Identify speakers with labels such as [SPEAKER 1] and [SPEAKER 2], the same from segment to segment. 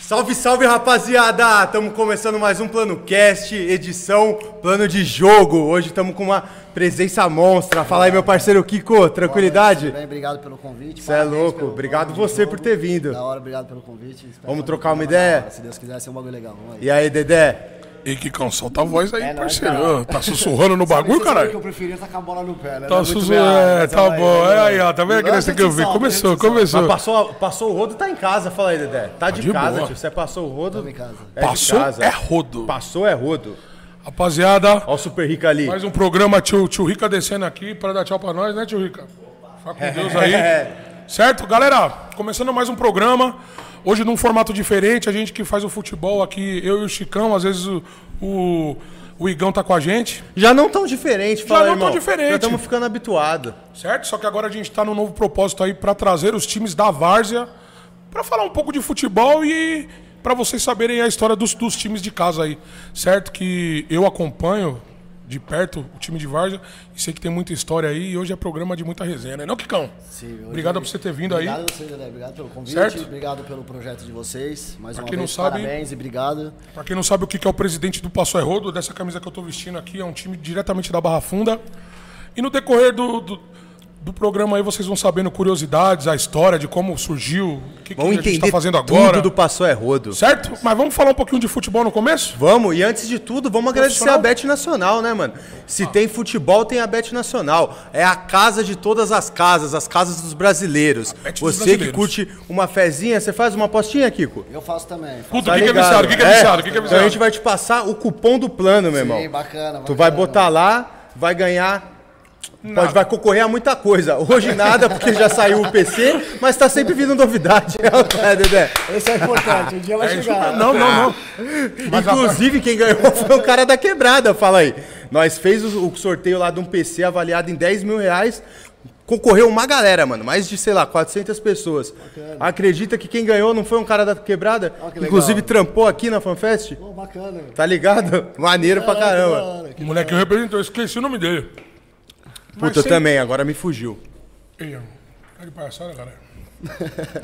[SPEAKER 1] Salve, salve rapaziada! Estamos começando mais um Plano Cast, edição Plano de Jogo. Hoje estamos com uma presença monstra. Fala aí, meu parceiro Kiko, tranquilidade?
[SPEAKER 2] Tudo bem, obrigado pelo convite.
[SPEAKER 1] Você é louco, obrigado você por ter vindo.
[SPEAKER 2] Da hora, obrigado pelo convite. Espero
[SPEAKER 1] Vamos
[SPEAKER 2] que
[SPEAKER 1] trocar uma
[SPEAKER 2] seja da
[SPEAKER 1] ideia?
[SPEAKER 2] hora. Se Deus quiser, vai ser um bagulho legal. Vamos aí.
[SPEAKER 1] E aí, Dedé?
[SPEAKER 3] E que cão, solta a voz aí,
[SPEAKER 2] É, não,
[SPEAKER 3] parceiro.
[SPEAKER 2] tá.
[SPEAKER 3] Ô, Tá sussurrando no bagulho,
[SPEAKER 2] Sabe que
[SPEAKER 3] caralho?
[SPEAKER 2] eu preferia tacar a bola no pé, né? Não
[SPEAKER 3] Tá
[SPEAKER 2] muito
[SPEAKER 3] sussurrando.
[SPEAKER 2] minha área, então né?
[SPEAKER 3] É,
[SPEAKER 2] mas
[SPEAKER 3] tá
[SPEAKER 2] vamos
[SPEAKER 3] bom.
[SPEAKER 2] vamos
[SPEAKER 3] É aí, ó. Tá vendo que
[SPEAKER 2] Lança
[SPEAKER 3] nós tem que ouvir?
[SPEAKER 2] salve,
[SPEAKER 3] Começou,
[SPEAKER 2] lança salve.
[SPEAKER 1] Mas
[SPEAKER 3] começou.
[SPEAKER 1] passou, passou o rodo, tá em casa, fala aí, Dedé. Tá de,
[SPEAKER 3] de
[SPEAKER 1] casa,
[SPEAKER 3] boa.
[SPEAKER 1] tio. Você passou o rodo.
[SPEAKER 2] Tamo em casa.
[SPEAKER 1] É
[SPEAKER 3] Passou
[SPEAKER 1] de casa.
[SPEAKER 3] é rodo.
[SPEAKER 1] Passou é rodo.
[SPEAKER 3] Rapaziada,
[SPEAKER 1] Ó o Super Rica ali.
[SPEAKER 3] mais um programa, tio, tio Rica descendo aqui pra dar tchau pra nós, né, tio Rica? Fica com Deus aí. Certo, galera? Começando mais um programa. Hoje num formato diferente, a gente que faz o futebol aqui, eu e o Chicão, às vezes o, o, o Igão tá com a gente.
[SPEAKER 1] Já não tão diferente, fala
[SPEAKER 3] não
[SPEAKER 1] aí,
[SPEAKER 3] tão
[SPEAKER 1] irmão.
[SPEAKER 3] diferente.
[SPEAKER 1] Já estamos ficando habituados.
[SPEAKER 3] Certo? Só que agora a gente está num novo propósito aí para trazer os times da Várzea para falar um pouco de futebol e para vocês saberem a história dos, dos times de casa aí. Certo? Que eu acompanho de perto o time de Várzea e sei que tem muita história aí e hoje é programa de muita resenha, né? Não, Kikão?
[SPEAKER 2] Sim, hoje- é
[SPEAKER 3] Obrigado por você ter vindo aí.
[SPEAKER 2] Obrigado a vocês, Dedé. Obrigado pelo convite.
[SPEAKER 3] Certo?
[SPEAKER 2] Obrigado pelo projeto de vocês. Mais uma
[SPEAKER 3] quem não
[SPEAKER 2] vez,
[SPEAKER 3] sabe-
[SPEAKER 2] parabéns e obrigado.
[SPEAKER 3] Para quem não sabe o que que é o presidente do Passo é Rodo, dessa camisa que eu estou vestindo aqui, é um time diretamente da Barra Funda. E no decorrer do, do, do programa aí vocês vão sabendo curiosidades, a história de como surgiu, o que, que a
[SPEAKER 1] Vamos
[SPEAKER 3] gente
[SPEAKER 1] entender
[SPEAKER 3] está fazendo agora.
[SPEAKER 1] tudo do Passou é rodo.
[SPEAKER 3] Certo? Mas vamos falar um pouquinho de futebol no começo?
[SPEAKER 1] Vamos, e antes de tudo, vamos agradecer a
[SPEAKER 3] Profissional?
[SPEAKER 1] Bet Nacional, né, mano? Se tem futebol, tem a Bet Nacional. É a casa de todas as casas, as casas dos brasileiros.
[SPEAKER 3] Bet dos
[SPEAKER 1] Você que
[SPEAKER 3] brasileiros.
[SPEAKER 1] curte uma fezinha, você faz uma apostinha, Kiko?
[SPEAKER 2] Eu faço também. faço-
[SPEAKER 3] Puta, o que, que é viciado? O que, que é viciado? O que, que é
[SPEAKER 1] Tá Então a gente
[SPEAKER 3] viciado?
[SPEAKER 1] vai te passar o cupom do plano, meu irmão.
[SPEAKER 2] Sim, bacana,
[SPEAKER 1] Tu vai
[SPEAKER 2] bacana.
[SPEAKER 1] botar lá, vai ganhar.
[SPEAKER 3] Nada.
[SPEAKER 1] Pode, vai concorrer a muita coisa. Hoje nada, porque já saiu o PC, mas tá sempre vindo novidade. É, Dedé.
[SPEAKER 2] Esse é importante, um dia vai
[SPEAKER 3] É isso
[SPEAKER 2] chegar.
[SPEAKER 3] mesmo. Não, não, não.
[SPEAKER 1] Inclusive, quem ganhou foi o cara da quebrada, fala aí. Nós fez o, o sorteio lá de um PC avaliado em 10 mil reais. Concorreu uma galera, mano. Mais de, sei lá, 400 pessoas. Acredita que quem ganhou não foi um cara da quebrada?
[SPEAKER 2] Ó, Ah, que legal.
[SPEAKER 1] Inclusive, trampou aqui na FanFest?
[SPEAKER 2] Pô, bacana. velho.
[SPEAKER 1] Tá ligado? Maneiro pra
[SPEAKER 2] Ah, Da
[SPEAKER 1] caramba.
[SPEAKER 2] hora.
[SPEAKER 3] O moleque representou, eu esqueci o nome dele.
[SPEAKER 1] Puta, eu também, agora me fugiu.
[SPEAKER 3] Ih, tá de palhaçada, galera.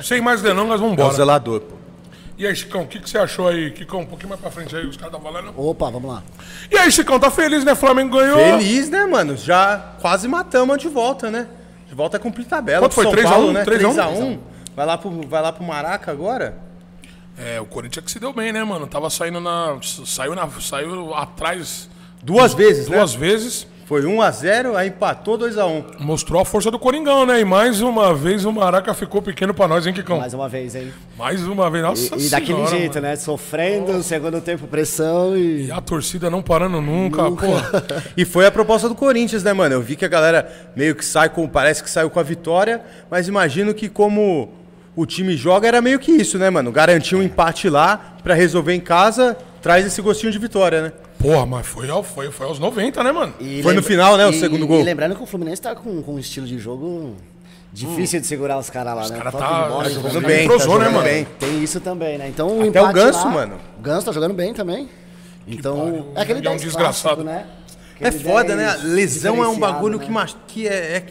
[SPEAKER 3] Sem mais delongas, vamos
[SPEAKER 1] É o
[SPEAKER 3] embora.
[SPEAKER 1] zelador, pô.
[SPEAKER 3] E aí, Chicão, o que, que você achou aí? Chicão, um pouquinho mais pra frente aí, os caras estão falando.
[SPEAKER 2] Opa, vamos lá.
[SPEAKER 3] E aí, Chicão, tá feliz, né? Flamengo ganhou.
[SPEAKER 1] Feliz, né, mano? Já quase matamos a de volta, né? De volta a cumprir tabela.
[SPEAKER 3] Quanto foi?
[SPEAKER 1] São
[SPEAKER 3] 3 a 1?
[SPEAKER 1] Paulo, né?
[SPEAKER 3] 3 a 1?
[SPEAKER 1] 3x1. Vai lá pro, vai lá pro Maraca agora?
[SPEAKER 3] É, o Corinthians que se deu bem, né, mano? Tava saindo na. Saiu, na, saiu atrás
[SPEAKER 1] Duas vezes, né?
[SPEAKER 3] duas vezes.
[SPEAKER 1] Foi 1x0, aí empatou 2x1.
[SPEAKER 3] Mostrou a força do Coringão, né? E mais uma vez o Maraca ficou pequeno pra nós, hein, Kikão?
[SPEAKER 2] Mais uma vez, hein?
[SPEAKER 3] Mais uma vez, nossa
[SPEAKER 2] E daquele
[SPEAKER 3] senhora,
[SPEAKER 2] jeito,
[SPEAKER 3] mano.
[SPEAKER 2] né? Sofrendo, segundo tempo, pressão e.
[SPEAKER 3] E a torcida não parando nunca, pô.
[SPEAKER 1] E foi a proposta do Corinthians, né, mano? Eu vi que a galera meio que sai com. Parece que saiu com a vitória, mas imagino que como o time joga, era meio que isso, né, mano? Garantir um empate lá pra resolver em casa, traz esse gostinho de vitória, né?
[SPEAKER 3] Porra, mas foi, ao- foi, foi aos 90, né, mano?
[SPEAKER 2] E
[SPEAKER 1] Foi no final, né, o segundo gol.
[SPEAKER 2] E lembrando que o Fluminense tá com, com um estilo de jogo difícil de segurar os caras lá, né?
[SPEAKER 3] cara
[SPEAKER 2] Toque
[SPEAKER 3] tá-
[SPEAKER 2] de bola,
[SPEAKER 3] tá
[SPEAKER 2] jogo
[SPEAKER 3] jogando
[SPEAKER 2] bem.
[SPEAKER 3] bem, entrosou,
[SPEAKER 1] jogando
[SPEAKER 3] né, mano?
[SPEAKER 1] bem.
[SPEAKER 2] Tem isso também, né? Então o
[SPEAKER 1] Até o
[SPEAKER 2] empate
[SPEAKER 1] Ganso,
[SPEAKER 2] lá-
[SPEAKER 1] mano.
[SPEAKER 2] O Ganso tá jogando bem também. Então,
[SPEAKER 3] pariu,
[SPEAKER 2] é aquele
[SPEAKER 3] ele é um
[SPEAKER 2] 10 clássico,
[SPEAKER 3] desgraçado.
[SPEAKER 2] né?
[SPEAKER 1] É
[SPEAKER 2] Aquele
[SPEAKER 1] foda,
[SPEAKER 2] 10
[SPEAKER 1] né? Lesão é um
[SPEAKER 2] diferenciado,
[SPEAKER 1] bagulho
[SPEAKER 2] né?
[SPEAKER 1] que, mas- que é, é.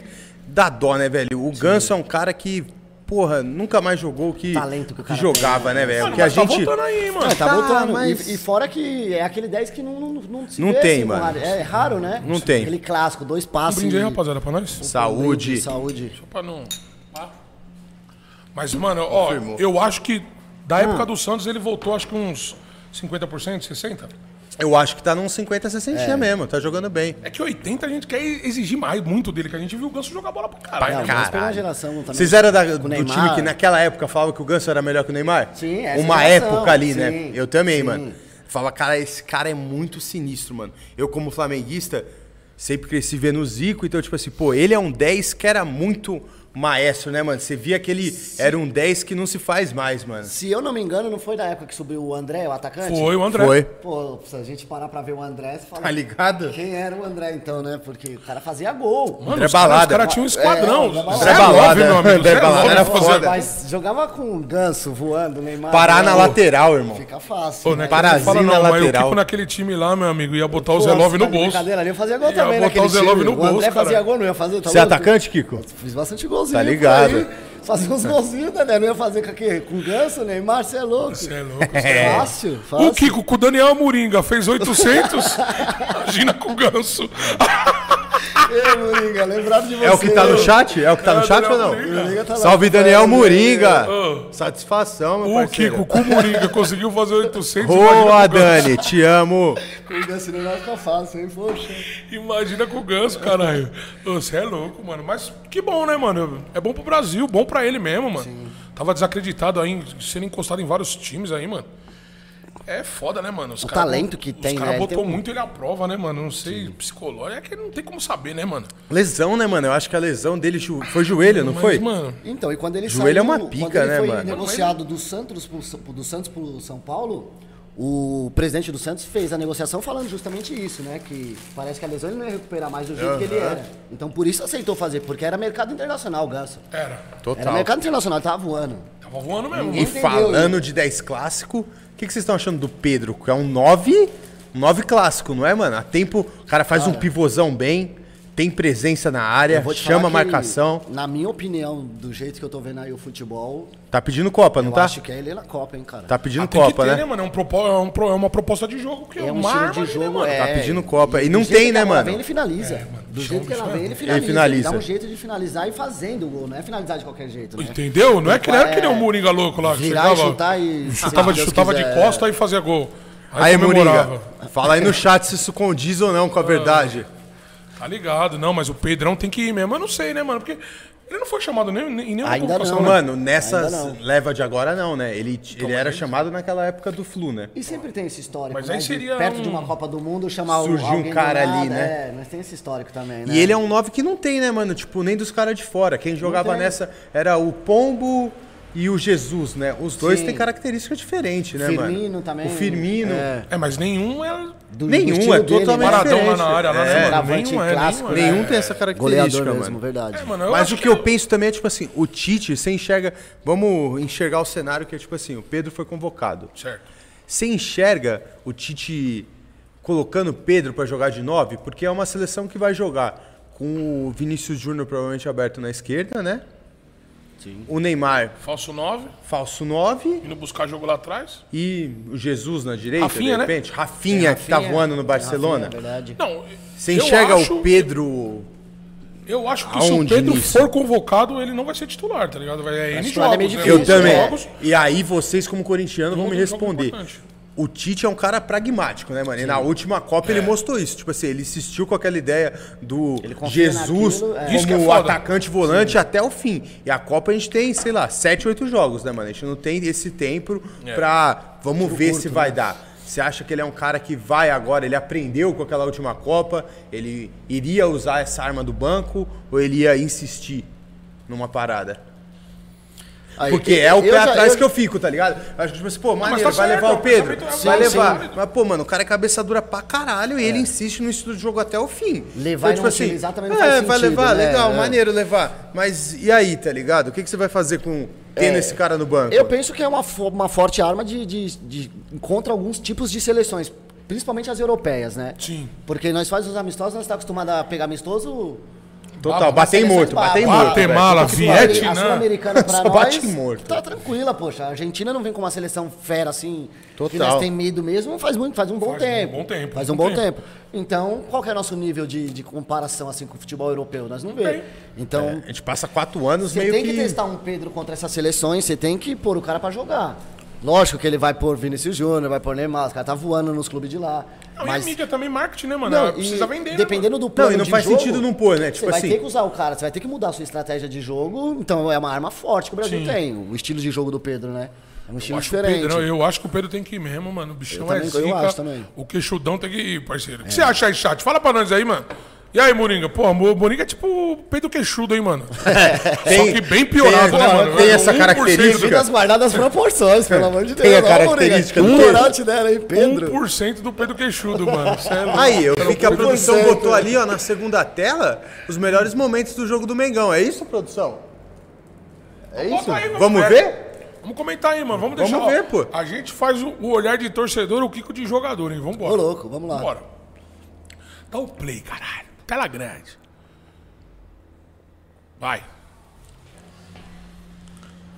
[SPEAKER 1] Dá dó, né, velho? O Ganso é um cara que, porra, nunca mais jogou o que,
[SPEAKER 2] Talento que o
[SPEAKER 1] que
[SPEAKER 2] cara
[SPEAKER 1] jogava,
[SPEAKER 2] tem,
[SPEAKER 1] né,
[SPEAKER 2] né?
[SPEAKER 1] velho?
[SPEAKER 3] Mano,
[SPEAKER 1] Que a
[SPEAKER 3] mas Tá
[SPEAKER 1] gente.
[SPEAKER 3] voltando aí, mano.
[SPEAKER 2] Não, tá
[SPEAKER 1] Tá,
[SPEAKER 2] voltando.
[SPEAKER 1] mas-
[SPEAKER 2] E, e fora que é aquele 10 que não, não, não se
[SPEAKER 1] Não
[SPEAKER 2] vê,
[SPEAKER 1] tem,
[SPEAKER 2] assim,
[SPEAKER 1] mano.
[SPEAKER 2] raro. É raro, né?
[SPEAKER 1] Não tem. é
[SPEAKER 2] Aquele clássico, dois passes.
[SPEAKER 3] Um Brinde aí,
[SPEAKER 2] e-
[SPEAKER 3] rapaziada, pra nós.
[SPEAKER 1] Saúde.
[SPEAKER 2] Saúde.
[SPEAKER 3] Pra não. Mas, mano, ó, eu acho que da
[SPEAKER 2] Hum.
[SPEAKER 3] época do Santos ele voltou, acho que uns 50%, 60%.
[SPEAKER 1] Eu acho que tá num 50, 60
[SPEAKER 2] É.
[SPEAKER 1] mesmo, tá jogando bem.
[SPEAKER 3] É que 80% a gente quer exigir mais muito dele, que a gente viu o Ganso jogar bola pra caralho.
[SPEAKER 2] Não,
[SPEAKER 3] né,
[SPEAKER 2] É, mas
[SPEAKER 3] mano?
[SPEAKER 2] pegou
[SPEAKER 1] Caralho.
[SPEAKER 2] a geração também.
[SPEAKER 1] Vocês eram da-
[SPEAKER 2] Com
[SPEAKER 1] do
[SPEAKER 2] Neymar.
[SPEAKER 1] time que naquela época falava que o Ganso era melhor que o Neymar?
[SPEAKER 2] Sim, essa
[SPEAKER 1] Uma
[SPEAKER 2] geração,
[SPEAKER 1] época ali, né?
[SPEAKER 2] sim.
[SPEAKER 1] Eu também,
[SPEAKER 2] Sim.
[SPEAKER 1] mano. Falava, cara, esse cara é muito sinistro, mano. Eu, como flamenguista, sempre cresci vendo o Zico, então, tipo assim, pô, ele é um 10 que era muito maestro, né, mano? Você via que ele era um 10 que não se faz mais, mano.
[SPEAKER 2] Se eu não me engano, não foi da época que subiu o André, o atacante?
[SPEAKER 3] Foi o André.
[SPEAKER 2] né?
[SPEAKER 1] Foi.
[SPEAKER 2] Pô, se a gente parar pra ver o André, você fala.
[SPEAKER 1] Tá ligado?
[SPEAKER 2] Quem era o André então, né? Porque o cara fazia gol.
[SPEAKER 3] Mano,
[SPEAKER 1] André
[SPEAKER 3] os caras
[SPEAKER 1] Balada. É,
[SPEAKER 3] cara tinham um esquadrão.
[SPEAKER 2] André
[SPEAKER 3] Zé
[SPEAKER 1] Balada. é.
[SPEAKER 3] Love, meu amigo,
[SPEAKER 1] André
[SPEAKER 3] Zé
[SPEAKER 1] Balada
[SPEAKER 3] Love
[SPEAKER 1] era
[SPEAKER 3] fazendo-
[SPEAKER 1] foda.
[SPEAKER 2] Mas jogava com o ganso voando, Neymar.
[SPEAKER 1] Parar na
[SPEAKER 2] voando,
[SPEAKER 1] lateral, irmão.
[SPEAKER 2] Fica fácil.
[SPEAKER 3] Pô, né,
[SPEAKER 2] né?
[SPEAKER 3] que você
[SPEAKER 1] Parazinho
[SPEAKER 3] fala,
[SPEAKER 1] na
[SPEAKER 3] não, mas o
[SPEAKER 1] lateral.
[SPEAKER 3] Kiko naquele time lá, meu amigo, ia botar o
[SPEAKER 2] Pô,
[SPEAKER 3] Zé Love
[SPEAKER 2] tá de
[SPEAKER 3] no bolso.
[SPEAKER 2] brincadeira ali, eu fazia gol
[SPEAKER 3] Ia
[SPEAKER 2] também
[SPEAKER 3] botar
[SPEAKER 2] naquele
[SPEAKER 3] o Zé
[SPEAKER 2] time.
[SPEAKER 3] Love no
[SPEAKER 2] O André
[SPEAKER 3] bolso,
[SPEAKER 2] fazia
[SPEAKER 3] cara.
[SPEAKER 2] gol, não ia fazer? Tá
[SPEAKER 1] Você é
[SPEAKER 2] louco?
[SPEAKER 1] atacante, Kiko?
[SPEAKER 2] Fiz bastante golzinho.
[SPEAKER 1] Tá ligado.
[SPEAKER 2] por aí. Fazer uns golzinhos, né? velho? Não ia fazer com, aquele, com o Ganso, Neymar, você é louco.
[SPEAKER 3] Você é louco. você é louco.
[SPEAKER 2] Fácil, fácil.
[SPEAKER 3] O Kiko com o Daniel Moringa fez 800. Imagina com o ganso.
[SPEAKER 2] Ei, Moringa, lembrado de você.
[SPEAKER 1] É o que tá no
[SPEAKER 2] eu.
[SPEAKER 1] chat? É o que tá
[SPEAKER 3] É,
[SPEAKER 1] no chat ou não?
[SPEAKER 3] Daniel Moringa.
[SPEAKER 2] Moringa tá lá.
[SPEAKER 1] Salve Daniel Moringa!
[SPEAKER 3] Ô.
[SPEAKER 1] né? Satisfação, meu
[SPEAKER 3] O
[SPEAKER 1] parceiro.
[SPEAKER 3] Kiko com o Moringa conseguiu fazer 800.
[SPEAKER 1] Boa,
[SPEAKER 3] imagina com o Ganso.
[SPEAKER 1] Dani, te amo.
[SPEAKER 2] Moringa, senão não fica fácil, hein? Poxa.
[SPEAKER 3] Imagina com o ganso, caralho. Ô, Você é louco, mano. Mas que bom, né, mano? É bom pro Brasil, bom pra ele mesmo, mano. Tava desacreditado aí, sendo encostado em vários times aí, mano. É foda, né, mano? Os o
[SPEAKER 2] talento que tem,
[SPEAKER 3] Os
[SPEAKER 2] né?
[SPEAKER 3] caras
[SPEAKER 2] Ele
[SPEAKER 3] botou
[SPEAKER 2] tem um-
[SPEAKER 3] muito ele à prova, né, mano? Não sei, psicológico. É que não tem como saber, né, mano?
[SPEAKER 1] Lesão, né, mano? Eu acho que a lesão dele ju- foi joelho, não
[SPEAKER 3] Mas,
[SPEAKER 1] foi?
[SPEAKER 3] mano.
[SPEAKER 2] Então, e quando ele
[SPEAKER 1] Joelho é
[SPEAKER 2] saiu,
[SPEAKER 1] uma
[SPEAKER 2] quando
[SPEAKER 1] pica,
[SPEAKER 2] ele
[SPEAKER 1] né,
[SPEAKER 2] foi
[SPEAKER 1] mano?
[SPEAKER 2] negociado do Santos pro, Sa- do Santos pro São Paulo, o presidente do Santos fez a negociação falando justamente isso, né? Que parece que a lesão ele não ia recuperar mais do jeito que ele era. Então por isso aceitou fazer, porque era mercado internacional, Ganso.
[SPEAKER 3] Era.
[SPEAKER 2] Era
[SPEAKER 1] Total.
[SPEAKER 2] mercado internacional, tava voando.
[SPEAKER 3] Tava voando mesmo.
[SPEAKER 1] E
[SPEAKER 3] mano.
[SPEAKER 2] entendeu,
[SPEAKER 1] falando de 10 clássico, o que, que vocês estão achando do Pedro? Que é um 9, um 9 clássico, não é, mano? A tempo, o cara faz um pivôzão bem, tem presença na área,
[SPEAKER 2] Eu vou te falar
[SPEAKER 1] chama a
[SPEAKER 2] que,
[SPEAKER 1] marcação.
[SPEAKER 2] Na minha opinião, do jeito que eu tô vendo aí o futebol,
[SPEAKER 1] Tá pedindo Copa, não
[SPEAKER 2] eu
[SPEAKER 1] tá?
[SPEAKER 2] acho que é ele na Copa, hein, cara.
[SPEAKER 1] Tá pedindo
[SPEAKER 3] Ah, tem que
[SPEAKER 1] Copa,
[SPEAKER 3] ter,
[SPEAKER 1] né?
[SPEAKER 3] né, mano? É, um propo- é um pro- é uma proposta de jogo que
[SPEAKER 2] É um
[SPEAKER 3] uma
[SPEAKER 2] estilo
[SPEAKER 3] arma,
[SPEAKER 2] de
[SPEAKER 3] né,
[SPEAKER 2] jogo,
[SPEAKER 3] mano?
[SPEAKER 2] é.
[SPEAKER 1] Tá pedindo Copa. E não
[SPEAKER 2] do
[SPEAKER 1] tem,
[SPEAKER 2] jeito
[SPEAKER 1] né,
[SPEAKER 2] que ela
[SPEAKER 1] mano?
[SPEAKER 2] Vem, ele finaliza.
[SPEAKER 3] É,
[SPEAKER 2] do
[SPEAKER 3] show
[SPEAKER 2] jeito que ela
[SPEAKER 3] bizarro.
[SPEAKER 2] vem, ele finaliza.
[SPEAKER 1] finaliza.
[SPEAKER 2] Dá um jeito de finalizar e fazendo o gol. Não é finalizar de qualquer jeito, né?
[SPEAKER 3] Entendeu? Não é que não é que nem um
[SPEAKER 2] É.
[SPEAKER 3] Moringa louco lá. que
[SPEAKER 2] Virar e
[SPEAKER 3] chegava-
[SPEAKER 2] chutar e...
[SPEAKER 3] Chutava, de,
[SPEAKER 2] se Deus
[SPEAKER 3] chutava de
[SPEAKER 2] quiser.
[SPEAKER 3] costa e fazia gol.
[SPEAKER 1] Aí,
[SPEAKER 3] comemorava.
[SPEAKER 1] Moringa, fala aí no chat se isso condiz ou não com a verdade.
[SPEAKER 3] Tá ligado, não, mas o Pedrão tem que ir mesmo. Eu não sei, né, mano? Porque ele não foi chamado nem, nem, em nenhuma
[SPEAKER 2] Ainda
[SPEAKER 3] convocação,
[SPEAKER 2] não,
[SPEAKER 3] né?
[SPEAKER 1] Mano, nessa
[SPEAKER 2] Ainda não.
[SPEAKER 1] leva de agora não, né? Ele, ele era chamado naquela época do Flu, né?
[SPEAKER 2] E sempre tem esse histórico,
[SPEAKER 3] Mas
[SPEAKER 2] né?
[SPEAKER 3] aí
[SPEAKER 2] de
[SPEAKER 3] seria
[SPEAKER 2] perto
[SPEAKER 3] um-
[SPEAKER 2] de uma Copa do Mundo, chamar o-
[SPEAKER 1] Surgiu um
[SPEAKER 2] alguém do
[SPEAKER 1] cara
[SPEAKER 2] nada,
[SPEAKER 1] ali, né?
[SPEAKER 2] É, mas tem esse histórico também, né?
[SPEAKER 1] E ele é um 9 que não tem, né, mano? Tipo, nem dos caras de fora. Quem jogava
[SPEAKER 2] tem.
[SPEAKER 1] nessa era o Pombo e o Jesus, né? Os dois
[SPEAKER 2] Sim.
[SPEAKER 1] têm características diferentes, né, mano?
[SPEAKER 2] Firmino também.
[SPEAKER 1] O Firmino.
[SPEAKER 2] É.
[SPEAKER 3] É, mas nenhum é
[SPEAKER 2] Do- do
[SPEAKER 1] Nenhum,
[SPEAKER 2] estilo
[SPEAKER 1] é
[SPEAKER 2] dele, né?
[SPEAKER 1] totalmente
[SPEAKER 3] paradão lá
[SPEAKER 1] diferente.
[SPEAKER 3] na área, lá,
[SPEAKER 1] É.
[SPEAKER 3] né, mano?
[SPEAKER 2] Travante
[SPEAKER 3] Nenhum é,
[SPEAKER 2] clássico, né?
[SPEAKER 3] nenhum é.
[SPEAKER 1] Nenhum tem essa
[SPEAKER 2] Goleador
[SPEAKER 1] característica,
[SPEAKER 2] mesmo,
[SPEAKER 1] mano.
[SPEAKER 2] verdade.
[SPEAKER 3] É, mano, eu
[SPEAKER 1] Mas
[SPEAKER 3] acho
[SPEAKER 1] o que eu
[SPEAKER 3] que-
[SPEAKER 1] penso também é, tipo assim, o Tite, você enxerga. Vamos enxergar o cenário que é, tipo assim, o Pedro foi convocado.
[SPEAKER 3] Certo.
[SPEAKER 1] Você enxerga o Tite colocando o Pedro pra jogar de 9? Porque é uma seleção que vai jogar com o Vinícius Júnior provavelmente aberto na esquerda, né? Sim. O Neymar
[SPEAKER 3] Falso 9,
[SPEAKER 1] falso 9
[SPEAKER 3] indo buscar jogo lá atrás.
[SPEAKER 1] e o Jesus na direita,
[SPEAKER 3] Rafinha,
[SPEAKER 1] de
[SPEAKER 3] né?
[SPEAKER 1] repente. Rafinha, que tá
[SPEAKER 2] Rafinha.
[SPEAKER 1] voando no
[SPEAKER 2] É
[SPEAKER 1] Barcelona.
[SPEAKER 2] verdade.
[SPEAKER 3] Não,
[SPEAKER 1] Você
[SPEAKER 3] eu
[SPEAKER 1] enxerga
[SPEAKER 3] acho-
[SPEAKER 1] o Pedro.
[SPEAKER 3] Eu acho que se o
[SPEAKER 1] Aonde
[SPEAKER 3] Pedro
[SPEAKER 1] nisso?
[SPEAKER 3] for convocado, ele não vai ser titular, tá ligado? Vai é N
[SPEAKER 2] titular
[SPEAKER 3] jogos,
[SPEAKER 2] é meio
[SPEAKER 3] né?
[SPEAKER 2] difícil,
[SPEAKER 1] Eu
[SPEAKER 2] Isso,
[SPEAKER 3] N
[SPEAKER 1] também.
[SPEAKER 3] jogos,
[SPEAKER 1] E aí vocês, como corintianos, vão me
[SPEAKER 3] Jogo
[SPEAKER 1] responder.
[SPEAKER 3] importante.
[SPEAKER 1] O Tite é um cara pragmático, né, mano? E na última Copa
[SPEAKER 3] É.
[SPEAKER 1] ele mostrou isso. Tipo assim, ele insistiu com aquela ideia do
[SPEAKER 2] confia
[SPEAKER 1] Jesus
[SPEAKER 2] naquilo, é.
[SPEAKER 1] como
[SPEAKER 3] Isso que é foda.
[SPEAKER 1] atacante volante até o fim. E a Copa a gente tem, sei lá, sete, oito jogos, né, mano? A gente não tem esse tempo
[SPEAKER 3] É.
[SPEAKER 1] pra. Vamos ver se
[SPEAKER 3] né?
[SPEAKER 1] vai dar. Você acha que ele é um cara que vai agora, ele aprendeu com aquela última Copa, ele iria usar essa arma do banco ou ele ia insistir numa parada?
[SPEAKER 2] Aí,
[SPEAKER 1] Porque é o pé
[SPEAKER 2] já-
[SPEAKER 1] atrás que eu fico, tá ligado? Eu acho que, tipo assim, pô, maneiro,
[SPEAKER 3] tá
[SPEAKER 1] vai
[SPEAKER 3] certo,
[SPEAKER 1] levar o Pedro,
[SPEAKER 3] pensamento é
[SPEAKER 1] vai
[SPEAKER 3] válido,
[SPEAKER 1] levar.
[SPEAKER 3] sim.
[SPEAKER 1] Mas, pô, mano, o cara é cabeça dura pra caralho e ele insiste no estudo do jogo até o fim.
[SPEAKER 2] É. Levar e não utilizar também não
[SPEAKER 1] é,
[SPEAKER 2] faz
[SPEAKER 1] vai
[SPEAKER 2] sentido,
[SPEAKER 1] levar,
[SPEAKER 2] né?
[SPEAKER 1] legal,
[SPEAKER 2] É.
[SPEAKER 1] maneiro levar. Mas e aí, tá ligado? O que, que você vai fazer com tendo esse cara no banco?
[SPEAKER 2] É. Eu penso que é uma, fo- uma forte arma de, de, de- contra alguns tipos de seleções, principalmente as europeias, né?
[SPEAKER 3] Sim.
[SPEAKER 2] Porque nós fazemos os amistosos, nós estamos acostumados a pegar amistoso.
[SPEAKER 1] Total,
[SPEAKER 3] As
[SPEAKER 1] batei
[SPEAKER 2] seleções
[SPEAKER 1] morto, batei
[SPEAKER 2] bravas.
[SPEAKER 1] morto.
[SPEAKER 3] Guatemala,
[SPEAKER 1] velho.
[SPEAKER 2] A
[SPEAKER 3] Vietnã.
[SPEAKER 2] Sul-Americana pra
[SPEAKER 1] Só
[SPEAKER 2] nós.
[SPEAKER 1] bate morto.
[SPEAKER 2] Tá tranquila, poxa. A Argentina não vem com uma seleção fera assim.
[SPEAKER 1] Total.
[SPEAKER 2] Que nós tem medo mesmo, faz muito, faz um bom
[SPEAKER 3] Faz um
[SPEAKER 2] tempo.
[SPEAKER 3] bom tempo,
[SPEAKER 2] Faz um
[SPEAKER 3] bom
[SPEAKER 2] bom tempo. Então, qual que é o nosso nível de, de comparação assim com o futebol europeu? Nós não vemos. Então,
[SPEAKER 1] A gente passa quatro anos
[SPEAKER 2] Você
[SPEAKER 1] meio
[SPEAKER 2] tem
[SPEAKER 1] que.
[SPEAKER 2] que... testar um Pedro contra essas seleções, você tem que pôr o cara pra jogar. Lógico que ele vai pôr Vinícius Júnior, vai pôr Neymar, os caras tá voando nos clubes de lá.
[SPEAKER 3] Não, e a
[SPEAKER 2] mas
[SPEAKER 3] mídia também, marketing, né, mano?
[SPEAKER 2] não,
[SPEAKER 3] Ela precisa
[SPEAKER 2] e
[SPEAKER 3] vender, né,
[SPEAKER 2] dependendo do plano
[SPEAKER 1] Não, e não
[SPEAKER 2] de
[SPEAKER 1] faz
[SPEAKER 2] jogo,
[SPEAKER 1] sentido não pôr, né? Tipo
[SPEAKER 2] você vai
[SPEAKER 1] assim.
[SPEAKER 2] ter que usar o cara, você vai ter que mudar a sua estratégia de jogo, então é uma arma forte que o Brasil
[SPEAKER 3] Sim.
[SPEAKER 2] tem, o estilo de jogo do Pedro, né? É um
[SPEAKER 3] Eu
[SPEAKER 2] estilo
[SPEAKER 3] acho, que o
[SPEAKER 2] diferente.
[SPEAKER 3] Pedro, eu acho que o Pedro tem que ir mesmo, mano. O bichão
[SPEAKER 2] Eu também-
[SPEAKER 3] é
[SPEAKER 2] eu
[SPEAKER 3] zica.
[SPEAKER 2] acho também. É.
[SPEAKER 3] O queixudão tem que ir, parceiro. O que você acha aí, chat? Fala pra nós aí, mano. E aí, Moringa? Pô, o Moringa é tipo o Pedro Queixudo, hein, mano? Só que bem piorado,
[SPEAKER 1] tem- Um
[SPEAKER 3] né, mano?
[SPEAKER 1] tem
[SPEAKER 3] É
[SPEAKER 1] essa
[SPEAKER 3] 1%
[SPEAKER 1] característica.
[SPEAKER 2] Devido às guardadas proporções, pelo amor de Deus.
[SPEAKER 1] Tem a
[SPEAKER 2] Ó, Moreira,
[SPEAKER 1] característica do
[SPEAKER 2] que
[SPEAKER 1] Pedro. Um
[SPEAKER 2] moral te deram aí,
[SPEAKER 3] Do,
[SPEAKER 2] Pedro.
[SPEAKER 3] 1% do Pedro Queixudo, mano. Cê é louco.
[SPEAKER 1] Aí, eu vi que a produção
[SPEAKER 2] 1%.
[SPEAKER 1] botou ali, ó, na segunda tela, os melhores momentos do jogo do Mengão. É isso, produção?
[SPEAKER 2] É
[SPEAKER 3] Bota
[SPEAKER 2] isso?
[SPEAKER 3] aí, mano.
[SPEAKER 1] Vamos
[SPEAKER 3] É.
[SPEAKER 1] ver?
[SPEAKER 3] Vamos comentar aí, mano. Vamos
[SPEAKER 1] Vamos
[SPEAKER 3] deixar. ó,
[SPEAKER 1] ver, pô.
[SPEAKER 3] A gente faz o, o olhar de torcedor, o Kiko de jogador, hein? Vambora.
[SPEAKER 2] Ô, louco, vamos lá.
[SPEAKER 3] Bora. Dá o play, caralho. Tela grande. Vai.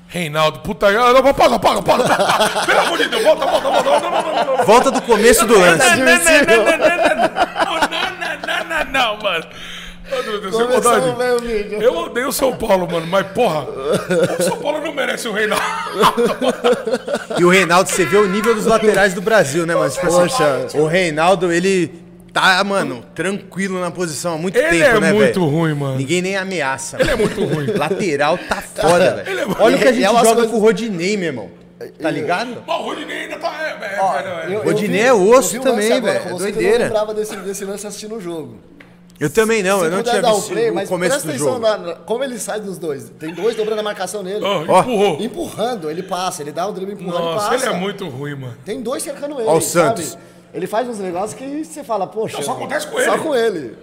[SPEAKER 3] Reinaldo, puta aí. Ah, não, Pausa, pausa, pausa. pausa. Pelo amor de Deus, volta, volta, volta. volta, Não, não, não, não, não.
[SPEAKER 1] Volta do começo do lance.
[SPEAKER 3] Não, não, não, não, não, não, não, não, não, não, não, não, mano. Ô, Dudu, sem
[SPEAKER 2] Começamos
[SPEAKER 3] maldade.
[SPEAKER 2] bem o vídeo.
[SPEAKER 3] Eu odeio o São Paulo, mano, mas porra, o São Paulo não merece o Reinaldo.
[SPEAKER 1] E o Reinaldo, você vê o nível dos laterais do Brasil, né, mano? Tipo assim,
[SPEAKER 2] Poxa.
[SPEAKER 1] o Reinaldo, ele tá, mano, tranquilo na posição há muito
[SPEAKER 3] Ele
[SPEAKER 1] tempo,
[SPEAKER 3] é
[SPEAKER 1] né,
[SPEAKER 3] muito
[SPEAKER 1] velho?
[SPEAKER 3] ruim, mano.
[SPEAKER 1] Ninguém nem ameaça.
[SPEAKER 3] Ele é
[SPEAKER 1] mano.
[SPEAKER 3] muito ruim.
[SPEAKER 1] Lateral tá foda, velho.
[SPEAKER 3] é muito-
[SPEAKER 1] Olha o que a
[SPEAKER 2] E
[SPEAKER 1] gente
[SPEAKER 2] é umas
[SPEAKER 1] joga
[SPEAKER 2] coisas-
[SPEAKER 1] com o Rodinei, meu irmão. Tá ligado?
[SPEAKER 3] Mas o Rodinei ainda tá. É, é, é, é.
[SPEAKER 2] Eu- eu
[SPEAKER 1] Rodinei
[SPEAKER 2] vi-
[SPEAKER 1] é osso
[SPEAKER 2] eu vi o lance
[SPEAKER 1] também,
[SPEAKER 2] agora
[SPEAKER 1] velho,
[SPEAKER 2] com
[SPEAKER 1] é
[SPEAKER 2] você que Eu
[SPEAKER 1] doideira.
[SPEAKER 2] não lembrava desse, desse lance assistindo o jogo.
[SPEAKER 1] Eu também não,
[SPEAKER 2] Se
[SPEAKER 1] eu não
[SPEAKER 2] puder
[SPEAKER 1] tinha
[SPEAKER 2] dar o
[SPEAKER 1] visto
[SPEAKER 2] play,
[SPEAKER 1] o
[SPEAKER 2] mas
[SPEAKER 1] começo
[SPEAKER 2] presta
[SPEAKER 1] do
[SPEAKER 2] atenção
[SPEAKER 1] jogo.
[SPEAKER 2] na- na- como ele sai dos dois. Tem dois dobrando a marcação nele.
[SPEAKER 3] Ó,
[SPEAKER 1] Ó.
[SPEAKER 3] empurrou.
[SPEAKER 2] Empurrando, ele passa, ele dá o drible empurrando e
[SPEAKER 3] Nossa,
[SPEAKER 2] passa.
[SPEAKER 3] ele é muito ruim, mano.
[SPEAKER 2] Tem dois cercando ele,
[SPEAKER 1] Ó o
[SPEAKER 2] sabe?
[SPEAKER 1] Santos.
[SPEAKER 2] Ele faz uns negócios que você fala, poxa.
[SPEAKER 3] Não, só acontece com
[SPEAKER 2] Só
[SPEAKER 3] ele.
[SPEAKER 2] com ele.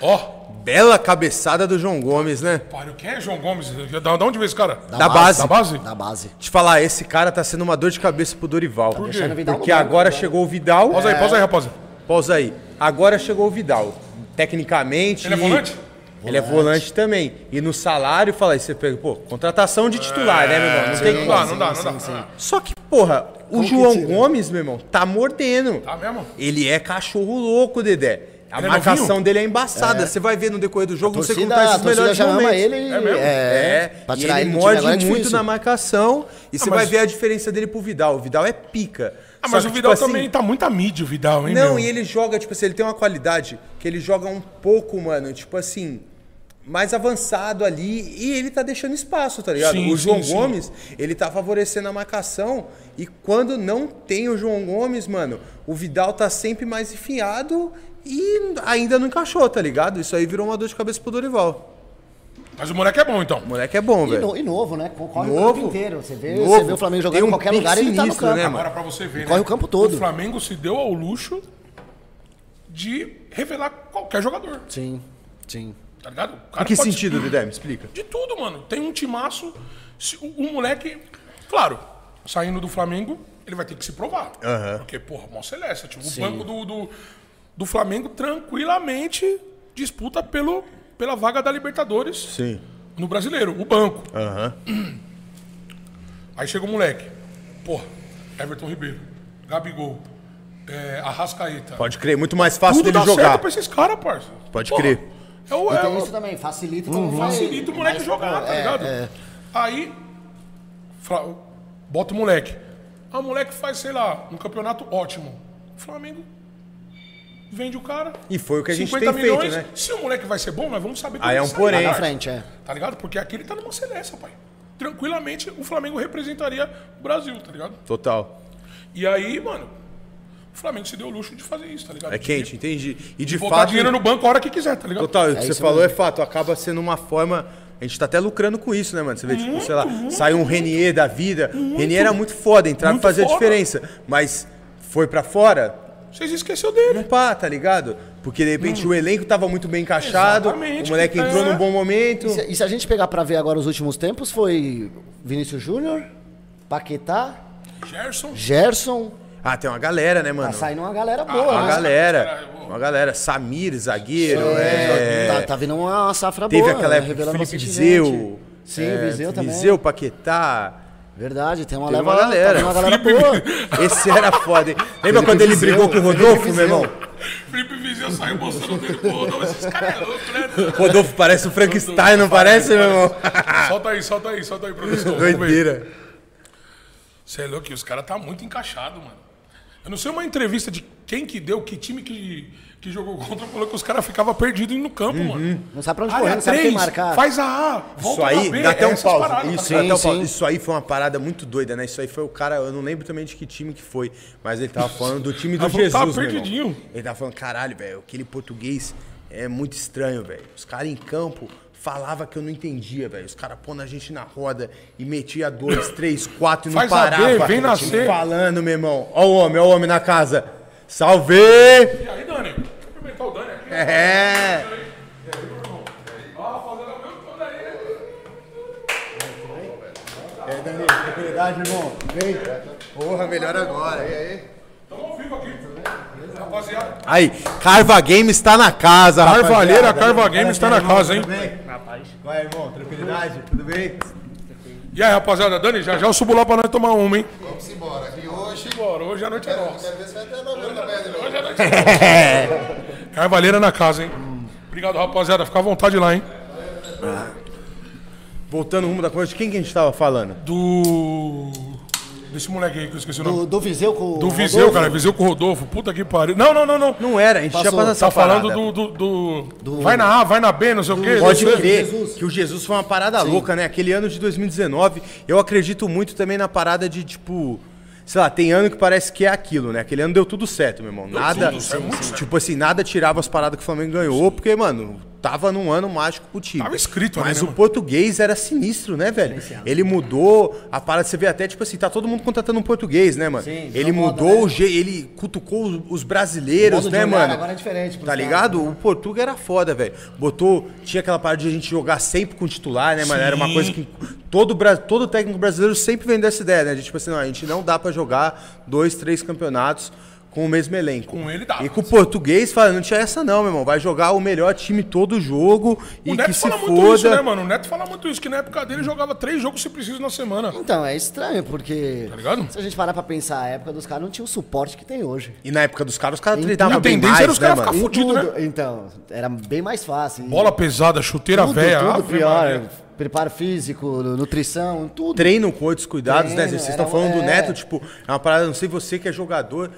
[SPEAKER 3] Ó,
[SPEAKER 1] Bela cabeçada do João Gomes, né?
[SPEAKER 3] pariu, quem é João Gomes? Da, da onde veio esse cara?
[SPEAKER 1] Da base.
[SPEAKER 3] Da base?
[SPEAKER 2] Da base.
[SPEAKER 1] Te falar, esse cara tá sendo uma dor de cabeça pro Dorival. Por
[SPEAKER 2] deixando o Vidal no
[SPEAKER 1] Porque
[SPEAKER 2] banco,
[SPEAKER 1] agora
[SPEAKER 2] né?
[SPEAKER 1] chegou o Vidal.
[SPEAKER 3] um Pausa aí, pausa aí, rapaziada.
[SPEAKER 1] Pausa aí. Agora chegou o Vidal. Tecnicamente.
[SPEAKER 3] Ele é volante?
[SPEAKER 1] Ele é volante também. E no salário, fala aí, você pega, pô, contratação de titular, né, meu irmão? Não tem
[SPEAKER 3] Não
[SPEAKER 1] como.
[SPEAKER 3] dá, não dá, não dá.
[SPEAKER 1] Só que, porra, o
[SPEAKER 2] Como que
[SPEAKER 1] João
[SPEAKER 2] tira?
[SPEAKER 1] Gomes, meu irmão, tá mordendo.
[SPEAKER 3] Tá mesmo?
[SPEAKER 1] Ele é cachorro louco, Dedé. A
[SPEAKER 3] Ele é
[SPEAKER 1] marcação
[SPEAKER 3] novinho?
[SPEAKER 1] dele é embaçada. Você vai ver no decorrer do jogo, não sei como
[SPEAKER 2] Torcida,
[SPEAKER 1] tá
[SPEAKER 2] a
[SPEAKER 1] esses
[SPEAKER 2] torcida
[SPEAKER 1] melhores
[SPEAKER 2] já ama
[SPEAKER 1] momentos.
[SPEAKER 2] ele. né?
[SPEAKER 3] É mesmo?
[SPEAKER 1] É,
[SPEAKER 2] pra
[SPEAKER 1] e
[SPEAKER 2] tirar
[SPEAKER 1] ele
[SPEAKER 2] ele do time
[SPEAKER 1] morde
[SPEAKER 2] agora é
[SPEAKER 1] muito
[SPEAKER 2] difícil.
[SPEAKER 1] na marcação e você vai
[SPEAKER 3] Ah, mas-
[SPEAKER 1] ver a diferença dele pro Vidal. O Vidal é pica.
[SPEAKER 3] Ah,
[SPEAKER 1] Só
[SPEAKER 3] mas
[SPEAKER 1] que,
[SPEAKER 3] o Vidal
[SPEAKER 1] tipo assim,
[SPEAKER 3] também tá muita mídia, o Vidal, hein,
[SPEAKER 1] Não,
[SPEAKER 3] meu?
[SPEAKER 1] e ele joga, tipo assim, ele tem uma qualidade que ele joga um pouco, mano, tipo assim, mais avançado ali e ele tá deixando espaço, tá ligado?
[SPEAKER 3] Sim,
[SPEAKER 1] o
[SPEAKER 3] sim,
[SPEAKER 1] João
[SPEAKER 3] sim.
[SPEAKER 1] Gomes, ele tá favorecendo a marcação e quando não tem o João Gomes, mano, o Vidal tá sempre mais enfiado e ainda não encaixou, tá ligado? Isso aí virou uma dor de cabeça pro Dorival.
[SPEAKER 3] Mas o moleque é bom, então.
[SPEAKER 1] O moleque é bom,
[SPEAKER 2] E,
[SPEAKER 1] velho.
[SPEAKER 2] no- e novo, né? Corre o
[SPEAKER 1] Novo,
[SPEAKER 2] campo inteiro. Você vê,
[SPEAKER 1] novo.
[SPEAKER 2] você vê o Flamengo
[SPEAKER 1] Tem
[SPEAKER 2] jogando
[SPEAKER 1] um
[SPEAKER 2] em qualquer
[SPEAKER 1] pique
[SPEAKER 2] lugar, ele tá no
[SPEAKER 1] sinistro,
[SPEAKER 2] campo.
[SPEAKER 1] né, mano?
[SPEAKER 3] Agora pra você ver,
[SPEAKER 2] Corre
[SPEAKER 3] né?
[SPEAKER 2] o campo todo.
[SPEAKER 3] O Flamengo se deu ao luxo de revelar qualquer jogador,
[SPEAKER 2] Sim, sim.
[SPEAKER 3] tá ligado? O cara
[SPEAKER 1] Em que
[SPEAKER 3] pode-
[SPEAKER 1] sentido, Dedé? Me explica.
[SPEAKER 3] De tudo, mano. Tem um timaço. Se, o, o moleque, claro, saindo do Flamengo, ele vai ter que se provar. Porque, porra, mó celeste. Tipo, o banco do, do, do Flamengo tranquilamente disputa pelo, pela vaga da Libertadores
[SPEAKER 1] Sim.
[SPEAKER 3] no brasileiro, o banco. Aí chega o moleque. Porra, Everton Ribeiro, Gabigol, é, Arrascaeta.
[SPEAKER 1] Pode crer, muito mais fácil
[SPEAKER 3] Tudo
[SPEAKER 1] dele
[SPEAKER 3] dá
[SPEAKER 1] jogar.
[SPEAKER 3] certo pra esses caras, parça.
[SPEAKER 1] Pode
[SPEAKER 3] Porra,
[SPEAKER 1] crer. Então,
[SPEAKER 3] É o,
[SPEAKER 2] E
[SPEAKER 3] é
[SPEAKER 2] tem
[SPEAKER 3] o- Uhum.
[SPEAKER 2] isso também, facilita também. pra ele.
[SPEAKER 3] facilita o moleque
[SPEAKER 2] Mas,
[SPEAKER 3] jogar, tá
[SPEAKER 2] é,
[SPEAKER 3] ligado?
[SPEAKER 2] é.
[SPEAKER 3] Aí, Fla- bota o moleque. Ah, o moleque faz, sei lá, um campeonato ótimo. O Flamengo vende o cara.
[SPEAKER 1] E foi o que a gente
[SPEAKER 3] 50
[SPEAKER 1] tem feito,
[SPEAKER 3] milhões.
[SPEAKER 1] né?
[SPEAKER 3] Se o moleque vai ser bom, nós vamos saber
[SPEAKER 1] Aí é
[SPEAKER 3] ele
[SPEAKER 1] um
[SPEAKER 3] sai,
[SPEAKER 1] porém.
[SPEAKER 2] Lá na
[SPEAKER 3] cara.
[SPEAKER 2] frente, é.
[SPEAKER 3] Tá ligado? Porque aqui ele tá numa seleção, pai. Tranquilamente, o Flamengo representaria o Brasil, tá ligado?
[SPEAKER 1] Total.
[SPEAKER 3] E aí, mano, o Flamengo se deu o luxo de fazer isso, tá ligado?
[SPEAKER 1] É
[SPEAKER 3] De-
[SPEAKER 1] quente, entendi. E de
[SPEAKER 3] De botar
[SPEAKER 1] fato.
[SPEAKER 3] dinheiro no banco a hora que quiser, tá ligado?
[SPEAKER 1] Total, o que
[SPEAKER 2] É
[SPEAKER 1] você
[SPEAKER 2] isso
[SPEAKER 1] falou
[SPEAKER 2] mesmo.
[SPEAKER 1] é fato. Acaba sendo uma forma. A gente tá até lucrando com isso, né, mano? Você vê, tipo, sei lá,
[SPEAKER 2] Uhum.
[SPEAKER 1] sai um Renier da vida. Renier era muito foda, entrava e
[SPEAKER 3] Muito
[SPEAKER 1] fazia a
[SPEAKER 3] foda.
[SPEAKER 1] diferença. Mas foi pra fora,
[SPEAKER 3] Vocês esqueceram dele.
[SPEAKER 1] não pá, tá ligado? Porque de repente
[SPEAKER 2] Hum.
[SPEAKER 1] o elenco tava muito bem encaixado,
[SPEAKER 3] Exatamente,
[SPEAKER 1] o moleque
[SPEAKER 3] que tá-
[SPEAKER 2] é.
[SPEAKER 1] entrou num bom momento.
[SPEAKER 2] E se, e se a gente pegar pra ver agora os últimos tempos, foi Vinícius Júnior, Paquetá,
[SPEAKER 3] Gerson.
[SPEAKER 2] Gerson.
[SPEAKER 1] Ah, tem uma galera, né, mano?
[SPEAKER 2] é- Tá saindo uma galera
[SPEAKER 1] Uma
[SPEAKER 2] boa, né?
[SPEAKER 1] galera. Uma galera. Samir, zagueiro, é.
[SPEAKER 2] Tá, tá vindo uma uma safra
[SPEAKER 1] Teve
[SPEAKER 2] boa. né?
[SPEAKER 1] aquela época do
[SPEAKER 2] revelando
[SPEAKER 1] Felipe
[SPEAKER 2] bastante
[SPEAKER 1] Viseu.
[SPEAKER 2] gente. Sim,
[SPEAKER 1] é,
[SPEAKER 2] Viseu também.
[SPEAKER 1] Viseu, Paquetá.
[SPEAKER 2] Verdade, tem uma
[SPEAKER 1] Teve
[SPEAKER 2] leva
[SPEAKER 1] uma
[SPEAKER 2] lá,
[SPEAKER 1] galera.
[SPEAKER 2] Tá vindo uma galera boa.
[SPEAKER 1] Esse era foda, hein? Lembra
[SPEAKER 2] Felipe
[SPEAKER 1] quando ele
[SPEAKER 2] Viseu,
[SPEAKER 1] brigou com o
[SPEAKER 2] Felipe
[SPEAKER 1] Rodolfo, meu
[SPEAKER 2] Viseu.
[SPEAKER 1] irmão?
[SPEAKER 3] Felipe Vizeu saiu mostrando dele pro Rodolfo. Esses caras é louco, né?
[SPEAKER 1] Rodolfo parece o Frankenstein, Tá não parece, meu irmão?
[SPEAKER 3] Solta aí, solta aí, solta aí, professor.
[SPEAKER 1] Doideira.
[SPEAKER 3] Você é louco, os caras tá muito encaixado, mano. Eu não sei uma entrevista de quem que deu, que time que, que jogou contra, falou que os caras ficavam perdidos no campo,
[SPEAKER 1] Uhum.
[SPEAKER 3] mano.
[SPEAKER 2] Não
[SPEAKER 1] Tá
[SPEAKER 2] sabe pra onde
[SPEAKER 3] Área
[SPEAKER 2] correr, não sabe quem
[SPEAKER 3] três,
[SPEAKER 2] marcar.
[SPEAKER 3] Faz a A,
[SPEAKER 1] Isso
[SPEAKER 3] volta na B,
[SPEAKER 1] aí, dá até um
[SPEAKER 3] essas
[SPEAKER 1] pause.
[SPEAKER 3] paradas,
[SPEAKER 1] Isso,
[SPEAKER 3] tá
[SPEAKER 1] dá até um
[SPEAKER 2] Sim,
[SPEAKER 1] pause.
[SPEAKER 2] sim.
[SPEAKER 1] Isso aí foi uma parada muito doida, né? Isso aí foi o cara, eu não lembro também de que time que foi, mas ele tava falando do time do
[SPEAKER 3] Tava-
[SPEAKER 1] Jesus,
[SPEAKER 3] tava
[SPEAKER 1] meu irmão.
[SPEAKER 3] perdidinho.
[SPEAKER 1] Ele tava falando, caralho, velho, aquele português é muito estranho, velho. Os caras em campo falava que eu não entendia, velho. Os caras pondo a gente na roda e metia dois, três, quatro e não
[SPEAKER 3] Faz a B,
[SPEAKER 1] parava.
[SPEAKER 3] vem na C.
[SPEAKER 1] Falando, meu irmão. Ó o homem, ó o homem na casa. Salve!
[SPEAKER 3] ligado? E aí, Dani? Vou cumprimentar o Dani aqui.
[SPEAKER 1] É!
[SPEAKER 3] Ó, fazendo a mesma coisa aí. né?
[SPEAKER 1] É, Dani, tranquilidade, irmão. Vem. Porra, melhor agora.
[SPEAKER 3] Tamo ao vivo aqui. Rapaziada,
[SPEAKER 1] Aí, Carva Games está na casa,
[SPEAKER 3] Carvalheira,
[SPEAKER 1] rapaziada.
[SPEAKER 3] Carva Games tá na casa, hein?
[SPEAKER 1] Tudo bem? Vai, irmão, tranquilidade? Tudo bem?
[SPEAKER 3] E E aí, rapaziada, Dani, já já eu subo lá pra nós tomar uma, hein?
[SPEAKER 4] Vamos embora. E hoje.
[SPEAKER 3] Bora, hoje a noite é nossa.
[SPEAKER 4] Quero ver se vai ter novela também, Adriano.
[SPEAKER 3] Hoje
[SPEAKER 2] né?
[SPEAKER 3] a noite é nossa. Carvalheira na casa, hein? Obrigado, rapaziada. Fica à vontade lá, hein?
[SPEAKER 1] Voltando rumo da conversa, de quem que a gente tava falando?
[SPEAKER 3] Do. Desse moleque aí que eu esqueci o nome.
[SPEAKER 2] Do, do Viseu com o
[SPEAKER 3] Do Viseu,
[SPEAKER 2] Rodolfo?
[SPEAKER 3] cara. Viseu com o Rodolfo. Puta que pariu. Não, não, não, não.
[SPEAKER 1] Não era, a gente
[SPEAKER 2] Passou.
[SPEAKER 1] já passou essa
[SPEAKER 3] Tá falando
[SPEAKER 1] parada.
[SPEAKER 3] do, do, do- Vai na A, vai na B, não sei o quê.
[SPEAKER 1] Pode
[SPEAKER 3] não sei.
[SPEAKER 1] crer
[SPEAKER 2] Jesus.
[SPEAKER 1] que o Jesus foi uma parada louca, né? Aquele ano de 2019, eu acredito muito também na parada de, tipo, sei lá, tem ano que parece que é aquilo, né? Aquele ano deu tudo certo, meu irmão. Nada,
[SPEAKER 3] tudo certo, muito certo.
[SPEAKER 1] tipo assim, nada tirava as paradas que o Flamengo ganhou, porque, mano, tava num ano mágico pro time.
[SPEAKER 3] Tava escrito ali,
[SPEAKER 1] Mas
[SPEAKER 3] né,
[SPEAKER 1] o
[SPEAKER 3] mano?
[SPEAKER 1] português era sinistro, né, velho? Ele mudou a parada, você vê até, tipo assim, tá todo mundo contratando um português, né, mano?
[SPEAKER 2] Sim,
[SPEAKER 1] ele
[SPEAKER 2] virou moda,
[SPEAKER 1] mudou
[SPEAKER 2] né?
[SPEAKER 1] o jeito, ele cutucou os- os brasileiros,
[SPEAKER 2] Modo de
[SPEAKER 1] né,
[SPEAKER 2] olhar
[SPEAKER 1] mano?
[SPEAKER 2] agora é diferente pros
[SPEAKER 1] Tá
[SPEAKER 2] caras.
[SPEAKER 1] ligado? O Portuga era foda, velho. Botou. Tinha aquela parte de a gente jogar sempre com o titular, né, mano? Era uma
[SPEAKER 3] Sim.
[SPEAKER 1] coisa que todo, bra- todo técnico brasileiro sempre vem dessa ideia, né? De tipo assim, não, a gente não dá pra jogar dois, três campeonatos com o mesmo elenco.
[SPEAKER 3] Com ele dá.
[SPEAKER 1] E com o português, fala, não tinha essa não, meu irmão. Vai jogar o melhor time todo jogo
[SPEAKER 3] O
[SPEAKER 1] e
[SPEAKER 3] Neto
[SPEAKER 1] que se
[SPEAKER 3] fala
[SPEAKER 1] foda.
[SPEAKER 3] muito isso, né, mano? O Neto fala muito isso, que na época dele jogava três jogos se preciso na semana.
[SPEAKER 2] Então, é estranho, porque.
[SPEAKER 3] Tá ligado?
[SPEAKER 2] Se a gente parar pra pensar, a época dos caras não tinha o suporte que tem hoje.
[SPEAKER 1] E na época dos caras, os caras
[SPEAKER 2] Então,
[SPEAKER 1] treinavam
[SPEAKER 3] a
[SPEAKER 1] bem
[SPEAKER 3] tendência
[SPEAKER 1] mais,
[SPEAKER 3] era os
[SPEAKER 1] né,
[SPEAKER 3] caras
[SPEAKER 1] mano?
[SPEAKER 3] ficar
[SPEAKER 2] Em
[SPEAKER 3] Fudido,
[SPEAKER 2] tudo, Então, era bem mais fácil. E
[SPEAKER 3] Bola pesada, chuteira
[SPEAKER 2] tudo,
[SPEAKER 3] velha.
[SPEAKER 1] ah,
[SPEAKER 2] Tudo
[SPEAKER 3] Ave
[SPEAKER 2] pior.
[SPEAKER 1] né?
[SPEAKER 3] Maria.
[SPEAKER 2] Preparo físico, nutrição, tudo.
[SPEAKER 1] treinam com outros cuidados, né?
[SPEAKER 2] Treino,
[SPEAKER 1] Vocês
[SPEAKER 2] era-
[SPEAKER 1] estão falando do
[SPEAKER 2] é.
[SPEAKER 1] Neto, tipo, é uma parada, não sei você que é jogador,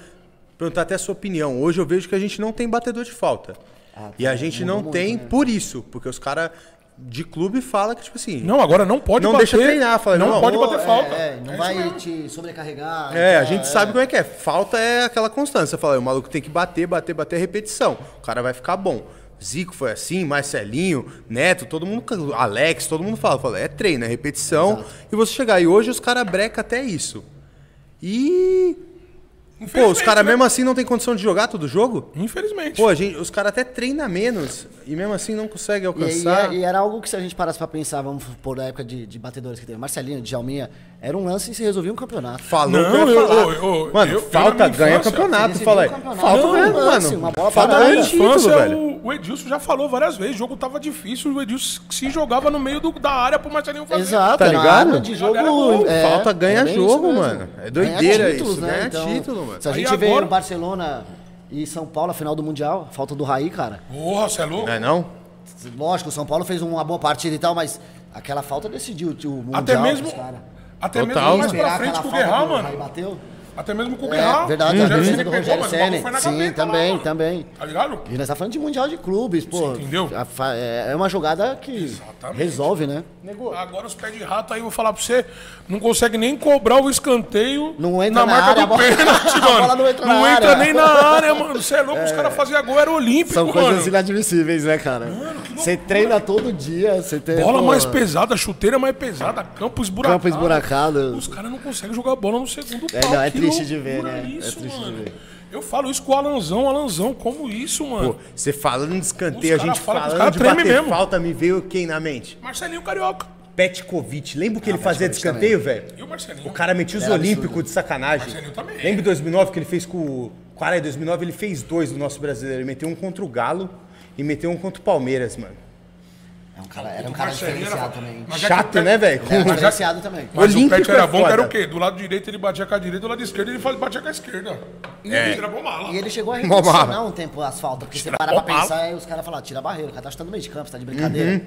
[SPEAKER 1] perguntar até a sua opinião. Hoje eu vejo que a gente não tem batedor de falta.
[SPEAKER 2] Ah,
[SPEAKER 1] e
[SPEAKER 2] tá.
[SPEAKER 1] a gente não tem
[SPEAKER 2] né?
[SPEAKER 1] por isso, porque os caras de clube falam que, tipo assim,
[SPEAKER 3] Não, agora não pode
[SPEAKER 1] Não
[SPEAKER 3] bater.
[SPEAKER 1] deixa treinar, fala,
[SPEAKER 3] não,
[SPEAKER 1] não,
[SPEAKER 3] pode
[SPEAKER 2] Pô,
[SPEAKER 3] bater
[SPEAKER 2] é,
[SPEAKER 3] falta.
[SPEAKER 2] é, não vai te sobrecarregar.
[SPEAKER 1] É, a
[SPEAKER 2] então,
[SPEAKER 1] gente sabe como é que é. Falta é aquela constância. Fala, o maluco tem que bater, bater, bater repetição. O cara vai ficar bom. Zico foi assim, Marcelinho, Neto, todo mundo, Alex, todo mundo fala, fala, é treino, é repetição. E você chegar. E hoje os caras breca até isso. E. Pô, os
[SPEAKER 3] Infelizmente,
[SPEAKER 1] caras
[SPEAKER 3] né?
[SPEAKER 1] mesmo assim não tem condição de jogar todo jogo?
[SPEAKER 3] Infelizmente.
[SPEAKER 1] Pô, a gente, os caras até treinam menos e mesmo assim não conseguem
[SPEAKER 2] E, e-
[SPEAKER 1] alcançar.
[SPEAKER 2] e era algo que se a gente parasse pra pensar, vamos por na época de, de batedores que teve, Marcelinho, Djalminha, era um lance e se resolvia um campeonato.
[SPEAKER 1] Falou
[SPEAKER 3] Não,
[SPEAKER 1] que eu ia
[SPEAKER 3] eu-
[SPEAKER 1] falar.
[SPEAKER 3] eu- eu-
[SPEAKER 1] mano,
[SPEAKER 3] eu- eu na
[SPEAKER 1] falta
[SPEAKER 3] minha
[SPEAKER 1] ganha
[SPEAKER 3] infância-
[SPEAKER 1] campeonato,
[SPEAKER 2] Decidiu
[SPEAKER 1] fala aí.
[SPEAKER 2] um campeonato.
[SPEAKER 1] Falta
[SPEAKER 2] Não,
[SPEAKER 1] ganha,
[SPEAKER 2] lance,
[SPEAKER 1] mano.
[SPEAKER 2] uma bola
[SPEAKER 1] falta
[SPEAKER 2] parada.
[SPEAKER 1] ganha
[SPEAKER 3] Na
[SPEAKER 1] título,
[SPEAKER 3] infância, é um
[SPEAKER 1] velho.
[SPEAKER 3] o, o Edilson já falou várias vezes, o jogo tava difícil, o Edilson se jogava no meio do- da área pro Marcelinho fazer.
[SPEAKER 2] Exato,
[SPEAKER 1] Tá
[SPEAKER 2] era uma
[SPEAKER 1] ligado?
[SPEAKER 2] arma de jogo.
[SPEAKER 3] Era gol.
[SPEAKER 2] é,
[SPEAKER 1] Falta ganha
[SPEAKER 2] é bem
[SPEAKER 1] jogo,
[SPEAKER 2] isso mesmo.
[SPEAKER 1] mano. É
[SPEAKER 2] Ganha
[SPEAKER 1] doideira
[SPEAKER 2] títulos, né? Então,
[SPEAKER 1] isso, ganha título, mano.
[SPEAKER 2] Se a
[SPEAKER 3] Aí
[SPEAKER 2] gente
[SPEAKER 3] agora-
[SPEAKER 2] vê o Barcelona e São Paulo, a final do Mundial, a falta do Raí, cara.
[SPEAKER 3] Porra, você é louco?
[SPEAKER 1] Não é não?
[SPEAKER 2] Lógico, o São Paulo fez uma boa partida e tal, mas aquela falta decidiu o Mundial.
[SPEAKER 3] Até mesmo.
[SPEAKER 2] pros caras.
[SPEAKER 3] Até
[SPEAKER 1] Total.
[SPEAKER 3] mesmo mais pra
[SPEAKER 2] Esperar
[SPEAKER 3] frente
[SPEAKER 2] aquela
[SPEAKER 3] com o
[SPEAKER 2] falta
[SPEAKER 3] Guerra,
[SPEAKER 2] que o Raí
[SPEAKER 3] mano.
[SPEAKER 2] bateu.
[SPEAKER 3] Até mesmo com o Guerra.
[SPEAKER 2] É, verdade,
[SPEAKER 3] o
[SPEAKER 2] a
[SPEAKER 3] Rogério
[SPEAKER 2] defesa
[SPEAKER 3] Ceni
[SPEAKER 2] do
[SPEAKER 3] pegou,
[SPEAKER 2] Rogério
[SPEAKER 3] mas o bagulho
[SPEAKER 2] Ceni.
[SPEAKER 3] foi na
[SPEAKER 2] Sim,
[SPEAKER 3] gaveta lá,
[SPEAKER 2] também,
[SPEAKER 3] mano.
[SPEAKER 2] também.
[SPEAKER 3] Tá ligado?
[SPEAKER 2] E nós tá falando de Mundial de Clubes, pô.
[SPEAKER 3] Você entendeu?
[SPEAKER 2] A fa- É é uma jogada que
[SPEAKER 3] Exatamente.
[SPEAKER 2] resolve, né?
[SPEAKER 3] Agora os pés de rato aí, eu vou falar pra você, não consegue nem cobrar o escanteio
[SPEAKER 2] Não entra na área, a bola-
[SPEAKER 3] pênalti,
[SPEAKER 2] a
[SPEAKER 3] mano.
[SPEAKER 2] bola não entra na área.
[SPEAKER 3] nem na área, mano. Você é louco, os caras faziam gol, era olímpico,
[SPEAKER 2] São
[SPEAKER 3] mano.
[SPEAKER 2] coisas inadmissíveis, né, cara? Você treina todo dia, você tem.
[SPEAKER 3] Bola
[SPEAKER 2] pô,
[SPEAKER 3] mais pesada, chuteira mais pesada, campo esburacado.
[SPEAKER 2] né? Campo esburacado.
[SPEAKER 3] Os caras não conseguem jogar bola no segundo
[SPEAKER 2] É,
[SPEAKER 3] pau.
[SPEAKER 2] não, é
[SPEAKER 3] Que
[SPEAKER 2] triste de ver,
[SPEAKER 3] loucura
[SPEAKER 2] né? É
[SPEAKER 3] isso,
[SPEAKER 2] triste de
[SPEAKER 3] mano.
[SPEAKER 2] ver.
[SPEAKER 3] Eu falo isso com o Alanzão, Alanzão, como isso, mano?
[SPEAKER 1] Pô, você falando de escanteio, a
[SPEAKER 3] Os cara
[SPEAKER 1] gente
[SPEAKER 3] fala que os cara
[SPEAKER 1] falando de
[SPEAKER 3] treme
[SPEAKER 1] bater
[SPEAKER 3] mesmo.
[SPEAKER 1] falta, me veio quem na mente?
[SPEAKER 3] Marcelinho Carioca.
[SPEAKER 1] Petkovic. Lembra
[SPEAKER 2] Ah,
[SPEAKER 1] o que ele fazia de escanteio,
[SPEAKER 3] E o
[SPEAKER 1] velho?
[SPEAKER 3] Marcelinho?
[SPEAKER 1] O cara metia os Olímpicos de sacanagem.
[SPEAKER 3] Marcelinho também.
[SPEAKER 1] Lembra em 2009 que ele fez com o... Cara, em 2009 ele fez dois do nosso brasileiro. Ele meteu um contra o Galo e meteu um contra o Palmeiras, mano.
[SPEAKER 2] É um cara, era um
[SPEAKER 3] O
[SPEAKER 2] cara
[SPEAKER 3] Marcelinho era
[SPEAKER 2] diferenciado
[SPEAKER 3] foda.
[SPEAKER 2] também.
[SPEAKER 3] Mas é que o
[SPEAKER 1] Chato,
[SPEAKER 3] Pet-
[SPEAKER 1] né, velho?
[SPEAKER 2] Era um diferenciado também.
[SPEAKER 3] Mas o
[SPEAKER 1] Olímpico
[SPEAKER 3] Pet era
[SPEAKER 1] é
[SPEAKER 3] bom, que era
[SPEAKER 1] foda.
[SPEAKER 3] o quê? Do lado direito ele batia com a direita, do lado esquerdo ele faz- batia com a esquerda. Ele era bom mala.
[SPEAKER 2] É. E ele chegou a
[SPEAKER 1] Mó bala.
[SPEAKER 2] revolucionar um tempo as faltas, porque você para pra
[SPEAKER 3] mó bala.
[SPEAKER 2] pensar e os caras falam, tira a barreira, o cara tá chutando no meio de campo, você tá de brincadeira.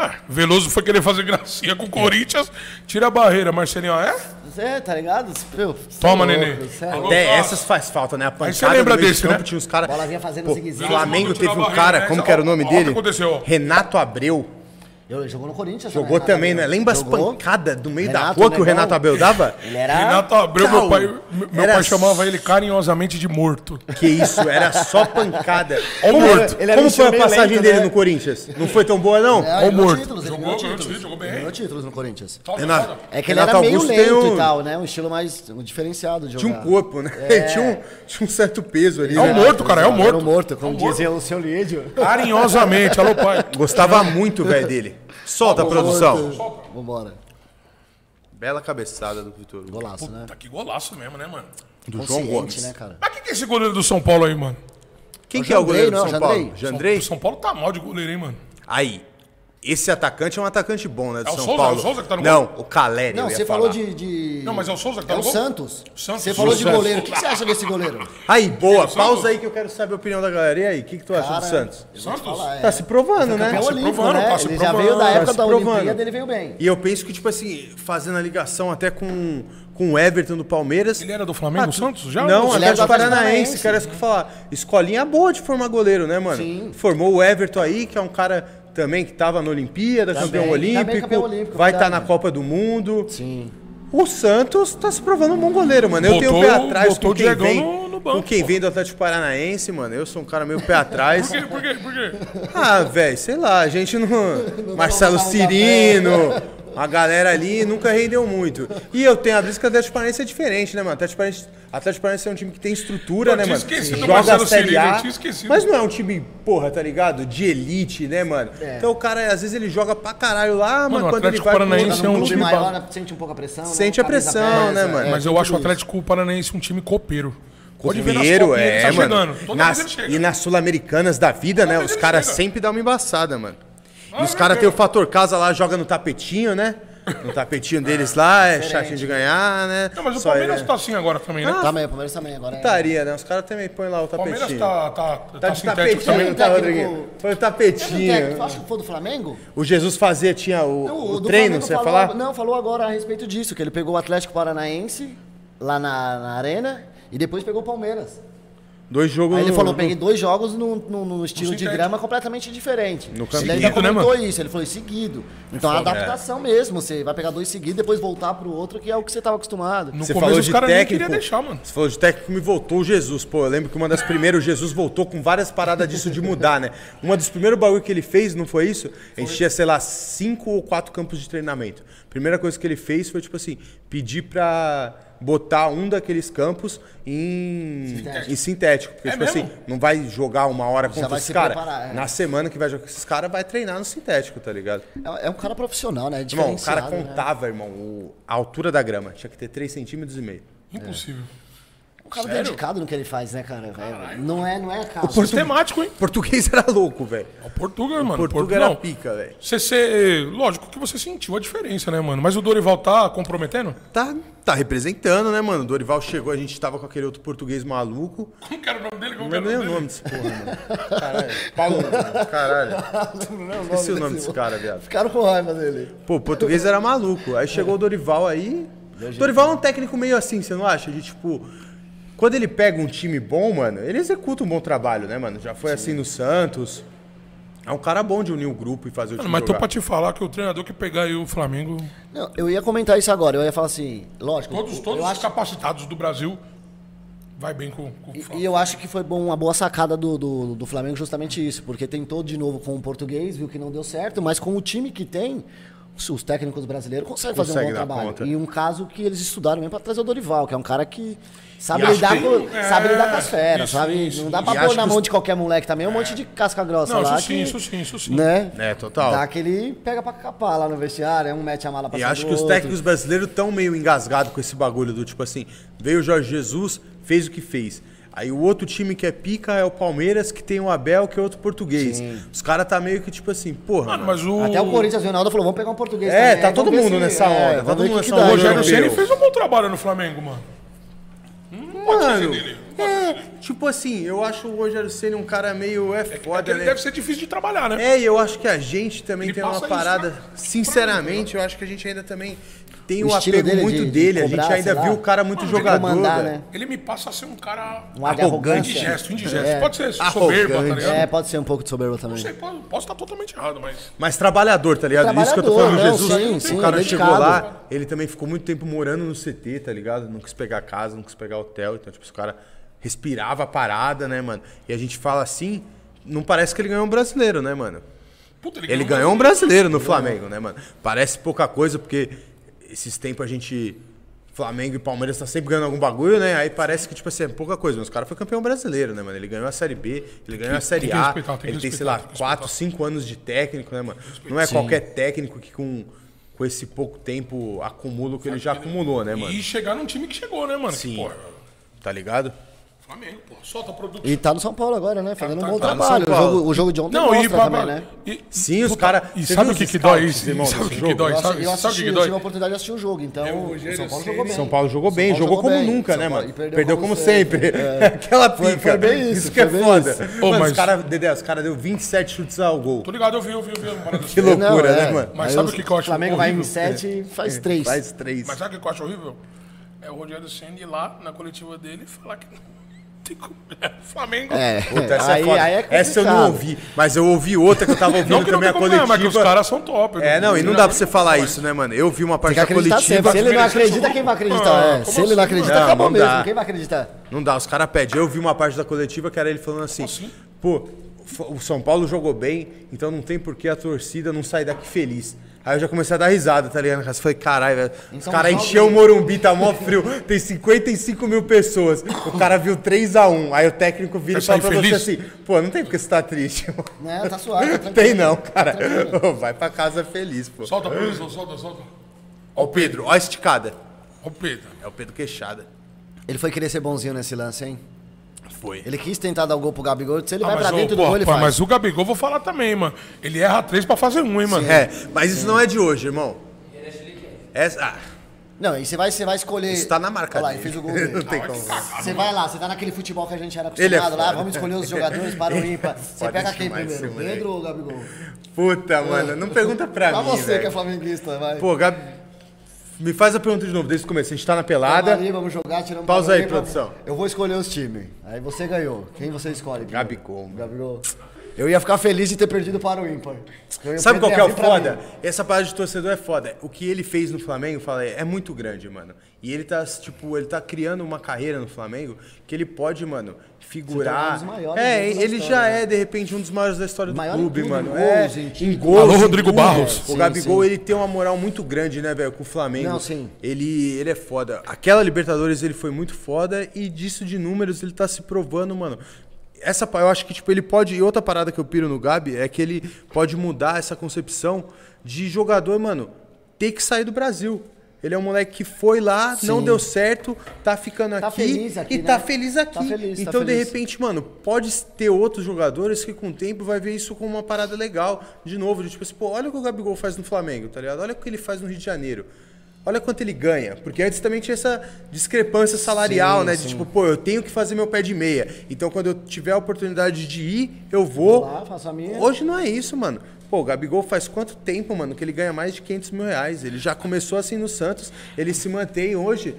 [SPEAKER 3] Ah, Veloso foi querer fazer gracinha com o Corinthians, tira a barreira, Marcelinho, ó, é?
[SPEAKER 2] É, tá ligado? Meu,
[SPEAKER 3] Toma,
[SPEAKER 2] cê é
[SPEAKER 3] Nenê.
[SPEAKER 2] louco, cê é
[SPEAKER 3] Alô?
[SPEAKER 2] louco.
[SPEAKER 1] Até
[SPEAKER 3] Nossa.
[SPEAKER 1] essas faz falta, né? A pancada
[SPEAKER 3] você lembra
[SPEAKER 1] no meio
[SPEAKER 3] desse,
[SPEAKER 1] de campo
[SPEAKER 3] né?
[SPEAKER 1] tinha os caras...
[SPEAKER 2] Bola vinha assim, fazendo
[SPEAKER 1] Pô,
[SPEAKER 2] zigue-zague.
[SPEAKER 1] Flamengo
[SPEAKER 3] Todo
[SPEAKER 1] teve
[SPEAKER 3] mundo
[SPEAKER 1] um
[SPEAKER 3] tirava
[SPEAKER 1] cara,
[SPEAKER 3] barreira,
[SPEAKER 1] como
[SPEAKER 3] né?
[SPEAKER 1] que era o nome
[SPEAKER 3] Ó, ó o que
[SPEAKER 1] dele?
[SPEAKER 3] aconteceu.
[SPEAKER 1] Renato Abreu.
[SPEAKER 2] Eu- Jogou no Corinthians.
[SPEAKER 1] Jogou
[SPEAKER 2] né,
[SPEAKER 1] também,
[SPEAKER 2] Renato
[SPEAKER 1] né?
[SPEAKER 2] Abel?
[SPEAKER 1] Lembra as
[SPEAKER 2] Jogou.
[SPEAKER 1] pancadas do meio da
[SPEAKER 2] Renato,
[SPEAKER 1] rua que o
[SPEAKER 2] negão.
[SPEAKER 1] Renato Abel dava?
[SPEAKER 2] Ele era...
[SPEAKER 3] Renato Abreu,
[SPEAKER 1] Tchau.
[SPEAKER 3] meu pai, meu
[SPEAKER 1] Era
[SPEAKER 3] pai chamava ele carinhosamente de morto.
[SPEAKER 1] Que isso, era só pancada.
[SPEAKER 3] Ó o
[SPEAKER 1] Como,
[SPEAKER 3] morto.
[SPEAKER 1] como
[SPEAKER 2] Ele era um
[SPEAKER 1] foi a
[SPEAKER 2] time
[SPEAKER 1] passagem
[SPEAKER 2] lento,
[SPEAKER 1] dele
[SPEAKER 2] né?
[SPEAKER 1] no Corinthians? Não foi tão boa, não?
[SPEAKER 2] É,
[SPEAKER 3] Ó o
[SPEAKER 2] ele ganhou
[SPEAKER 3] morto.
[SPEAKER 2] títulos, ele
[SPEAKER 3] Jogou,
[SPEAKER 2] ganhou
[SPEAKER 3] ganhou
[SPEAKER 2] títulos.
[SPEAKER 3] título, jogou bem.
[SPEAKER 2] Ele ganhou títulos no Corinthians.
[SPEAKER 3] Tá,
[SPEAKER 1] Renato-
[SPEAKER 3] tá.
[SPEAKER 2] É que ele era
[SPEAKER 1] Renato
[SPEAKER 2] meio
[SPEAKER 1] Augusto tem
[SPEAKER 2] lento
[SPEAKER 1] um-
[SPEAKER 2] e tal, É. né? Um estilo mais um diferenciado de
[SPEAKER 1] Tinha
[SPEAKER 2] jogar.
[SPEAKER 1] um corpo, né? Tinha, um, tinha um certo peso ali.
[SPEAKER 3] É o
[SPEAKER 1] né?
[SPEAKER 3] morto, cara, é o
[SPEAKER 2] Era um
[SPEAKER 3] morto.
[SPEAKER 2] morto, como dizia o seu Lídio.
[SPEAKER 3] Carinhosamente, alô pai.
[SPEAKER 1] Gostava muito, velho, dele. Solta a produção.
[SPEAKER 2] Morto. Vambora.
[SPEAKER 1] Bela cabeçada do Vitor. Hugo.
[SPEAKER 2] Golaço, né?
[SPEAKER 3] Tá que golaço mesmo, né, mano?
[SPEAKER 1] Do João
[SPEAKER 2] Consciente,
[SPEAKER 1] Gomes.
[SPEAKER 2] né, cara?
[SPEAKER 3] Mas quem que é esse goleiro do São Paulo aí, mano?
[SPEAKER 1] Quem
[SPEAKER 2] O
[SPEAKER 1] que é o
[SPEAKER 2] Jandrei,
[SPEAKER 1] goleiro do
[SPEAKER 2] não é o
[SPEAKER 1] São Paulo?
[SPEAKER 2] Jandrei?
[SPEAKER 1] Jandrei?
[SPEAKER 3] O São Paulo tá mal de goleiro, hein, mano?
[SPEAKER 1] Aí. Esse atacante é um atacante bom, né? Do
[SPEAKER 3] É o
[SPEAKER 1] São
[SPEAKER 3] Souza?
[SPEAKER 1] Paulo.
[SPEAKER 3] É o Souza que tá no
[SPEAKER 1] Não,
[SPEAKER 3] gol?
[SPEAKER 1] o Caleri.
[SPEAKER 2] Não,
[SPEAKER 1] eu ia
[SPEAKER 2] você
[SPEAKER 1] falar.
[SPEAKER 2] falou de, de-
[SPEAKER 3] Não, mas é o Souza que tá
[SPEAKER 2] é
[SPEAKER 3] no
[SPEAKER 2] o
[SPEAKER 3] gol?
[SPEAKER 2] Santos.
[SPEAKER 3] Santos.
[SPEAKER 2] Você falou de
[SPEAKER 3] Santos.
[SPEAKER 2] goleiro. O que que você acha desse goleiro?
[SPEAKER 1] Aí, boa.
[SPEAKER 3] Santos?
[SPEAKER 1] Pausa aí que eu quero saber a opinião da galera. E aí, o que, que tu acha do Santos?
[SPEAKER 2] eu vou te
[SPEAKER 3] Santos?
[SPEAKER 2] falar, é.
[SPEAKER 1] Tá se provando, né?
[SPEAKER 2] Campeão
[SPEAKER 3] se
[SPEAKER 2] olímpico,
[SPEAKER 3] provando,
[SPEAKER 2] né?
[SPEAKER 3] tá se
[SPEAKER 2] Ele já
[SPEAKER 3] provando,
[SPEAKER 2] veio da
[SPEAKER 1] tá
[SPEAKER 2] época
[SPEAKER 1] se
[SPEAKER 2] da
[SPEAKER 1] provando.
[SPEAKER 2] Olimpíada, ele veio bem.
[SPEAKER 1] E eu penso que, tipo assim, fazendo a ligação até com, com o Everton do Palmeiras.
[SPEAKER 3] Ele era do Flamengo,
[SPEAKER 1] tu-
[SPEAKER 3] Santos, já?
[SPEAKER 1] Não,
[SPEAKER 3] Ele
[SPEAKER 2] era é do
[SPEAKER 1] Atlético
[SPEAKER 2] Atlético
[SPEAKER 1] Paranaense,
[SPEAKER 2] Paranaense,
[SPEAKER 1] cara, isso que eu falar. Escolinha boa de formar goleiro, né, mano?
[SPEAKER 2] Sim.
[SPEAKER 1] Formou o Everton aí, que é um cara também que tava na Olimpíada,
[SPEAKER 2] Tá
[SPEAKER 1] campeão,
[SPEAKER 2] bem, tá bem
[SPEAKER 1] olímpico,
[SPEAKER 2] campeão olímpico,
[SPEAKER 1] vai estar
[SPEAKER 2] verdade.
[SPEAKER 1] na Copa do Mundo.
[SPEAKER 2] Sim.
[SPEAKER 1] O Santos tá se provando um bom goleiro, mano. Eu
[SPEAKER 3] Botou-
[SPEAKER 1] tenho o pé atrás
[SPEAKER 3] botou
[SPEAKER 1] com
[SPEAKER 3] o
[SPEAKER 1] quem,
[SPEAKER 3] Diegão
[SPEAKER 1] vem,
[SPEAKER 3] no- no banco,
[SPEAKER 1] com quem
[SPEAKER 3] pô.
[SPEAKER 1] vem do Atlético Paranaense, mano. Eu sou um cara meio pé atrás.
[SPEAKER 3] Por quê? Por quê? Por quê?
[SPEAKER 1] Ah, velho, sei lá, a gente não. Marcelo
[SPEAKER 2] tomar um
[SPEAKER 1] Cirino, a galera ali nunca rendeu muito. E eu tenho a brisa que o Atlético Paranaense é diferente, né, mano? Atlético Paranaense, Atlético Paranaense é um time que tem estrutura,
[SPEAKER 3] Eu
[SPEAKER 1] né,
[SPEAKER 3] tinha
[SPEAKER 1] mano?
[SPEAKER 3] esquecido do
[SPEAKER 1] Joga a
[SPEAKER 3] Marcelo
[SPEAKER 1] Série
[SPEAKER 3] Cirino,
[SPEAKER 1] A.
[SPEAKER 3] eu tinha esquecido.
[SPEAKER 1] Mas não é um time, porra, tá ligado? De elite, né, mano? Então o cara, às vezes, ele joga pra caralho lá, mas
[SPEAKER 3] o
[SPEAKER 1] quando ele
[SPEAKER 3] Atlético
[SPEAKER 1] vai pro
[SPEAKER 3] Paranaense
[SPEAKER 1] outro
[SPEAKER 3] é um
[SPEAKER 1] clube,
[SPEAKER 2] Tá clube
[SPEAKER 3] time
[SPEAKER 2] maior, sente um pouco a pressão. né?
[SPEAKER 1] Sente a
[SPEAKER 2] Camisa
[SPEAKER 1] pressão,
[SPEAKER 2] pesa,
[SPEAKER 1] né, mano? É,
[SPEAKER 3] Mas eu acho o
[SPEAKER 2] tudo isso.
[SPEAKER 3] Atlético Paranaense um time copeiro. Pode ver nas
[SPEAKER 1] Dinheiro,
[SPEAKER 3] copinhas que
[SPEAKER 1] é,
[SPEAKER 3] tá
[SPEAKER 1] mano.
[SPEAKER 3] chegando. Toda
[SPEAKER 1] Nas-
[SPEAKER 3] vez ele chega.
[SPEAKER 1] e nas sul-americanas da vida, né?
[SPEAKER 3] vez
[SPEAKER 1] Os
[SPEAKER 3] ele
[SPEAKER 1] caras
[SPEAKER 3] chega.
[SPEAKER 1] sempre dão uma embaçada, mano.
[SPEAKER 3] Ah,
[SPEAKER 1] E os caras
[SPEAKER 3] verdade.
[SPEAKER 1] têm o fator casa lá, joga no tapetinho, né? No tapetinho deles lá, é chatinho de ganhar, né?
[SPEAKER 3] Não, mas o
[SPEAKER 1] Só aí,
[SPEAKER 3] Palmeiras
[SPEAKER 1] né?
[SPEAKER 3] tá assim agora também, né?
[SPEAKER 1] Ah,
[SPEAKER 2] Também, o Palmeiras também agora. é.
[SPEAKER 1] Putaria, né? Os caras também põem lá o
[SPEAKER 3] O Palmeiras
[SPEAKER 1] tapetinho.
[SPEAKER 3] tá, tá, tá,
[SPEAKER 1] Tá de tapetinho,
[SPEAKER 3] sintético também.
[SPEAKER 2] também.
[SPEAKER 1] tá,
[SPEAKER 2] Técnico-
[SPEAKER 1] Rodriguinho? Foi o
[SPEAKER 2] Teve um técnico,
[SPEAKER 1] tapetinho.
[SPEAKER 2] acho que foi do Flamengo?
[SPEAKER 1] O Jesus fazia, tinha o,
[SPEAKER 2] Não,
[SPEAKER 1] o
[SPEAKER 2] do
[SPEAKER 1] treino,
[SPEAKER 2] Flamengo
[SPEAKER 1] você ia
[SPEAKER 2] falou-
[SPEAKER 1] falar?
[SPEAKER 2] Não, falou agora a respeito disso, que ele pegou o Atlético Paranaense lá na, na arena e depois pegou o Palmeiras.
[SPEAKER 1] Dois jogos
[SPEAKER 2] Aí ele
[SPEAKER 1] no-
[SPEAKER 2] falou,
[SPEAKER 1] no-
[SPEAKER 2] peguei dois jogos num, num- num estilo de
[SPEAKER 3] sintético.
[SPEAKER 2] grama completamente diferente. No
[SPEAKER 1] campo.
[SPEAKER 2] Ele ainda
[SPEAKER 3] Seguido, né,
[SPEAKER 2] comentou isso, ele falou seguido. Então é a adaptação mesmo, você vai pegar dois seguidos, depois voltar pro outro, que é o que você estava acostumado.
[SPEAKER 3] No
[SPEAKER 1] Você
[SPEAKER 3] começo
[SPEAKER 1] falou
[SPEAKER 3] os
[SPEAKER 1] de
[SPEAKER 3] caras nem
[SPEAKER 1] técnico.
[SPEAKER 3] queriam deixar, mano.
[SPEAKER 1] Você falou de técnico me voltou o Jesus. Pô, eu lembro que uma das primeiras, o Jesus voltou com várias paradas disso de mudar, né? Uma dos primeiros bagulho que ele fez, não foi isso? A gente tinha, sei lá, cinco ou quatro campos de treinamento. Primeira coisa que ele fez foi, tipo assim, pedir pra botar um daqueles campos em sintético. Em sintético porque,
[SPEAKER 3] É
[SPEAKER 1] tipo
[SPEAKER 3] mesmo?
[SPEAKER 1] assim, não vai jogar uma hora contra
[SPEAKER 2] vai
[SPEAKER 1] os
[SPEAKER 2] se
[SPEAKER 1] caras.
[SPEAKER 2] preparar, é.
[SPEAKER 1] Na semana que vai jogar com esses caras, vai treinar no sintético, tá ligado?
[SPEAKER 2] É, é um cara profissional, né?
[SPEAKER 1] Irmão, o cara
[SPEAKER 2] Diferenciado, né?
[SPEAKER 1] contava, irmão, o- a altura da grama. Tinha que ter 3 centímetros e meio.
[SPEAKER 3] Impossível.
[SPEAKER 2] O cara é dedicado no que ele faz, né, cara? É, não é, não é caso.
[SPEAKER 3] Sistemático, hein?
[SPEAKER 1] Português era um louco, velho.
[SPEAKER 3] É O Portugal, mano.
[SPEAKER 1] Portugal
[SPEAKER 3] Portu-
[SPEAKER 1] era
[SPEAKER 3] não.
[SPEAKER 1] pica, velho.
[SPEAKER 3] Você, você, lógico que você sentiu a diferença, né, mano? Mas o Dorival tá comprometendo?
[SPEAKER 1] Tá, tá representando, né, mano? Dorival chegou, a gente tava com aquele outro português maluco.
[SPEAKER 3] Como que era o nome dele? Como
[SPEAKER 1] Não
[SPEAKER 3] que era
[SPEAKER 1] lembro
[SPEAKER 3] o
[SPEAKER 1] nem
[SPEAKER 3] nome
[SPEAKER 1] o
[SPEAKER 3] dele?
[SPEAKER 1] nome desse porra, mano. Caralho. Paulo, mano. caralho. Esqueci o nome desse cara, viado.
[SPEAKER 2] Ficaram com raiva dele.
[SPEAKER 1] Pô, o português era maluco. Aí chegou o Dorival aí. Dorival é um técnico meio assim, você não acha? De tipo. Quando ele pega um time bom, mano, ele executa um bom trabalho, né, mano? Já foi assim no Santos. É um cara bom de unir o grupo e fazer o time.
[SPEAKER 3] Mano, mas tô
[SPEAKER 1] jogar.
[SPEAKER 3] pra te falar que o treinador que pegar aí o Flamengo,
[SPEAKER 2] Não, eu ia comentar isso agora, eu ia falar assim, lógico.
[SPEAKER 3] todos,
[SPEAKER 2] eu
[SPEAKER 3] todos os
[SPEAKER 2] acho-
[SPEAKER 3] capacitados do Brasil, vai bem com, com o
[SPEAKER 2] E,
[SPEAKER 3] Flamengo.
[SPEAKER 2] e eu acho que foi bom, uma boa sacada do, do, do Flamengo justamente isso, porque tentou de novo com o português, viu que não deu certo, mas com o time que tem, os, os técnicos brasileiros conseguem fazer um
[SPEAKER 1] Consegue
[SPEAKER 2] bom
[SPEAKER 1] dar
[SPEAKER 2] trabalho.
[SPEAKER 1] conta.
[SPEAKER 2] E um caso que eles estudaram mesmo pra trazer o Dorival, que é um cara que sabe,
[SPEAKER 1] E acho
[SPEAKER 2] lidar,
[SPEAKER 1] que- É,
[SPEAKER 2] com, sabe lidar com as feras,
[SPEAKER 3] isso,
[SPEAKER 2] sabe?
[SPEAKER 3] isso,
[SPEAKER 2] não dá
[SPEAKER 1] isso. E
[SPEAKER 2] pra pôr
[SPEAKER 1] acho
[SPEAKER 2] na
[SPEAKER 1] que
[SPEAKER 2] mão
[SPEAKER 1] os-
[SPEAKER 2] de qualquer moleque também, um monte de casca grossa
[SPEAKER 3] Não,
[SPEAKER 2] lá
[SPEAKER 3] isso sim,
[SPEAKER 2] que-
[SPEAKER 3] isso sim, isso sim.
[SPEAKER 2] Né?
[SPEAKER 1] É, total.
[SPEAKER 2] Dá aquele pega pra capar lá no vestiário, é um mete a mala pra
[SPEAKER 1] E
[SPEAKER 2] cima
[SPEAKER 1] acho
[SPEAKER 2] do
[SPEAKER 1] que os
[SPEAKER 2] outro.
[SPEAKER 1] técnicos brasileiros estão meio engasgados com esse bagulho do tipo assim, veio o Jorge Jesus, fez o que fez. Aí o outro time que é pica é o Palmeiras, que tem o Abel, que é outro português. Os caras tá meio que tipo assim, porra,
[SPEAKER 3] Mano,
[SPEAKER 1] mano.
[SPEAKER 3] mas o...
[SPEAKER 2] Até o Corinthians, o Ronaldo falou, vamos pegar um português
[SPEAKER 1] É,
[SPEAKER 2] também,
[SPEAKER 1] tá
[SPEAKER 2] vamos
[SPEAKER 1] todo
[SPEAKER 2] ver
[SPEAKER 1] mundo
[SPEAKER 2] se-
[SPEAKER 1] nessa
[SPEAKER 2] é,
[SPEAKER 1] onda, tá
[SPEAKER 2] vamos
[SPEAKER 1] todo
[SPEAKER 2] ver
[SPEAKER 1] mundo
[SPEAKER 2] o que
[SPEAKER 1] nessa
[SPEAKER 2] que dá,
[SPEAKER 1] onda.
[SPEAKER 3] O
[SPEAKER 2] né?
[SPEAKER 3] Rogério Ceni
[SPEAKER 1] Europeu.
[SPEAKER 3] fez um bom trabalho no Flamengo, mano.
[SPEAKER 1] Mano, é, tipo assim, eu acho o Rogério Ceni um cara meio é foda,
[SPEAKER 3] Ele
[SPEAKER 1] né?
[SPEAKER 3] deve ser difícil de trabalhar, né?
[SPEAKER 1] É, e eu acho que a gente também
[SPEAKER 3] Ele
[SPEAKER 1] tem uma
[SPEAKER 3] passa isso,
[SPEAKER 1] parada.
[SPEAKER 3] né?
[SPEAKER 1] Sinceramente, eu acho que a gente ainda também tem
[SPEAKER 2] O
[SPEAKER 1] um
[SPEAKER 2] estilo
[SPEAKER 1] apego
[SPEAKER 2] dele é
[SPEAKER 1] muito
[SPEAKER 2] de- de
[SPEAKER 1] dele. a gente
[SPEAKER 2] cobrar,
[SPEAKER 1] ainda
[SPEAKER 2] sei lá.
[SPEAKER 1] viu o cara muito
[SPEAKER 3] Mano, tem que
[SPEAKER 1] jogador.
[SPEAKER 2] comandar,
[SPEAKER 1] velho.
[SPEAKER 2] né?
[SPEAKER 3] Ele me passa a ser um cara
[SPEAKER 2] Um ar de arrogância.
[SPEAKER 3] indigesto, indigesto.
[SPEAKER 2] É.
[SPEAKER 3] Pode ser soberba, tá
[SPEAKER 1] Arrogante.
[SPEAKER 3] ligado?
[SPEAKER 2] É, pode ser um pouco de soberba também.
[SPEAKER 3] Não sei, posso, posso estar totalmente errado, mas.
[SPEAKER 1] Mas trabalhador, tá ligado? Isso que eu tô falando do
[SPEAKER 2] Trabalhador,
[SPEAKER 1] Jesus.
[SPEAKER 2] não, sim,
[SPEAKER 1] o
[SPEAKER 2] sim,
[SPEAKER 1] cara
[SPEAKER 2] dedicado.
[SPEAKER 1] chegou lá, ele também ficou muito tempo morando no CT, tá ligado? Não quis pegar casa, não quis pegar hotel. Então, tipo, os cara respirava a parada, né, mano? E a gente fala assim, não parece que ele ganhou um brasileiro, né, mano?
[SPEAKER 3] Puta,
[SPEAKER 1] Ele ganhou um brasileiro no Flamengo, né, mano? Parece pouca coisa, porque esses tempos a gente. Flamengo e Palmeiras tá sempre ganhando algum bagulho, né? Aí parece que, tipo assim, é pouca coisa. Mas o cara foi campeão brasileiro, né, mano? Ele ganhou a Série B, ele ganhou a Série
[SPEAKER 3] tem que
[SPEAKER 1] A.
[SPEAKER 3] respeitar, tem que
[SPEAKER 1] ele tem, sei
[SPEAKER 3] respeitar,
[SPEAKER 1] lá,
[SPEAKER 3] tem que
[SPEAKER 1] quatro, cinco anos de técnico, né, mano? Não é qualquer técnico que com, com esse pouco tempo acumula o que ele já acumulou, né, mano?
[SPEAKER 3] E chegar num time que chegou, né, mano? Que,
[SPEAKER 1] Sim.
[SPEAKER 3] porra,
[SPEAKER 1] Tá ligado?
[SPEAKER 3] o Flamengo, pô. Solta produto.
[SPEAKER 2] E tá no São Paulo agora, né? Fazendo um bom
[SPEAKER 1] tá no
[SPEAKER 2] trabalho.
[SPEAKER 1] São
[SPEAKER 2] O
[SPEAKER 1] Paulo.
[SPEAKER 2] jogo, o jogo de ontem
[SPEAKER 3] Não, e
[SPEAKER 2] mostra
[SPEAKER 3] pra,
[SPEAKER 2] também, né?
[SPEAKER 3] e-
[SPEAKER 1] Sim, os
[SPEAKER 3] puta,
[SPEAKER 1] cara-
[SPEAKER 3] E
[SPEAKER 1] você
[SPEAKER 3] sabe
[SPEAKER 1] viu
[SPEAKER 3] o que
[SPEAKER 1] os
[SPEAKER 3] que dói
[SPEAKER 1] scouts,
[SPEAKER 3] isso?
[SPEAKER 1] irmão,
[SPEAKER 3] Sabe o
[SPEAKER 1] desse
[SPEAKER 3] que que
[SPEAKER 1] jogo?
[SPEAKER 3] dói?
[SPEAKER 2] Eu,
[SPEAKER 3] Sabe
[SPEAKER 2] assi- eu
[SPEAKER 3] sabe o
[SPEAKER 2] assisti,
[SPEAKER 3] que que
[SPEAKER 2] eu tive a
[SPEAKER 3] dói?
[SPEAKER 2] oportunidade de assistir o jogo, então.
[SPEAKER 3] o
[SPEAKER 2] o
[SPEAKER 3] Rogério
[SPEAKER 2] São Paulo
[SPEAKER 3] Ceni.
[SPEAKER 2] jogou bem.
[SPEAKER 1] São Paulo jogou bem,
[SPEAKER 2] Paulo
[SPEAKER 1] jogou,
[SPEAKER 2] jogou
[SPEAKER 1] como
[SPEAKER 2] bem.
[SPEAKER 1] nunca,
[SPEAKER 2] São
[SPEAKER 1] né,
[SPEAKER 2] Paulo-
[SPEAKER 1] mano?
[SPEAKER 2] e perdeu
[SPEAKER 1] Perdeu
[SPEAKER 2] como
[SPEAKER 1] como
[SPEAKER 2] sempre. é.
[SPEAKER 1] sempre. Aquela
[SPEAKER 2] Foi-
[SPEAKER 1] pica.
[SPEAKER 2] foi bem isso,
[SPEAKER 1] que é
[SPEAKER 2] foi bem
[SPEAKER 1] foda.
[SPEAKER 2] isso.
[SPEAKER 3] Ô,
[SPEAKER 1] mano,
[SPEAKER 3] mas-
[SPEAKER 1] os caras, Dedé, os caras deu 27 chutes ao gol.
[SPEAKER 3] Tô ligado, eu vi, eu vi, eu vi. Maravilha.
[SPEAKER 1] Que loucura, né, mano?
[SPEAKER 3] Mas
[SPEAKER 2] Aí
[SPEAKER 3] sabe o que que eu acho
[SPEAKER 2] Flamengo vai em
[SPEAKER 3] horrível?
[SPEAKER 2] 7 e faz 3.
[SPEAKER 1] Faz três.
[SPEAKER 3] Mas sabe o que eu acho horrível? É o Rogério Senna ir lá na coletiva dele e falar que não tem como. Flamengo.
[SPEAKER 2] É,
[SPEAKER 1] Puta, essa
[SPEAKER 2] aí,
[SPEAKER 1] é foda.
[SPEAKER 2] aí é
[SPEAKER 1] essa eu não
[SPEAKER 2] complicado.
[SPEAKER 1] ouvi, mas eu ouvi outra que eu tava ouvindo
[SPEAKER 3] Não que não
[SPEAKER 1] também
[SPEAKER 3] tem
[SPEAKER 1] a
[SPEAKER 3] como ganhar, mas que os
[SPEAKER 1] coletiva.
[SPEAKER 3] caras são top. né?
[SPEAKER 1] É, não, e não dá pra você falar isso, né, mano? Eu vi uma parte
[SPEAKER 2] Tem que
[SPEAKER 1] da
[SPEAKER 2] acreditar sempre.
[SPEAKER 1] coletiva.
[SPEAKER 2] Se ele não
[SPEAKER 3] Acredita,
[SPEAKER 2] acredita,
[SPEAKER 3] sou-
[SPEAKER 2] quem vai
[SPEAKER 3] Ah,
[SPEAKER 2] acreditar? É,
[SPEAKER 3] como
[SPEAKER 2] se ele não
[SPEAKER 3] assim,
[SPEAKER 2] acredita,
[SPEAKER 1] mano? Não,
[SPEAKER 2] acabou
[SPEAKER 1] não dá.
[SPEAKER 2] mesmo. Quem vai acreditar?
[SPEAKER 1] Não dá, os caras pedem. Eu vi uma parte da coletiva que era ele falando assim, pô, f- o São Paulo jogou bem, então não tem por que a torcida não sair daqui feliz. Aí eu já comecei a dar risada, tá ligado? Eu falei, caralho, velho, os
[SPEAKER 2] São
[SPEAKER 1] caras
[SPEAKER 2] Paulo,
[SPEAKER 1] encheu Então o
[SPEAKER 2] né?
[SPEAKER 1] Morumbi, tá mó frio, tem 55 mil pessoas. O cara viu 3x1, aí o técnico vira e
[SPEAKER 3] Quer
[SPEAKER 1] fala pra
[SPEAKER 3] sair
[SPEAKER 1] você
[SPEAKER 3] feliz?
[SPEAKER 1] assim, pô, não tem porque você tá triste, mano.
[SPEAKER 2] Não, tá suave, tá
[SPEAKER 1] Não
[SPEAKER 2] tranquilo.
[SPEAKER 1] tem não, cara. Ô, vai pra casa feliz, pô.
[SPEAKER 3] Solta, Pedro, solta, solta.
[SPEAKER 1] Ó o Pedro, ó a esticada.
[SPEAKER 3] Ô, Pedro.
[SPEAKER 1] É o Pedro queixada.
[SPEAKER 2] Ele foi querer ser bonzinho nesse lance, hein?
[SPEAKER 1] Foi.
[SPEAKER 2] Ele quis tentar dar o gol pro Gabigol. Se ele
[SPEAKER 3] Ah,
[SPEAKER 2] vai
[SPEAKER 3] mas,
[SPEAKER 2] pra
[SPEAKER 3] ô,
[SPEAKER 2] dentro do
[SPEAKER 3] pô,
[SPEAKER 2] gol, ele
[SPEAKER 3] pô,
[SPEAKER 2] faz.
[SPEAKER 3] mas o Gabigol, vou falar também, mano. Ele erra três pra fazer um, hein, mano.
[SPEAKER 1] É, mas isso não é de hoje, irmão. Essa, ah,
[SPEAKER 2] Não, e você vai, você vai escolher...
[SPEAKER 1] isso tá na marca
[SPEAKER 2] Olha lá,
[SPEAKER 1] dele.
[SPEAKER 2] ele fez o gol dele.
[SPEAKER 1] não tem como.
[SPEAKER 2] Você vai lá, você tá naquele futebol que a gente era
[SPEAKER 1] Ele é
[SPEAKER 2] acostumado lá,
[SPEAKER 1] foda.
[SPEAKER 2] vamos escolher os jogadores para o ímpar. Você
[SPEAKER 1] Foda
[SPEAKER 2] pega quem
[SPEAKER 1] demais
[SPEAKER 2] primeiro,
[SPEAKER 1] esse moleque.
[SPEAKER 2] Pedro ou Gabigol?
[SPEAKER 1] Puta, mano, não pergunta pra,
[SPEAKER 2] Pra
[SPEAKER 1] mim,
[SPEAKER 2] você
[SPEAKER 1] velho.
[SPEAKER 2] que é flamenguista, vai.
[SPEAKER 1] Pô, Gabi, me faz a pergunta de novo, desde o começo. A gente tá na pelada.
[SPEAKER 2] Vamos ali, vamos jogar, tiramos
[SPEAKER 1] Pausa
[SPEAKER 2] pra
[SPEAKER 1] aí,
[SPEAKER 2] mim,
[SPEAKER 1] produção.
[SPEAKER 2] Eu vou escolher os times. Aí você ganhou. Quem você escolhe? primeiro?
[SPEAKER 1] Gabigol, mano.
[SPEAKER 2] Gabigol. Eu ia ficar feliz de ter perdido para o ímpar. Eu ia
[SPEAKER 1] Sabe qual que
[SPEAKER 2] perder
[SPEAKER 1] é
[SPEAKER 2] a
[SPEAKER 1] o
[SPEAKER 2] mim
[SPEAKER 1] foda?
[SPEAKER 2] pra mim.
[SPEAKER 1] Essa parada de torcedor é foda. O que ele fez no Flamengo, falei, é muito grande, mano. E ele tá, tipo, ele tá criando uma carreira no Flamengo que ele pode, mano, figurar.
[SPEAKER 2] Se tornar um dos maiores
[SPEAKER 1] é,
[SPEAKER 2] jogadores da
[SPEAKER 1] ele já
[SPEAKER 2] história,
[SPEAKER 1] é, de repente, um dos maiores da história
[SPEAKER 2] Maior em
[SPEAKER 1] do clube,
[SPEAKER 2] tudo, em
[SPEAKER 1] mano.
[SPEAKER 2] gols,
[SPEAKER 1] é,
[SPEAKER 2] em títulos.
[SPEAKER 1] em gols.
[SPEAKER 3] Alô,
[SPEAKER 1] em
[SPEAKER 3] Rodrigo
[SPEAKER 1] gols.
[SPEAKER 3] Barros.
[SPEAKER 1] O
[SPEAKER 2] Sim,
[SPEAKER 1] Gabigol,
[SPEAKER 2] sim.
[SPEAKER 1] Então, ele tem uma moral muito grande, né, velho, com o Flamengo.
[SPEAKER 2] Não, sim.
[SPEAKER 1] Ele, ele é foda. Aquela Libertadores ele foi muito foda e disso de números ele tá se provando, mano. Essa pa- eu acho que tipo ele pode, e outra parada que eu piro no Gabi é que ele pode mudar essa concepção de jogador, mano, ter que sair do Brasil. Ele é um moleque que foi lá, não deu certo, tá ficando
[SPEAKER 2] Tá
[SPEAKER 1] aqui,
[SPEAKER 2] feliz aqui,
[SPEAKER 1] e
[SPEAKER 2] né?
[SPEAKER 1] tá feliz aqui.
[SPEAKER 2] Tá feliz, tá
[SPEAKER 1] então de
[SPEAKER 2] feliz.
[SPEAKER 1] repente, mano, pode ter outros jogadores que com o tempo vai ver isso como uma parada legal, de novo, de tipo assim, pô, olha o que o Gabigol faz no Flamengo, tá ligado? Olha o que ele faz no Rio de Janeiro. Olha quanto ele ganha, porque antes também tinha essa discrepância salarial, né? De tipo, pô, eu tenho que fazer meu pé de meia. Então, quando eu tiver a oportunidade de ir, eu vou.
[SPEAKER 2] Vou lá, faço a minha.
[SPEAKER 1] Hoje não é isso, mano. Pô, o Gabigol faz quanto tempo, mano, que ele ganha mais de 500 mil reais? Ele já começou assim no Santos, ele se mantém hoje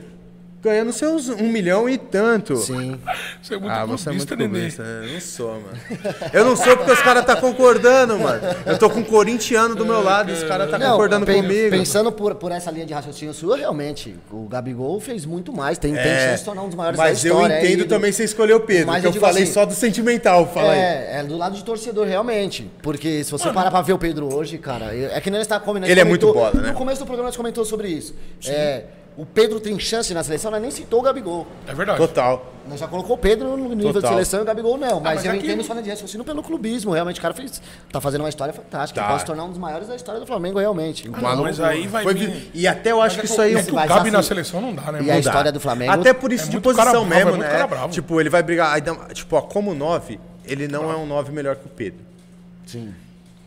[SPEAKER 1] ganhando seus um milhão e tanto.
[SPEAKER 2] Sim.
[SPEAKER 3] Você é muito
[SPEAKER 1] Ah, você é muito
[SPEAKER 3] clubista, neném.
[SPEAKER 1] clubista, né? Eu não sou, mano. Eu não sou porque os caras tá concordando, mano. Eu tô com um corintiano do meu lado e os caras tá
[SPEAKER 2] Não,
[SPEAKER 1] concordando
[SPEAKER 2] pen-
[SPEAKER 1] comigo.
[SPEAKER 2] Pensando por, por essa linha de raciocínio sua, realmente, o Gabigol fez muito mais. Tem, tem
[SPEAKER 1] É,
[SPEAKER 2] chance de se tornar um dos maiores da
[SPEAKER 1] mas eu
[SPEAKER 2] história. é
[SPEAKER 1] entendo
[SPEAKER 2] ídolo.
[SPEAKER 1] também você escolher o Pedro,
[SPEAKER 2] Mas
[SPEAKER 1] que eu,
[SPEAKER 2] eu digo
[SPEAKER 1] falei
[SPEAKER 2] assim,
[SPEAKER 1] só do sentimental, fala aí.
[SPEAKER 2] É, é do lado de torcedor, realmente. Porque se você parar pra ver o Pedro hoje, cara, eu- é que nem está combinando.
[SPEAKER 1] Ele é muito bola, né?
[SPEAKER 2] No começo do programa a gente comentou sobre isso. É, o Pedro tem chance na seleção, nós nem citou o Gabigol.
[SPEAKER 3] É verdade.
[SPEAKER 1] Total.
[SPEAKER 2] Nós já colocou o Pedro no nível
[SPEAKER 1] Total. Ah,
[SPEAKER 2] de seleção e o Gabigol não. Mas,
[SPEAKER 3] mas
[SPEAKER 2] eu
[SPEAKER 3] é que-
[SPEAKER 2] entendo só na de raciocínio pelo clubismo. Realmente, o cara fez, tá fazendo uma história fantástica.
[SPEAKER 1] Tá.
[SPEAKER 2] Pode se tornar um dos maiores da história do Flamengo, realmente. Então,
[SPEAKER 3] Maluco. Mas aí vai
[SPEAKER 1] Foi
[SPEAKER 3] vir-
[SPEAKER 1] vi- E até eu acho que isso aí
[SPEAKER 3] É
[SPEAKER 1] é
[SPEAKER 3] que
[SPEAKER 1] um
[SPEAKER 3] o
[SPEAKER 2] Mas
[SPEAKER 3] Gabi na
[SPEAKER 2] assim-
[SPEAKER 3] seleção não dá, né?
[SPEAKER 2] E a
[SPEAKER 3] mano?
[SPEAKER 1] Não dá.
[SPEAKER 2] história do Flamengo-
[SPEAKER 1] Até por isso
[SPEAKER 3] É
[SPEAKER 1] de
[SPEAKER 3] muito cara
[SPEAKER 1] posição
[SPEAKER 3] bravo, é
[SPEAKER 1] mesmo, né?
[SPEAKER 3] muito cara bravo.
[SPEAKER 1] Tipo, ele vai brigar. aí dá- Tipo, ó, como 9, ele não é um 9 melhor que o Pedro.
[SPEAKER 2] Sim.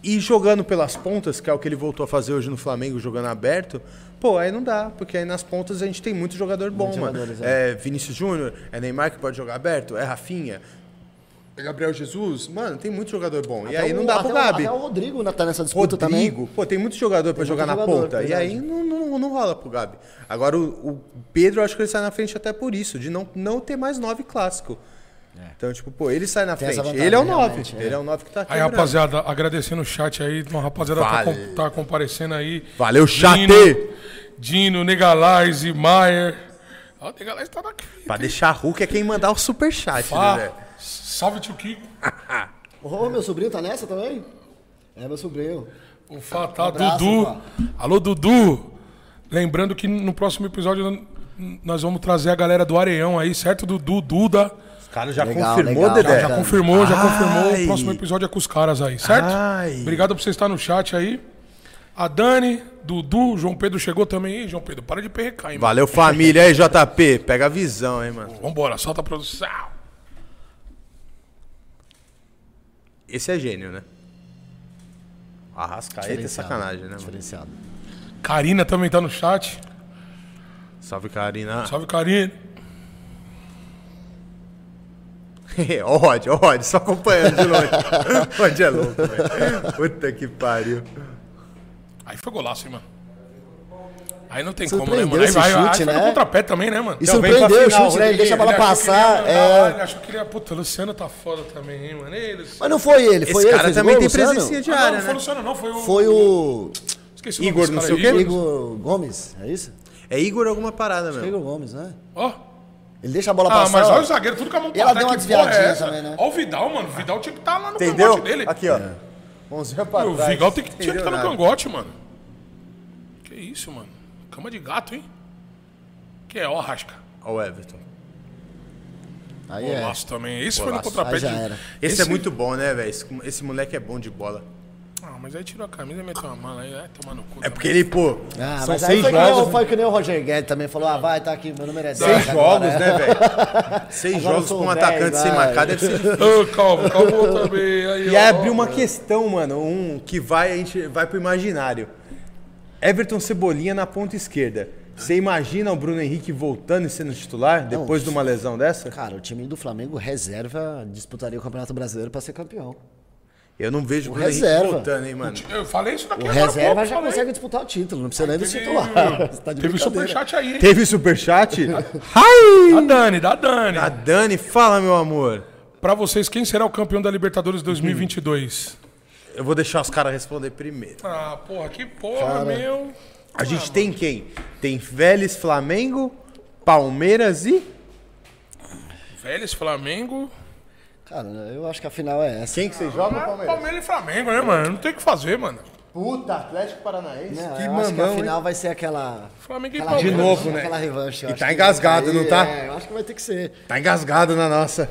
[SPEAKER 1] E jogando pelas pontas, que é o que ele voltou a fazer hoje no Flamengo, jogando aberto, pô, aí não dá, porque aí nas pontas a gente tem muito jogador bom, mano.
[SPEAKER 2] jogadores,
[SPEAKER 1] É. Vinícius Júnior, é Neymar que pode jogar aberto, é Rafinha, é Gabriel Jesus, mano, tem muito jogador bom. e
[SPEAKER 2] Até
[SPEAKER 1] É, aí
[SPEAKER 2] o-
[SPEAKER 1] não dá pro
[SPEAKER 2] até o-
[SPEAKER 1] Gabi.
[SPEAKER 2] Até o Rodrigo na- tá nessa disputa também.
[SPEAKER 1] Rodrigo, pô, tem muito jogador pra jogar
[SPEAKER 2] muito
[SPEAKER 1] na
[SPEAKER 2] jogador,
[SPEAKER 1] ponta.
[SPEAKER 2] verdade.
[SPEAKER 1] E aí não, não, não rola pro Gabi. Agora o, o Pedro, eu acho que ele sai na frente até por isso, de não, não ter mais nove clássico. Então, tipo, pô, ele sai na
[SPEAKER 2] Tem
[SPEAKER 1] frente.
[SPEAKER 2] essa vantagem,
[SPEAKER 1] ele é o nove.
[SPEAKER 2] realmente, é.
[SPEAKER 1] Ele é o nove que tá
[SPEAKER 3] Aí,
[SPEAKER 1] quebrando.
[SPEAKER 3] rapaziada, agradecendo o chat aí. Uma rapaziada tá,
[SPEAKER 1] Vale.
[SPEAKER 3] com- tá comparecendo aí.
[SPEAKER 1] Valeu, chat!
[SPEAKER 3] Dino, Dino Negalize, Maier. Ó, o Negalize tá daqui.
[SPEAKER 1] Pra deixar Hulk é quem mandar o superchat,
[SPEAKER 3] Pá.
[SPEAKER 1] né, velho?
[SPEAKER 3] Salve, tio Kiko.
[SPEAKER 2] Ô, meu sobrinho tá nessa também? É, meu sobrinho.
[SPEAKER 3] O Fatá,
[SPEAKER 2] abraço,
[SPEAKER 3] Dudu.
[SPEAKER 2] Fá.
[SPEAKER 3] Alô, Dudu. Lembrando que no próximo episódio n- nós vamos trazer a galera do Areião aí, certo? Dudu, Duda.
[SPEAKER 1] Os caras já
[SPEAKER 2] Legal,
[SPEAKER 1] confirmou,
[SPEAKER 2] legal.
[SPEAKER 1] Dedé?
[SPEAKER 2] Já
[SPEAKER 3] Já confirmou, já
[SPEAKER 1] Ai.
[SPEAKER 3] confirmou. O próximo episódio é com os caras aí, certo?
[SPEAKER 1] Ai.
[SPEAKER 3] Obrigado por você estar no chat aí. A Dani, Dudu, João Pedro chegou também. Ih, João Pedro, para de perrecar, hein, mano.
[SPEAKER 1] Valeu, família. Aí, JP, pega a visão, hein, mano.
[SPEAKER 3] Vambora, solta a produção.
[SPEAKER 1] Esse é gênio, né? Arrascaeta é
[SPEAKER 2] Diferenciado,
[SPEAKER 1] sacanagem, né, mano?
[SPEAKER 2] Diferenciado.
[SPEAKER 3] Karina também tá no chat.
[SPEAKER 1] Salve, Karina.
[SPEAKER 3] Salve, Karina.
[SPEAKER 1] Ó o Rod, ó o Rod, só acompanhando de longe. O Rod é louco, velho. Puta que pariu.
[SPEAKER 3] Aí foi golaço, hein, mano. Aí não tem
[SPEAKER 2] Surpreendeu
[SPEAKER 3] como, né, mano? Aí
[SPEAKER 2] esse
[SPEAKER 3] vai, aí
[SPEAKER 2] chute,
[SPEAKER 3] foi no
[SPEAKER 2] né?
[SPEAKER 3] contrapé também, né, mano?
[SPEAKER 2] E
[SPEAKER 1] Então vem
[SPEAKER 2] surpreendeu
[SPEAKER 1] pra final,
[SPEAKER 2] o chute, né? Ele
[SPEAKER 1] Rodriguinho.
[SPEAKER 2] deixa a bola
[SPEAKER 3] Ele achou
[SPEAKER 2] passar.
[SPEAKER 3] que ele ia mandar,
[SPEAKER 2] é.
[SPEAKER 3] Ele achou que ele ia... Puta, o Luciano tá foda também, hein, mano. Ei, Luciano.
[SPEAKER 2] Mas não foi ele,
[SPEAKER 1] Esse
[SPEAKER 2] foi ele.
[SPEAKER 1] cara
[SPEAKER 2] fez
[SPEAKER 1] também
[SPEAKER 2] gol,
[SPEAKER 1] tem
[SPEAKER 2] Luciano?
[SPEAKER 1] presencinha de
[SPEAKER 3] Ah, não, não
[SPEAKER 1] área,
[SPEAKER 3] foi o
[SPEAKER 1] né?
[SPEAKER 3] Luciano, não. Foi o...
[SPEAKER 2] Foi o
[SPEAKER 3] Esqueci o nome
[SPEAKER 1] Igor,
[SPEAKER 3] desse
[SPEAKER 1] não
[SPEAKER 3] cara
[SPEAKER 1] sei
[SPEAKER 3] aí.
[SPEAKER 1] o quê?
[SPEAKER 3] Igor.
[SPEAKER 2] Igor Gomes, é isso?
[SPEAKER 1] É Igor alguma parada, meu.
[SPEAKER 2] Igor Gomes, né?
[SPEAKER 3] Ó.
[SPEAKER 2] Ele deixa a bola
[SPEAKER 3] Ah,
[SPEAKER 2] passar.
[SPEAKER 3] mas
[SPEAKER 2] ó.
[SPEAKER 3] olha o zagueiro, tudo com a mão
[SPEAKER 2] E ela
[SPEAKER 3] pra
[SPEAKER 2] deu
[SPEAKER 3] trás,
[SPEAKER 2] uma
[SPEAKER 3] que porra
[SPEAKER 2] desviadinha
[SPEAKER 3] é essa?
[SPEAKER 2] também, né?
[SPEAKER 3] Ó o Vidal, mano. O Vidal tinha que estar lá no
[SPEAKER 1] Entendeu?
[SPEAKER 3] cangote dele.
[SPEAKER 1] Aqui, ó.
[SPEAKER 2] É.
[SPEAKER 1] Mãozinha pra
[SPEAKER 3] o
[SPEAKER 1] trás.
[SPEAKER 3] Vidal tem que, tinha que
[SPEAKER 1] Entendeu
[SPEAKER 3] estar no
[SPEAKER 2] né?
[SPEAKER 1] nada.
[SPEAKER 3] cangote, mano. Que isso, mano. Cama de gato, hein? Que é, ó, rasca.
[SPEAKER 1] Ó o Everton.
[SPEAKER 2] Aí é.
[SPEAKER 3] Golaço também. Esse
[SPEAKER 1] Golaço.
[SPEAKER 3] foi no contrapé.
[SPEAKER 2] Aí já
[SPEAKER 3] de-
[SPEAKER 2] era.
[SPEAKER 1] Esse, é muito bom, né, velho? Esse, esse moleque é bom de bola.
[SPEAKER 3] Ah, mas aí tirou a camisa e meteu a mala aí. Vai tomar no cu.
[SPEAKER 1] É
[SPEAKER 3] também.
[SPEAKER 1] porque ele, pô,
[SPEAKER 2] Ah,
[SPEAKER 1] são
[SPEAKER 2] mas aí
[SPEAKER 1] seis
[SPEAKER 2] foi que, nem, o-
[SPEAKER 1] jogos,
[SPEAKER 2] foi que nem o Roger Guedes também falou: ah, vai, tá aqui, meu número é 10.
[SPEAKER 1] seis
[SPEAKER 2] agora,
[SPEAKER 1] jogos,
[SPEAKER 2] né?
[SPEAKER 1] né, velho? Seis
[SPEAKER 2] Agora eu
[SPEAKER 1] jogos
[SPEAKER 2] sou
[SPEAKER 1] com um
[SPEAKER 2] o
[SPEAKER 1] atacante
[SPEAKER 2] dez,
[SPEAKER 1] sem
[SPEAKER 2] vai.
[SPEAKER 1] marcar deve ser difícil.
[SPEAKER 3] Ô, calma, calma também. Aí,
[SPEAKER 1] E
[SPEAKER 3] ó.
[SPEAKER 1] aí abriu uma questão, mano, um que vai, a gente vai pro imaginário. Everton Cebolinha na ponta esquerda. Você imagina o Bruno Henrique voltando e sendo titular depois de uma lesão dessa?
[SPEAKER 2] Cara, o time do Flamengo reserva disputaria o Campeonato Brasileiro pra ser campeão.
[SPEAKER 1] Eu não vejo o Bruno
[SPEAKER 2] reserva.
[SPEAKER 1] Henrique voltando, hein, mano.
[SPEAKER 3] Eu falei isso daqui
[SPEAKER 2] O
[SPEAKER 3] agora há
[SPEAKER 2] reserva
[SPEAKER 3] pouco,
[SPEAKER 2] já
[SPEAKER 3] falei.
[SPEAKER 2] consegue disputar o título, não precisa nem do
[SPEAKER 3] Teve-
[SPEAKER 2] titular. Você tá de
[SPEAKER 3] Teve
[SPEAKER 2] brincadeira.
[SPEAKER 3] superchat aí, hein?
[SPEAKER 1] Teve um- superchat? Ai!
[SPEAKER 3] Da Dani, da Dani.
[SPEAKER 1] A Dani, fala, meu amor.
[SPEAKER 3] Pra vocês, quem será o campeão da Libertadores 2022?
[SPEAKER 1] Eu vou deixar os caras responder primeiro.
[SPEAKER 3] Ah, porra, que porra, meu.
[SPEAKER 1] A gente tem quem? Tem Vélez, Flamengo, Palmeiras e...
[SPEAKER 3] Vélez, Ah, Flamengo. Ah,
[SPEAKER 2] Cara, eu acho que a final é essa.
[SPEAKER 1] Quem que vocês jogam, Palmeiras?
[SPEAKER 3] Palmeiras e Flamengo, né, mano? Não tem o que fazer, mano.
[SPEAKER 1] Puta, Atlético Paranaense.
[SPEAKER 4] Né?
[SPEAKER 2] Não,
[SPEAKER 1] que
[SPEAKER 2] Né, eu acho que
[SPEAKER 1] mamão,
[SPEAKER 2] a
[SPEAKER 1] hein?
[SPEAKER 2] final vai ser aquela.
[SPEAKER 3] Flamengo e
[SPEAKER 2] aquela
[SPEAKER 3] Palmeiras.
[SPEAKER 1] De novo, né?
[SPEAKER 2] Aquela revanche. eu
[SPEAKER 1] E
[SPEAKER 2] acho
[SPEAKER 1] tá
[SPEAKER 2] que-
[SPEAKER 1] engasgado, não tá?
[SPEAKER 2] É, eu acho que vai ter que ser.
[SPEAKER 1] Tá engasgado na nossa.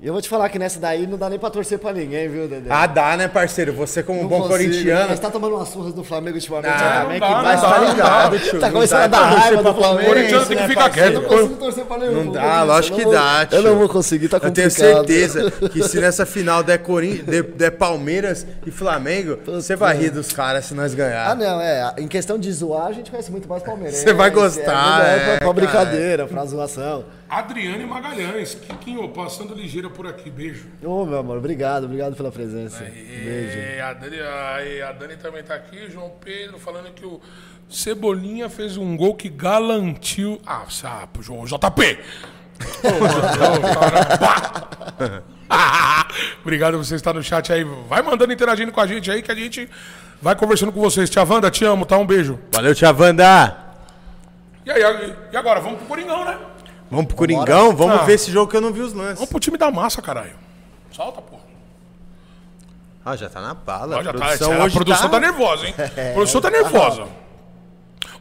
[SPEAKER 2] E eu vou te falar que nessa daí não dá nem pra torcer pra ninguém, viu, Dedé?
[SPEAKER 1] Ah, dá, né, parceiro? Você como um bom corintiano.
[SPEAKER 2] Mas tá tomando umas surras do Flamengo ultimamente.
[SPEAKER 1] Ah, não
[SPEAKER 2] né? Como é
[SPEAKER 3] dá,
[SPEAKER 2] que
[SPEAKER 3] não
[SPEAKER 2] vai?
[SPEAKER 1] Mas tá
[SPEAKER 3] dá,
[SPEAKER 1] ligado,
[SPEAKER 3] não
[SPEAKER 1] tio.
[SPEAKER 2] Tá
[SPEAKER 1] não
[SPEAKER 2] começando a
[SPEAKER 1] dá tá
[SPEAKER 2] dar
[SPEAKER 1] pra torcer
[SPEAKER 2] raiva do Né,
[SPEAKER 1] pro
[SPEAKER 2] Flamengo.
[SPEAKER 3] Corintiano tem que ficar
[SPEAKER 2] Eu
[SPEAKER 1] parceiro?
[SPEAKER 2] não
[SPEAKER 3] quieto.
[SPEAKER 2] consigo torcer pra nenhum.
[SPEAKER 1] Não
[SPEAKER 2] por
[SPEAKER 1] dá,
[SPEAKER 2] conta disso.
[SPEAKER 1] lógico
[SPEAKER 2] Eu
[SPEAKER 1] que
[SPEAKER 2] não vou-
[SPEAKER 1] dá, tio.
[SPEAKER 2] Eu não vou conseguir, tá
[SPEAKER 1] Eu
[SPEAKER 2] complicado.
[SPEAKER 1] tenho certeza que se nessa final der, Corin... der, der Palmeiras e Flamengo, você vai rir dos caras se nós
[SPEAKER 2] Ah,
[SPEAKER 1] ganhar.
[SPEAKER 2] não, é. Em questão de zoar, a gente conhece muito mais Palmeiras.
[SPEAKER 1] Você vai gostar,
[SPEAKER 2] É,
[SPEAKER 1] é,
[SPEAKER 2] pra, pra
[SPEAKER 1] cara.
[SPEAKER 2] brincadeira, pra zoação.
[SPEAKER 3] Adriane Magalhães. Kikinho, passando ligeira por aqui. Beijo.
[SPEAKER 2] Ô, meu amor, obrigado, obrigado pela presença. Beijo.
[SPEAKER 3] E É, a, Dani, a- a Dani também tá aqui. O João Pedro falando que o Cebolinha fez um gol que galantiu. Ah, sapo, João JP! Ô, mano, ô, cara, pá! Ah, Obrigado por você estar no chat aí. Vai mandando interagindo com a gente aí que a gente vai conversando com vocês. Tia Wanda, te amo, tá? Um beijo.
[SPEAKER 1] Valeu, Tia Wanda.
[SPEAKER 3] E aí, a- e agora? Vamos pro Coringão, né?
[SPEAKER 1] Vamos pro Coringão? Vamos
[SPEAKER 3] Ah.
[SPEAKER 1] ver esse jogo que eu não vi os lances.
[SPEAKER 3] Vamos pro time da massa, caralho. Solta, porra.
[SPEAKER 1] Ah, já tá na bala.
[SPEAKER 3] Olha,
[SPEAKER 1] a
[SPEAKER 3] tá,
[SPEAKER 1] produção,
[SPEAKER 3] a
[SPEAKER 1] hoje
[SPEAKER 3] produção
[SPEAKER 1] tá...
[SPEAKER 3] tá, nervosa, hein?
[SPEAKER 2] É,
[SPEAKER 3] A produção tá nervosa.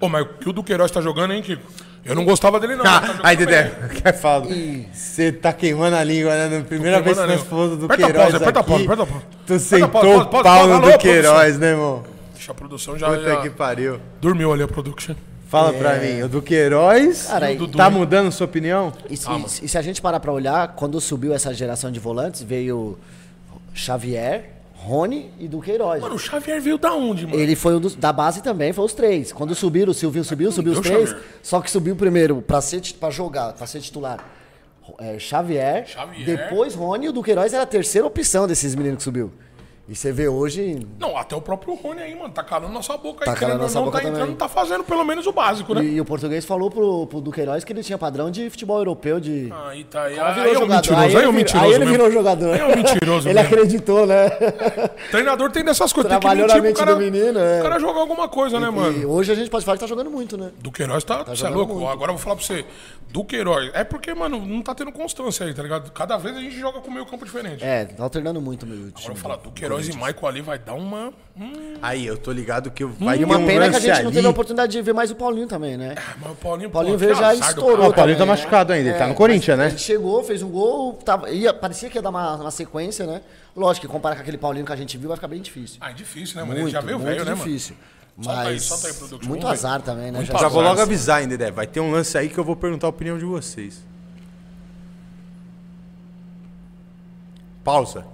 [SPEAKER 3] Ô, mas o que o Duqueiroz tá jogando, hein, Kiko? Eu não gostava dele, não. Ele tá
[SPEAKER 1] Ah,
[SPEAKER 3] jogando
[SPEAKER 1] aí,
[SPEAKER 3] bem.
[SPEAKER 1] Dedé, quer falar? Você tá queimando a língua, né? Na primeira
[SPEAKER 3] Tô
[SPEAKER 1] vez que
[SPEAKER 3] queimando a
[SPEAKER 1] nós
[SPEAKER 3] língua.
[SPEAKER 1] falamos do
[SPEAKER 3] Aperta a
[SPEAKER 1] Queiroz
[SPEAKER 3] pausa, aperta a pausa,
[SPEAKER 1] aqui,
[SPEAKER 3] aperta a pausa. Aperta
[SPEAKER 1] Tu
[SPEAKER 3] a
[SPEAKER 1] sentou
[SPEAKER 3] pausa, pausa,
[SPEAKER 1] o
[SPEAKER 3] pausa.
[SPEAKER 1] pau no do
[SPEAKER 3] Alô, produção.
[SPEAKER 1] Queiroz, né, irmão?
[SPEAKER 3] Deixa a produção já.
[SPEAKER 1] Puta
[SPEAKER 3] já-
[SPEAKER 1] que pariu.
[SPEAKER 3] Dormiu ali a production.
[SPEAKER 1] Fala pra mim, o do Queiroz
[SPEAKER 2] É. Cara, aí-
[SPEAKER 1] tá mudando sua opinião?
[SPEAKER 2] E se, e se a gente parar pra olhar, quando subiu essa geração de volantes, veio Xavier, Rony e Duqueiroz.
[SPEAKER 3] Mano, o Xavier veio da onde, mano?
[SPEAKER 2] Ele foi um dos, da base também, foi os três. Quando subiram, o Silvinho subiu, subiu os
[SPEAKER 3] deu
[SPEAKER 2] três.
[SPEAKER 3] Xavier.
[SPEAKER 2] Só que subiu primeiro pra, ser, ti- pra jogar, pra ser titular. Ro- é, Xavier,
[SPEAKER 3] Xavier.
[SPEAKER 2] depois Rony e o Duqueiroz era a terceira opção desses meninos que subiu. E você vê hoje.
[SPEAKER 3] Não, até o próprio Rony aí, mano. Tá calando nossa boca
[SPEAKER 2] Tá
[SPEAKER 3] aí. querendo
[SPEAKER 2] calando
[SPEAKER 3] ou
[SPEAKER 2] nossa
[SPEAKER 3] não,
[SPEAKER 2] boca
[SPEAKER 3] tá entrando,
[SPEAKER 2] também.
[SPEAKER 3] tá fazendo pelo menos o básico, né?
[SPEAKER 2] E, o português falou pro, pro Duqueiroz que ele tinha padrão de futebol europeu, de.
[SPEAKER 3] Aí tá aí.
[SPEAKER 2] Ela
[SPEAKER 3] Aí,
[SPEAKER 2] virou
[SPEAKER 3] é o
[SPEAKER 2] jogador.
[SPEAKER 3] mentiroso. Aí,
[SPEAKER 2] ele
[SPEAKER 3] é o
[SPEAKER 2] vir-
[SPEAKER 3] mentiroso.
[SPEAKER 2] aí ele
[SPEAKER 3] mesmo.
[SPEAKER 2] virou jogador.
[SPEAKER 3] Aí é o mentiroso.
[SPEAKER 2] Ele
[SPEAKER 3] mesmo.
[SPEAKER 2] acreditou, né?
[SPEAKER 3] Treinador tem dessas coisas.
[SPEAKER 2] Trabalhou
[SPEAKER 3] tem
[SPEAKER 2] na
[SPEAKER 3] que mentir pro cara,
[SPEAKER 2] mente do menino, é.
[SPEAKER 3] O cara jogar alguma coisa, né, mano?
[SPEAKER 2] E hoje a gente pode falar que tá jogando muito, né?
[SPEAKER 3] Duqueiroz tá. Você é
[SPEAKER 2] jogando
[SPEAKER 3] louco?
[SPEAKER 2] muito.
[SPEAKER 3] Agora eu vou falar pra você. Duqueiroz. É porque, mano, não tá tendo constância aí, tá ligado? Cada vez a gente joga com meio campo diferente.
[SPEAKER 2] É, tá alternando muito meu time.
[SPEAKER 3] Agora eu vou falar, Duqueiroz e Michael ali vai dar uma. Hum,
[SPEAKER 1] Aí, eu tô ligado que vai ter
[SPEAKER 2] Hum, E uma
[SPEAKER 1] um
[SPEAKER 2] pena
[SPEAKER 3] né?
[SPEAKER 1] lance
[SPEAKER 2] que a gente não teve a
[SPEAKER 1] ali.
[SPEAKER 2] oportunidade de ver mais o Paulinho também, né?
[SPEAKER 3] mas o Paulinho.
[SPEAKER 2] O Paulinho
[SPEAKER 3] Ah, pô, que
[SPEAKER 2] veio já
[SPEAKER 3] azar do
[SPEAKER 2] estourou.
[SPEAKER 1] Ah, o Paulinho tá
[SPEAKER 2] também, né?
[SPEAKER 1] machucado ainda, ele tá no
[SPEAKER 2] mas
[SPEAKER 1] Corinthians, né?
[SPEAKER 2] Ele chegou, fez um gol, tava, ia, parecia que ia dar uma, uma sequência, né? Lógico que comparar com aquele Paulinho que a gente viu vai ficar bem difícil.
[SPEAKER 3] Ah, é difícil, né, mano?
[SPEAKER 2] muito,
[SPEAKER 3] Ele já veio
[SPEAKER 2] muito
[SPEAKER 3] velho, né, mano?
[SPEAKER 2] difícil.
[SPEAKER 3] Solta aí,
[SPEAKER 2] Mas
[SPEAKER 3] solta aí, production,
[SPEAKER 2] muito
[SPEAKER 3] vamos ver.
[SPEAKER 2] azar também, né?
[SPEAKER 3] Muito
[SPEAKER 2] Já-
[SPEAKER 1] Já vou
[SPEAKER 3] azar.
[SPEAKER 1] logo avisar ainda, Dedé. Vai ter um lance aí que eu vou perguntar a opinião de vocês. Pausa.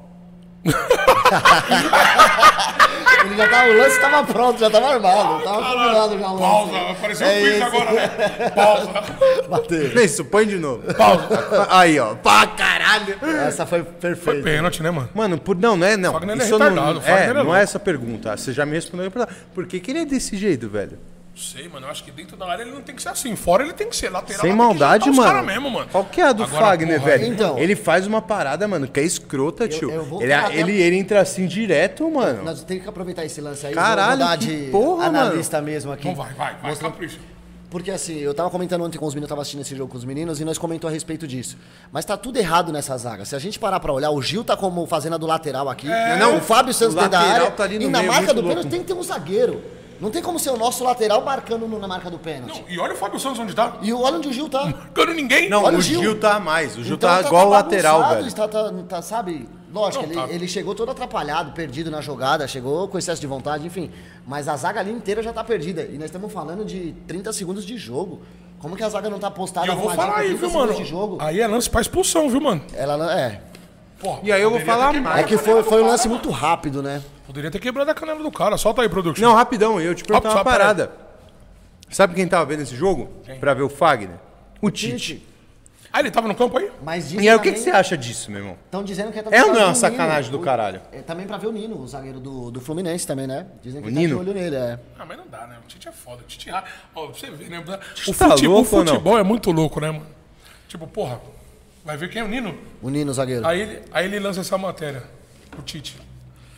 [SPEAKER 2] Ele já tava, o lance tava pronto, já tava armado. Tava Tá combinado já o lance.
[SPEAKER 3] Tá Pausa, apareceu um quiz agora, né? Pausa,
[SPEAKER 2] Bateu.
[SPEAKER 1] É isso, põe de novo.
[SPEAKER 3] pausa.
[SPEAKER 1] Aí, ó. Pá, caralho.
[SPEAKER 2] Essa foi perfeita.
[SPEAKER 3] Pênalti, né, mano?
[SPEAKER 1] Mano, por, não, não é, não.
[SPEAKER 3] Fagner é
[SPEAKER 1] Isso eu
[SPEAKER 3] retardado,
[SPEAKER 1] não,
[SPEAKER 3] Fagner é
[SPEAKER 1] é, não
[SPEAKER 3] louco.
[SPEAKER 1] é essa pergunta. Você já me respondeu. pra- Por que, que ele é desse jeito, velho?
[SPEAKER 3] Não sei, mano. Eu acho que dentro da área ele não tem que ser assim. Fora ele tem que ser lateral.
[SPEAKER 1] Sem
[SPEAKER 3] lá tem que
[SPEAKER 1] maldade,
[SPEAKER 3] ajudar os
[SPEAKER 1] mano.
[SPEAKER 3] caras mesmo, mano.
[SPEAKER 1] Qual que é a do
[SPEAKER 3] Agora,
[SPEAKER 1] Fagner,
[SPEAKER 3] porra,
[SPEAKER 1] velho?
[SPEAKER 2] então-
[SPEAKER 1] ele faz uma parada, mano, que é escrota, tio.
[SPEAKER 2] eu vou
[SPEAKER 1] ele, é-
[SPEAKER 2] falar até-
[SPEAKER 1] ele, ele entra assim direto, mano.
[SPEAKER 2] Nós temos que aproveitar esse lance aí.
[SPEAKER 1] Caralho,
[SPEAKER 2] vou mudar
[SPEAKER 1] que porra,
[SPEAKER 2] analista mesmo aqui.
[SPEAKER 3] Então vai, vai, vai. Capricha.
[SPEAKER 2] Porque assim, eu tava comentando ontem com os meninos, eu tava assistindo esse jogo com os meninos e nós comentou a respeito disso. Mas tá tudo errado nessa zaga. Se a gente parar pra olhar, o Gil tá como fazendo a do lateral aqui.
[SPEAKER 3] É.
[SPEAKER 2] né?
[SPEAKER 1] Não,
[SPEAKER 2] o Fábio Santos
[SPEAKER 1] o
[SPEAKER 2] dentro da
[SPEAKER 1] lateral
[SPEAKER 2] área.
[SPEAKER 1] tá ali no
[SPEAKER 2] e na
[SPEAKER 1] meio,
[SPEAKER 2] marca
[SPEAKER 1] muito
[SPEAKER 2] do
[SPEAKER 1] louco.
[SPEAKER 2] pênalti tem que ter um zagueiro. Não tem como ser o nosso lateral marcando no- na marca do pênalti.
[SPEAKER 3] Não, e olha o Fábio Santos onde tá.
[SPEAKER 2] E olha onde o Gil tá.
[SPEAKER 3] Marcando ninguém.
[SPEAKER 1] Não,
[SPEAKER 2] Olha
[SPEAKER 1] o
[SPEAKER 2] o
[SPEAKER 1] Gil.
[SPEAKER 2] Gil.
[SPEAKER 1] tá a mais. O Gil
[SPEAKER 2] Então,
[SPEAKER 1] tá igual o
[SPEAKER 2] bagunçado,
[SPEAKER 1] lateral, velho.
[SPEAKER 2] Tá, tá- tá, sabe? Lógico,
[SPEAKER 3] Não,
[SPEAKER 2] ele,
[SPEAKER 3] tá.
[SPEAKER 2] ele chegou todo atrapalhado, perdido na jogada, chegou com excesso de vontade, enfim. Mas a zaga ali inteira já tá perdida. E nós estamos falando de 30 segundos de jogo. Como que a zaga não tá postada
[SPEAKER 3] E eu vou
[SPEAKER 2] arrumadinha com
[SPEAKER 3] falar aí,
[SPEAKER 1] um
[SPEAKER 2] 30
[SPEAKER 3] viu,
[SPEAKER 2] segundos
[SPEAKER 3] mano?
[SPEAKER 2] De jogo?
[SPEAKER 1] Ah.
[SPEAKER 3] Aí é lance pra expulsão, viu, mano?
[SPEAKER 2] Ela não- é.
[SPEAKER 3] Porra,
[SPEAKER 1] E aí eu vou
[SPEAKER 3] poderia
[SPEAKER 1] falar
[SPEAKER 3] ter quebrado
[SPEAKER 1] mais.
[SPEAKER 2] É
[SPEAKER 3] a
[SPEAKER 2] que
[SPEAKER 3] canela
[SPEAKER 2] foi,
[SPEAKER 3] do
[SPEAKER 2] foi um
[SPEAKER 3] cara,
[SPEAKER 2] lance
[SPEAKER 3] mano.
[SPEAKER 2] muito rápido, né?
[SPEAKER 3] Poderia ter quebrado a canela do cara. Solta aí, production.
[SPEAKER 1] Não, rapidão, eu te perguntar
[SPEAKER 3] Só-
[SPEAKER 1] uma
[SPEAKER 3] só peraí.
[SPEAKER 1] parada. Sabe quem tava vendo esse jogo? Pra ver o Fagner? O Tite.
[SPEAKER 3] Ah, ele tava no campo aí?
[SPEAKER 2] Mas
[SPEAKER 1] E aí, o que, que você acha disso, meu irmão?
[SPEAKER 2] Estão dizendo que é
[SPEAKER 1] É ou não é
[SPEAKER 2] pra ver
[SPEAKER 1] uma
[SPEAKER 2] o
[SPEAKER 1] sacanagem do
[SPEAKER 2] O-
[SPEAKER 1] caralho?
[SPEAKER 2] É também pra ver o Nino, o zagueiro do, do Fluminense também, né? Dizem que
[SPEAKER 1] O
[SPEAKER 2] tá de
[SPEAKER 1] Nino?
[SPEAKER 2] olho nele, é.
[SPEAKER 3] Ah, mas não dá, né? O Tite é foda. O Tite ra- Ó, você vê, né? O,
[SPEAKER 1] tá
[SPEAKER 3] fute- o
[SPEAKER 1] louco ou não?
[SPEAKER 3] futebol é muito louco, né, mano? Tipo, porra, vai ver quem é o Nino?
[SPEAKER 2] O Nino, o zagueiro.
[SPEAKER 3] Aí, ele- aí ele lança essa matéria, o Tite.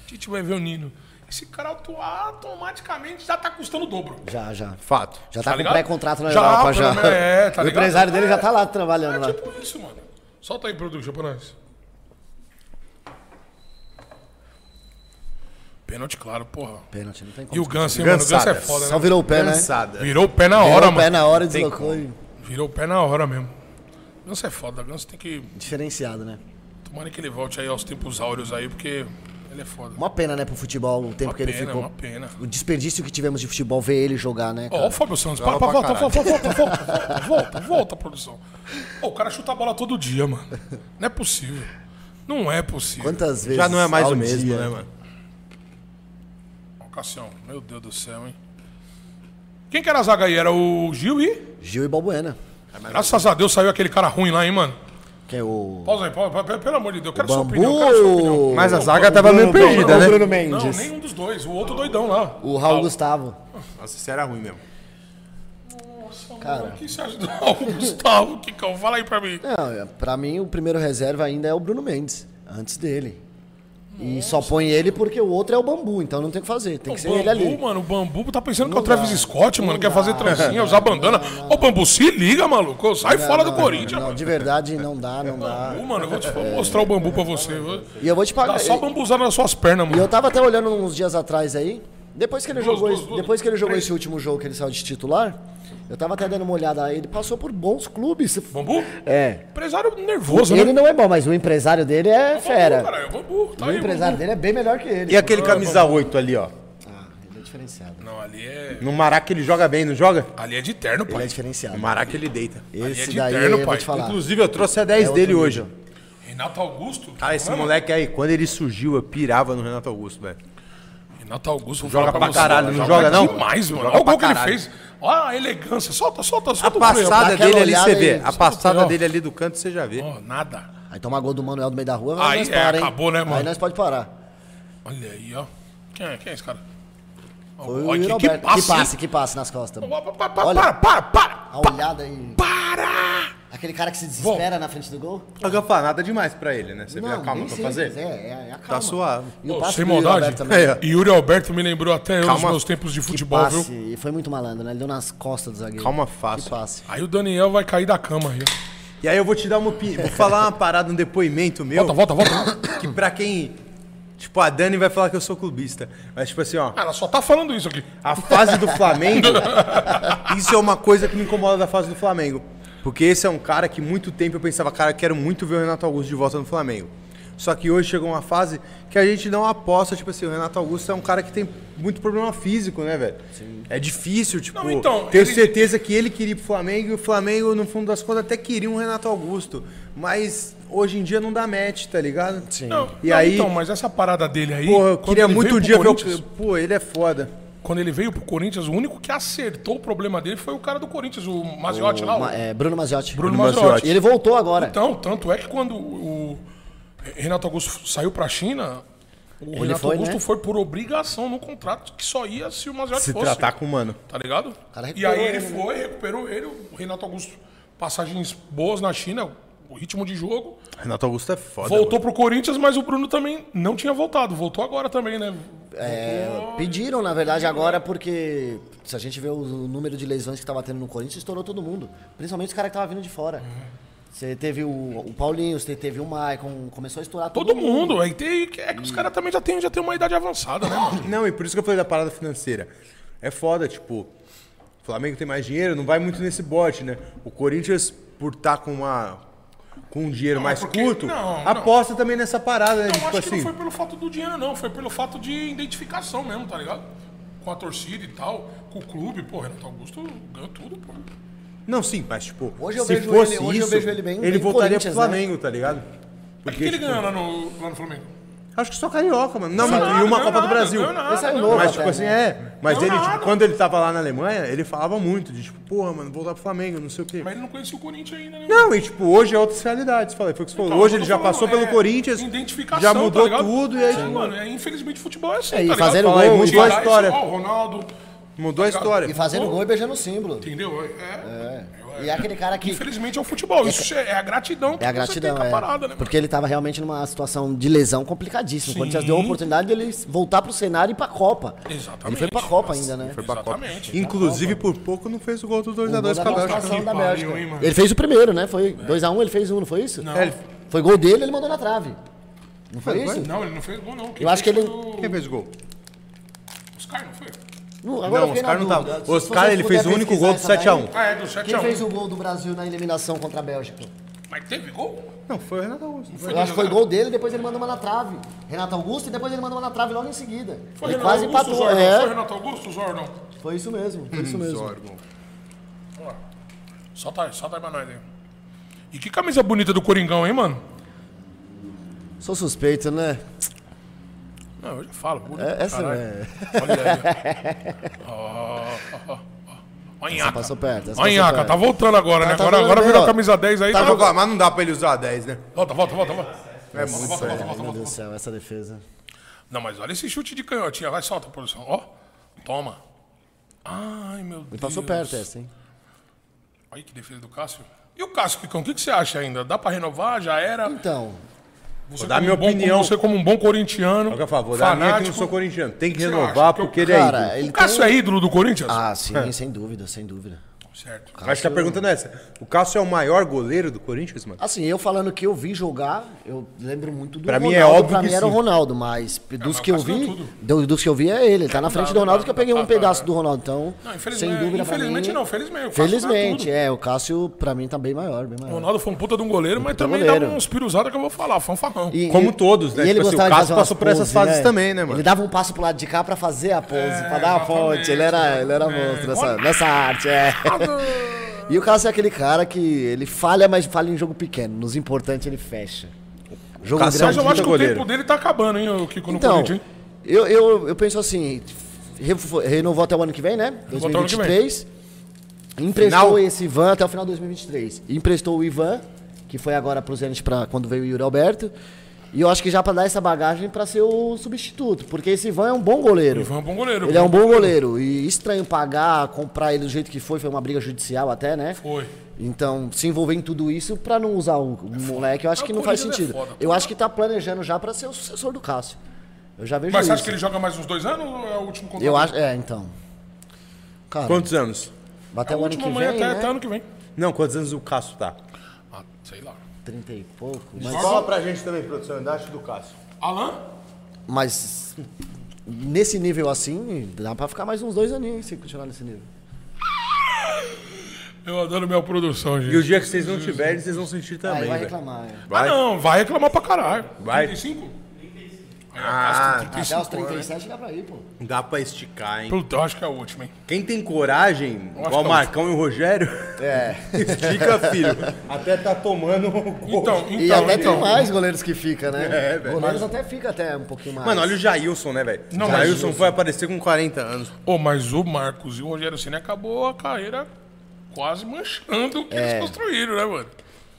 [SPEAKER 3] Tite vai ver o Nino. Esse cara auto- automaticamente já tá custando o dobro.
[SPEAKER 2] Já, já.
[SPEAKER 1] Fato.
[SPEAKER 2] Já tá,
[SPEAKER 3] Tá
[SPEAKER 2] com
[SPEAKER 3] ligado?
[SPEAKER 2] pré-contrato na
[SPEAKER 3] Já,
[SPEAKER 2] Europa
[SPEAKER 3] pelo
[SPEAKER 2] já.
[SPEAKER 3] menos, é, tá
[SPEAKER 2] o
[SPEAKER 3] ligado?
[SPEAKER 2] empresário dele já tá lá
[SPEAKER 3] É
[SPEAKER 2] trabalhando lá.
[SPEAKER 3] tipo isso, mano. Solta aí, produção, pra nós. Pênalti, claro, porra.
[SPEAKER 2] Pênalti, não tem como.
[SPEAKER 3] E o Gans, hein, mano? O Gans é
[SPEAKER 1] Gansada.
[SPEAKER 3] foda,
[SPEAKER 2] Só
[SPEAKER 3] né?
[SPEAKER 2] virou o pé, né?
[SPEAKER 1] Cansada.
[SPEAKER 3] Virou o pé na
[SPEAKER 2] Virou
[SPEAKER 3] hora,
[SPEAKER 2] o pé
[SPEAKER 3] mano.
[SPEAKER 2] na hora e
[SPEAKER 1] Tem
[SPEAKER 2] deslocou. e-
[SPEAKER 3] Virou o pé na hora mesmo. Gans é foda, Gans tem que.
[SPEAKER 2] Diferenciado, né?
[SPEAKER 3] Tomara que ele volte aí aos tempos áureos aí, porque ele é foda.
[SPEAKER 2] Uma pena, né, pro futebol, o tempo
[SPEAKER 3] Uma
[SPEAKER 2] que ele
[SPEAKER 3] pena,
[SPEAKER 2] ficou.
[SPEAKER 3] uma pena.
[SPEAKER 2] O desperdício que tivemos de futebol, ver ele jogar, né,
[SPEAKER 3] Ó,
[SPEAKER 2] cara?
[SPEAKER 3] o Fábio Santos, para,
[SPEAKER 1] pra
[SPEAKER 3] para, volta,
[SPEAKER 1] caralho.
[SPEAKER 3] volta, volta, volta, volta, volta, volta, produção. Ô, o cara chuta a bola todo dia, mano. Não é possível. Não é possível.
[SPEAKER 2] Quantas vezes.
[SPEAKER 1] Já não é mais
[SPEAKER 2] ao
[SPEAKER 1] o mesmo,
[SPEAKER 2] dia?
[SPEAKER 1] né, mano?
[SPEAKER 3] Ó, Cassião, meu Deus do céu, hein? Quem que era a zaga aí? Era o Gil e.
[SPEAKER 2] Gil e Balbuena.
[SPEAKER 3] Graças a Deus saiu aquele cara ruim lá, hein, mano?
[SPEAKER 2] Que é o.
[SPEAKER 3] Pausa aí, pausa, pausa, pelo amor de Deus, eu quero sua
[SPEAKER 2] Bambu.
[SPEAKER 3] opinião, eu quero sua opinião.
[SPEAKER 1] Mas a
[SPEAKER 3] Não,
[SPEAKER 1] zaga tava meio perdida,
[SPEAKER 2] o
[SPEAKER 1] né?
[SPEAKER 2] Bruno Mendes.
[SPEAKER 3] Não, nenhum dos dois, o outro doidão lá.
[SPEAKER 2] O Raul Gustavo.
[SPEAKER 1] Nossa, isso era ruim mesmo.
[SPEAKER 3] Cara. O que você acha do Raul Gustavo, Kikão? Fala aí pra mim.
[SPEAKER 2] Não, é- pra mim o primeiro reserva ainda é o Bruno Mendes, antes dele. E só põe ele porque o outro é o bambu, então não tem o que fazer, tem que ser
[SPEAKER 3] o bambu,
[SPEAKER 2] ele ali.
[SPEAKER 3] mano, o bambu tá pensando que é o
[SPEAKER 2] Não dá,
[SPEAKER 3] Travis Scott, mano,
[SPEAKER 2] não
[SPEAKER 3] quer
[SPEAKER 2] dá,
[SPEAKER 3] fazer trancinha, usar bandana. Ô, bambu, se liga, maluco, ô, sai
[SPEAKER 2] Não,
[SPEAKER 3] fora
[SPEAKER 2] não,
[SPEAKER 3] do
[SPEAKER 2] não,
[SPEAKER 3] Corinthians,
[SPEAKER 2] não, É.
[SPEAKER 3] mano.
[SPEAKER 2] de verdade não dá, não dá.
[SPEAKER 3] Ô, mano, eu vou te vou mostrar o bambu pra você. viu?
[SPEAKER 2] E eu vou te pagar.
[SPEAKER 3] Dá só
[SPEAKER 2] E
[SPEAKER 3] bambuzar nas suas pernas,
[SPEAKER 2] e eu
[SPEAKER 3] mano.
[SPEAKER 2] tava até olhando uns dias atrás aí, depois que ele
[SPEAKER 3] Duas,
[SPEAKER 2] jogou,
[SPEAKER 3] duas,
[SPEAKER 2] esse-
[SPEAKER 3] duas,
[SPEAKER 2] depois que ele jogou
[SPEAKER 3] três.
[SPEAKER 2] esse último jogo que ele saiu de titular, eu tava até dando uma olhada aí, ele passou por bons clubes.
[SPEAKER 3] Bambu?
[SPEAKER 2] É.
[SPEAKER 3] Empresário nervoso, né?
[SPEAKER 2] Ele não é bom, mas o empresário dele é
[SPEAKER 3] Bambu,
[SPEAKER 2] fera.
[SPEAKER 3] caralho, bambu, tá
[SPEAKER 2] O
[SPEAKER 3] aí,
[SPEAKER 2] empresário
[SPEAKER 3] bambu.
[SPEAKER 2] dele é bem melhor que ele.
[SPEAKER 1] E aquele camisa 8 ali, ó.
[SPEAKER 2] Ah, ele é diferenciado.
[SPEAKER 3] Não, ali é.
[SPEAKER 1] No Maraca ele joga bem, não joga?
[SPEAKER 3] Ali é de terno,
[SPEAKER 2] Ele é
[SPEAKER 3] pai.
[SPEAKER 2] diferenciado.
[SPEAKER 1] No Maraca ele deita.
[SPEAKER 3] Ali é
[SPEAKER 2] Esse
[SPEAKER 3] de
[SPEAKER 2] daí
[SPEAKER 3] terno,
[SPEAKER 2] eu vou
[SPEAKER 3] pai.
[SPEAKER 2] te falar.
[SPEAKER 1] Inclusive, eu trouxe a 10
[SPEAKER 2] É
[SPEAKER 1] dele hoje.
[SPEAKER 3] Renato Augusto.
[SPEAKER 1] Cara, esse
[SPEAKER 3] Não é, mano?
[SPEAKER 1] moleque aí, quando ele surgiu, eu pirava no Renato Augusto, velho.
[SPEAKER 3] Renato Augusto vou
[SPEAKER 1] Joga
[SPEAKER 3] falar
[SPEAKER 1] pra caralho,
[SPEAKER 3] mano,
[SPEAKER 1] não joga, não?
[SPEAKER 3] Demais, mano.
[SPEAKER 1] Joga
[SPEAKER 3] Olha o
[SPEAKER 1] pra
[SPEAKER 3] gol que ele
[SPEAKER 1] caralho.
[SPEAKER 3] fez. Olha a elegância. Solta, solta,
[SPEAKER 1] A
[SPEAKER 3] solta. o Cleo.
[SPEAKER 1] passada é-
[SPEAKER 2] aquela
[SPEAKER 1] dele ali
[SPEAKER 2] olhada
[SPEAKER 1] você vê.
[SPEAKER 2] aí,
[SPEAKER 1] A passada
[SPEAKER 3] ó.
[SPEAKER 1] dele ali do canto você já vê.
[SPEAKER 3] Ó, nada.
[SPEAKER 2] Aí toma gol do Manuel do meio da rua,
[SPEAKER 3] Aí
[SPEAKER 2] nós
[SPEAKER 3] é,
[SPEAKER 2] para, hein?
[SPEAKER 3] acabou, né, mano?
[SPEAKER 2] Aí nós pode parar.
[SPEAKER 3] Olha aí, ó. Quem é, quem é esse cara? Ó,
[SPEAKER 2] Foi
[SPEAKER 3] ó,
[SPEAKER 2] o
[SPEAKER 3] que, que
[SPEAKER 2] Roberto.
[SPEAKER 3] passe.
[SPEAKER 2] Que passe, que passe nas costas.
[SPEAKER 3] hein? Ó, pa- pa- pa-
[SPEAKER 2] Olha.
[SPEAKER 3] Para, para, para.
[SPEAKER 2] A olhada aí.
[SPEAKER 3] Para!
[SPEAKER 2] Aquele cara que se desespera na frente do gol.
[SPEAKER 1] Não vou falar nada demais pra ele, né? Você vê a calma
[SPEAKER 2] nem
[SPEAKER 1] pra
[SPEAKER 2] sempre, É,
[SPEAKER 1] fazer?
[SPEAKER 2] é, é a calma.
[SPEAKER 1] Tá suave.
[SPEAKER 2] E o
[SPEAKER 3] Ô,
[SPEAKER 2] passe
[SPEAKER 3] sem
[SPEAKER 2] do Yuri
[SPEAKER 3] maldade.
[SPEAKER 2] Alberto também.
[SPEAKER 1] É, ó.
[SPEAKER 3] E Yuri Alberto me lembrou até eu nos
[SPEAKER 1] Calma.
[SPEAKER 3] meus tempos de
[SPEAKER 2] Que
[SPEAKER 3] futebol, viu?
[SPEAKER 2] passe. E foi muito malandro, né? Ele deu nas costas do zagueiro.
[SPEAKER 1] Calma
[SPEAKER 2] Que
[SPEAKER 1] fácil.
[SPEAKER 2] passe.
[SPEAKER 3] Aí o Daniel vai cair da cama aí.
[SPEAKER 1] E aí eu vou te dar uma opinião. Vou falar uma parada, um depoimento meu.
[SPEAKER 3] Volta, volta, volta.
[SPEAKER 1] Que pra quem. Tipo, a Dani vai falar que eu sou clubista. Mas, tipo assim, ó.
[SPEAKER 3] Ela só tá falando isso aqui.
[SPEAKER 1] A fase do Flamengo. isso é uma coisa que me incomoda da fase do Flamengo. Porque esse é um cara que muito tempo eu pensava, cara, quero muito ver o Renato Augusto de volta no Flamengo. Só que hoje chegou uma fase que a gente não aposta, tipo assim, o Renato Augusto é um cara que tem muito problema físico, né, velho? É difícil, tipo,
[SPEAKER 3] Não, então,
[SPEAKER 1] tenho
[SPEAKER 3] ele-
[SPEAKER 1] certeza que ele queria ir pro Flamengo e o Flamengo, no fundo das contas, até queria um Renato Augusto. Mas hoje em dia não dá match, tá ligado? Sim.
[SPEAKER 3] Não,
[SPEAKER 1] E
[SPEAKER 3] não,
[SPEAKER 1] aí,
[SPEAKER 3] então, mas essa parada dele aí.
[SPEAKER 1] porra, eu
[SPEAKER 3] quando
[SPEAKER 1] queria
[SPEAKER 3] ele
[SPEAKER 1] muito
[SPEAKER 3] veio
[SPEAKER 1] um
[SPEAKER 3] pro
[SPEAKER 1] dia ver
[SPEAKER 3] Corinthians-
[SPEAKER 1] o. Pô, ele é foda.
[SPEAKER 3] Quando ele veio pro Corinthians, o único que acertou o problema dele foi o cara do Corinthians, o Maziotti lá. o-
[SPEAKER 2] Ma- é, Bruno Maziotti.
[SPEAKER 3] Bruno Maziotti.
[SPEAKER 2] E ele voltou agora.
[SPEAKER 3] Então, tanto é que quando o Renato Augusto saiu pra China, o Renato
[SPEAKER 2] foi,
[SPEAKER 3] Augusto
[SPEAKER 2] né?
[SPEAKER 3] foi por obrigação no contrato que só ia se o Maziotti
[SPEAKER 1] Se
[SPEAKER 3] fosse.
[SPEAKER 1] tratar com o mano.
[SPEAKER 3] Tá ligado?
[SPEAKER 2] cara
[SPEAKER 3] E
[SPEAKER 2] recuperou
[SPEAKER 3] aí ele
[SPEAKER 2] ele, né?
[SPEAKER 3] foi, recuperou ele, o Renato Augusto, passagens boas na China, o ritmo de jogo.
[SPEAKER 1] Renato Augusto é foda. mano.
[SPEAKER 3] Voltou pro Corinthians, mas o Bruno também não tinha voltado. Voltou agora também, né?
[SPEAKER 1] Então-
[SPEAKER 2] É, pediram, na verdade, agora, porque se a gente vê o número de lesões que tava tendo no Corinthians, estourou todo mundo. Principalmente os caras que estavam vindo de fora.
[SPEAKER 1] Uhum.
[SPEAKER 2] Você teve o, o Paulinho, você teve o Maicon, começou a estourar todo,
[SPEAKER 3] Todo mundo. Aí tem, é que os caras também já têm já tem uma idade avançada, né, mano?
[SPEAKER 1] Não, e por isso que eu falei da parada financeira. É foda, tipo, o Flamengo tem mais dinheiro, não vai muito nesse bote, né? O Corinthians, por estar com uma. com um dinheiro mais
[SPEAKER 3] porque-
[SPEAKER 1] curto,
[SPEAKER 3] não, não.
[SPEAKER 1] aposta também nessa parada, né?
[SPEAKER 3] Não,
[SPEAKER 1] tipo
[SPEAKER 3] Então, acho que
[SPEAKER 1] assim.
[SPEAKER 3] não foi pelo fato do dinheiro, não. Foi pelo fato de identificação mesmo, tá ligado? Com a torcida e tal, com o clube, pô, Renato Augusto ganhou tudo, pô.
[SPEAKER 1] Não, sim, mas tipo,
[SPEAKER 2] Hoje eu
[SPEAKER 1] se
[SPEAKER 2] vejo
[SPEAKER 1] fosse
[SPEAKER 2] ele- hoje eu
[SPEAKER 1] isso,
[SPEAKER 2] vejo ele bem-
[SPEAKER 1] ele
[SPEAKER 2] bem
[SPEAKER 1] voltaria pro
[SPEAKER 2] Corinthians, né?
[SPEAKER 1] Flamengo, tá ligado? tipo,
[SPEAKER 3] Mas o É que, que ele ganhou lá no, lá no Flamengo?
[SPEAKER 1] Acho que só carioca, mano. Não,
[SPEAKER 3] Ganhou
[SPEAKER 1] mas- e
[SPEAKER 3] nada,
[SPEAKER 1] uma Copa
[SPEAKER 3] ganhou
[SPEAKER 1] do
[SPEAKER 3] nada,
[SPEAKER 1] Brasil.
[SPEAKER 3] ganhou nada,
[SPEAKER 2] Ele saiu
[SPEAKER 3] ganhou
[SPEAKER 2] novo.
[SPEAKER 1] Mas,
[SPEAKER 2] Porra,
[SPEAKER 1] tipo
[SPEAKER 2] velho.
[SPEAKER 1] assim, é. Mas
[SPEAKER 3] Não,
[SPEAKER 1] ele, tipo,
[SPEAKER 3] nada.
[SPEAKER 1] quando ele tava lá na Alemanha, ele falava muito de, tipo, porra, mano, voltar pro Flamengo, não sei o quê.
[SPEAKER 3] Mas ele não conhecia o Corinthians ainda, né?
[SPEAKER 1] Não, e tipo, hoje é outras realidades. Falei, foi o que você falou.
[SPEAKER 3] Então,
[SPEAKER 1] hoje
[SPEAKER 3] eu tô
[SPEAKER 1] ele já
[SPEAKER 3] falando,
[SPEAKER 1] passou
[SPEAKER 3] é,
[SPEAKER 1] pelo Corinthians,
[SPEAKER 3] identificação,
[SPEAKER 1] já
[SPEAKER 3] tá
[SPEAKER 1] mudou
[SPEAKER 3] ligado?
[SPEAKER 1] tudo e aí
[SPEAKER 3] É, mano, é, infelizmente futebol é assim,
[SPEAKER 2] É,
[SPEAKER 3] tá
[SPEAKER 2] e
[SPEAKER 3] ligado?
[SPEAKER 2] fazer o
[SPEAKER 3] Falar
[SPEAKER 2] gol,
[SPEAKER 3] em
[SPEAKER 2] mudou
[SPEAKER 3] tirar
[SPEAKER 1] a
[SPEAKER 3] isso,
[SPEAKER 1] história.
[SPEAKER 3] ó, o Ronaldo,
[SPEAKER 1] tipo, mudou
[SPEAKER 3] Tá
[SPEAKER 1] a história.
[SPEAKER 2] E fazendo gol e beijando o símbolo.
[SPEAKER 3] entendeu? É,
[SPEAKER 2] E é aquele cara que.
[SPEAKER 3] Infelizmente é o futebol, isso é a gratidão que
[SPEAKER 2] É a
[SPEAKER 3] você tem
[SPEAKER 2] gratidão,
[SPEAKER 3] com a
[SPEAKER 2] é.
[SPEAKER 3] parada, né? mano?
[SPEAKER 2] Porque ele tava realmente numa situação de lesão complicadíssima. O Corinthians deu a oportunidade dele voltar pro cenário e ir pra Copa.
[SPEAKER 3] Exatamente.
[SPEAKER 2] Ele foi pra Copa ainda, né?
[SPEAKER 1] Foi pra Copa.
[SPEAKER 3] Exatamente.
[SPEAKER 1] Inclusive, por pouco não fez o gol do
[SPEAKER 2] O gol
[SPEAKER 1] 2x2
[SPEAKER 2] da
[SPEAKER 1] pra Bélgica.
[SPEAKER 2] classificação
[SPEAKER 3] Que
[SPEAKER 2] tá da
[SPEAKER 3] pariu,
[SPEAKER 2] Bélgica.
[SPEAKER 3] hein, mano?
[SPEAKER 2] ele fez o primeiro, né? Foi 2x1, ele fez um, não foi isso?
[SPEAKER 3] Não.
[SPEAKER 1] É, ele-
[SPEAKER 2] Foi gol dele, ele mandou lá na trave. Não foi,
[SPEAKER 1] Foi,
[SPEAKER 2] isso?
[SPEAKER 1] foi?
[SPEAKER 3] Não, ele não fez gol, não. Quem
[SPEAKER 2] Eu acho
[SPEAKER 3] fez
[SPEAKER 2] que ele-
[SPEAKER 3] foi o-
[SPEAKER 1] Quem fez o gol?
[SPEAKER 3] Oscar, não foi?
[SPEAKER 2] Não,
[SPEAKER 1] Não,
[SPEAKER 2] eu fiquei
[SPEAKER 1] Oscar
[SPEAKER 2] na
[SPEAKER 1] não
[SPEAKER 2] dúvida.
[SPEAKER 1] tava.
[SPEAKER 2] Se
[SPEAKER 1] Oscar,
[SPEAKER 2] vocês
[SPEAKER 1] ele
[SPEAKER 2] puderem
[SPEAKER 1] fez o único
[SPEAKER 2] pesquisar
[SPEAKER 1] gol do
[SPEAKER 2] essa daí,
[SPEAKER 1] 7x1.
[SPEAKER 3] Ah, é, do 7
[SPEAKER 2] Quem
[SPEAKER 3] a 1.
[SPEAKER 2] fez o gol do Brasil na eliminação contra a Bélgica?
[SPEAKER 3] Mas teve gol?
[SPEAKER 1] Não, foi o Renato Augusto.
[SPEAKER 3] Foi
[SPEAKER 2] Eu acho que foi gol dele, depois ele mandou uma na trave. Renato Augusto e depois ele mandou uma na trave logo em seguida.
[SPEAKER 3] Foi
[SPEAKER 2] ele
[SPEAKER 3] Renato
[SPEAKER 2] quase
[SPEAKER 3] Augusto,
[SPEAKER 2] empatou.
[SPEAKER 3] Zordon? Foi
[SPEAKER 2] É,
[SPEAKER 3] Renato Augusto, Zordon?
[SPEAKER 2] foi isso mesmo, foi isso mesmo.
[SPEAKER 3] Ó, Solta aí, solta aí pra nós aí. E que camisa bonita do Coringão, hein, mano?
[SPEAKER 2] Sou suspeito, né?
[SPEAKER 3] Não, eu já falo. bonito
[SPEAKER 2] É,
[SPEAKER 3] pra
[SPEAKER 2] essa
[SPEAKER 3] caralho.
[SPEAKER 2] é-
[SPEAKER 3] Olha aí. ó. Ó, ó, ó, ó. Ó, a nhaca.
[SPEAKER 2] passou perto, essa
[SPEAKER 3] Ó, a
[SPEAKER 2] passou
[SPEAKER 3] nhaca,
[SPEAKER 2] perto.
[SPEAKER 3] tá voltando agora, né?
[SPEAKER 2] tá
[SPEAKER 3] Agora,
[SPEAKER 2] jogando
[SPEAKER 3] agora
[SPEAKER 2] bem,
[SPEAKER 3] virou
[SPEAKER 2] ó.
[SPEAKER 3] Camisa 10 aí.
[SPEAKER 1] Tá,
[SPEAKER 3] tá-
[SPEAKER 1] jogando, mas não dá pra ele usar a 10, né?
[SPEAKER 3] Volta, volta, volta, volta.
[SPEAKER 1] É muito
[SPEAKER 3] volta,
[SPEAKER 1] sério.
[SPEAKER 3] volta, volta,
[SPEAKER 2] Meu Deus
[SPEAKER 3] volta.
[SPEAKER 2] do céu, essa defesa.
[SPEAKER 3] Não, mas olha esse chute de canhotinha. Vai, solta, produção. Ó, toma. Ai, meu Deus.
[SPEAKER 2] Ele passou perto
[SPEAKER 1] é
[SPEAKER 2] essa,
[SPEAKER 1] assim.
[SPEAKER 2] hein?
[SPEAKER 3] Olha que defesa do Cássio. E o Cássio, Picão, o que, que você acha ainda? Dá pra renovar? Já era?
[SPEAKER 2] Então,
[SPEAKER 3] Você
[SPEAKER 1] dar
[SPEAKER 3] como
[SPEAKER 1] minha
[SPEAKER 3] um bom-
[SPEAKER 1] opinião.
[SPEAKER 3] Você como um bom corintiano.
[SPEAKER 1] Joga a favor, da minha que eu não
[SPEAKER 3] fanático.
[SPEAKER 1] sou corintiano. Tem que
[SPEAKER 3] Você
[SPEAKER 1] renovar
[SPEAKER 3] acha que eu-
[SPEAKER 1] porque ele é ídolo.
[SPEAKER 2] cara, ele tá-
[SPEAKER 3] O Cássio
[SPEAKER 2] tem...
[SPEAKER 3] é ídolo do Corinthians?
[SPEAKER 2] Ah, sim, sem dúvida, sem dúvida.
[SPEAKER 3] Certo.
[SPEAKER 1] Acho que a pergunta não é essa. O Cássio é o maior goleiro do Corinthians, mano?
[SPEAKER 2] Assim, eu falando que eu vi jogar, eu lembro muito do
[SPEAKER 1] Pra mim
[SPEAKER 2] Ronaldo.
[SPEAKER 1] é óbvio
[SPEAKER 2] pra
[SPEAKER 1] que
[SPEAKER 2] mim era o
[SPEAKER 1] sim.
[SPEAKER 2] Ronaldo, mas dos
[SPEAKER 3] mas
[SPEAKER 2] que eu
[SPEAKER 3] passou
[SPEAKER 2] vi,
[SPEAKER 3] tudo.
[SPEAKER 2] do- dos que eu vi é ele. Ele tá na frente
[SPEAKER 3] dá,
[SPEAKER 2] do Ronaldo
[SPEAKER 3] não
[SPEAKER 2] que eu
[SPEAKER 3] dá,
[SPEAKER 2] peguei
[SPEAKER 3] tá,
[SPEAKER 2] um
[SPEAKER 3] tá,
[SPEAKER 2] pedaço
[SPEAKER 3] tá.
[SPEAKER 2] do Ronaldo. Então,
[SPEAKER 3] Não, infelizmente-
[SPEAKER 2] sem dúvida pra
[SPEAKER 3] infelizmente
[SPEAKER 2] mim-
[SPEAKER 3] não, felizmente, o Cássio dá
[SPEAKER 2] Felizmente,
[SPEAKER 3] tudo.
[SPEAKER 2] é. O Cássio, pra mim, tá bem maior, bem maior.
[SPEAKER 3] O Ronaldo foi um puta de um goleiro, mas
[SPEAKER 2] puta
[SPEAKER 3] também
[SPEAKER 2] goleiro.
[SPEAKER 3] dava uns piruzados que eu vou falar, fanfarrão.
[SPEAKER 2] E-
[SPEAKER 1] Como
[SPEAKER 2] e-
[SPEAKER 1] todos, né?
[SPEAKER 2] E ele
[SPEAKER 1] Tipo assim, o
[SPEAKER 2] gostava
[SPEAKER 1] Cássio
[SPEAKER 2] de fazer umas
[SPEAKER 1] passou por essas
[SPEAKER 2] poses,
[SPEAKER 1] fases também, né, mano?
[SPEAKER 2] Ele dava um passo pro lado de cá pra fazer a pose, pra dar a
[SPEAKER 3] exatamente,
[SPEAKER 2] ponte. Ele era, ele era monstro nessa, nessa arte, é.
[SPEAKER 3] Ah,
[SPEAKER 2] E o Cássio é aquele cara que ele falha, mas falha em jogo pequeno. Nos importantes ele fecha. Jogo
[SPEAKER 1] Cássio é um
[SPEAKER 2] grande,
[SPEAKER 3] Mas eu acho que
[SPEAKER 1] goleiro.
[SPEAKER 3] o tempo dele tá acabando, hein, o Kiko, no
[SPEAKER 2] Então,
[SPEAKER 3] Corinthians, hein?
[SPEAKER 2] eu, eu, eu penso assim, re- renovou até o ano que vem, né?
[SPEAKER 3] Renovou até o ano que vem.
[SPEAKER 2] 2023. Emprestou
[SPEAKER 1] Final.
[SPEAKER 2] esse Ivan até o final de 2023. E Emprestou o Ivan, que foi agora pro Zenit pra, quando veio o Yuri Alberto. E eu acho que já pra dar essa bagagem pra ser o substituto, porque esse Ivan é um bom goleiro.
[SPEAKER 3] Ivan é um bom goleiro.
[SPEAKER 2] Ele é um bom goleiro. E estranho pagar, comprar ele do jeito que foi, foi uma briga judicial até, né?
[SPEAKER 3] Foi.
[SPEAKER 2] Então, se envolver em tudo isso pra não usar o moleque, eu acho
[SPEAKER 3] Ah,
[SPEAKER 2] que
[SPEAKER 3] o
[SPEAKER 2] não faz
[SPEAKER 3] Corinthians é
[SPEAKER 2] sentido.
[SPEAKER 3] foda,
[SPEAKER 2] eu acho que tá planejando já pra ser o sucessor do Cássio. Eu já vejo
[SPEAKER 3] Mas você
[SPEAKER 2] isso.
[SPEAKER 3] acha que ele joga mais uns dois anos ou é o último contrato?
[SPEAKER 2] Eu acho, é, então. Cara,
[SPEAKER 1] Quantos anos?
[SPEAKER 2] vai até
[SPEAKER 3] É o
[SPEAKER 2] o ano
[SPEAKER 3] último
[SPEAKER 2] que
[SPEAKER 3] amanhã
[SPEAKER 2] vem,
[SPEAKER 3] até,
[SPEAKER 2] né?
[SPEAKER 3] até ano que vem. Ah,
[SPEAKER 1] Não, quantos anos o Cássio tá?
[SPEAKER 3] sei lá.
[SPEAKER 2] 30 e pouco, mas,
[SPEAKER 1] Fala pra gente também, produção, ainda acho do Cássio.
[SPEAKER 3] Alan?
[SPEAKER 2] mas nesse nível assim, dá pra ficar mais uns dois aninhos se continuar nesse nível.
[SPEAKER 3] Eu adoro minha produção,
[SPEAKER 1] E o
[SPEAKER 3] gente.
[SPEAKER 1] dia que vocês não tiverem, vocês vão sentir
[SPEAKER 2] Aí
[SPEAKER 1] também,
[SPEAKER 2] vai
[SPEAKER 1] velho.
[SPEAKER 2] reclamar. é.
[SPEAKER 3] Hum. Ah, não, vai reclamar pra caralho.
[SPEAKER 1] Vai.
[SPEAKER 3] 35?
[SPEAKER 1] Ah,
[SPEAKER 2] tá. Até os
[SPEAKER 3] 35,
[SPEAKER 2] 37 dá pra ir, pô.
[SPEAKER 1] dá pra esticar, hein?
[SPEAKER 3] Puta, eu acho que é a última, hein?
[SPEAKER 1] Quem tem coragem,
[SPEAKER 3] acho
[SPEAKER 1] igual o
[SPEAKER 3] que é
[SPEAKER 1] Marcão e o Rogério,
[SPEAKER 2] É.
[SPEAKER 1] estica, filho. Até tá tomando o gol.
[SPEAKER 3] Então, então.
[SPEAKER 2] E até
[SPEAKER 3] então.
[SPEAKER 2] tem mais goleiros que fica, né?
[SPEAKER 1] É, velho.
[SPEAKER 2] Goleiros até fica até um pouquinho mais.
[SPEAKER 1] Mano, olha o Jailson, né, velho?
[SPEAKER 3] Não,
[SPEAKER 1] O
[SPEAKER 3] mas-
[SPEAKER 1] Jailson foi aparecer com 40 anos.
[SPEAKER 3] Ô, mas o Marcos e o Rogério Ceni acabou a carreira quase manchando o que
[SPEAKER 2] É.
[SPEAKER 3] eles construíram, né, mano?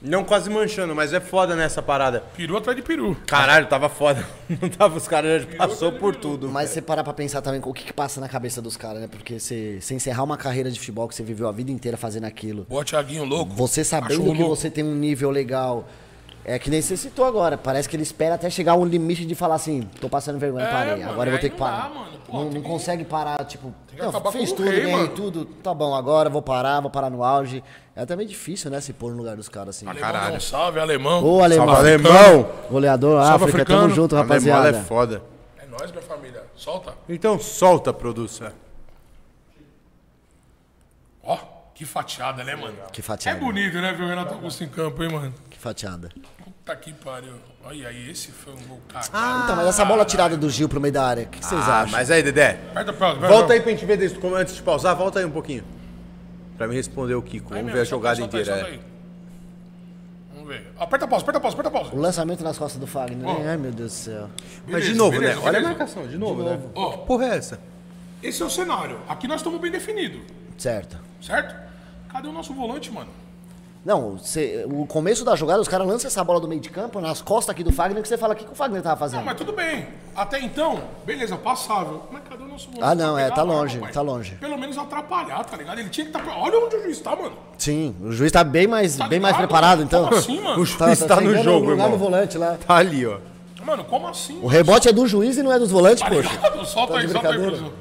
[SPEAKER 1] Não quase manchando, mas é foda nessa parada.
[SPEAKER 3] Peru atrás de peru.
[SPEAKER 1] Caralho, tava foda. Não tava, os caras já passou por tudo.
[SPEAKER 2] Mas você parar pra pensar também o que, que passa na cabeça dos caras, né? Porque você, você encerrar uma carreira de futebol que você viveu a vida inteira fazendo aquilo.
[SPEAKER 3] Boa, Thiaguinho, louco.
[SPEAKER 2] Você sabendo
[SPEAKER 3] Cachorro
[SPEAKER 2] que
[SPEAKER 3] louco.
[SPEAKER 2] você tem um nível legal. É que nem você citou agora. Parece que ele espera até chegar um limite de falar assim, tô passando vergonha,
[SPEAKER 3] É,
[SPEAKER 2] parei.
[SPEAKER 3] mano,
[SPEAKER 2] agora eu vou
[SPEAKER 3] aí
[SPEAKER 2] ter que
[SPEAKER 3] não dá,
[SPEAKER 2] parar.
[SPEAKER 3] mano. Pô,
[SPEAKER 2] não
[SPEAKER 3] tem
[SPEAKER 2] não
[SPEAKER 3] que-
[SPEAKER 2] consegue parar, tipo,
[SPEAKER 3] que
[SPEAKER 2] não,
[SPEAKER 3] acabar
[SPEAKER 2] fez
[SPEAKER 3] como
[SPEAKER 2] tudo,
[SPEAKER 3] rei,
[SPEAKER 2] ganhei
[SPEAKER 3] mano.
[SPEAKER 2] tudo, tá bom, agora vou parar, vou parar no auge. É até meio difícil, né, se pôr no lugar dos caras assim.
[SPEAKER 3] Alemão, salve, alemão.
[SPEAKER 2] Ô, alemão.
[SPEAKER 1] Salve, alemão!
[SPEAKER 2] Goleador
[SPEAKER 3] Salve,
[SPEAKER 2] África,
[SPEAKER 3] africano.
[SPEAKER 2] tamo junto,
[SPEAKER 1] Alemão
[SPEAKER 2] rapaziada.
[SPEAKER 1] é foda.
[SPEAKER 3] É nóis, minha família. Solta.
[SPEAKER 1] Então solta, produção.
[SPEAKER 3] Ó, que fatiada, né, mano?
[SPEAKER 2] Que
[SPEAKER 3] É
[SPEAKER 2] fatiada.
[SPEAKER 3] bonito, né, ver o Renato Augusto em campo, hein, mano?
[SPEAKER 2] Que fatiada.
[SPEAKER 3] Puta que pariu. Olha aí, esse foi um gol cagado.
[SPEAKER 2] Então, mas essa bola tirada do Gil pro meio da área, o que que vocês
[SPEAKER 1] Ah,
[SPEAKER 2] acham?
[SPEAKER 1] mas aí, Dedé.
[SPEAKER 3] Aperta a próxima, vai,
[SPEAKER 1] Volta
[SPEAKER 3] vai.
[SPEAKER 1] aí pra gente ver desde, como- antes de pausar, volta aí um pouquinho. Pra me responder o Kiko.
[SPEAKER 3] Aí
[SPEAKER 1] Vamos
[SPEAKER 3] mesmo,
[SPEAKER 1] ver a
[SPEAKER 3] solta,
[SPEAKER 1] jogada
[SPEAKER 3] solta aí,
[SPEAKER 1] inteira.
[SPEAKER 3] solta
[SPEAKER 1] é.
[SPEAKER 3] tá aí. Vamos ver. Aperta a pausa, aperta a pausa, aperta a pausa.
[SPEAKER 2] O Um lançamento nas costas do Fagner, né? Ai, meu Deus do céu.
[SPEAKER 1] Mas de
[SPEAKER 3] Beleza,
[SPEAKER 1] novo,
[SPEAKER 3] beleza,
[SPEAKER 1] né? Olha a
[SPEAKER 3] beleza.
[SPEAKER 1] marcação, de novo, né?
[SPEAKER 3] Ó.
[SPEAKER 1] Que porra é essa?
[SPEAKER 3] Esse é o cenário. Aqui nós estamos bem definidos,
[SPEAKER 2] Certo.
[SPEAKER 3] certo? Cadê o nosso volante, mano?
[SPEAKER 2] Não, cê- o começo da jogada, os caras lançam essa bola do meio de campo, nas costas aqui do Fagner, que você fala, o que, que o Fagner tava fazendo?
[SPEAKER 3] Não, mas tudo bem. Até então, beleza, passável. Mas cadê o nosso volante?
[SPEAKER 2] Ah, não,
[SPEAKER 3] Pra
[SPEAKER 2] é,
[SPEAKER 3] pegar
[SPEAKER 2] tá
[SPEAKER 3] a bola,
[SPEAKER 2] longe,
[SPEAKER 3] pai?
[SPEAKER 2] tá longe.
[SPEAKER 3] Pelo menos atrapalhar, tá ligado? Ele tinha que estar. Olha onde o juiz tá, mano.
[SPEAKER 2] Sim, o juiz tá bem mais,
[SPEAKER 3] Tá
[SPEAKER 2] bem mais
[SPEAKER 3] ligado?
[SPEAKER 2] preparado, então.
[SPEAKER 3] Como assim, mano?
[SPEAKER 1] O juiz tá
[SPEAKER 2] sem
[SPEAKER 1] no
[SPEAKER 2] engano,
[SPEAKER 1] jogo,
[SPEAKER 2] lugar
[SPEAKER 1] irmão.
[SPEAKER 2] no volante lá.
[SPEAKER 1] Tá ali, ó.
[SPEAKER 3] Mano, como assim?
[SPEAKER 2] O rebote é do juiz e não é dos volantes,
[SPEAKER 3] Tá
[SPEAKER 2] poxa.
[SPEAKER 3] ligado? Solta
[SPEAKER 2] Tá
[SPEAKER 3] aí,
[SPEAKER 2] de
[SPEAKER 3] solta aí,
[SPEAKER 2] brincadeira.
[SPEAKER 3] produção.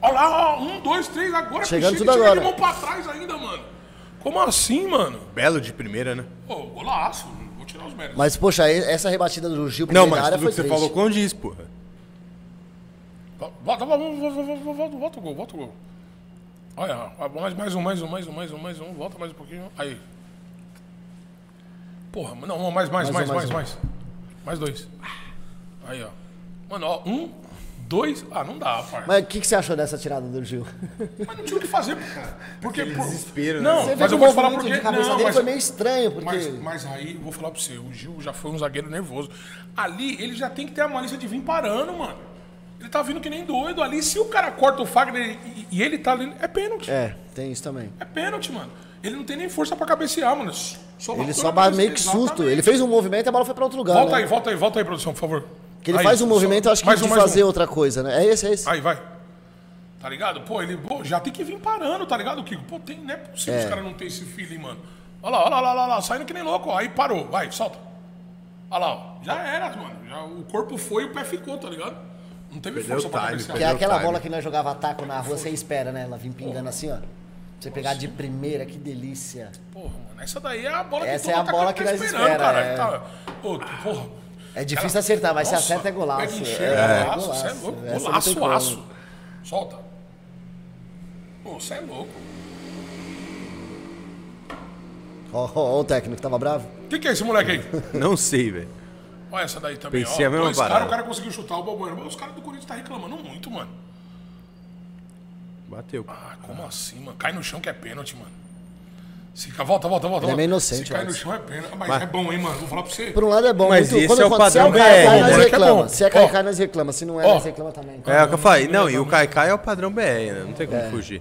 [SPEAKER 3] Olha lá, ó, um, dois, três, agora
[SPEAKER 2] Chegando
[SPEAKER 3] que
[SPEAKER 2] tudo
[SPEAKER 3] chega
[SPEAKER 2] agora.
[SPEAKER 3] de mão pra trás ainda, mano. Como assim, mano?
[SPEAKER 1] Belo de primeira, né?
[SPEAKER 3] Pô, golaço, vou tirar os méritos.
[SPEAKER 2] Mas, poxa, e- essa rebatida do Gil pro
[SPEAKER 1] Não,
[SPEAKER 2] meio da
[SPEAKER 1] mas
[SPEAKER 2] área
[SPEAKER 1] tudo
[SPEAKER 2] foi
[SPEAKER 1] que você
[SPEAKER 2] triste.
[SPEAKER 1] falou condiz, porra.
[SPEAKER 3] Volta, volta, volta, volta, volta, volta o gol, volta o gol. Olha, mais, mais um, mais um, mais um, mais um, mais um, volta mais um pouquinho. Aí. Porra, não, não, mais, mais, mais,
[SPEAKER 2] Mais um,
[SPEAKER 3] mais,
[SPEAKER 2] mais
[SPEAKER 3] mais. Mais, dois. Aí, ó. Mano, ó, um, dois. Ah, não dá, parça.
[SPEAKER 2] Mas o que, que você achou dessa tirada do Gil?
[SPEAKER 3] Mas não tinha o que fazer, cara. Porque, pô,
[SPEAKER 1] desespero, né?
[SPEAKER 3] Não,
[SPEAKER 1] Você
[SPEAKER 3] mas
[SPEAKER 2] que
[SPEAKER 3] eu
[SPEAKER 2] o
[SPEAKER 3] vou falar
[SPEAKER 2] movimento de
[SPEAKER 3] porque.
[SPEAKER 2] cabeça
[SPEAKER 3] Não,
[SPEAKER 2] dele
[SPEAKER 3] mas,
[SPEAKER 2] foi meio estranho, porque...
[SPEAKER 3] mas, mas aí, vou falar pra você, o Gil já foi um zagueiro nervoso. Ali, ele já tem que ter a malícia de vir parando, mano. Ele tá vindo que nem doido ali. Se o cara corta o Fagner e, e ele tá ali, é pênalti. É.
[SPEAKER 2] É, tem isso também.
[SPEAKER 3] pênalti, mano. Ele não tem nem força pra cabecear, mano. Só
[SPEAKER 2] Ele
[SPEAKER 3] bateu
[SPEAKER 2] só
[SPEAKER 3] na
[SPEAKER 2] bate
[SPEAKER 3] cabeça.
[SPEAKER 2] meio que susto.
[SPEAKER 3] Exatamente.
[SPEAKER 2] Ele fez um movimento e a bola foi pra outro lugar,
[SPEAKER 3] Volta
[SPEAKER 2] né?
[SPEAKER 3] aí, volta aí, volta aí, produção, por favor.
[SPEAKER 2] Que ele
[SPEAKER 3] Aí,
[SPEAKER 2] faz um
[SPEAKER 3] só-
[SPEAKER 2] movimento, eu acho que
[SPEAKER 3] mais
[SPEAKER 2] de
[SPEAKER 3] um, mais um.
[SPEAKER 2] fazer outra coisa, né? É esse, é esse.
[SPEAKER 3] Aí vai. Tá ligado? Pô, ele pô, já tem que vir parando, tá ligado, Kiko? Pô, tem, não é possível os caras não terem esse feeling, mano. Olha lá, olha lá, olha lá, olha lá, saindo que nem louco, ó. Aí parou, vai, solta. Olha lá, ó. Já era, mano. Já, o corpo foi e o pé ficou, tá ligado? Não teve
[SPEAKER 1] Perdeu
[SPEAKER 3] força pra
[SPEAKER 1] o time,
[SPEAKER 3] cabecear.
[SPEAKER 2] Que é
[SPEAKER 1] perdeu.
[SPEAKER 2] aquela
[SPEAKER 1] Otário.
[SPEAKER 2] bola que nós jogava taco na rua, você espera, né? Ela vim pingando assim, ó. Pra Você pegar de primeira, que delícia.
[SPEAKER 3] Porra, mano, essa daí é a bola
[SPEAKER 2] Essa
[SPEAKER 3] que
[SPEAKER 2] é a
[SPEAKER 3] todo
[SPEAKER 2] bola
[SPEAKER 3] atacante
[SPEAKER 2] que
[SPEAKER 3] tá
[SPEAKER 2] nós
[SPEAKER 3] esperando,
[SPEAKER 2] espera,
[SPEAKER 3] cara.
[SPEAKER 2] é.
[SPEAKER 3] Tá, pô, porra.
[SPEAKER 2] É difícil acertar, mas se acerta é golaço,
[SPEAKER 3] pega e
[SPEAKER 2] é,
[SPEAKER 3] enxerga,
[SPEAKER 2] é
[SPEAKER 3] golaço,
[SPEAKER 2] golaço,
[SPEAKER 3] cê é louco.
[SPEAKER 2] essa não tem
[SPEAKER 3] Golaço,
[SPEAKER 2] como.
[SPEAKER 3] aço. Solta. Pô, você é louco.
[SPEAKER 2] Ó, ó, ó o técnico, tava bravo?
[SPEAKER 3] O que, que é esse moleque aí?
[SPEAKER 1] Não sei, velho.
[SPEAKER 3] Olha essa daí também,
[SPEAKER 1] Pensei
[SPEAKER 3] ó.
[SPEAKER 1] a mesma
[SPEAKER 3] Dois
[SPEAKER 1] parada.
[SPEAKER 3] caras, o cara conseguiu chutar o Balbuena. Mas os caras do Corinthians tá reclamando muito, mano.
[SPEAKER 1] Bateu.
[SPEAKER 3] Ah, como assim, mano? Cai no chão que é pênalti, mano. Se ca- volta, volta,
[SPEAKER 2] Ele
[SPEAKER 3] volta.
[SPEAKER 2] é
[SPEAKER 3] volta.
[SPEAKER 2] meio inocente,
[SPEAKER 3] Se cai
[SPEAKER 2] eu
[SPEAKER 3] no
[SPEAKER 2] acho.
[SPEAKER 3] chão é pênalti. Mas, é bom, hein, mano? Vou falar pra você.
[SPEAKER 2] Por um lado é bom,
[SPEAKER 1] Mas esse é o
[SPEAKER 2] acontecer,
[SPEAKER 1] padrão
[SPEAKER 2] é
[SPEAKER 1] BR,
[SPEAKER 2] o
[SPEAKER 1] né?
[SPEAKER 2] nós
[SPEAKER 3] Moleque é bom.
[SPEAKER 2] reclama. Se é
[SPEAKER 3] Ó.
[SPEAKER 2] Caicai, nós reclama. Se não é,
[SPEAKER 3] Ó.
[SPEAKER 2] nós reclama também.
[SPEAKER 1] É o que eu falei. Não, e o Kaikai é o padrão BR, né? Não tem como fugir.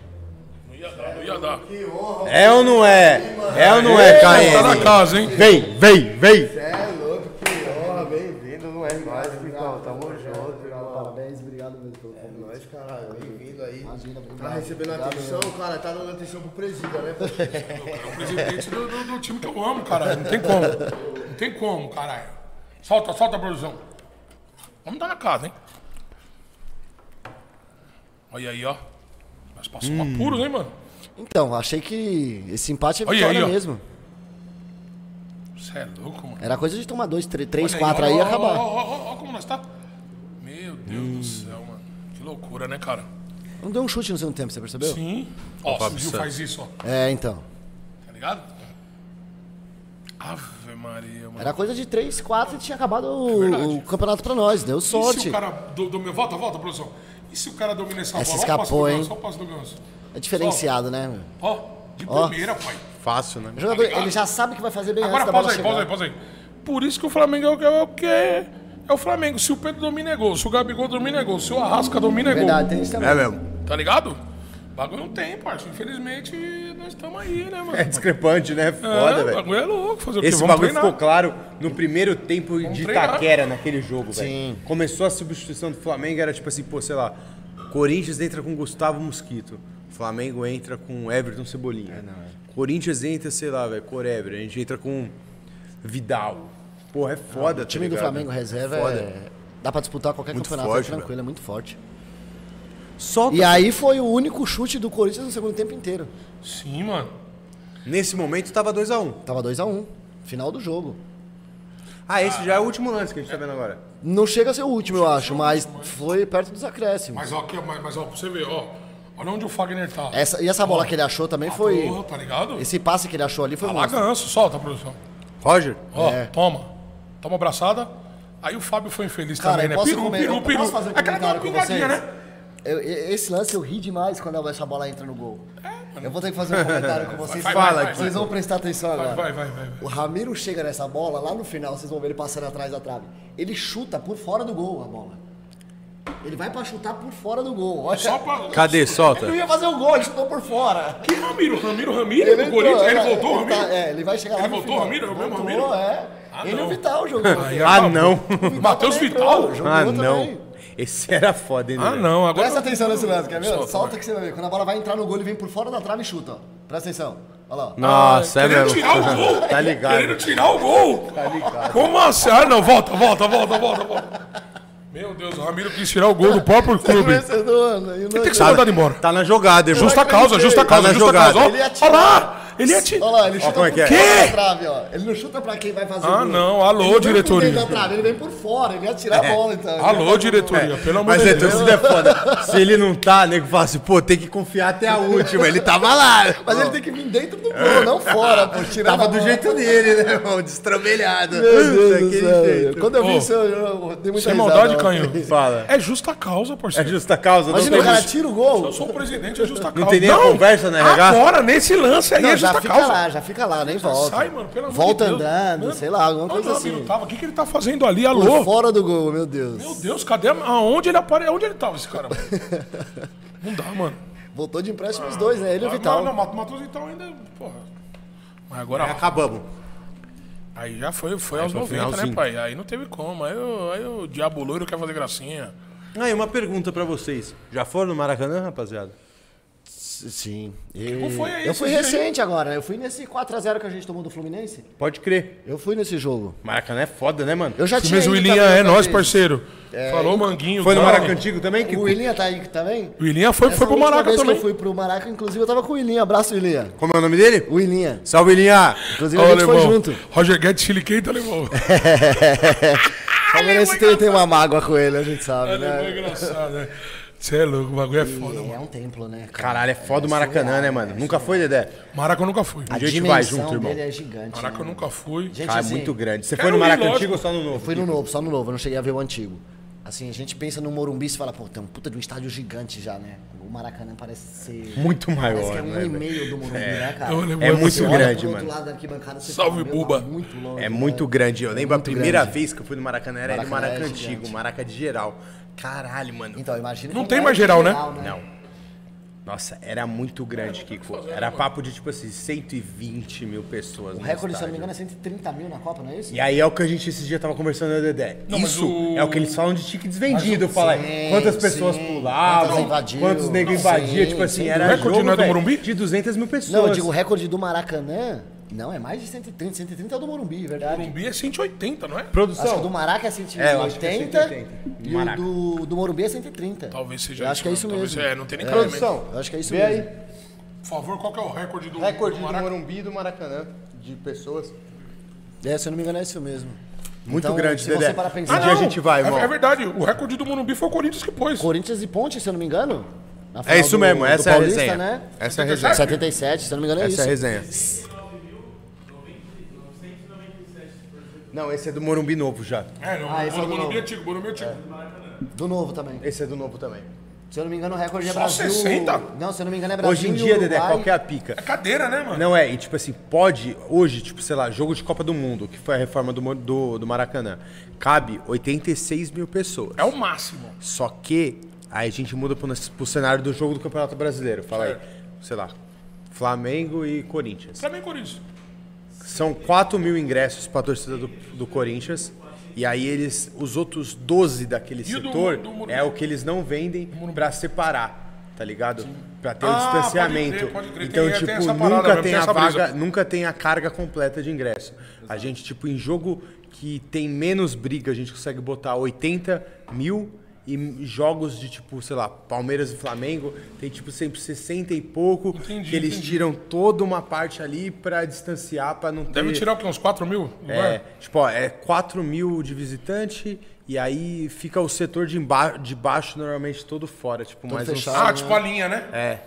[SPEAKER 3] Não ia dar, não ia dar.
[SPEAKER 1] É ou não é? É ou não é,
[SPEAKER 3] Tá na
[SPEAKER 1] KM?
[SPEAKER 3] casa, hein?
[SPEAKER 1] Vem, vem, vem!
[SPEAKER 4] É louco, que honra, bem-vindo, não é nóis, Picão, tamo junto.
[SPEAKER 2] Parabéns, obrigado mesmo pelo convite.
[SPEAKER 4] Nós, caralho, bem-vindo aí.
[SPEAKER 2] É. Imagina, obrigado.
[SPEAKER 4] Tá recebendo
[SPEAKER 2] Obrigado
[SPEAKER 4] atenção, cara, tá dando atenção pro presídio, né?
[SPEAKER 3] É o presidente do, do- do time que eu amo, caralho. Não tem como. Não tem como, caralho. Solta, solta, produção. Vamos dar na casa, hein? Olha aí, ó. Nós passamos
[SPEAKER 1] Hum.
[SPEAKER 3] apuros, hein, mano?
[SPEAKER 2] Então, achei que esse empate é
[SPEAKER 3] Olha aí,
[SPEAKER 2] vitória
[SPEAKER 3] ó.
[SPEAKER 2] mesmo.
[SPEAKER 3] Você é louco, mano.
[SPEAKER 2] Era coisa de tomar dois, trê- três,
[SPEAKER 3] Olha
[SPEAKER 2] quatro aí e
[SPEAKER 3] ó,
[SPEAKER 2] acabar.
[SPEAKER 3] Ó, ó, ó, ó como nós tá. Meu Deus do céu, mano. Que loucura, né, cara?
[SPEAKER 2] Não deu um chute no segundo tempo, você percebeu?
[SPEAKER 3] Sim. Ó,
[SPEAKER 1] Fábio
[SPEAKER 3] o Gil
[SPEAKER 1] Santos.
[SPEAKER 3] faz isso, ó.
[SPEAKER 2] É, então.
[SPEAKER 3] Tá ligado? Ave Maria, mano.
[SPEAKER 2] Era coisa de 3, 4 e tinha acabado o,
[SPEAKER 3] É verdade.
[SPEAKER 2] o campeonato pra nós. Deu
[SPEAKER 3] E
[SPEAKER 2] sorte.
[SPEAKER 3] se o cara do, do meu. Volta, volta, produção. E se o cara domina essa
[SPEAKER 2] Essa
[SPEAKER 3] bola? Olha o passe
[SPEAKER 2] escapou,
[SPEAKER 3] do Ganso,
[SPEAKER 2] hein?
[SPEAKER 3] olha o passe do Ganso.
[SPEAKER 2] É diferenciado, né? meu?
[SPEAKER 3] Ó, de
[SPEAKER 2] Ó.
[SPEAKER 3] primeira, pai.
[SPEAKER 1] Fácil, né?
[SPEAKER 2] O jogador,
[SPEAKER 3] ligado?
[SPEAKER 2] ele já sabe que vai fazer bem
[SPEAKER 3] Agora
[SPEAKER 2] antes da bola
[SPEAKER 3] pausa aí,
[SPEAKER 2] chegar.
[SPEAKER 3] pausa aí, pausa aí. Por isso que o Flamengo é o que é o que é. É o Flamengo. Se o Pedro domina é gol, se o Gabigol domina é gol, se o Arrasca domina é
[SPEAKER 2] Verdade, tem isso também.
[SPEAKER 1] É mesmo.
[SPEAKER 3] gol. Tá ligado? O bagulho não tem, parça. Infelizmente, nós estamos aí, né, mano?
[SPEAKER 1] É discrepante, né? Foda,
[SPEAKER 3] o
[SPEAKER 1] velho.
[SPEAKER 3] bagulho é louco. Fazer o
[SPEAKER 1] Esse
[SPEAKER 3] quê? Vamos
[SPEAKER 1] bagulho
[SPEAKER 3] treinar.
[SPEAKER 1] ficou claro no primeiro tempo de
[SPEAKER 3] treinar.
[SPEAKER 1] Itaquera naquele jogo,
[SPEAKER 2] Sim.
[SPEAKER 1] velho. Começou a substituição do Flamengo, era tipo assim, pô, sei lá, Corinthians entra com Gustavo Mosquito, Flamengo entra com Everton
[SPEAKER 2] É,
[SPEAKER 1] Cebolinha. Corinthians entra, sei lá, velho, Corebre, a gente entra com Vidal. Porra, é foda,
[SPEAKER 2] O time do Flamengo reserva é... Dá pra disputar qualquer
[SPEAKER 1] né? Muito
[SPEAKER 2] campeonato
[SPEAKER 1] forte, né?
[SPEAKER 2] é tranquilo, é muito forte.
[SPEAKER 1] Só
[SPEAKER 2] E aí foi o único chute do Corinthians no segundo tempo inteiro.
[SPEAKER 3] Sim, mano.
[SPEAKER 1] nesse momento tava 2x1.
[SPEAKER 2] Tava 2x1, final do jogo.
[SPEAKER 1] Ah, esse já é o último lance que a gente tá vendo agora.
[SPEAKER 2] Não chega a ser o último, eu acho, mas foi perto dos acréscimos.
[SPEAKER 3] Mas ó, aqui, ó, mas, mas, ó, pra você ver, ó. Olha onde o Fagner tá.
[SPEAKER 2] Essa, e essa bola que ele achou também foi.
[SPEAKER 3] Porra, tá ligado?
[SPEAKER 2] Esse passe que ele achou ali foi
[SPEAKER 3] Tá lá
[SPEAKER 2] monstro.
[SPEAKER 3] ganso, solta, produção.
[SPEAKER 1] Roger?
[SPEAKER 3] Ó,
[SPEAKER 2] É.
[SPEAKER 3] toma. Toma abraçada. Aí o Fábio foi infeliz
[SPEAKER 2] Cara,
[SPEAKER 3] também,
[SPEAKER 2] eu
[SPEAKER 3] né?
[SPEAKER 2] posso
[SPEAKER 3] peru,
[SPEAKER 2] comer-
[SPEAKER 3] peru,
[SPEAKER 2] eu
[SPEAKER 3] peru.
[SPEAKER 2] posso fazer um
[SPEAKER 3] É Aquela dá uma
[SPEAKER 2] comentário com
[SPEAKER 3] pingadinha,
[SPEAKER 2] vocês?
[SPEAKER 3] né?
[SPEAKER 2] Eu- e- esse lance eu ri demais quando essa bola entra no gol. Eu vou ter que fazer um comentário com vocês.
[SPEAKER 3] É, vai, vai, vai,
[SPEAKER 2] vocês vão prestar atenção agora.
[SPEAKER 3] Vai, vai, vai. vai.
[SPEAKER 2] O Ramiro chega nessa bola, lá no final, vocês vão ver ele passando atrás da trave. Ele chuta por fora do gol a bola. Ele vai pra chutar por fora do gol. Olha.
[SPEAKER 3] Só pra...
[SPEAKER 1] Cadê?
[SPEAKER 2] Ele
[SPEAKER 1] Solta.
[SPEAKER 2] não ia fazer o gol, ele chutou por fora.
[SPEAKER 3] Que Ramiro? Ramiro, Ramiro? o Corinthians?
[SPEAKER 2] entrou,
[SPEAKER 3] ele
[SPEAKER 2] é,
[SPEAKER 3] voltou, Ramiro?
[SPEAKER 2] tá- é, ele vai chegar lá.
[SPEAKER 3] Ele
[SPEAKER 2] no
[SPEAKER 3] voltou,
[SPEAKER 2] final.
[SPEAKER 3] Ramiro? É o mesmo
[SPEAKER 2] Voltou,
[SPEAKER 3] Ramiro?
[SPEAKER 2] É.
[SPEAKER 3] Ah,
[SPEAKER 2] ele e
[SPEAKER 3] não.
[SPEAKER 2] o Vital jogou.
[SPEAKER 3] Aí
[SPEAKER 2] O
[SPEAKER 3] é
[SPEAKER 1] Ah,
[SPEAKER 3] bom.
[SPEAKER 1] não.
[SPEAKER 2] Vital
[SPEAKER 3] Matheus
[SPEAKER 2] também
[SPEAKER 3] Vital?
[SPEAKER 2] entrou, jogou
[SPEAKER 1] Ah,
[SPEAKER 2] também.
[SPEAKER 1] não. Esse era foda, hein, né?
[SPEAKER 3] Ah,
[SPEAKER 1] velho?
[SPEAKER 3] não. Agora...
[SPEAKER 2] Presta atenção nesse lance, quer ver? Solta,
[SPEAKER 3] Solta,
[SPEAKER 2] que você vai ver. Quando a bola vai entrar no gol, ele vem por fora da trave e chuta. ó. Presta atenção. Olha lá. ó.
[SPEAKER 1] Nossa, é
[SPEAKER 3] Querendo
[SPEAKER 1] mesmo.
[SPEAKER 3] tirar o gol.
[SPEAKER 1] Tá ligado.
[SPEAKER 3] Querendo tirar o gol. Tá ligado. Como assim? Ah, não. Volta, volta, volta, volta, volta. Meu Deus, o Ramiro quis tirar o gol do próprio clube. Ele
[SPEAKER 1] é
[SPEAKER 2] Vencedor, né? E o
[SPEAKER 3] tem
[SPEAKER 2] Nunes-
[SPEAKER 3] que ser mandado embora.
[SPEAKER 1] Tá na jogada, irmão.
[SPEAKER 3] Justa causa, justa
[SPEAKER 1] Tá
[SPEAKER 3] causa,
[SPEAKER 1] na
[SPEAKER 3] justa
[SPEAKER 1] jogada.
[SPEAKER 3] causa. Ó,
[SPEAKER 2] Ele ia
[SPEAKER 3] Olha lá! Ele atira.
[SPEAKER 2] Olha lá, ele chuta
[SPEAKER 1] como é
[SPEAKER 2] por
[SPEAKER 1] que é.
[SPEAKER 2] fora da trave, ó. Ele não chuta pra quem vai fazer o
[SPEAKER 3] Ah,
[SPEAKER 2] gol.
[SPEAKER 3] não. Alô,
[SPEAKER 2] Ele vem por
[SPEAKER 3] diretoria.
[SPEAKER 2] dentro da trave, Ele vem por fora, ele ia tirar
[SPEAKER 1] É.
[SPEAKER 2] a bola, então. Ele
[SPEAKER 3] Alô,
[SPEAKER 2] vai-
[SPEAKER 3] diretoria, pelo amor
[SPEAKER 1] Mas
[SPEAKER 3] de
[SPEAKER 1] é,
[SPEAKER 3] Deus.
[SPEAKER 1] torcida é foda. Se ele não tá, nego fala assim, pô, tem que confiar até a última. Ele tava lá.
[SPEAKER 2] Mas ele tem que vir dentro do gol, não fora, pô. Tirando
[SPEAKER 1] É. Tava
[SPEAKER 2] a
[SPEAKER 1] do
[SPEAKER 2] bola.
[SPEAKER 1] jeito dele, né, irmão? Destrambelhado.
[SPEAKER 2] Meu Deus do
[SPEAKER 1] Daquele
[SPEAKER 2] céu.
[SPEAKER 1] jeito.
[SPEAKER 2] Quando eu vi
[SPEAKER 3] Ô,
[SPEAKER 2] isso, eu, eu, eu dei muita
[SPEAKER 3] Sem
[SPEAKER 2] risada,
[SPEAKER 3] maldade,
[SPEAKER 2] ó.
[SPEAKER 3] canhão.
[SPEAKER 1] Fala.
[SPEAKER 3] É justa causa,
[SPEAKER 1] É
[SPEAKER 3] parceiro.
[SPEAKER 1] justa causa, não
[SPEAKER 2] Imagina o
[SPEAKER 1] tem
[SPEAKER 2] cara
[SPEAKER 1] isso.
[SPEAKER 2] tira o gol.
[SPEAKER 3] Eu sou o presidente, é justa causa.
[SPEAKER 1] tem nem a conversa, né, RH?
[SPEAKER 3] Agora, nesse lance aí,
[SPEAKER 2] Não,
[SPEAKER 3] é
[SPEAKER 2] já
[SPEAKER 3] justa
[SPEAKER 2] fica
[SPEAKER 3] causa.
[SPEAKER 2] lá, já fica lá, nem volta.
[SPEAKER 3] Sai, mano, pelo amor
[SPEAKER 2] volta
[SPEAKER 3] de Deus.
[SPEAKER 2] andando,
[SPEAKER 3] Mano,
[SPEAKER 2] sei lá, alguma
[SPEAKER 3] olha
[SPEAKER 2] coisa
[SPEAKER 3] lá,
[SPEAKER 2] assim.
[SPEAKER 3] Ramiro tava. O que, que ele tá fazendo ali?
[SPEAKER 2] Por
[SPEAKER 3] Alô?
[SPEAKER 2] fora do gol, meu Deus.
[SPEAKER 3] Meu Deus, cadê? a- Aonde ele apareceu? Onde ele tava, esse cara? mano? Não dá, mano.
[SPEAKER 2] Voltou de empréstimo os dois, né? Ele e o
[SPEAKER 3] Ah,
[SPEAKER 2] Vital.
[SPEAKER 3] Não, não, Mato- Matheus Vital ainda, porra. Mas agora,
[SPEAKER 1] Acabamos.
[SPEAKER 3] aí já foi, foi aos
[SPEAKER 1] foi o
[SPEAKER 3] 90, né,
[SPEAKER 1] finalzinho.
[SPEAKER 3] pai? Aí não teve como. Aí, o- aí o diabo loiro quer fazer gracinha.
[SPEAKER 1] Ah, e uma pergunta pra vocês. Já foram no Maracanã, rapaziada?
[SPEAKER 2] Sim.
[SPEAKER 3] Como foi aí
[SPEAKER 2] Eu
[SPEAKER 3] esse
[SPEAKER 2] fui
[SPEAKER 3] dia, hein?
[SPEAKER 2] recente agora, eu fui nesse 4x0 que a gente tomou do Fluminense.
[SPEAKER 1] Pode crer.
[SPEAKER 2] Eu fui nesse jogo.
[SPEAKER 1] Maracanã é foda, né, mano?
[SPEAKER 2] Eu já tinha.
[SPEAKER 3] Mas o
[SPEAKER 2] ido
[SPEAKER 3] Willian
[SPEAKER 2] também tá É,
[SPEAKER 3] é
[SPEAKER 2] outra
[SPEAKER 3] nós,
[SPEAKER 2] vez.
[SPEAKER 3] parceiro. Falou Manguinho.
[SPEAKER 1] Foi no
[SPEAKER 3] tal.
[SPEAKER 1] Maracanã Antigo também? Que
[SPEAKER 2] O Willian tá aí também?
[SPEAKER 3] O Willian foi,
[SPEAKER 2] Essa
[SPEAKER 3] foi pro
[SPEAKER 2] última
[SPEAKER 3] Maraca
[SPEAKER 2] vez que
[SPEAKER 3] também.
[SPEAKER 2] Eu fui pro Maraca, inclusive eu tava com o Willian. Abraço, Willian.
[SPEAKER 1] Como é o nome dele?
[SPEAKER 2] Willian.
[SPEAKER 1] Salve, Linha!
[SPEAKER 2] Inclusive
[SPEAKER 3] Ó,
[SPEAKER 2] a gente foi
[SPEAKER 3] alemão.
[SPEAKER 2] junto.
[SPEAKER 3] Roger Guedes, chiliquenta, alemão. é
[SPEAKER 2] Palmeirense tem, tem uma mágoa com ele, a gente sabe,
[SPEAKER 3] alemão é
[SPEAKER 2] né?
[SPEAKER 3] engraçado, né? Você é louco, o bagulho é foda, mano.
[SPEAKER 2] É um templo, né? cara?
[SPEAKER 1] Caralho, é foda o Maracanã, né, mano? Nunca foi, Dedé?
[SPEAKER 3] Maraca eu nunca fui.
[SPEAKER 2] A
[SPEAKER 1] gente
[SPEAKER 2] dimensão
[SPEAKER 1] vai junto, irmão.
[SPEAKER 2] dele é gigante.
[SPEAKER 3] Maraca eu
[SPEAKER 2] né?
[SPEAKER 3] nunca fui.
[SPEAKER 2] Gente,
[SPEAKER 1] Cara, é
[SPEAKER 2] assim,
[SPEAKER 1] muito grande. Você
[SPEAKER 3] Quero
[SPEAKER 1] foi no
[SPEAKER 3] ir,
[SPEAKER 1] Maracanã Antigo
[SPEAKER 3] lógico.
[SPEAKER 1] ou só no Novo?
[SPEAKER 2] Fui no novo, só no novo, eu não cheguei a ver o antigo. Assim, a gente pensa no Morumbi e fala, pô, tem um puta de um estádio gigante já, né? O Maracanã parece ser.
[SPEAKER 1] Muito
[SPEAKER 2] Parece que é
[SPEAKER 1] maior,
[SPEAKER 2] um
[SPEAKER 1] né,
[SPEAKER 2] e
[SPEAKER 1] velho?
[SPEAKER 2] meio do Morumbi, né, cara?
[SPEAKER 3] Eu lembro
[SPEAKER 1] É
[SPEAKER 3] Mas
[SPEAKER 1] muito
[SPEAKER 2] Você olha
[SPEAKER 1] grande,
[SPEAKER 2] pro outro
[SPEAKER 1] mano.
[SPEAKER 2] lado da arquibancada, você
[SPEAKER 3] Salve,
[SPEAKER 2] fala, meu,
[SPEAKER 3] Buba.
[SPEAKER 2] tá muito longe,
[SPEAKER 1] É
[SPEAKER 2] né?
[SPEAKER 1] muito grande. Eu lembro
[SPEAKER 2] muito
[SPEAKER 1] a primeira
[SPEAKER 2] grande.
[SPEAKER 1] vez que eu fui no Maracanã, era no
[SPEAKER 2] Maracanã é
[SPEAKER 1] Maracanã
[SPEAKER 2] gigante.
[SPEAKER 1] Antigo, Maraca de geral. Caralho, mano.
[SPEAKER 2] Então, imagina.
[SPEAKER 3] Não
[SPEAKER 2] como
[SPEAKER 3] tem
[SPEAKER 2] é
[SPEAKER 3] mais geral, né?
[SPEAKER 1] Não. Nossa, era muito grande, Kiko. Era papo de, tipo assim, 120 mil pessoas.
[SPEAKER 2] O recorde, se eu não me engano, é 130 mil na Copa, não é isso?
[SPEAKER 1] E aí é o que a gente esse dia tava conversando, né, Dedé?
[SPEAKER 3] Não, mas
[SPEAKER 1] Isso
[SPEAKER 3] o-
[SPEAKER 1] é o que eles falam de ticket vendido. Fala aí, quantas
[SPEAKER 2] sim.
[SPEAKER 1] pessoas pulavam, quantos,
[SPEAKER 2] Quantas invadiam.
[SPEAKER 1] negros
[SPEAKER 2] Não,
[SPEAKER 1] invadiam.
[SPEAKER 2] sim,
[SPEAKER 1] Tipo assim,
[SPEAKER 2] sim.
[SPEAKER 1] era
[SPEAKER 3] O recorde
[SPEAKER 1] jogo,
[SPEAKER 3] não é do
[SPEAKER 1] velho,
[SPEAKER 3] Morumbi?
[SPEAKER 1] de 200 mil pessoas.
[SPEAKER 2] Não, eu digo o recorde do Maracanã. Não, é mais de 130. 130 é o do Morumbi, é verdade.
[SPEAKER 3] Morumbi é 180, não é?
[SPEAKER 2] Acho que o
[SPEAKER 1] Produção.
[SPEAKER 2] do Maraca é
[SPEAKER 1] É, eu acho que é
[SPEAKER 2] 180
[SPEAKER 1] 180.
[SPEAKER 2] e o
[SPEAKER 1] Maraca.
[SPEAKER 2] do, do Morumbi é 130.
[SPEAKER 3] Talvez seja
[SPEAKER 2] Eu acho que é isso
[SPEAKER 3] talvez
[SPEAKER 2] mesmo.
[SPEAKER 3] seja- É, não tem nem cabimento.
[SPEAKER 1] Produção.
[SPEAKER 2] Eu acho que é isso
[SPEAKER 1] vê
[SPEAKER 2] mesmo.
[SPEAKER 1] aí.
[SPEAKER 3] Por favor, qual que é o recorde do,
[SPEAKER 1] Ah. Recorde um,
[SPEAKER 3] do
[SPEAKER 1] do
[SPEAKER 3] Maraca?
[SPEAKER 1] Morumbi e do Maracanã de pessoas.
[SPEAKER 2] É, se eu não me engano, é isso mesmo.
[SPEAKER 1] Muito
[SPEAKER 2] Então,
[SPEAKER 1] grande,
[SPEAKER 2] se
[SPEAKER 1] Dedé.
[SPEAKER 2] você parar
[SPEAKER 3] Ah,
[SPEAKER 2] pra
[SPEAKER 1] Um
[SPEAKER 2] pensar-
[SPEAKER 1] dia a gente vai,
[SPEAKER 3] é,
[SPEAKER 1] irmão.
[SPEAKER 3] é verdade, o recorde do Morumbi foi o Corinthians que pôs.
[SPEAKER 2] Corinthians e Ponte, se eu não me engano? na
[SPEAKER 1] É
[SPEAKER 2] final
[SPEAKER 1] isso
[SPEAKER 2] do-
[SPEAKER 1] mesmo,
[SPEAKER 2] do
[SPEAKER 1] essa é a
[SPEAKER 2] Paulista,
[SPEAKER 1] resenha.
[SPEAKER 2] Né?
[SPEAKER 1] Essa é a resenha.
[SPEAKER 2] 77, se eu não me engano, é
[SPEAKER 1] Essa
[SPEAKER 2] isso.
[SPEAKER 1] é a resenha. Não, esse é do Morumbi novo já.
[SPEAKER 3] É, não,
[SPEAKER 2] Ah, esse é
[SPEAKER 3] Morumbi
[SPEAKER 2] do novo.
[SPEAKER 3] antigo, Morumbi antigo.
[SPEAKER 2] Do novo também.
[SPEAKER 1] Esse é do novo também.
[SPEAKER 2] Se eu não me engano, o recorde é
[SPEAKER 3] Só
[SPEAKER 2] Brasil.
[SPEAKER 3] 60?
[SPEAKER 2] Não, se eu não me engano, é Brasil.
[SPEAKER 1] Hoje em
[SPEAKER 2] e
[SPEAKER 1] dia, Dedé,
[SPEAKER 2] Uruguai.
[SPEAKER 1] qual que é a pica?
[SPEAKER 3] É cadeira, né, mano?
[SPEAKER 1] Não é, e tipo assim, pode, hoje, tipo, sei lá, jogo de Copa do Mundo, que foi a reforma do, Mo- do, do Maracanã, cabe 86 mil pessoas.
[SPEAKER 3] É o máximo.
[SPEAKER 1] Só que aí a gente muda pro, pro cenário do jogo do Campeonato Brasileiro. Fala aí, sei lá, Flamengo e Corinthians.
[SPEAKER 3] Pra mim, Corinthians.
[SPEAKER 1] São 4 mil ingressos pra torcida do, do Corinthians. E aí eles, os outros 12 daquele
[SPEAKER 3] E o do
[SPEAKER 1] setor,
[SPEAKER 3] Mu- do Morumbi?
[SPEAKER 1] é o que eles não vendem pra separar, tá ligado? Pra ter o
[SPEAKER 3] Ah, pode
[SPEAKER 1] distanciamento.
[SPEAKER 3] crer, pode crer.
[SPEAKER 1] Então,
[SPEAKER 3] Tem- tem
[SPEAKER 1] tipo,
[SPEAKER 3] essa parada
[SPEAKER 1] nunca
[SPEAKER 3] mesmo,
[SPEAKER 1] tem
[SPEAKER 3] tem
[SPEAKER 1] a
[SPEAKER 3] essa brisa.
[SPEAKER 1] vaga, nunca tem a carga completa de ingresso. A gente, tipo, em jogo que tem menos briga, a gente consegue botar 80 mil e m- jogos de, tipo, sei lá, Palmeiras e Flamengo, tem, tipo, sempre 60 e pouco,
[SPEAKER 3] Entendi,
[SPEAKER 1] que eles
[SPEAKER 3] entendi.
[SPEAKER 1] tiram toda uma parte ali pra distanciar, pra não ter...
[SPEAKER 3] Deve tirar o quê? Uns 4 mil? não
[SPEAKER 1] É, tipo, ó, é 4 mil de visitante e aí fica o setor de, emba de baixo normalmente todo fora, tipo, mais uns-
[SPEAKER 2] fechado.
[SPEAKER 3] Ah, tipo a linha, né?
[SPEAKER 1] É.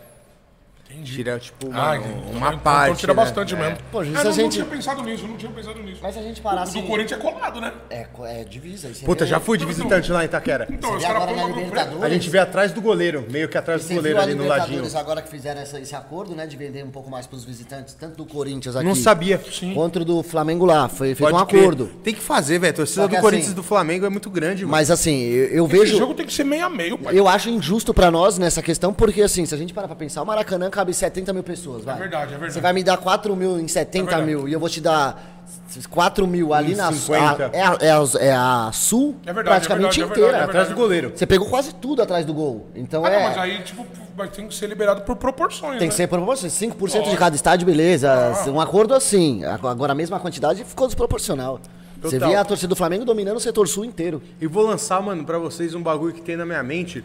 [SPEAKER 3] Entendi.
[SPEAKER 1] Tira, tipo, uma,
[SPEAKER 3] Ah, entendi.
[SPEAKER 1] uma
[SPEAKER 3] Então,
[SPEAKER 1] parte.
[SPEAKER 3] Então tira
[SPEAKER 1] né?
[SPEAKER 3] bastante
[SPEAKER 1] É.
[SPEAKER 3] mesmo.
[SPEAKER 2] Pô,
[SPEAKER 3] É,
[SPEAKER 2] se
[SPEAKER 3] não,
[SPEAKER 2] a gente-
[SPEAKER 3] não tinha pensado nisso, não tinha pensado nisso.
[SPEAKER 2] Mas se a gente
[SPEAKER 3] O
[SPEAKER 2] parasse.
[SPEAKER 3] do Corinthians é colado, né?
[SPEAKER 2] É, co- é divisa. Isso
[SPEAKER 1] Puta,
[SPEAKER 2] é-
[SPEAKER 1] já fui de visitante lá em Itaquera.
[SPEAKER 3] Então,
[SPEAKER 2] E
[SPEAKER 3] os caras
[SPEAKER 2] agora
[SPEAKER 3] põem
[SPEAKER 2] na
[SPEAKER 3] uma mão preta.
[SPEAKER 2] Libertadores.
[SPEAKER 1] um A gente vê atrás do goleiro, meio que atrás do
[SPEAKER 2] Você
[SPEAKER 1] goleiro
[SPEAKER 2] viu a
[SPEAKER 1] ali no ladinho.
[SPEAKER 2] Libertadores agora que fizeram essa- esse acordo, né? De vender um pouco mais pros visitantes, tanto do Corinthians aqui.
[SPEAKER 1] Não sabia.
[SPEAKER 2] Contra o do Flamengo lá. Foi, fez um
[SPEAKER 1] Pode crer.
[SPEAKER 2] acordo.
[SPEAKER 1] Tem que fazer, velho. A torcida
[SPEAKER 2] Só que
[SPEAKER 1] do Corinthians e
[SPEAKER 2] assim-
[SPEAKER 1] do Flamengo é muito grande, mano.
[SPEAKER 2] Mas assim, eu, eu
[SPEAKER 3] Esse
[SPEAKER 2] vejo. É.
[SPEAKER 3] jogo tem que ser meio a meio, pai.
[SPEAKER 2] Eu acho injusto pra nós nessa questão, porque assim, se a gente parar pra pensar, o Maracanã cabe 70 mil pessoas, vai.
[SPEAKER 3] verdade, é verdade. É
[SPEAKER 2] Você vai me dar 4 mil em 70
[SPEAKER 3] verdade.
[SPEAKER 2] mil e eu vou te dar s- 4 mil ali
[SPEAKER 1] Em
[SPEAKER 2] na
[SPEAKER 1] 50.
[SPEAKER 2] a- é, a, é, as- é a sul
[SPEAKER 3] É verdade,
[SPEAKER 2] praticamente
[SPEAKER 3] é verdade, é
[SPEAKER 2] inteira.
[SPEAKER 3] verdade, é
[SPEAKER 1] atrás do goleiro.
[SPEAKER 2] Você pegou quase tudo atrás do gol. Então
[SPEAKER 3] Ah,
[SPEAKER 2] é.
[SPEAKER 3] não, mas aí, tipo, mas tem que ser liberado por proporções,
[SPEAKER 2] Tem
[SPEAKER 3] né?
[SPEAKER 2] que ser proporcional. assim, 5% de cada estádio, beleza.
[SPEAKER 3] Ah.
[SPEAKER 2] Um acordo assim. Agora a mesma quantidade ficou desproporcional. Você
[SPEAKER 1] Total.
[SPEAKER 2] vê a torcida do Flamengo dominando o setor sul inteiro.
[SPEAKER 1] E vou lançar, mano, pra vocês um bagulho que tem na minha mente,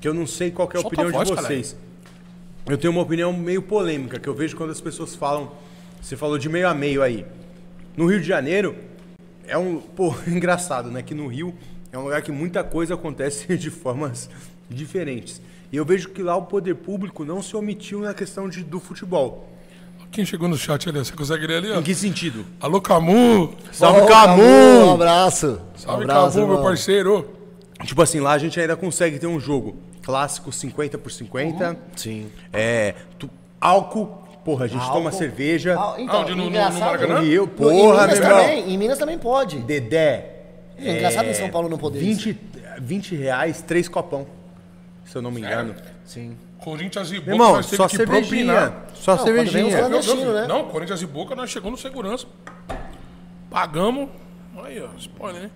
[SPEAKER 1] que eu não sei qual que é a
[SPEAKER 3] Solta
[SPEAKER 1] opinião
[SPEAKER 3] a voz,
[SPEAKER 1] de vocês. Eu tenho uma opinião meio polêmica, que eu vejo quando as pessoas falam. Você falou de meio a meio aí. No Rio de Janeiro, é um. Pô, engraçado, né? Que no Rio é um lugar que muita coisa acontece de formas diferentes. E eu vejo que lá o poder público não se omitiu na questão de, do futebol.
[SPEAKER 3] Quem chegou no chat ali, ó, você consegue ler ali, ó?
[SPEAKER 1] Em que sentido?
[SPEAKER 3] Alô, Camu!
[SPEAKER 1] Salve,
[SPEAKER 2] Ô,
[SPEAKER 1] Camu!
[SPEAKER 2] Um abraço!
[SPEAKER 3] Salve,
[SPEAKER 2] um abraço,
[SPEAKER 3] Camu, meu
[SPEAKER 2] irmão.
[SPEAKER 3] parceiro!
[SPEAKER 1] Tipo assim, lá a gente ainda consegue ter um jogo clássico 50 por 50.
[SPEAKER 2] Uhum. Sim.
[SPEAKER 1] É. Tu, álcool, porra, a gente toma cerveja.
[SPEAKER 2] Ah, então,
[SPEAKER 3] Aonde? No- no- no
[SPEAKER 2] engraçado.
[SPEAKER 3] Maracanã?
[SPEAKER 1] E eu,
[SPEAKER 2] No-
[SPEAKER 1] porra,
[SPEAKER 2] em Minas
[SPEAKER 1] meu irmão.
[SPEAKER 2] também, Em Minas também pode.
[SPEAKER 1] Dedé.
[SPEAKER 2] É engraçado em São Paulo não poder
[SPEAKER 1] 20, 20 reais, três copão. Se eu não me engano.
[SPEAKER 2] Sim.
[SPEAKER 3] Corinthians e Boca,
[SPEAKER 1] Meu irmão,
[SPEAKER 3] nós teve
[SPEAKER 1] só
[SPEAKER 3] que
[SPEAKER 1] cervejinha.
[SPEAKER 3] propinar.
[SPEAKER 1] Só
[SPEAKER 2] Não, quando vem
[SPEAKER 1] cervejinha.
[SPEAKER 2] os Clandestino, né?
[SPEAKER 3] Não, Corinthians e Boca, nós chegamos no segurança. Pagamos. Aí, ó, spoiler, né?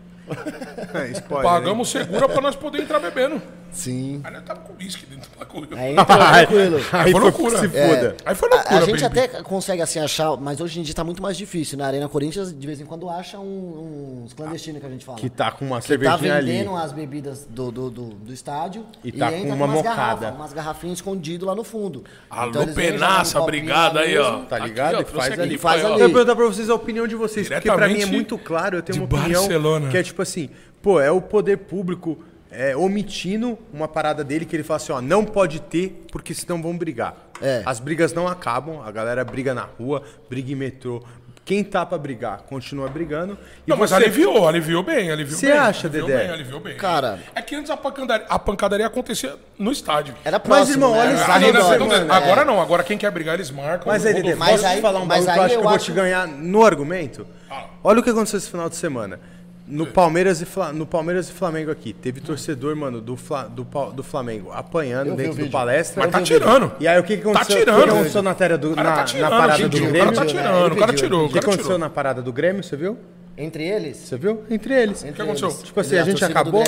[SPEAKER 1] É, spoiler, hein?
[SPEAKER 3] Pagamos segura pra nós poder entrar bebendo.
[SPEAKER 2] Sim.
[SPEAKER 3] Aí nós tava com uísque dentro do bagulho.
[SPEAKER 2] Aí é entra tranquilo. É.
[SPEAKER 1] Aí
[SPEAKER 3] Foi
[SPEAKER 1] foi que
[SPEAKER 3] loucura. É.
[SPEAKER 1] se foda.
[SPEAKER 3] Aí foi loucura,
[SPEAKER 2] A, a gente
[SPEAKER 3] baby.
[SPEAKER 2] até consegue assim achar, mas hoje em dia tá muito mais difícil. Na Arena Corinthians, de vez em quando acha um- uns clandestinos que a gente fala.
[SPEAKER 1] Que tá com uma
[SPEAKER 2] tá
[SPEAKER 1] cervejinha ali.
[SPEAKER 2] vendendo as bebidas do, do, do, do estádio
[SPEAKER 1] E tá com uma
[SPEAKER 2] umas
[SPEAKER 1] mocada.
[SPEAKER 2] garrafas, umas garrafinhas escondidas lá no fundo.
[SPEAKER 3] Alô,
[SPEAKER 2] Então eles vêm jogando
[SPEAKER 3] Penaça,
[SPEAKER 2] um copinho
[SPEAKER 3] obrigado
[SPEAKER 2] lá
[SPEAKER 3] aí,
[SPEAKER 2] mesmo.
[SPEAKER 3] ó.
[SPEAKER 1] Tá ligado?
[SPEAKER 3] Aqui, ó,
[SPEAKER 1] Faz
[SPEAKER 3] trouxe
[SPEAKER 1] ali,
[SPEAKER 3] aqui,
[SPEAKER 2] faz
[SPEAKER 3] pai,
[SPEAKER 1] Eu
[SPEAKER 3] ó.
[SPEAKER 2] ali.
[SPEAKER 1] ia perguntar pra vocês a opinião de vocês, porque pra mim é
[SPEAKER 3] Diretamente
[SPEAKER 1] muito claro, eu tenho uma
[SPEAKER 3] de
[SPEAKER 1] opinião
[SPEAKER 3] Barcelona.
[SPEAKER 1] que é tipo assim, pô, é o poder público é, omitindo uma parada dele que ele fala assim, ó, não pode ter, porque senão vão brigar.
[SPEAKER 2] É.
[SPEAKER 1] As brigas não acabam, a galera briga na rua, briga em metrô. Quem tá pra brigar continua brigando. E
[SPEAKER 3] Não, mas
[SPEAKER 1] você-
[SPEAKER 3] aliviou, aliviou bem, aliviou
[SPEAKER 1] Você
[SPEAKER 3] bem.
[SPEAKER 1] acha,
[SPEAKER 3] aliviou
[SPEAKER 1] Dedé?
[SPEAKER 3] Bem, aliviou bem.
[SPEAKER 2] Cara.
[SPEAKER 3] É que antes a pancadaria, a pancadaria acontecia no estádio.
[SPEAKER 2] Era próximo,
[SPEAKER 1] irmão,
[SPEAKER 2] né?
[SPEAKER 1] olha
[SPEAKER 2] Era
[SPEAKER 1] isso,
[SPEAKER 2] ali
[SPEAKER 3] Aí
[SPEAKER 1] Rodolfo,
[SPEAKER 3] na
[SPEAKER 2] na
[SPEAKER 3] segunda-
[SPEAKER 2] segunda-
[SPEAKER 3] agora
[SPEAKER 2] é.
[SPEAKER 3] Ah, não, agora quem quer brigar eles marcam.
[SPEAKER 1] Mas aí, Dedê,
[SPEAKER 2] Mas
[SPEAKER 1] posso
[SPEAKER 2] aí-
[SPEAKER 1] te falar um
[SPEAKER 2] mas
[SPEAKER 1] bagulho que eu acho
[SPEAKER 2] aí
[SPEAKER 1] que eu
[SPEAKER 2] eu
[SPEAKER 1] vou
[SPEAKER 2] acho-
[SPEAKER 1] te ganhar no argumento?
[SPEAKER 3] Ah.
[SPEAKER 1] Olha o que aconteceu esse final de semana. No Palmeiras e, Fla- no Palmeiras e Flamengo aqui. Teve torcedor, mano, do, Fla- do, Pal- do Flamengo apanhando
[SPEAKER 2] Eu vi o
[SPEAKER 1] dentro do
[SPEAKER 2] vídeo.
[SPEAKER 1] palestra.
[SPEAKER 3] Mas tá
[SPEAKER 1] Eu vi o vídeo.
[SPEAKER 3] tirando.
[SPEAKER 1] E aí o que que
[SPEAKER 3] Tá
[SPEAKER 1] aconteceu? O
[SPEAKER 3] tirando.
[SPEAKER 1] que que aconteceu na, tela do,
[SPEAKER 3] O cara
[SPEAKER 1] na,
[SPEAKER 3] tá
[SPEAKER 1] na
[SPEAKER 3] tirando,
[SPEAKER 1] parada
[SPEAKER 3] gente,
[SPEAKER 1] do
[SPEAKER 3] o
[SPEAKER 1] Grêmio?
[SPEAKER 3] cara tá tirando, o cara tirou,
[SPEAKER 1] O
[SPEAKER 3] o
[SPEAKER 1] que
[SPEAKER 3] cara
[SPEAKER 1] aconteceu
[SPEAKER 3] tirou.
[SPEAKER 1] na parada do Grêmio, você viu?
[SPEAKER 2] Entre eles.
[SPEAKER 1] Você viu? Entre eles.
[SPEAKER 2] O
[SPEAKER 3] que aconteceu?
[SPEAKER 1] Tipo assim, a gente acabou.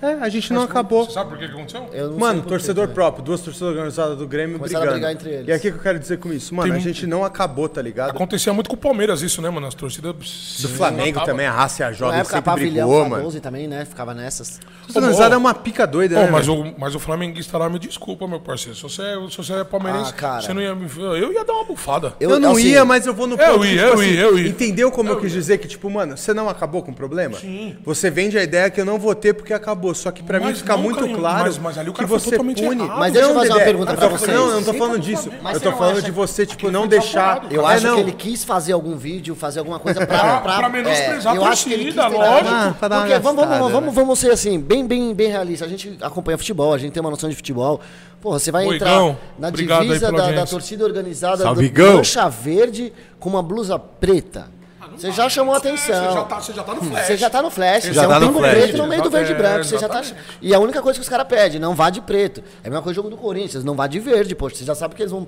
[SPEAKER 1] É, a gente não acabou.
[SPEAKER 3] Você sabe por que que aconteceu?
[SPEAKER 2] Eu não sei
[SPEAKER 1] Mano,
[SPEAKER 2] por
[SPEAKER 1] torcedor
[SPEAKER 2] quê,
[SPEAKER 1] próprio, duas torcidas organizadas do Grêmio
[SPEAKER 2] Começaram a
[SPEAKER 1] brigando.
[SPEAKER 2] brigar entre eles.
[SPEAKER 1] E aqui é que eu quero dizer com isso, mano,
[SPEAKER 3] Tem
[SPEAKER 1] a
[SPEAKER 3] um-
[SPEAKER 1] gente não acabou, tá ligado?
[SPEAKER 3] Acontecia muito com o Palmeiras isso, né, mano? As torcidas...
[SPEAKER 1] Do Flamengo também, a raça e a
[SPEAKER 2] Na
[SPEAKER 1] jovem
[SPEAKER 2] época, a
[SPEAKER 1] sempre
[SPEAKER 2] Pavilhão
[SPEAKER 1] brigou, mano.
[SPEAKER 2] 12 também, né? Ficava nessas.
[SPEAKER 1] Organizada é uma pica doida,
[SPEAKER 3] Pô,
[SPEAKER 1] né?
[SPEAKER 3] mas,
[SPEAKER 1] velho?
[SPEAKER 3] o, mas o flamenguista lá, me desculpa, meu parceiro. Se você, é- se você é palmeirense,
[SPEAKER 2] Ah, cara.
[SPEAKER 3] você não ia me... Eu ia dar uma bufada.
[SPEAKER 1] eu, não
[SPEAKER 2] assim,
[SPEAKER 1] ia, mas eu vou no
[SPEAKER 3] Eu ia,
[SPEAKER 1] que,
[SPEAKER 3] eu ia, eu ia.
[SPEAKER 1] Entendeu como assim, eu, quis dizer que, tipo, mano, mano, você não acabou com o problema? Sim. Você vende a ideia que eu não vou ter porque acabou. Só que pra mim
[SPEAKER 3] Mas
[SPEAKER 1] fica
[SPEAKER 3] não,
[SPEAKER 1] muito
[SPEAKER 3] Carlinhos,
[SPEAKER 1] claro
[SPEAKER 3] mas- mas ali o
[SPEAKER 1] que
[SPEAKER 3] cara foi
[SPEAKER 1] você
[SPEAKER 3] totalmente
[SPEAKER 1] pune.
[SPEAKER 3] errado.
[SPEAKER 2] Mas deixa eu fazer uma
[SPEAKER 1] Dedé,
[SPEAKER 2] pergunta pra
[SPEAKER 1] eu tô-
[SPEAKER 2] vocês.
[SPEAKER 1] Não, eu não tô falando disso.
[SPEAKER 5] Mas
[SPEAKER 1] Eu
[SPEAKER 5] você
[SPEAKER 1] tô
[SPEAKER 5] não
[SPEAKER 1] falando
[SPEAKER 5] acha
[SPEAKER 1] de você, tipo, não
[SPEAKER 3] foi
[SPEAKER 1] deixar.
[SPEAKER 3] calculado,
[SPEAKER 2] Eu
[SPEAKER 1] É,
[SPEAKER 2] acho
[SPEAKER 1] não.
[SPEAKER 2] que ele quis fazer algum vídeo, fazer alguma coisa pra.
[SPEAKER 3] Pra-
[SPEAKER 2] pra,
[SPEAKER 3] pra menosprezar
[SPEAKER 2] é,
[SPEAKER 3] a
[SPEAKER 2] eu acho que ele quis
[SPEAKER 3] torcida,
[SPEAKER 2] tentar-
[SPEAKER 3] lógico.
[SPEAKER 1] Ah, pra dar uma
[SPEAKER 2] Porque vamos,
[SPEAKER 1] gastada,
[SPEAKER 2] vamos, vamos,
[SPEAKER 1] né?
[SPEAKER 2] vamos ser assim, bem, bem, bem realista. A gente acompanha futebol, a gente tem uma noção de futebol. Porra, você vai entrar
[SPEAKER 3] Igão,
[SPEAKER 2] na
[SPEAKER 3] obrigado aí
[SPEAKER 2] divisa
[SPEAKER 3] pela
[SPEAKER 2] da, da
[SPEAKER 3] audiência.
[SPEAKER 2] torcida organizada
[SPEAKER 1] Salve,
[SPEAKER 2] do
[SPEAKER 1] Igão.
[SPEAKER 2] Mancha Verde com uma blusa preta.
[SPEAKER 3] Ah,
[SPEAKER 2] Você já chamou a atenção.
[SPEAKER 3] Você já tá, você já tá no flash.
[SPEAKER 2] Você já tá no flash,
[SPEAKER 1] Já
[SPEAKER 2] você
[SPEAKER 1] tá
[SPEAKER 2] é um
[SPEAKER 1] no
[SPEAKER 2] pingo
[SPEAKER 1] flash.
[SPEAKER 2] preto no meio do verde e branco.
[SPEAKER 3] É,
[SPEAKER 2] Você já tá...
[SPEAKER 3] exatamente.
[SPEAKER 2] E a única coisa que os caras pedem, não vá de preto. É a mesma coisa o jogo do Corinthians, não vá de verde, poxa. Você já sabe que eles vão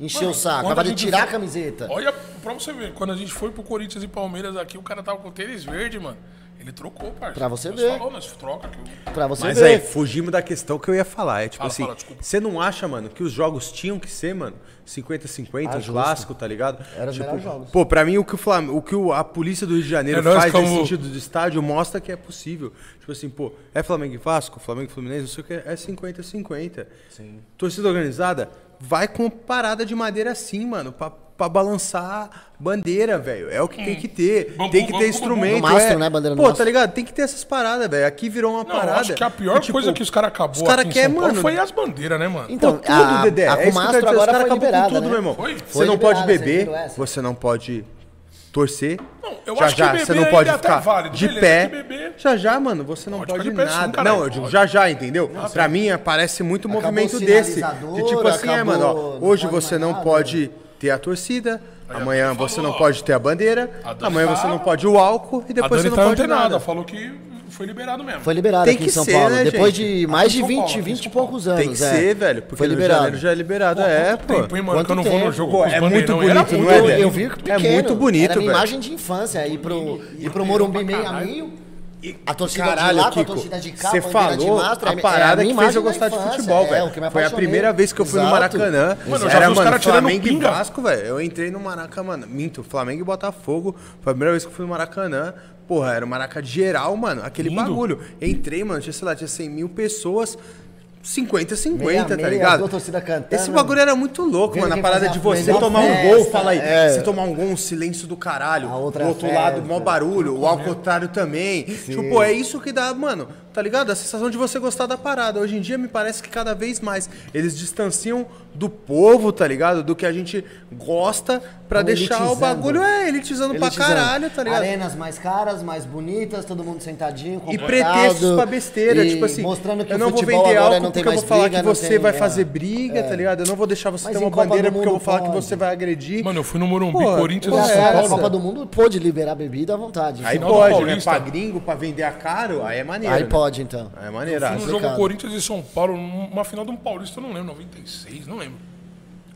[SPEAKER 2] encher
[SPEAKER 3] Mano,
[SPEAKER 2] o saco,
[SPEAKER 3] quando
[SPEAKER 2] acabar de
[SPEAKER 3] gente
[SPEAKER 2] tirar a
[SPEAKER 3] foi-
[SPEAKER 2] camiseta.
[SPEAKER 3] Olha, pra você ver, quando a gente foi pro Corinthians e Palmeiras aqui, o cara tava com o tênis verde, mano. Ele trocou, parceiro.
[SPEAKER 2] Pra você
[SPEAKER 3] Nós
[SPEAKER 2] ver.
[SPEAKER 3] Falou, nós troca que eu-
[SPEAKER 2] Pra você
[SPEAKER 1] Mas
[SPEAKER 2] ver.
[SPEAKER 1] aí, fugimos da questão que eu ia falar. É tipo
[SPEAKER 3] Fala,
[SPEAKER 1] assim,
[SPEAKER 3] fala, desculpa.
[SPEAKER 1] você não acha, mano, que os jogos tinham que ser, mano, 50-50, um clássico, tá ligado?
[SPEAKER 2] Ah, Era os
[SPEAKER 1] tipo,
[SPEAKER 2] melhores jogos.
[SPEAKER 1] Pô, pra mim, o que, o Flam... o que o- a polícia do Rio de Janeiro
[SPEAKER 3] É nóis,
[SPEAKER 1] faz nesse
[SPEAKER 3] como-
[SPEAKER 1] sentido do estádio mostra que é possível. Tipo assim, pô, é Flamengo e Vasco, Flamengo e Fluminense, não sei o que, é 50-50. Sim. Torcida organizada vai com parada de madeira assim, mano, pra, pra balançar bandeira, velho. É o que tem que ter.
[SPEAKER 3] Bambu,
[SPEAKER 1] tem que ter
[SPEAKER 3] bambu,
[SPEAKER 1] instrumento.
[SPEAKER 2] bambu. Mastro,
[SPEAKER 1] é.
[SPEAKER 2] né, bandeira no
[SPEAKER 1] Pô, tá
[SPEAKER 2] mastro.
[SPEAKER 1] ligado? Tem que ter essas paradas, velho. Aqui virou uma
[SPEAKER 3] Não, eu
[SPEAKER 1] parada.
[SPEAKER 3] acho que a pior
[SPEAKER 1] E, tipo,
[SPEAKER 3] coisa que os caras acabou
[SPEAKER 1] os cara
[SPEAKER 3] aqui em
[SPEAKER 1] quer,
[SPEAKER 3] São Paulo
[SPEAKER 1] mano-
[SPEAKER 3] foi as bandeiras, né, mano?
[SPEAKER 2] Então,
[SPEAKER 1] tudo,
[SPEAKER 2] a-
[SPEAKER 1] Dedé.
[SPEAKER 2] a
[SPEAKER 1] é isso que eu
[SPEAKER 2] Comastro
[SPEAKER 1] quero dizer. Os
[SPEAKER 2] agora
[SPEAKER 1] caras
[SPEAKER 2] foi
[SPEAKER 1] acabam com
[SPEAKER 2] liberada,
[SPEAKER 1] tudo,
[SPEAKER 2] né?
[SPEAKER 1] meu irmão.
[SPEAKER 3] Foi?
[SPEAKER 1] Você
[SPEAKER 2] Foi
[SPEAKER 1] não
[SPEAKER 2] liberada,
[SPEAKER 1] pode
[SPEAKER 2] você
[SPEAKER 1] beber,
[SPEAKER 2] liberou essa?
[SPEAKER 1] você não pode torcer.
[SPEAKER 3] Não, eu
[SPEAKER 1] já
[SPEAKER 3] acho que
[SPEAKER 1] já,
[SPEAKER 3] beber
[SPEAKER 1] você não
[SPEAKER 3] ainda
[SPEAKER 1] pode
[SPEAKER 3] é até
[SPEAKER 1] ficar
[SPEAKER 3] válido,
[SPEAKER 1] de
[SPEAKER 3] beleza,
[SPEAKER 1] pé.
[SPEAKER 3] que beber-
[SPEAKER 1] Já já, mano, você não
[SPEAKER 3] Pode,
[SPEAKER 1] pode,
[SPEAKER 3] pode beber sim,
[SPEAKER 1] nada.
[SPEAKER 3] caralho,
[SPEAKER 1] não, eu digo
[SPEAKER 3] pode.
[SPEAKER 1] já já, entendeu? pra mim, é, parece muito
[SPEAKER 2] Acabou
[SPEAKER 1] movimento
[SPEAKER 2] o
[SPEAKER 1] desse.
[SPEAKER 2] sinalizador,
[SPEAKER 1] De tipo assim, é, mano,
[SPEAKER 2] acabou,
[SPEAKER 1] ó,
[SPEAKER 2] não
[SPEAKER 1] hoje
[SPEAKER 2] pode
[SPEAKER 1] você
[SPEAKER 2] mais
[SPEAKER 1] não
[SPEAKER 2] nada.
[SPEAKER 1] pode ter a torcida, amanhã
[SPEAKER 3] Dani
[SPEAKER 1] você não
[SPEAKER 3] falou, ó.
[SPEAKER 1] pode ter a bandeira,
[SPEAKER 3] A Dani
[SPEAKER 1] amanhã
[SPEAKER 3] tá-
[SPEAKER 1] você não pode o álcool e
[SPEAKER 3] A
[SPEAKER 1] depois
[SPEAKER 3] Dani
[SPEAKER 1] você não
[SPEAKER 3] tá
[SPEAKER 1] pode
[SPEAKER 3] antenada,
[SPEAKER 1] nada.
[SPEAKER 3] falou que foi liberado mesmo.
[SPEAKER 2] Foi liberado
[SPEAKER 1] Tem
[SPEAKER 2] aqui
[SPEAKER 1] que
[SPEAKER 2] em São
[SPEAKER 1] ser,
[SPEAKER 2] Paulo.
[SPEAKER 1] né,
[SPEAKER 2] Depois
[SPEAKER 1] gente?
[SPEAKER 2] de mais
[SPEAKER 3] Aqui
[SPEAKER 2] de
[SPEAKER 3] em São
[SPEAKER 2] 20,
[SPEAKER 3] 4,
[SPEAKER 2] 20 e
[SPEAKER 3] São Paulo.
[SPEAKER 2] poucos anos.
[SPEAKER 1] Tem que
[SPEAKER 2] é.
[SPEAKER 1] ser, velho, porque
[SPEAKER 2] Foi
[SPEAKER 1] no Rio de
[SPEAKER 2] liberado.
[SPEAKER 1] Janeiro já é liberado, é, pô.
[SPEAKER 3] Tempo, hein, mano,
[SPEAKER 2] Quanto
[SPEAKER 3] que eu não vou
[SPEAKER 2] tempo?
[SPEAKER 3] no jogo.
[SPEAKER 1] Pô,
[SPEAKER 3] com os
[SPEAKER 1] é muito
[SPEAKER 3] bandeirão, era
[SPEAKER 1] bonito, não é,
[SPEAKER 2] Eu,
[SPEAKER 1] Dedé?
[SPEAKER 2] eu vi que
[SPEAKER 1] É
[SPEAKER 2] pequeno.
[SPEAKER 1] muito bonito,
[SPEAKER 2] Era minha
[SPEAKER 1] velho.
[SPEAKER 2] imagem de infância. Aí pro, e pro Morumbi meio a meio. A torcida
[SPEAKER 1] Caralho,
[SPEAKER 2] de lá, com a
[SPEAKER 1] Kiko,
[SPEAKER 2] torcida de cá,
[SPEAKER 1] você
[SPEAKER 2] com a bandeira
[SPEAKER 1] falou
[SPEAKER 2] de mastro,
[SPEAKER 1] a
[SPEAKER 2] é- é
[SPEAKER 1] parada
[SPEAKER 2] minha
[SPEAKER 1] que fez eu
[SPEAKER 2] imagem da
[SPEAKER 1] gostar de
[SPEAKER 2] infância,
[SPEAKER 1] futebol,
[SPEAKER 2] é,
[SPEAKER 1] velho.
[SPEAKER 2] o que me
[SPEAKER 1] Foi a
[SPEAKER 2] apaixonei.
[SPEAKER 1] primeira vez que eu fui no
[SPEAKER 2] Exato.
[SPEAKER 1] Maracanã.
[SPEAKER 3] Mano, eu já
[SPEAKER 1] Era,
[SPEAKER 3] vi os
[SPEAKER 1] mano,
[SPEAKER 3] caras tirando
[SPEAKER 1] Flamengo e
[SPEAKER 3] pinga.
[SPEAKER 1] Vasco, velho. Eu entrei no Maracanã, minto, Flamengo e Botafogo. Foi a primeira vez que eu fui no Maracanã. Porra, era o Maraca de geral, mano. Aquele
[SPEAKER 3] Lindo.
[SPEAKER 1] bagulho. Entrei, mano, tinha, sei lá, tinha 100 mil pessoas. 50, 50,
[SPEAKER 2] Meia,
[SPEAKER 1] tá
[SPEAKER 2] meia,
[SPEAKER 1] ligado?
[SPEAKER 2] duas torcidas cantando.
[SPEAKER 1] Esse bagulho era muito louco,
[SPEAKER 2] Vendo
[SPEAKER 1] mano. A
[SPEAKER 2] quem
[SPEAKER 1] parada
[SPEAKER 2] fazia
[SPEAKER 1] de
[SPEAKER 2] a festa,
[SPEAKER 1] você tomar um gol, fala aí.
[SPEAKER 2] é.
[SPEAKER 1] Você tomar um gol, um silêncio do caralho.
[SPEAKER 2] A
[SPEAKER 1] Do
[SPEAKER 2] outra
[SPEAKER 1] outro lado,
[SPEAKER 2] festa.
[SPEAKER 1] mó barulho. O ao contrário também. Tipo, pô, é isso que dá, mano, tá ligado? A sensação de você gostar da parada. Hoje em dia, me parece que cada vez mais eles distanciam do povo, tá ligado? Do que a gente gosta pra
[SPEAKER 2] Tão
[SPEAKER 1] deixar o
[SPEAKER 2] elitizando.
[SPEAKER 1] bagulho, é, elitizando, pra
[SPEAKER 2] Elitizando.
[SPEAKER 1] caralho, tá ligado?
[SPEAKER 2] Arenas mais caras, mais bonitas, todo mundo sentadinho,
[SPEAKER 1] E
[SPEAKER 2] confortável,
[SPEAKER 1] pretextos pra besteira,
[SPEAKER 2] e
[SPEAKER 1] tipo assim,
[SPEAKER 2] mostrando que
[SPEAKER 1] eu
[SPEAKER 2] o
[SPEAKER 1] não vou
[SPEAKER 2] futebol
[SPEAKER 1] vender
[SPEAKER 2] agora
[SPEAKER 1] álcool
[SPEAKER 2] não tem
[SPEAKER 1] porque eu vou
[SPEAKER 2] mais
[SPEAKER 1] falar
[SPEAKER 2] briga,
[SPEAKER 1] que
[SPEAKER 2] não
[SPEAKER 1] você
[SPEAKER 2] tem-
[SPEAKER 1] vai
[SPEAKER 2] é.
[SPEAKER 1] fazer briga, tá ligado? Eu não vou deixar você
[SPEAKER 2] Mas
[SPEAKER 1] ter
[SPEAKER 2] em
[SPEAKER 1] uma
[SPEAKER 2] Copa
[SPEAKER 1] bandeira
[SPEAKER 2] do
[SPEAKER 1] porque eu vou
[SPEAKER 2] Mundo
[SPEAKER 1] falar que
[SPEAKER 2] pode.
[SPEAKER 1] você vai agredir.
[SPEAKER 3] Mano, eu fui no Morumbi,
[SPEAKER 1] Pô,
[SPEAKER 3] Corinthians
[SPEAKER 1] pô,
[SPEAKER 3] e
[SPEAKER 2] Graças
[SPEAKER 1] é
[SPEAKER 3] São
[SPEAKER 2] a Deus,
[SPEAKER 1] essa.
[SPEAKER 2] a Copa
[SPEAKER 3] Paulo.
[SPEAKER 2] do Mundo pôde liberar bebida à vontade.
[SPEAKER 1] Aí
[SPEAKER 3] Final do
[SPEAKER 1] pode, né?
[SPEAKER 3] Paulista.
[SPEAKER 1] Pra gringo, pra vender a caro, aí é maneiro.
[SPEAKER 2] Aí
[SPEAKER 1] né?
[SPEAKER 2] pode, então.
[SPEAKER 1] Aí é maneiro.
[SPEAKER 3] Um
[SPEAKER 1] acho.
[SPEAKER 3] jogo
[SPEAKER 2] complicado.
[SPEAKER 3] Corinthians e São Paulo, uma final de um Paulista, eu não lembro, 96, não lembro.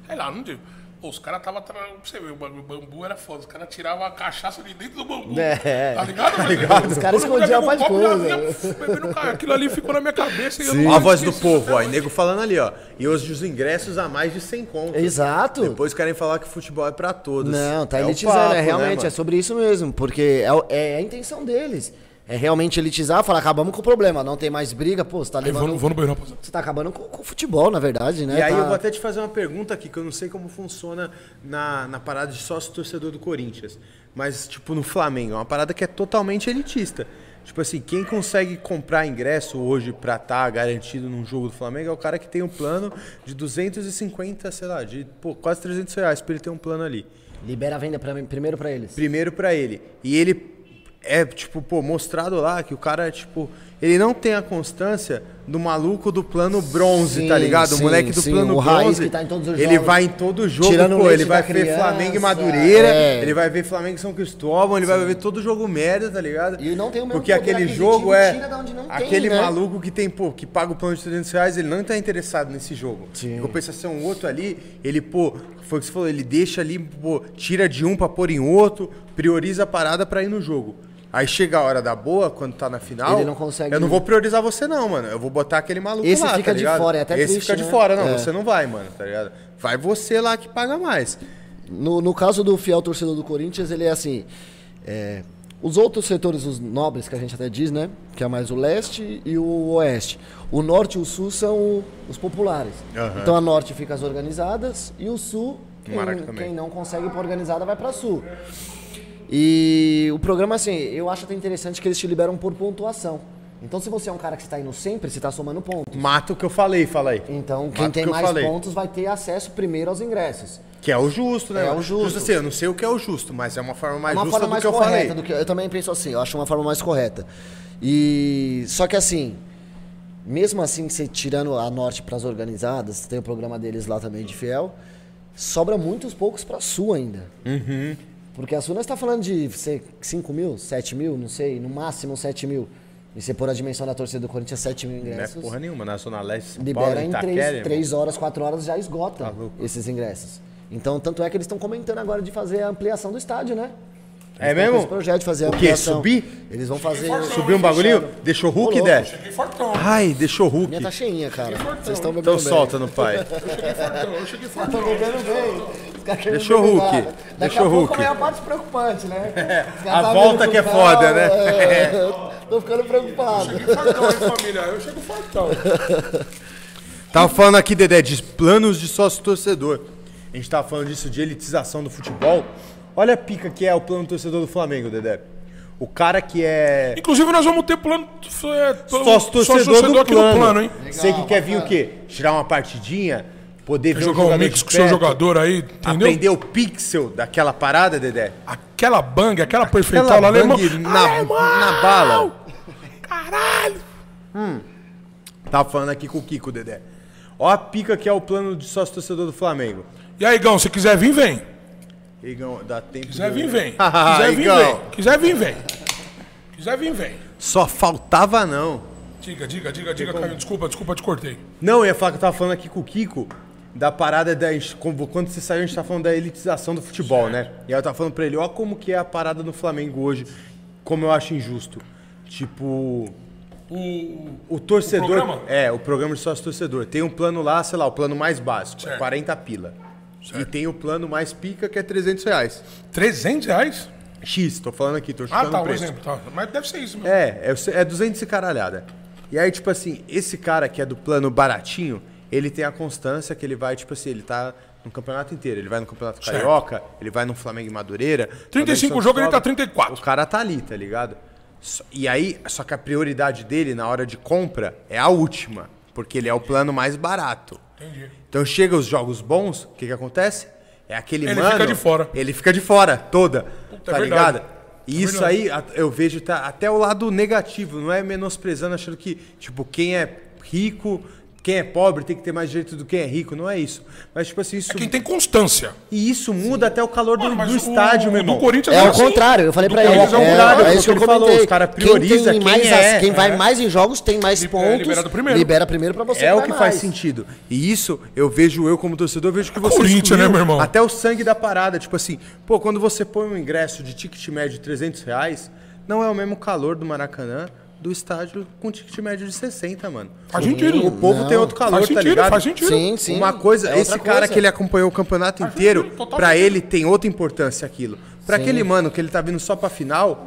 [SPEAKER 3] Sei lá, não digo. Pô, os caras tava. Tra... pra Você vê, o bambu, o bambu era foda. Os caras tiravam a cachaça de dentro do bambu.
[SPEAKER 2] É.
[SPEAKER 3] Tá ligado? Tá ligado?
[SPEAKER 2] Os caras escondiam um monte de coisa.
[SPEAKER 3] Bebendo, cara, aquilo ali ficou na minha cabeça. e eu
[SPEAKER 1] Ó
[SPEAKER 3] nunca
[SPEAKER 1] a voz do
[SPEAKER 3] esqueci
[SPEAKER 1] povo,
[SPEAKER 3] até
[SPEAKER 1] ó. E
[SPEAKER 3] hoje.
[SPEAKER 1] nego falando ali, ó. E hoje os ingressos a mais de 100 contos.
[SPEAKER 2] Exato.
[SPEAKER 1] Depois querem falar que futebol é pra todos.
[SPEAKER 2] Não, tá
[SPEAKER 1] É o
[SPEAKER 2] elitizando,
[SPEAKER 1] papo,
[SPEAKER 2] é
[SPEAKER 1] né,
[SPEAKER 2] realmente,
[SPEAKER 1] mano?
[SPEAKER 2] é sobre isso mesmo, porque é, o- é a intenção deles. É realmente elitizar, falar, acabamos com o problema, não tem mais briga, pô, você tá
[SPEAKER 3] Aí, vou,
[SPEAKER 2] levando.
[SPEAKER 3] no- vou no banheiro, rapaziada.
[SPEAKER 2] Você tá acabando com, com o futebol, na verdade, né?
[SPEAKER 1] E aí
[SPEAKER 2] Tá-
[SPEAKER 1] eu vou até te fazer uma pergunta aqui, que eu não sei como funciona na, na parada de sócio-torcedor do Corinthians. Mas, tipo, no Flamengo, é uma parada que é totalmente elitista. Tipo assim, quem consegue comprar ingresso hoje pra estar garantido num jogo do Flamengo é o cara que tem um plano de 250, sei lá, de pô, quase 300 reais pra ele ter um plano ali.
[SPEAKER 2] Libera a venda pra mim, primeiro pra eles.
[SPEAKER 1] primeiro pra ele. E ele é, tipo, pô, mostrado lá que o cara, tipo, ele não tem a constância do maluco do plano bronze,
[SPEAKER 2] Sim,
[SPEAKER 1] tá ligado?
[SPEAKER 2] sim,
[SPEAKER 1] o moleque do
[SPEAKER 2] sim,
[SPEAKER 1] plano
[SPEAKER 2] o
[SPEAKER 1] bronze.
[SPEAKER 2] Raiz que tá em todos os
[SPEAKER 1] ele
[SPEAKER 2] jogos.
[SPEAKER 1] vai em todo jogo,
[SPEAKER 2] Tirando o
[SPEAKER 1] pô.
[SPEAKER 2] leite
[SPEAKER 1] Ele vai
[SPEAKER 2] da
[SPEAKER 1] ver
[SPEAKER 2] criança,
[SPEAKER 1] Flamengo e Madureira,
[SPEAKER 2] é.
[SPEAKER 1] ele vai ver Flamengo e São Cristóvão, ele vai ver todo jogo merda, tá ligado?
[SPEAKER 2] E não tem o mesmo
[SPEAKER 1] Porque
[SPEAKER 2] poder
[SPEAKER 1] aquele
[SPEAKER 2] aquisitivo,
[SPEAKER 1] jogo é.
[SPEAKER 2] tira da onde não tem,
[SPEAKER 1] aquele
[SPEAKER 2] né?
[SPEAKER 1] maluco que tem, pô, que paga o plano de 300 reais, ele não tá interessado nesse jogo. Em compensação, o outro ali, ele, pô, foi o que você falou, ele deixa ali, pô, tira de um pra pôr em outro, prioriza a parada pra ir no jogo. Aí chega a hora da boa, quando tá na final.
[SPEAKER 2] Ele não consegue-
[SPEAKER 1] Eu não vou priorizar você, não, mano. Eu vou botar aquele maluco
[SPEAKER 2] Esse
[SPEAKER 1] lá.
[SPEAKER 2] fica
[SPEAKER 1] tá
[SPEAKER 2] de
[SPEAKER 1] ligado?
[SPEAKER 2] fora, é até
[SPEAKER 1] Esse
[SPEAKER 2] triste,
[SPEAKER 1] fica de
[SPEAKER 2] né?
[SPEAKER 1] fora, não.
[SPEAKER 2] É.
[SPEAKER 1] Você não vai, mano, tá ligado? Vai você lá que paga mais.
[SPEAKER 2] No, no caso do fiel torcedor do Corinthians, ele é assim. é, os outros setores, os nobres, que a gente até diz, né? Que é mais o leste e o oeste. O norte e o sul são o- os populares. Então a norte fica as organizadas e o sul, quem,
[SPEAKER 1] Maraca também.
[SPEAKER 2] quem não consegue ir pra organizada, vai pra sul. E o programa, assim, eu acho até interessante que eles te liberam por pontuação. Então, se você é um cara que está indo sempre, você está somando pontos.
[SPEAKER 1] Mata o que eu falei, fala aí.
[SPEAKER 2] Então,
[SPEAKER 1] Mata
[SPEAKER 2] quem
[SPEAKER 1] o
[SPEAKER 2] tem
[SPEAKER 1] que eu
[SPEAKER 2] mais
[SPEAKER 1] falei.
[SPEAKER 2] pontos vai ter acesso primeiro aos ingressos.
[SPEAKER 1] Que é o justo, né?
[SPEAKER 2] É o
[SPEAKER 1] mano?
[SPEAKER 2] justo.
[SPEAKER 1] assim, eu não sei o que é o justo, mas é uma forma mais
[SPEAKER 2] uma
[SPEAKER 1] justa
[SPEAKER 2] forma
[SPEAKER 1] do
[SPEAKER 2] mais
[SPEAKER 1] que eu
[SPEAKER 2] correta
[SPEAKER 1] falei.
[SPEAKER 2] do que eu também penso assim, eu acho uma forma mais correta. E só que assim, mesmo assim você tirando a norte para as organizadas, tem o programa deles lá também de fiel, sobra muitos poucos para sul ainda.
[SPEAKER 1] Uhum.
[SPEAKER 2] Porque a sul nós está falando de sei, 5 mil, 7 mil, não sei, no máximo 7 mil. E você pôr a dimensão da torcida do Corinthians, 7 mil
[SPEAKER 1] Não é
[SPEAKER 2] ingressos.
[SPEAKER 1] porra nenhuma. Na Zona Leste, São
[SPEAKER 2] Libera
[SPEAKER 1] Paulo,
[SPEAKER 2] em
[SPEAKER 1] Itaquera,
[SPEAKER 2] três
[SPEAKER 1] irmão.
[SPEAKER 2] três horas, quatro horas já esgota
[SPEAKER 1] Tá louco.
[SPEAKER 2] esses ingressos. Então, tanto é que eles estão comentando agora de fazer a ampliação do estádio, né?
[SPEAKER 1] É
[SPEAKER 2] Tem
[SPEAKER 1] mesmo?
[SPEAKER 2] Esse projeto de fazer a
[SPEAKER 1] O quê?
[SPEAKER 2] ampliação.
[SPEAKER 1] Subir?
[SPEAKER 2] Eles vão fazer.
[SPEAKER 1] Subiu um bagulhinho? Deixou o Hulk,
[SPEAKER 2] Ô,
[SPEAKER 1] Dé?
[SPEAKER 2] louco.
[SPEAKER 3] Cheguei fortão.
[SPEAKER 1] Ai, deixou o
[SPEAKER 2] Minha
[SPEAKER 1] Hulk.
[SPEAKER 2] tá cheinha, cara. Vocês estão bebendo
[SPEAKER 1] Então
[SPEAKER 2] bem.
[SPEAKER 1] solta no pai. então,
[SPEAKER 3] Eu cheguei fortão.
[SPEAKER 1] Tá
[SPEAKER 2] Estão bebendo bem. Os caras querem
[SPEAKER 1] Deixa o
[SPEAKER 2] beber
[SPEAKER 1] Hulk.
[SPEAKER 2] nada. Daqui
[SPEAKER 1] Deixa
[SPEAKER 2] a
[SPEAKER 1] o
[SPEAKER 2] pouco
[SPEAKER 1] Hulk.
[SPEAKER 2] É a parte preocupante, né? Os caras
[SPEAKER 1] a
[SPEAKER 2] tá
[SPEAKER 1] volta
[SPEAKER 2] vindo
[SPEAKER 1] que é
[SPEAKER 2] pro
[SPEAKER 1] foda,
[SPEAKER 2] carro,
[SPEAKER 1] né?
[SPEAKER 2] é, Tô ficando preocupado.
[SPEAKER 3] Cheguei fortão, hein, família? Eu chego fortão.
[SPEAKER 1] Tava Tá falando aqui, Dedé, de planos de sócio-torcedor. A gente tava falando disso, de elitização do futebol. Olha a pica que é o plano torcedor do Flamengo, Dedé. O cara que é
[SPEAKER 3] Inclusive, nós vamos ter plano. é, plano-
[SPEAKER 1] sócio-torcedor
[SPEAKER 3] sócio-torcedor
[SPEAKER 1] do
[SPEAKER 3] aqui
[SPEAKER 1] plano.
[SPEAKER 3] no plano, hein?
[SPEAKER 1] Você que quer vir o quê? Tirar uma partidinha, poder ver
[SPEAKER 3] Jogar um
[SPEAKER 1] jogador
[SPEAKER 3] mix
[SPEAKER 1] de
[SPEAKER 3] com o seu
[SPEAKER 1] perto,
[SPEAKER 3] jogador aí, entendeu?
[SPEAKER 1] Aprender o pixel daquela parada, Dedé.
[SPEAKER 3] Aquela bang, aquela perfeitada
[SPEAKER 1] Aquela
[SPEAKER 3] lá, alemão.
[SPEAKER 1] bang na, na bala.
[SPEAKER 3] Caralho!
[SPEAKER 1] Tava falando aqui com o Kiko, Dedé. Ó a pica que é o plano de sócio-torcedor do Flamengo.
[SPEAKER 3] E aí, Igão, se quiser vir, vem.
[SPEAKER 1] Igão, dá tempo.
[SPEAKER 3] Quiser
[SPEAKER 1] de-
[SPEAKER 3] vir, vem.
[SPEAKER 1] Ah,
[SPEAKER 3] Quiser vir,
[SPEAKER 1] Igão.
[SPEAKER 3] vem. Quiser vir, vem. Quiser vir, vem.
[SPEAKER 1] Só faltava não.
[SPEAKER 3] Diga, diga, diga, diga, Caio. Desculpa, desculpa, te cortei.
[SPEAKER 1] Não, eu ia falar que eu tava falando aqui com o Kiko da parada da. como- Quando você saiu, a gente tava falando da elitização do futebol, né? E aí eu tava falando pra ele, ó, como que é a parada no Flamengo hoje, como eu acho injusto. Tipo.
[SPEAKER 3] O.
[SPEAKER 1] O torcedor.
[SPEAKER 3] programa?
[SPEAKER 1] é, o programa de sócio torcedor. Tem um plano lá, sei lá, o plano mais básico, é
[SPEAKER 3] Certo.
[SPEAKER 1] 40 pila. E tem o plano mais pica, que é 300 reais.
[SPEAKER 3] 300 reais?
[SPEAKER 1] X, tô falando aqui, tô
[SPEAKER 3] Ah,
[SPEAKER 1] chutando
[SPEAKER 3] tá,
[SPEAKER 1] o
[SPEAKER 3] por
[SPEAKER 1] preço.
[SPEAKER 3] exemplo. Tá. Mas deve ser isso mesmo.
[SPEAKER 1] É, é, é 200 e caralhada. E aí, tipo assim, esse cara que é do plano baratinho, ele tem a constância que ele vai, tipo assim, ele tá no campeonato inteiro. Ele vai no campeonato
[SPEAKER 3] Certo.
[SPEAKER 1] carioca, ele vai no Flamengo e Madureira. Flamengo e
[SPEAKER 3] 35
[SPEAKER 1] Santos
[SPEAKER 3] jogo, ele
[SPEAKER 1] Paulo.
[SPEAKER 3] tá 34.
[SPEAKER 1] O cara tá ali, tá ligado? Só- E aí, só que a prioridade dele na hora de compra é a última, porque ele é o plano mais barato.
[SPEAKER 3] Entendi.
[SPEAKER 1] Então chega os jogos bons, o que que acontece? É aquele
[SPEAKER 3] Ele
[SPEAKER 1] mano...
[SPEAKER 3] fica de fora.
[SPEAKER 1] Ele fica de fora, toda,
[SPEAKER 3] Puta,
[SPEAKER 1] tá
[SPEAKER 3] é verdade.
[SPEAKER 1] ligado? E isso
[SPEAKER 3] verdade.
[SPEAKER 1] aí a- eu vejo tá, até o lado negativo, não é menosprezando, achando que, tipo, quem é rico, quem é pobre tem que ter mais direito do que quem é rico, não é isso. Mas, tipo assim, isso,
[SPEAKER 3] Quem tem constância.
[SPEAKER 1] e isso muda até o calor do,
[SPEAKER 3] Mano, mas
[SPEAKER 1] do
[SPEAKER 3] o-
[SPEAKER 1] estádio, meu
[SPEAKER 3] o do
[SPEAKER 1] irmão.
[SPEAKER 3] Corinthians
[SPEAKER 2] É
[SPEAKER 3] era
[SPEAKER 2] o
[SPEAKER 3] assim.
[SPEAKER 2] contrário, eu falei
[SPEAKER 3] Do
[SPEAKER 2] pra ele.
[SPEAKER 3] Corinthians
[SPEAKER 1] é o contrário, foi
[SPEAKER 2] é
[SPEAKER 1] o
[SPEAKER 2] isso
[SPEAKER 1] que
[SPEAKER 2] que eu
[SPEAKER 1] ele falou,
[SPEAKER 2] comentei.
[SPEAKER 1] os cara prioriza quem
[SPEAKER 2] mais
[SPEAKER 1] é,
[SPEAKER 2] as- quem vai
[SPEAKER 1] é.
[SPEAKER 2] mais em jogos tem mais
[SPEAKER 3] Libera-
[SPEAKER 2] pontos.
[SPEAKER 3] libera primeiro.
[SPEAKER 2] Libera primeiro pra você.
[SPEAKER 1] É o
[SPEAKER 2] vai
[SPEAKER 1] que faz
[SPEAKER 2] mais.
[SPEAKER 1] sentido. E isso, eu vejo, eu como torcedor, eu vejo que você
[SPEAKER 3] Corinthians, né, meu irmão?
[SPEAKER 1] até o sangue da parada. Tipo assim, pô, quando você põe um ingresso de ticket médio de 300 reais, não é o mesmo calor do Maracanã do estádio com ticket médio de 60, mano.
[SPEAKER 3] Faz sentido.
[SPEAKER 1] O povo tem outro calor,
[SPEAKER 3] Faz
[SPEAKER 1] tá
[SPEAKER 3] sentido,
[SPEAKER 1] ligado?
[SPEAKER 3] faz sentido.
[SPEAKER 2] Sim, sim.
[SPEAKER 1] Uma coisa,
[SPEAKER 2] É outra
[SPEAKER 1] esse cara
[SPEAKER 2] coisa.
[SPEAKER 1] que ele acompanhou o campeonato inteiro,
[SPEAKER 3] total
[SPEAKER 1] pra
[SPEAKER 3] sentido.
[SPEAKER 1] ele tem outra importância aquilo. Pra aquele mano que ele tá vindo só pra final,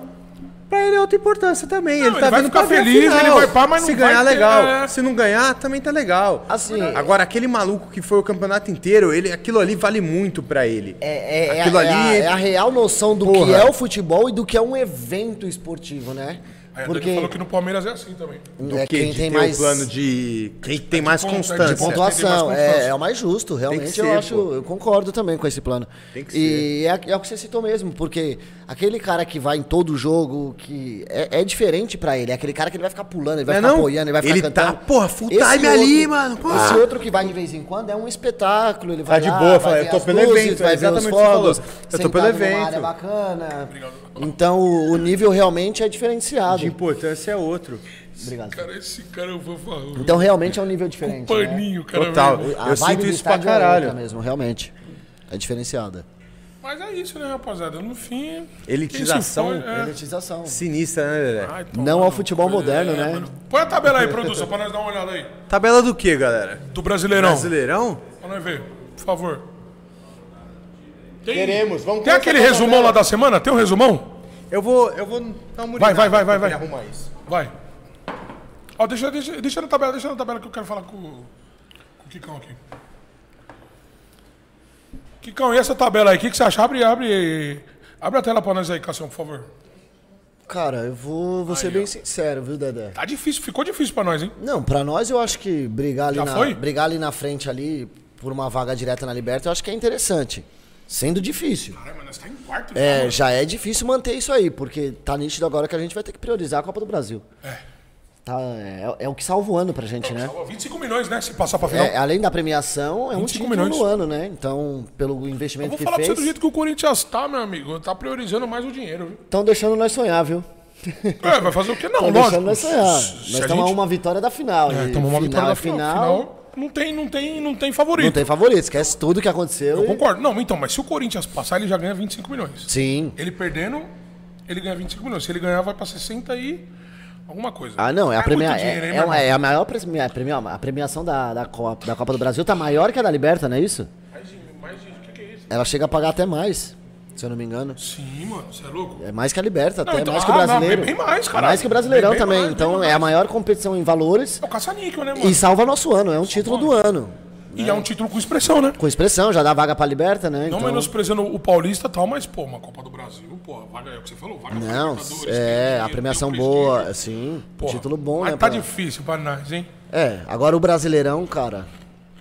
[SPEAKER 1] pra ele é outra importância também. ele
[SPEAKER 3] ele
[SPEAKER 1] tá
[SPEAKER 3] vai
[SPEAKER 1] vindo
[SPEAKER 3] ficar
[SPEAKER 1] pra ver a
[SPEAKER 3] feliz,
[SPEAKER 1] final.
[SPEAKER 3] ele vai pá, mas
[SPEAKER 1] Se
[SPEAKER 3] não
[SPEAKER 1] ganhar,
[SPEAKER 3] vai ter-
[SPEAKER 1] legal.
[SPEAKER 3] é.
[SPEAKER 1] Se não ganhar, também tá legal.
[SPEAKER 2] Assim,
[SPEAKER 1] Agora, aquele maluco que foi o campeonato inteiro, ele, aquilo ali vale muito pra ele.
[SPEAKER 2] É, é- é
[SPEAKER 1] aquilo
[SPEAKER 2] a,
[SPEAKER 1] ali.
[SPEAKER 2] é a- é a real noção do que
[SPEAKER 1] Porra.
[SPEAKER 2] é o futebol e do que é um evento esportivo, né?
[SPEAKER 3] Aí Porque...
[SPEAKER 2] Porque
[SPEAKER 3] falou que no Palmeiras é assim também.
[SPEAKER 1] Do
[SPEAKER 2] é
[SPEAKER 1] que
[SPEAKER 2] quem
[SPEAKER 1] de
[SPEAKER 2] tem
[SPEAKER 1] ter
[SPEAKER 2] mais
[SPEAKER 1] o plano de. Quem tem mais
[SPEAKER 3] ponto- é de
[SPEAKER 1] constância.
[SPEAKER 3] ponto
[SPEAKER 2] pontuação.
[SPEAKER 3] Tem que ter mais
[SPEAKER 2] É,
[SPEAKER 3] pontuação.
[SPEAKER 2] é o mais justo, realmente.
[SPEAKER 1] ser,
[SPEAKER 2] eu acho,
[SPEAKER 1] pô.
[SPEAKER 2] eu concordo também com esse plano.
[SPEAKER 1] Tem que
[SPEAKER 2] e é, é o que você citou mesmo, porque aquele cara que vai em todo jogo, que é, é diferente pra ele. É aquele cara que ele vai ficar pulando, ele vai
[SPEAKER 1] Não é
[SPEAKER 2] ficar
[SPEAKER 1] não?
[SPEAKER 2] apoiando, ele vai ficar
[SPEAKER 1] Ele tá,
[SPEAKER 2] cantando.
[SPEAKER 1] porra, full
[SPEAKER 2] Esse
[SPEAKER 1] time ali, mano, pô.
[SPEAKER 2] Esse outro que vai de vez em quando é um espetáculo. Ele vai
[SPEAKER 1] Tá de
[SPEAKER 2] lá,
[SPEAKER 1] boa,
[SPEAKER 2] vai
[SPEAKER 1] fala,
[SPEAKER 2] ver
[SPEAKER 1] eu tô
[SPEAKER 2] as
[SPEAKER 1] pelo
[SPEAKER 2] luzes,
[SPEAKER 1] evento, é
[SPEAKER 2] vai ver os
[SPEAKER 1] exatamente o que você
[SPEAKER 2] fogos,
[SPEAKER 1] falou. Eu tô
[SPEAKER 2] sentado
[SPEAKER 1] pelo
[SPEAKER 2] numa
[SPEAKER 1] evento.
[SPEAKER 2] área bacana. Então o, o nível realmente é diferenciado.
[SPEAKER 1] De importância é outro.
[SPEAKER 2] Obrigado.
[SPEAKER 3] Cara, esse cara é eu vou falar.
[SPEAKER 2] Então realmente é um nível diferente. né?
[SPEAKER 3] Paninho, cara.
[SPEAKER 1] Total.
[SPEAKER 3] meu.
[SPEAKER 2] A
[SPEAKER 1] Eu
[SPEAKER 2] vibe
[SPEAKER 1] sinto
[SPEAKER 2] do
[SPEAKER 1] isso pra
[SPEAKER 2] estádio é outra
[SPEAKER 1] caralho.
[SPEAKER 2] mesmo, realmente. É diferenciada.
[SPEAKER 3] Mas é isso, né, rapaziada? No fim.
[SPEAKER 1] Elitização.
[SPEAKER 3] quem se for, é.
[SPEAKER 2] Monetização.
[SPEAKER 1] Sinistra, né, Dedé?
[SPEAKER 3] Ai, toma,
[SPEAKER 2] Não ao
[SPEAKER 3] mano.
[SPEAKER 2] futebol moderno,
[SPEAKER 3] É,
[SPEAKER 2] né?
[SPEAKER 3] mano. Põe a tabela aí, produção, pra nós dar uma olhada aí.
[SPEAKER 1] Tabela do que, galera?
[SPEAKER 3] Do Brasileirão.
[SPEAKER 1] Brasileirão?
[SPEAKER 3] Pra nós ver, por favor. Tem,
[SPEAKER 1] Queremos, vamos
[SPEAKER 3] Tem
[SPEAKER 1] começar
[SPEAKER 3] aquele
[SPEAKER 1] com a
[SPEAKER 3] resumão
[SPEAKER 1] tabela.
[SPEAKER 3] lá da semana? Tem um resumão?
[SPEAKER 1] Eu vou, eu vou dar uma
[SPEAKER 3] Vai, vai, vai, vai,
[SPEAKER 1] pra ele
[SPEAKER 3] vai.
[SPEAKER 1] arrumar isso.
[SPEAKER 3] Vai. Ó, deixa, deixa, deixa na tabela, deixa na tabela que eu quero falar com, o- com o Kikão aqui. Kikão, e essa tabela aí? O que, que você acha? Abre, abre Abre a tela pra nós aí, Cassião, por favor.
[SPEAKER 2] Cara, eu vou, vou ser bem sincero, viu, Dedé?
[SPEAKER 3] Tá difícil, ficou difícil pra nós, hein?
[SPEAKER 2] Não, pra nós eu acho que brigar ali,
[SPEAKER 3] Já
[SPEAKER 2] na,
[SPEAKER 3] foi?
[SPEAKER 2] brigar ali na frente ali por uma vaga direta na Liberta, eu acho que é interessante. Sendo difícil.
[SPEAKER 3] Caralho, mas nós tá em quarto.
[SPEAKER 2] É, já é difícil manter isso aí, porque tá nítido agora que a gente vai ter que priorizar a Copa do Brasil. É. Tá, é, é o que salva o ano pra
[SPEAKER 3] É
[SPEAKER 2] gente, né?
[SPEAKER 3] 25 milhões, né? Se passar pra final.
[SPEAKER 2] É, além da premiação, é um
[SPEAKER 3] 25
[SPEAKER 2] título
[SPEAKER 3] milhões.
[SPEAKER 2] no ano, né? Então, pelo
[SPEAKER 3] Eu
[SPEAKER 2] investimento
[SPEAKER 3] vou
[SPEAKER 2] que
[SPEAKER 3] falar pra
[SPEAKER 2] fez,
[SPEAKER 3] você do jeito que o Corinthians tá, meu amigo. Tá priorizando mais o dinheiro, viu?
[SPEAKER 2] estão deixando nós sonhar, viu?
[SPEAKER 3] É, vai fazer o quê? Não,
[SPEAKER 2] Estão
[SPEAKER 3] lógico.
[SPEAKER 2] deixando nós sonhar. Nós
[SPEAKER 3] Se a
[SPEAKER 2] estamos a
[SPEAKER 3] gente-
[SPEAKER 2] uma vitória da final.
[SPEAKER 3] É,
[SPEAKER 2] e
[SPEAKER 3] tomou
[SPEAKER 2] final
[SPEAKER 3] uma vitória
[SPEAKER 2] é
[SPEAKER 3] da final.
[SPEAKER 2] final.
[SPEAKER 3] Final, um não tem, não tem, não tem
[SPEAKER 2] Não
[SPEAKER 3] favorito.
[SPEAKER 2] tem favorito, esquece tudo que aconteceu.
[SPEAKER 3] Eu
[SPEAKER 2] e-
[SPEAKER 3] concordo. Não, então, mas se o Corinthians passar, ele já ganha 25 milhões.
[SPEAKER 2] Sim.
[SPEAKER 3] Ele perdendo, ele ganha 25 milhões. Se ele ganhar, vai pra 60 e alguma coisa.
[SPEAKER 2] Ah, não, é a, premia...
[SPEAKER 3] muito
[SPEAKER 2] é,
[SPEAKER 3] dinheiro, hein,
[SPEAKER 2] é
[SPEAKER 3] meu
[SPEAKER 2] uma-
[SPEAKER 3] irmão?
[SPEAKER 2] é a maior premia... premia- a premiação da, da, Copa, da Copa do Brasil tá maior que a da Liberta, não é isso?
[SPEAKER 3] Mais de- mais de- o que que é isso?
[SPEAKER 2] Ela chega a pagar até mais, se eu não me engano.
[SPEAKER 3] Sim, mano, você é louco?
[SPEAKER 2] É mais que a Liberta,
[SPEAKER 3] Não,
[SPEAKER 2] até
[SPEAKER 3] então-
[SPEAKER 2] mais que o
[SPEAKER 3] ah, não,
[SPEAKER 2] brasileiro.
[SPEAKER 3] bem- bem mais,
[SPEAKER 2] cara.
[SPEAKER 3] caralho.
[SPEAKER 2] Mais que o brasileirão
[SPEAKER 3] Bem- bem
[SPEAKER 2] também.
[SPEAKER 3] mais,
[SPEAKER 2] então
[SPEAKER 3] bem
[SPEAKER 2] é a
[SPEAKER 3] mais.
[SPEAKER 2] maior competição em valores
[SPEAKER 3] É o caça-níquel, né, mano?
[SPEAKER 2] e salva nosso ano. É um título do ano.
[SPEAKER 3] E é um título com expressão, né?
[SPEAKER 2] Com expressão, já dá vaga pra Liberta, né?
[SPEAKER 3] Não
[SPEAKER 2] Então...
[SPEAKER 3] menosprezando o Paulista e tal, mas, pô, uma Copa do Brasil, pô, vaga é o que você falou, vaga pra
[SPEAKER 2] Não,
[SPEAKER 3] Libertadores, né? tem
[SPEAKER 2] é,
[SPEAKER 3] dinheiro,
[SPEAKER 2] a premiação
[SPEAKER 3] tem prestígio.
[SPEAKER 2] boa, sim.
[SPEAKER 3] Porra,
[SPEAKER 2] título bom,
[SPEAKER 3] mas
[SPEAKER 2] né?
[SPEAKER 3] Tá
[SPEAKER 2] pra-
[SPEAKER 3] difícil pra nós, hein?
[SPEAKER 2] É, agora o Brasileirão, cara,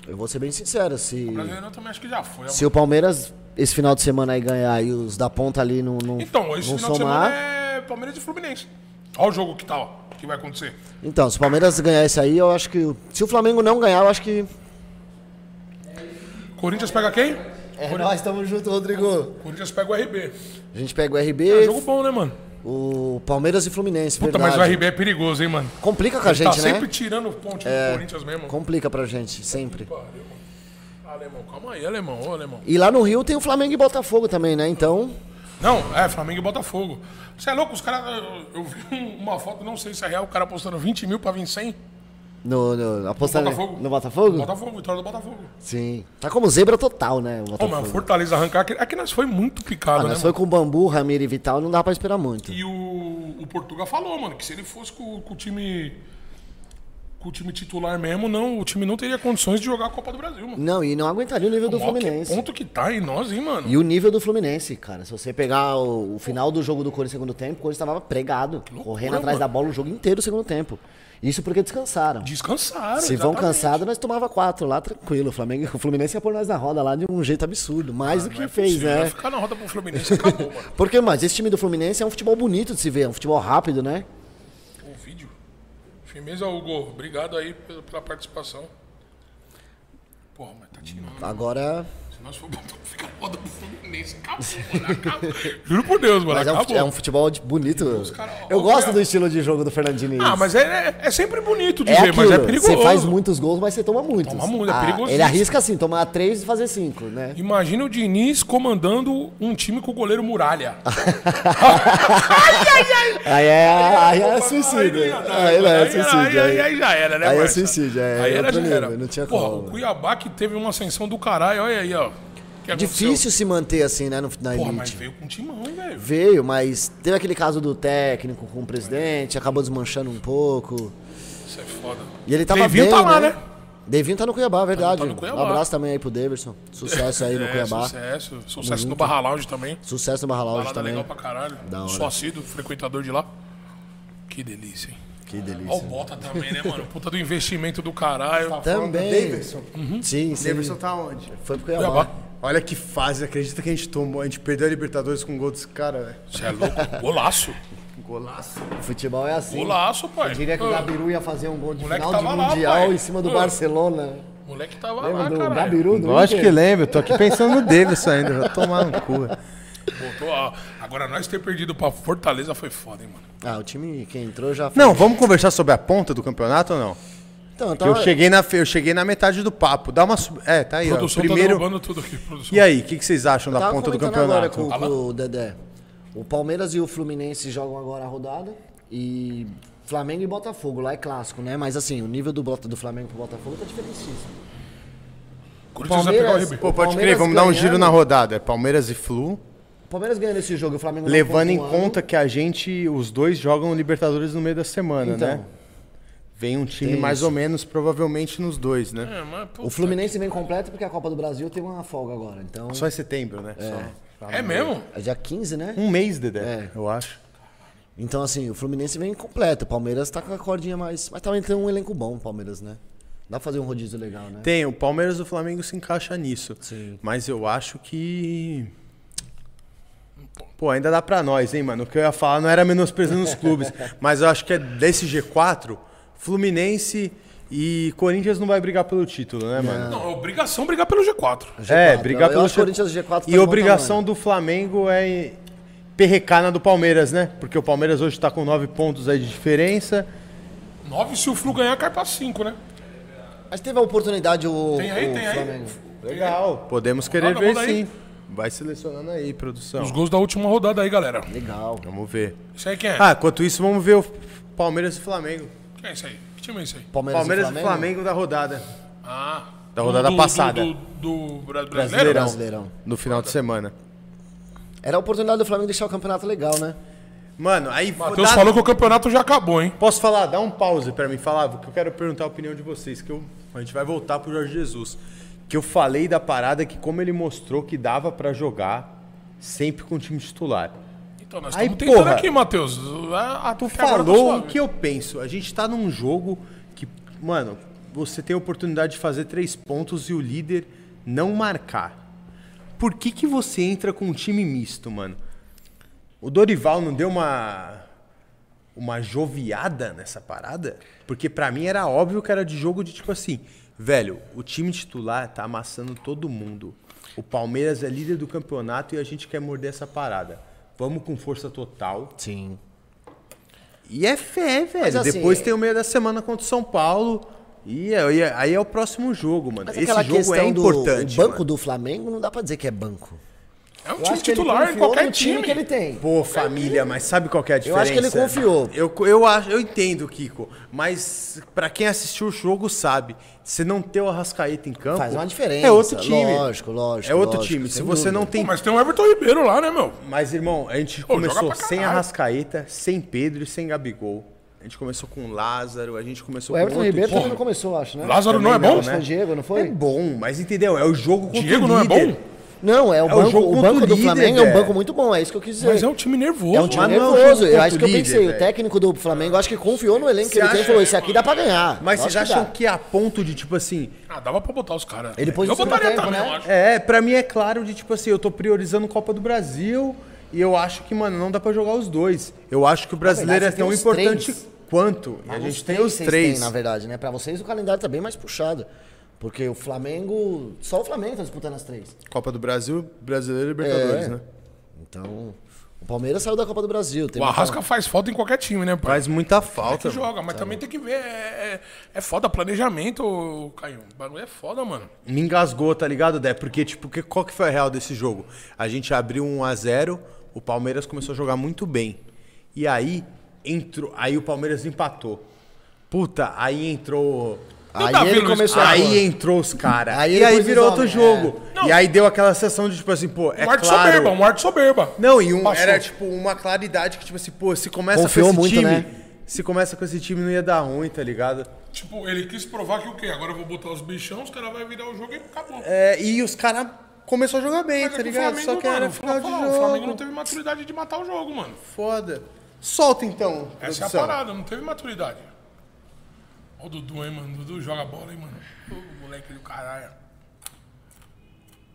[SPEAKER 2] eu vou ser bem sincero, se,
[SPEAKER 3] O brasileiro eu também acho que já foi.
[SPEAKER 2] se o Palmeiras esse final de semana aí ganhar e os da ponta ali não, não,
[SPEAKER 3] Então, esse
[SPEAKER 2] não
[SPEAKER 3] final
[SPEAKER 2] somar.
[SPEAKER 3] de semana é Palmeiras e Fluminense. Olha o jogo que tá, ó, que vai acontecer.
[SPEAKER 2] Então, se o Palmeiras ganhar esse aí, eu acho que. o- Se o Flamengo não ganhar, eu acho que.
[SPEAKER 3] Corinthians pega quem?
[SPEAKER 2] É, nós estamos juntos, Rodrigo.
[SPEAKER 3] Corinthians pega o RB.
[SPEAKER 2] A gente pega o
[SPEAKER 3] É
[SPEAKER 2] RB,
[SPEAKER 3] jogo bom, né, mano?
[SPEAKER 2] o Palmeiras e Fluminense.
[SPEAKER 3] Puta,
[SPEAKER 2] verdade.
[SPEAKER 3] mas o RB é perigoso, hein, mano?
[SPEAKER 2] Complica com a
[SPEAKER 3] tá
[SPEAKER 2] gente,
[SPEAKER 3] sempre
[SPEAKER 2] né?
[SPEAKER 3] tirando ponte do Corinthians mesmo.
[SPEAKER 2] Complica pra gente, sempre.
[SPEAKER 3] Pariu, mano. Alemão, calma aí, alemão, ô, alemão.
[SPEAKER 2] E lá no Rio tem o Flamengo e Botafogo também, né? Então.
[SPEAKER 3] Não, é Flamengo e Botafogo. Você é louco? Os caras. Eu, eu vi um- uma foto, não sei se é real, o cara postando 20 mil pra vir 100.
[SPEAKER 2] No, no, apostando
[SPEAKER 3] Botafogo.
[SPEAKER 2] Tá no Botafogo?
[SPEAKER 3] Botafogo, vitória do Botafogo.
[SPEAKER 2] Sim. Tá como zebra total, né? O
[SPEAKER 3] Ô,
[SPEAKER 2] Botafogo.
[SPEAKER 3] mas o Fortaleza arrancar. aquele- Aqui nós foi muito
[SPEAKER 2] Ah,
[SPEAKER 3] picado, né?
[SPEAKER 2] mas
[SPEAKER 3] mano?
[SPEAKER 2] foi com o Bambu, Ramiro e Vital, não dá pra esperar muito.
[SPEAKER 3] E o, o Portuga falou, mano, que se ele fosse com, com o time. Com o time titular mesmo, não, o time não teria condições de jogar a Copa do Brasil, mano.
[SPEAKER 2] Não, e não aguentaria o nível do
[SPEAKER 3] Mó que
[SPEAKER 2] Fluminense.
[SPEAKER 3] ponto que tá em nós, hein, mano?
[SPEAKER 2] E o nível do Fluminense, cara. Se você pegar o, o final do jogo do Corinthians no segundo tempo, o Corinthians tava pregado, correndo atrás
[SPEAKER 3] mano.
[SPEAKER 2] da bola o jogo inteiro no segundo tempo. Isso porque descansaram.
[SPEAKER 3] Descansaram.
[SPEAKER 2] Se vão
[SPEAKER 3] exatamente.
[SPEAKER 2] cansado, nós tomava quatro lá, tranquilo. O, Flamengo, o Fluminense ia pôr nós na roda lá de um jeito absurdo. Mais do que
[SPEAKER 3] Não é
[SPEAKER 2] fez,
[SPEAKER 3] possível,
[SPEAKER 2] né?
[SPEAKER 3] vai Ficar na roda pro Fluminense acabou, mano.
[SPEAKER 2] Porque, mas esse time do Fluminense é um futebol bonito de se ver, é um futebol rápido, né?
[SPEAKER 3] O vídeo. Firmeza, Hugo. Obrigado aí pela, pela participação. Porra, mas tá tirando.
[SPEAKER 2] Agora.
[SPEAKER 3] Se nós for botar, fica a roda pro Fluminense. Acabou, mano. Acabou. Juro por Deus, mano.
[SPEAKER 2] Mas é um,
[SPEAKER 3] acabou.
[SPEAKER 2] fute- é um futebol de- bonito.
[SPEAKER 3] caras-
[SPEAKER 2] Eu
[SPEAKER 3] ó,
[SPEAKER 2] gosto
[SPEAKER 3] ó.
[SPEAKER 2] do estilo de jogo do Fernandinho.
[SPEAKER 3] Ah, mas é, é, é sempre bonito de
[SPEAKER 2] É
[SPEAKER 3] ver,
[SPEAKER 2] aquilo,
[SPEAKER 3] mas é perigoso.
[SPEAKER 2] Você faz muitos gols, mas você toma muitos.
[SPEAKER 3] Toma muito, é perigosíssimo.
[SPEAKER 2] Ele arrisca assim, tomar três e fazer cinco, né?
[SPEAKER 3] Imagina o Diniz comandando um time com o goleiro Muralha.
[SPEAKER 2] Aí é, aí é
[SPEAKER 3] Opa,
[SPEAKER 2] suicídio.
[SPEAKER 3] não ia dar,
[SPEAKER 2] Aí não, é
[SPEAKER 3] mano. né? Aí era-
[SPEAKER 2] suicídio.
[SPEAKER 3] Aí,
[SPEAKER 2] aí-
[SPEAKER 3] aí já era, né,
[SPEAKER 2] aí é
[SPEAKER 3] Marcia?
[SPEAKER 2] suicídio, é
[SPEAKER 3] Aí era,
[SPEAKER 2] outro
[SPEAKER 3] já era.
[SPEAKER 2] nível, não tinha
[SPEAKER 3] Porra,
[SPEAKER 2] como. né?
[SPEAKER 3] o Cuiabá que teve uma ascensão do caralho, olha aí, ó. O que aconteceu?
[SPEAKER 2] Difícil se manter assim, né, no, na
[SPEAKER 3] Porra,
[SPEAKER 2] elite.
[SPEAKER 3] mas veio com timão, velho.
[SPEAKER 2] Veio, mas teve aquele caso do técnico com o presidente, acabou desmanchando um pouco.
[SPEAKER 3] Isso é foda.
[SPEAKER 2] E ele tava
[SPEAKER 3] Devinho
[SPEAKER 2] bem,
[SPEAKER 3] tá lá, né?
[SPEAKER 2] Devinho tá no Cuiabá, é verdade.
[SPEAKER 3] tá no Cuiabá.
[SPEAKER 2] Um abraço também aí pro Davidson. Sucesso aí no
[SPEAKER 3] É,
[SPEAKER 2] Cuiabá. Sucesso,
[SPEAKER 3] sucesso. Sucesso no Barra Lounge também.
[SPEAKER 2] no Barra Lounge
[SPEAKER 3] Balada
[SPEAKER 2] também.
[SPEAKER 3] legal pra caralho.
[SPEAKER 2] Da hora.
[SPEAKER 3] Sou assíduo, frequentador de lá. Que delícia, hein?
[SPEAKER 2] Que delícia. Tá
[SPEAKER 3] Ó o Bota também, né, mano? Puta do investimento do caralho. Tá
[SPEAKER 4] O
[SPEAKER 2] Também.
[SPEAKER 4] Davidson.
[SPEAKER 2] Sim, sim.
[SPEAKER 4] Davidson tá onde?
[SPEAKER 2] Foi pro Cuiabá.
[SPEAKER 3] Cuiabá.
[SPEAKER 1] Olha que fase, acredita que a gente tomou, a gente perdeu a Libertadores com um gol desse cara, velho.
[SPEAKER 3] Você é louco. Golaço.
[SPEAKER 1] Golaço.
[SPEAKER 2] Futebol é assim.
[SPEAKER 3] Golaço, pai.
[SPEAKER 2] Eu diria que o
[SPEAKER 3] Ô,
[SPEAKER 2] Gabiru ia fazer um gol de
[SPEAKER 3] Ah. Moleque
[SPEAKER 2] final de
[SPEAKER 3] tava lá,
[SPEAKER 2] Mundial
[SPEAKER 3] pai.
[SPEAKER 2] em cima do
[SPEAKER 3] Ah.
[SPEAKER 2] Barcelona.
[SPEAKER 3] O moleque tava
[SPEAKER 2] Lembra
[SPEAKER 3] lá,
[SPEAKER 2] do
[SPEAKER 3] caralho.
[SPEAKER 2] Gabiru? do
[SPEAKER 1] Lógico que
[SPEAKER 2] Inter?
[SPEAKER 1] lembro, tô aqui pensando no Davidson ainda, vai tomar no cu.
[SPEAKER 3] Botou, ó. Agora nós ter perdido pra Fortaleza foi foda, hein, mano.
[SPEAKER 2] Ah, o time que entrou já foi.
[SPEAKER 1] Não, vamos conversar sobre a ponta do campeonato ou não?
[SPEAKER 2] Então, eu
[SPEAKER 1] Que eu
[SPEAKER 2] tava...
[SPEAKER 1] cheguei na, fe- eu cheguei na metade do papo. Dá uma sub... É, tá aí, ó.
[SPEAKER 3] Produção tá
[SPEAKER 1] Primeiro.
[SPEAKER 3] derrubando tudo aqui, produção.
[SPEAKER 1] E aí, o que, que vocês acham da
[SPEAKER 2] tava
[SPEAKER 1] ponta do
[SPEAKER 2] comentando
[SPEAKER 1] campeonato?
[SPEAKER 2] agora com, com o Dedé. O Palmeiras e o Fluminense jogam agora a rodada. E Flamengo e Botafogo, lá é clássico, né? Mas assim, o nível do, Bota- do Flamengo pro Botafogo tá diferentíssimo.
[SPEAKER 3] Corinthians vai pegar o
[SPEAKER 2] Palmeiras-
[SPEAKER 3] RB.
[SPEAKER 1] Pô, pode
[SPEAKER 2] Palmeiras
[SPEAKER 1] crer, vamos dar um giro
[SPEAKER 2] ganhando.
[SPEAKER 1] na rodada. É Palmeiras e Flu.
[SPEAKER 2] O Palmeiras ganhando esse jogo e o Flamengo não
[SPEAKER 1] Levando em
[SPEAKER 2] pontuando.
[SPEAKER 1] conta que a gente, os dois jogam Libertadores no meio da semana,
[SPEAKER 2] Então.
[SPEAKER 1] né? Vem um time
[SPEAKER 2] Tem
[SPEAKER 1] mais
[SPEAKER 2] isso.
[SPEAKER 1] ou menos, provavelmente, nos dois, né?
[SPEAKER 3] É, mas, pô,
[SPEAKER 2] O Fluminense vem completo porque a Copa do Brasil tem uma folga agora. Então,
[SPEAKER 1] Só em setembro, né? Só.
[SPEAKER 3] É mesmo?
[SPEAKER 2] É dia 15, né?
[SPEAKER 1] Um mês, Dedé,
[SPEAKER 2] É.
[SPEAKER 1] eu acho.
[SPEAKER 2] Então, assim, o Fluminense vem completo. O Palmeiras tá com a cordinha mais. Mas também tem um elenco bom, o Palmeiras, né? Dá pra fazer um rodízio legal, né?
[SPEAKER 1] Tem, o Palmeiras e o Flamengo se encaixa nisso.
[SPEAKER 2] Sim.
[SPEAKER 1] Mas eu acho que. Pô, ainda dá pra nós, hein, mano? O que eu ia falar não era menosprezando os clubes. mas eu acho que é desse G4, Fluminense e Corinthians não vai brigar pelo título, né, mano?
[SPEAKER 3] Não, é obrigação brigar pelo G4.
[SPEAKER 1] É,
[SPEAKER 2] G4.
[SPEAKER 1] brigar
[SPEAKER 2] Eu
[SPEAKER 1] pelo
[SPEAKER 2] acho que o Corinthians G4 tá de
[SPEAKER 1] E
[SPEAKER 2] bom
[SPEAKER 1] obrigação do Flamengo é perrecar na do Palmeiras, né? Porque o Palmeiras hoje tá com nove pontos aí de diferença.
[SPEAKER 3] 9 se o Flu ganhar, cai pra 5, né?
[SPEAKER 2] Mas teve a oportunidade o,
[SPEAKER 3] Tem aí,
[SPEAKER 2] o
[SPEAKER 3] tem aí.
[SPEAKER 2] Flamengo.
[SPEAKER 1] Legal. Podemos querer
[SPEAKER 3] Roda,
[SPEAKER 1] ver
[SPEAKER 3] roda aí.
[SPEAKER 1] sim. Vai selecionando aí, produção.
[SPEAKER 3] Os gols da última rodada aí, galera.
[SPEAKER 2] Legal.
[SPEAKER 1] Vamos ver.
[SPEAKER 3] Isso aí quem é?
[SPEAKER 1] Ah, enquanto isso, vamos ver o Palmeiras e Flamengo.
[SPEAKER 3] Quem é isso aí? Que time é isso aí?
[SPEAKER 2] Palmeiras,
[SPEAKER 1] Palmeiras
[SPEAKER 2] e Flamengo.
[SPEAKER 1] da rodada.
[SPEAKER 3] Ah.
[SPEAKER 1] Da rodada passada.
[SPEAKER 3] Do, do, do bra- brasileiro?
[SPEAKER 1] Brasileirão.
[SPEAKER 2] Brasileirão.
[SPEAKER 1] No final de semana.
[SPEAKER 2] Era a oportunidade do Flamengo deixar o campeonato legal, né?
[SPEAKER 1] Mano, aí.
[SPEAKER 3] Matheus
[SPEAKER 1] dá-
[SPEAKER 3] Ah, falou que o campeonato já acabou, hein?
[SPEAKER 1] Posso falar? Dá um pause pra mim falar, que eu quero perguntar a opinião de vocês, que eu- a gente vai voltar pro Jorge Jesus. Que eu falei da parada que como ele mostrou que dava pra jogar sempre com o time titular.
[SPEAKER 3] Então, nós
[SPEAKER 1] Aí,
[SPEAKER 3] estamos tentando
[SPEAKER 1] porra.
[SPEAKER 3] aqui, Matheus. Ah,
[SPEAKER 1] Tu
[SPEAKER 3] até agora tá
[SPEAKER 1] falou o
[SPEAKER 3] suave.
[SPEAKER 1] que eu penso. A gente tá num jogo que, mano, você tem a oportunidade de fazer três pontos e o líder não marcar. Por que que você entra com um time misto, mano? O Dorival não deu uma uma joviada nessa parada? Porque pra mim era óbvio que era de jogo de tipo assim, velho, o time titular tá amassando todo mundo. O Palmeiras é líder do campeonato e a gente quer morder essa parada. Vamos com força total.
[SPEAKER 2] Sim.
[SPEAKER 1] E é fé,
[SPEAKER 2] Mas,
[SPEAKER 1] velho.
[SPEAKER 2] assim,
[SPEAKER 1] Depois
[SPEAKER 2] é-
[SPEAKER 1] tem o meio da semana contra o São Paulo. E aí, aí é o próximo jogo, mano.
[SPEAKER 2] Mas
[SPEAKER 1] Esse
[SPEAKER 2] aquela
[SPEAKER 1] jogo é
[SPEAKER 2] questão do
[SPEAKER 1] importante.
[SPEAKER 2] o banco
[SPEAKER 1] mano.
[SPEAKER 2] do Flamengo não dá pra dizer que é banco.
[SPEAKER 3] É um
[SPEAKER 2] Eu
[SPEAKER 3] time
[SPEAKER 2] acho que ele
[SPEAKER 3] titular em
[SPEAKER 2] confiou
[SPEAKER 3] qualquer
[SPEAKER 2] no
[SPEAKER 3] time.
[SPEAKER 2] que ele tem.
[SPEAKER 1] Pô, família, mas sabe qual que é a
[SPEAKER 2] Eu
[SPEAKER 1] diferença?
[SPEAKER 2] acho que ele confiou.
[SPEAKER 1] Eu, eu, acho, eu entendo, Kiko. Mas pra quem assistiu o jogo sabe. Se não ter o Arrascaeta em campo...
[SPEAKER 2] Faz uma diferença,
[SPEAKER 1] É outro time.
[SPEAKER 2] lógico, lógico,
[SPEAKER 1] É outro
[SPEAKER 2] lógico,
[SPEAKER 1] time. Se
[SPEAKER 2] sem
[SPEAKER 1] você
[SPEAKER 2] dúvida.
[SPEAKER 1] não
[SPEAKER 3] Pô,
[SPEAKER 1] tem...
[SPEAKER 3] mas tem o Everton Ribeiro lá, né, meu?
[SPEAKER 1] Mas, irmão, a gente
[SPEAKER 3] Pô, joga
[SPEAKER 1] começou
[SPEAKER 3] pra
[SPEAKER 1] sem
[SPEAKER 3] caralho.
[SPEAKER 1] Arrascaeta, sem Pedro e sem Gabigol. A gente começou com Lázaro, a gente começou
[SPEAKER 2] O
[SPEAKER 1] com
[SPEAKER 2] Everton
[SPEAKER 1] outro
[SPEAKER 2] Ribeiro
[SPEAKER 1] time.
[SPEAKER 2] também não começou, acho, né?
[SPEAKER 3] Lázaro não é
[SPEAKER 1] Também
[SPEAKER 3] bom?
[SPEAKER 1] não, né?
[SPEAKER 2] Foi o Diego, não foi?
[SPEAKER 1] É bom, mas entendeu? É o jogo contra
[SPEAKER 3] Diego
[SPEAKER 1] o
[SPEAKER 3] não é
[SPEAKER 1] líder.
[SPEAKER 3] bom?
[SPEAKER 2] Não, é o
[SPEAKER 1] o
[SPEAKER 2] banco,
[SPEAKER 1] jogo
[SPEAKER 2] o
[SPEAKER 1] contra
[SPEAKER 2] banco
[SPEAKER 1] o
[SPEAKER 2] do
[SPEAKER 1] líder,
[SPEAKER 2] Flamengo é um
[SPEAKER 1] velho.
[SPEAKER 2] banco muito bom, é isso que eu quis dizer.
[SPEAKER 3] Mas é um time nervoso.
[SPEAKER 2] É um time
[SPEAKER 1] Mas não é um
[SPEAKER 2] nervoso.
[SPEAKER 1] jogo
[SPEAKER 2] Eu acho que
[SPEAKER 1] contra
[SPEAKER 2] eu
[SPEAKER 1] o
[SPEAKER 2] pensei.
[SPEAKER 1] líder,
[SPEAKER 2] o
[SPEAKER 1] velho.
[SPEAKER 2] técnico do Flamengo acho que confiou no elenco que
[SPEAKER 1] Você
[SPEAKER 2] ele tem e
[SPEAKER 1] acha?
[SPEAKER 2] falou: esse aqui dá pra ganhar.
[SPEAKER 1] Mas
[SPEAKER 2] Eu
[SPEAKER 1] vocês
[SPEAKER 2] acho que
[SPEAKER 1] acham
[SPEAKER 2] dá.
[SPEAKER 1] que, a ponto de, tipo assim.
[SPEAKER 3] Ah, dava pra botar os caras.
[SPEAKER 2] Ele pôs
[SPEAKER 3] Eu
[SPEAKER 2] em segundo
[SPEAKER 3] botaria
[SPEAKER 2] tempo,
[SPEAKER 3] também,
[SPEAKER 2] né?
[SPEAKER 3] eu acho.
[SPEAKER 1] É, pra mim é claro de, tipo assim, eu tô priorizando Copa do Brasil e eu acho que, mano, não dá pra jogar os dois. Eu acho que o brasileiro
[SPEAKER 2] verdade,
[SPEAKER 1] é tão
[SPEAKER 2] você tem os
[SPEAKER 1] importante
[SPEAKER 2] três.
[SPEAKER 1] quanto. E a
[SPEAKER 2] Uns
[SPEAKER 1] gente tem
[SPEAKER 2] três
[SPEAKER 1] os
[SPEAKER 2] vocês
[SPEAKER 1] três.
[SPEAKER 2] têm, na verdade, né? Pra vocês o calendário tá bem mais puxado. Porque o Flamengo. Só o Flamengo tá disputando as três.
[SPEAKER 1] Copa do Brasil, brasileiro e Libertadores,
[SPEAKER 2] É.
[SPEAKER 1] né?
[SPEAKER 2] Então. O Palmeiras saiu da Copa do Brasil. Tem
[SPEAKER 3] O
[SPEAKER 2] muita-
[SPEAKER 3] Arrasca faz falta em qualquer time, né, pai?
[SPEAKER 1] Faz muita falta.
[SPEAKER 3] Que joga, mas também tem que ver. É, é, é foda, planejamento, Caio. O bagulho é foda, mano.
[SPEAKER 1] me engasgou, tá ligado, Dé? Porque, tipo, que, qual que foi a real desse jogo? A gente abriu 1 a 0 o Palmeiras começou a jogar muito bem. E aí, entrou. Aí o Palmeiras empatou. Puta, aí entrou.
[SPEAKER 2] Aí
[SPEAKER 3] Não dá
[SPEAKER 2] ele
[SPEAKER 3] vendo
[SPEAKER 2] começou a.
[SPEAKER 3] isso.
[SPEAKER 1] tá Aí entrou os caras.
[SPEAKER 2] Aí
[SPEAKER 1] E aí
[SPEAKER 2] depois
[SPEAKER 1] virou
[SPEAKER 2] os
[SPEAKER 1] outro
[SPEAKER 2] homens,
[SPEAKER 1] jogo.
[SPEAKER 3] é.
[SPEAKER 1] E aí deu aquela sensação de, tipo assim, pô, é
[SPEAKER 3] Um arte
[SPEAKER 1] claro.
[SPEAKER 3] soberba, um arte soberba.
[SPEAKER 1] Não, e um,
[SPEAKER 3] Passou.
[SPEAKER 1] era tipo uma claridade que, tipo assim, pô, se começa
[SPEAKER 2] Confiou
[SPEAKER 1] com esse
[SPEAKER 2] muito,
[SPEAKER 1] time.
[SPEAKER 2] né?
[SPEAKER 1] Se começa com esse time, não ia dar ruim, tá ligado?
[SPEAKER 3] Tipo, ele quis provar que o quê? Agora eu vou botar os bichão, os caras vão virar o jogo e acabou.
[SPEAKER 1] É, e os caras começaram a jogar bem,
[SPEAKER 3] Mas é
[SPEAKER 1] tá
[SPEAKER 3] que o
[SPEAKER 1] ligado? Só que era
[SPEAKER 3] mano,
[SPEAKER 1] final de
[SPEAKER 3] fala,
[SPEAKER 1] jogo.
[SPEAKER 3] O Flamengo não teve maturidade de matar o jogo, mano.
[SPEAKER 1] Foda. Solta então.
[SPEAKER 3] Essa é a
[SPEAKER 1] produção.
[SPEAKER 3] parada, não teve maturidade. Ó o Dudu, hein, mano. Dudu joga bola, hein, mano. Ô, moleque do caralho.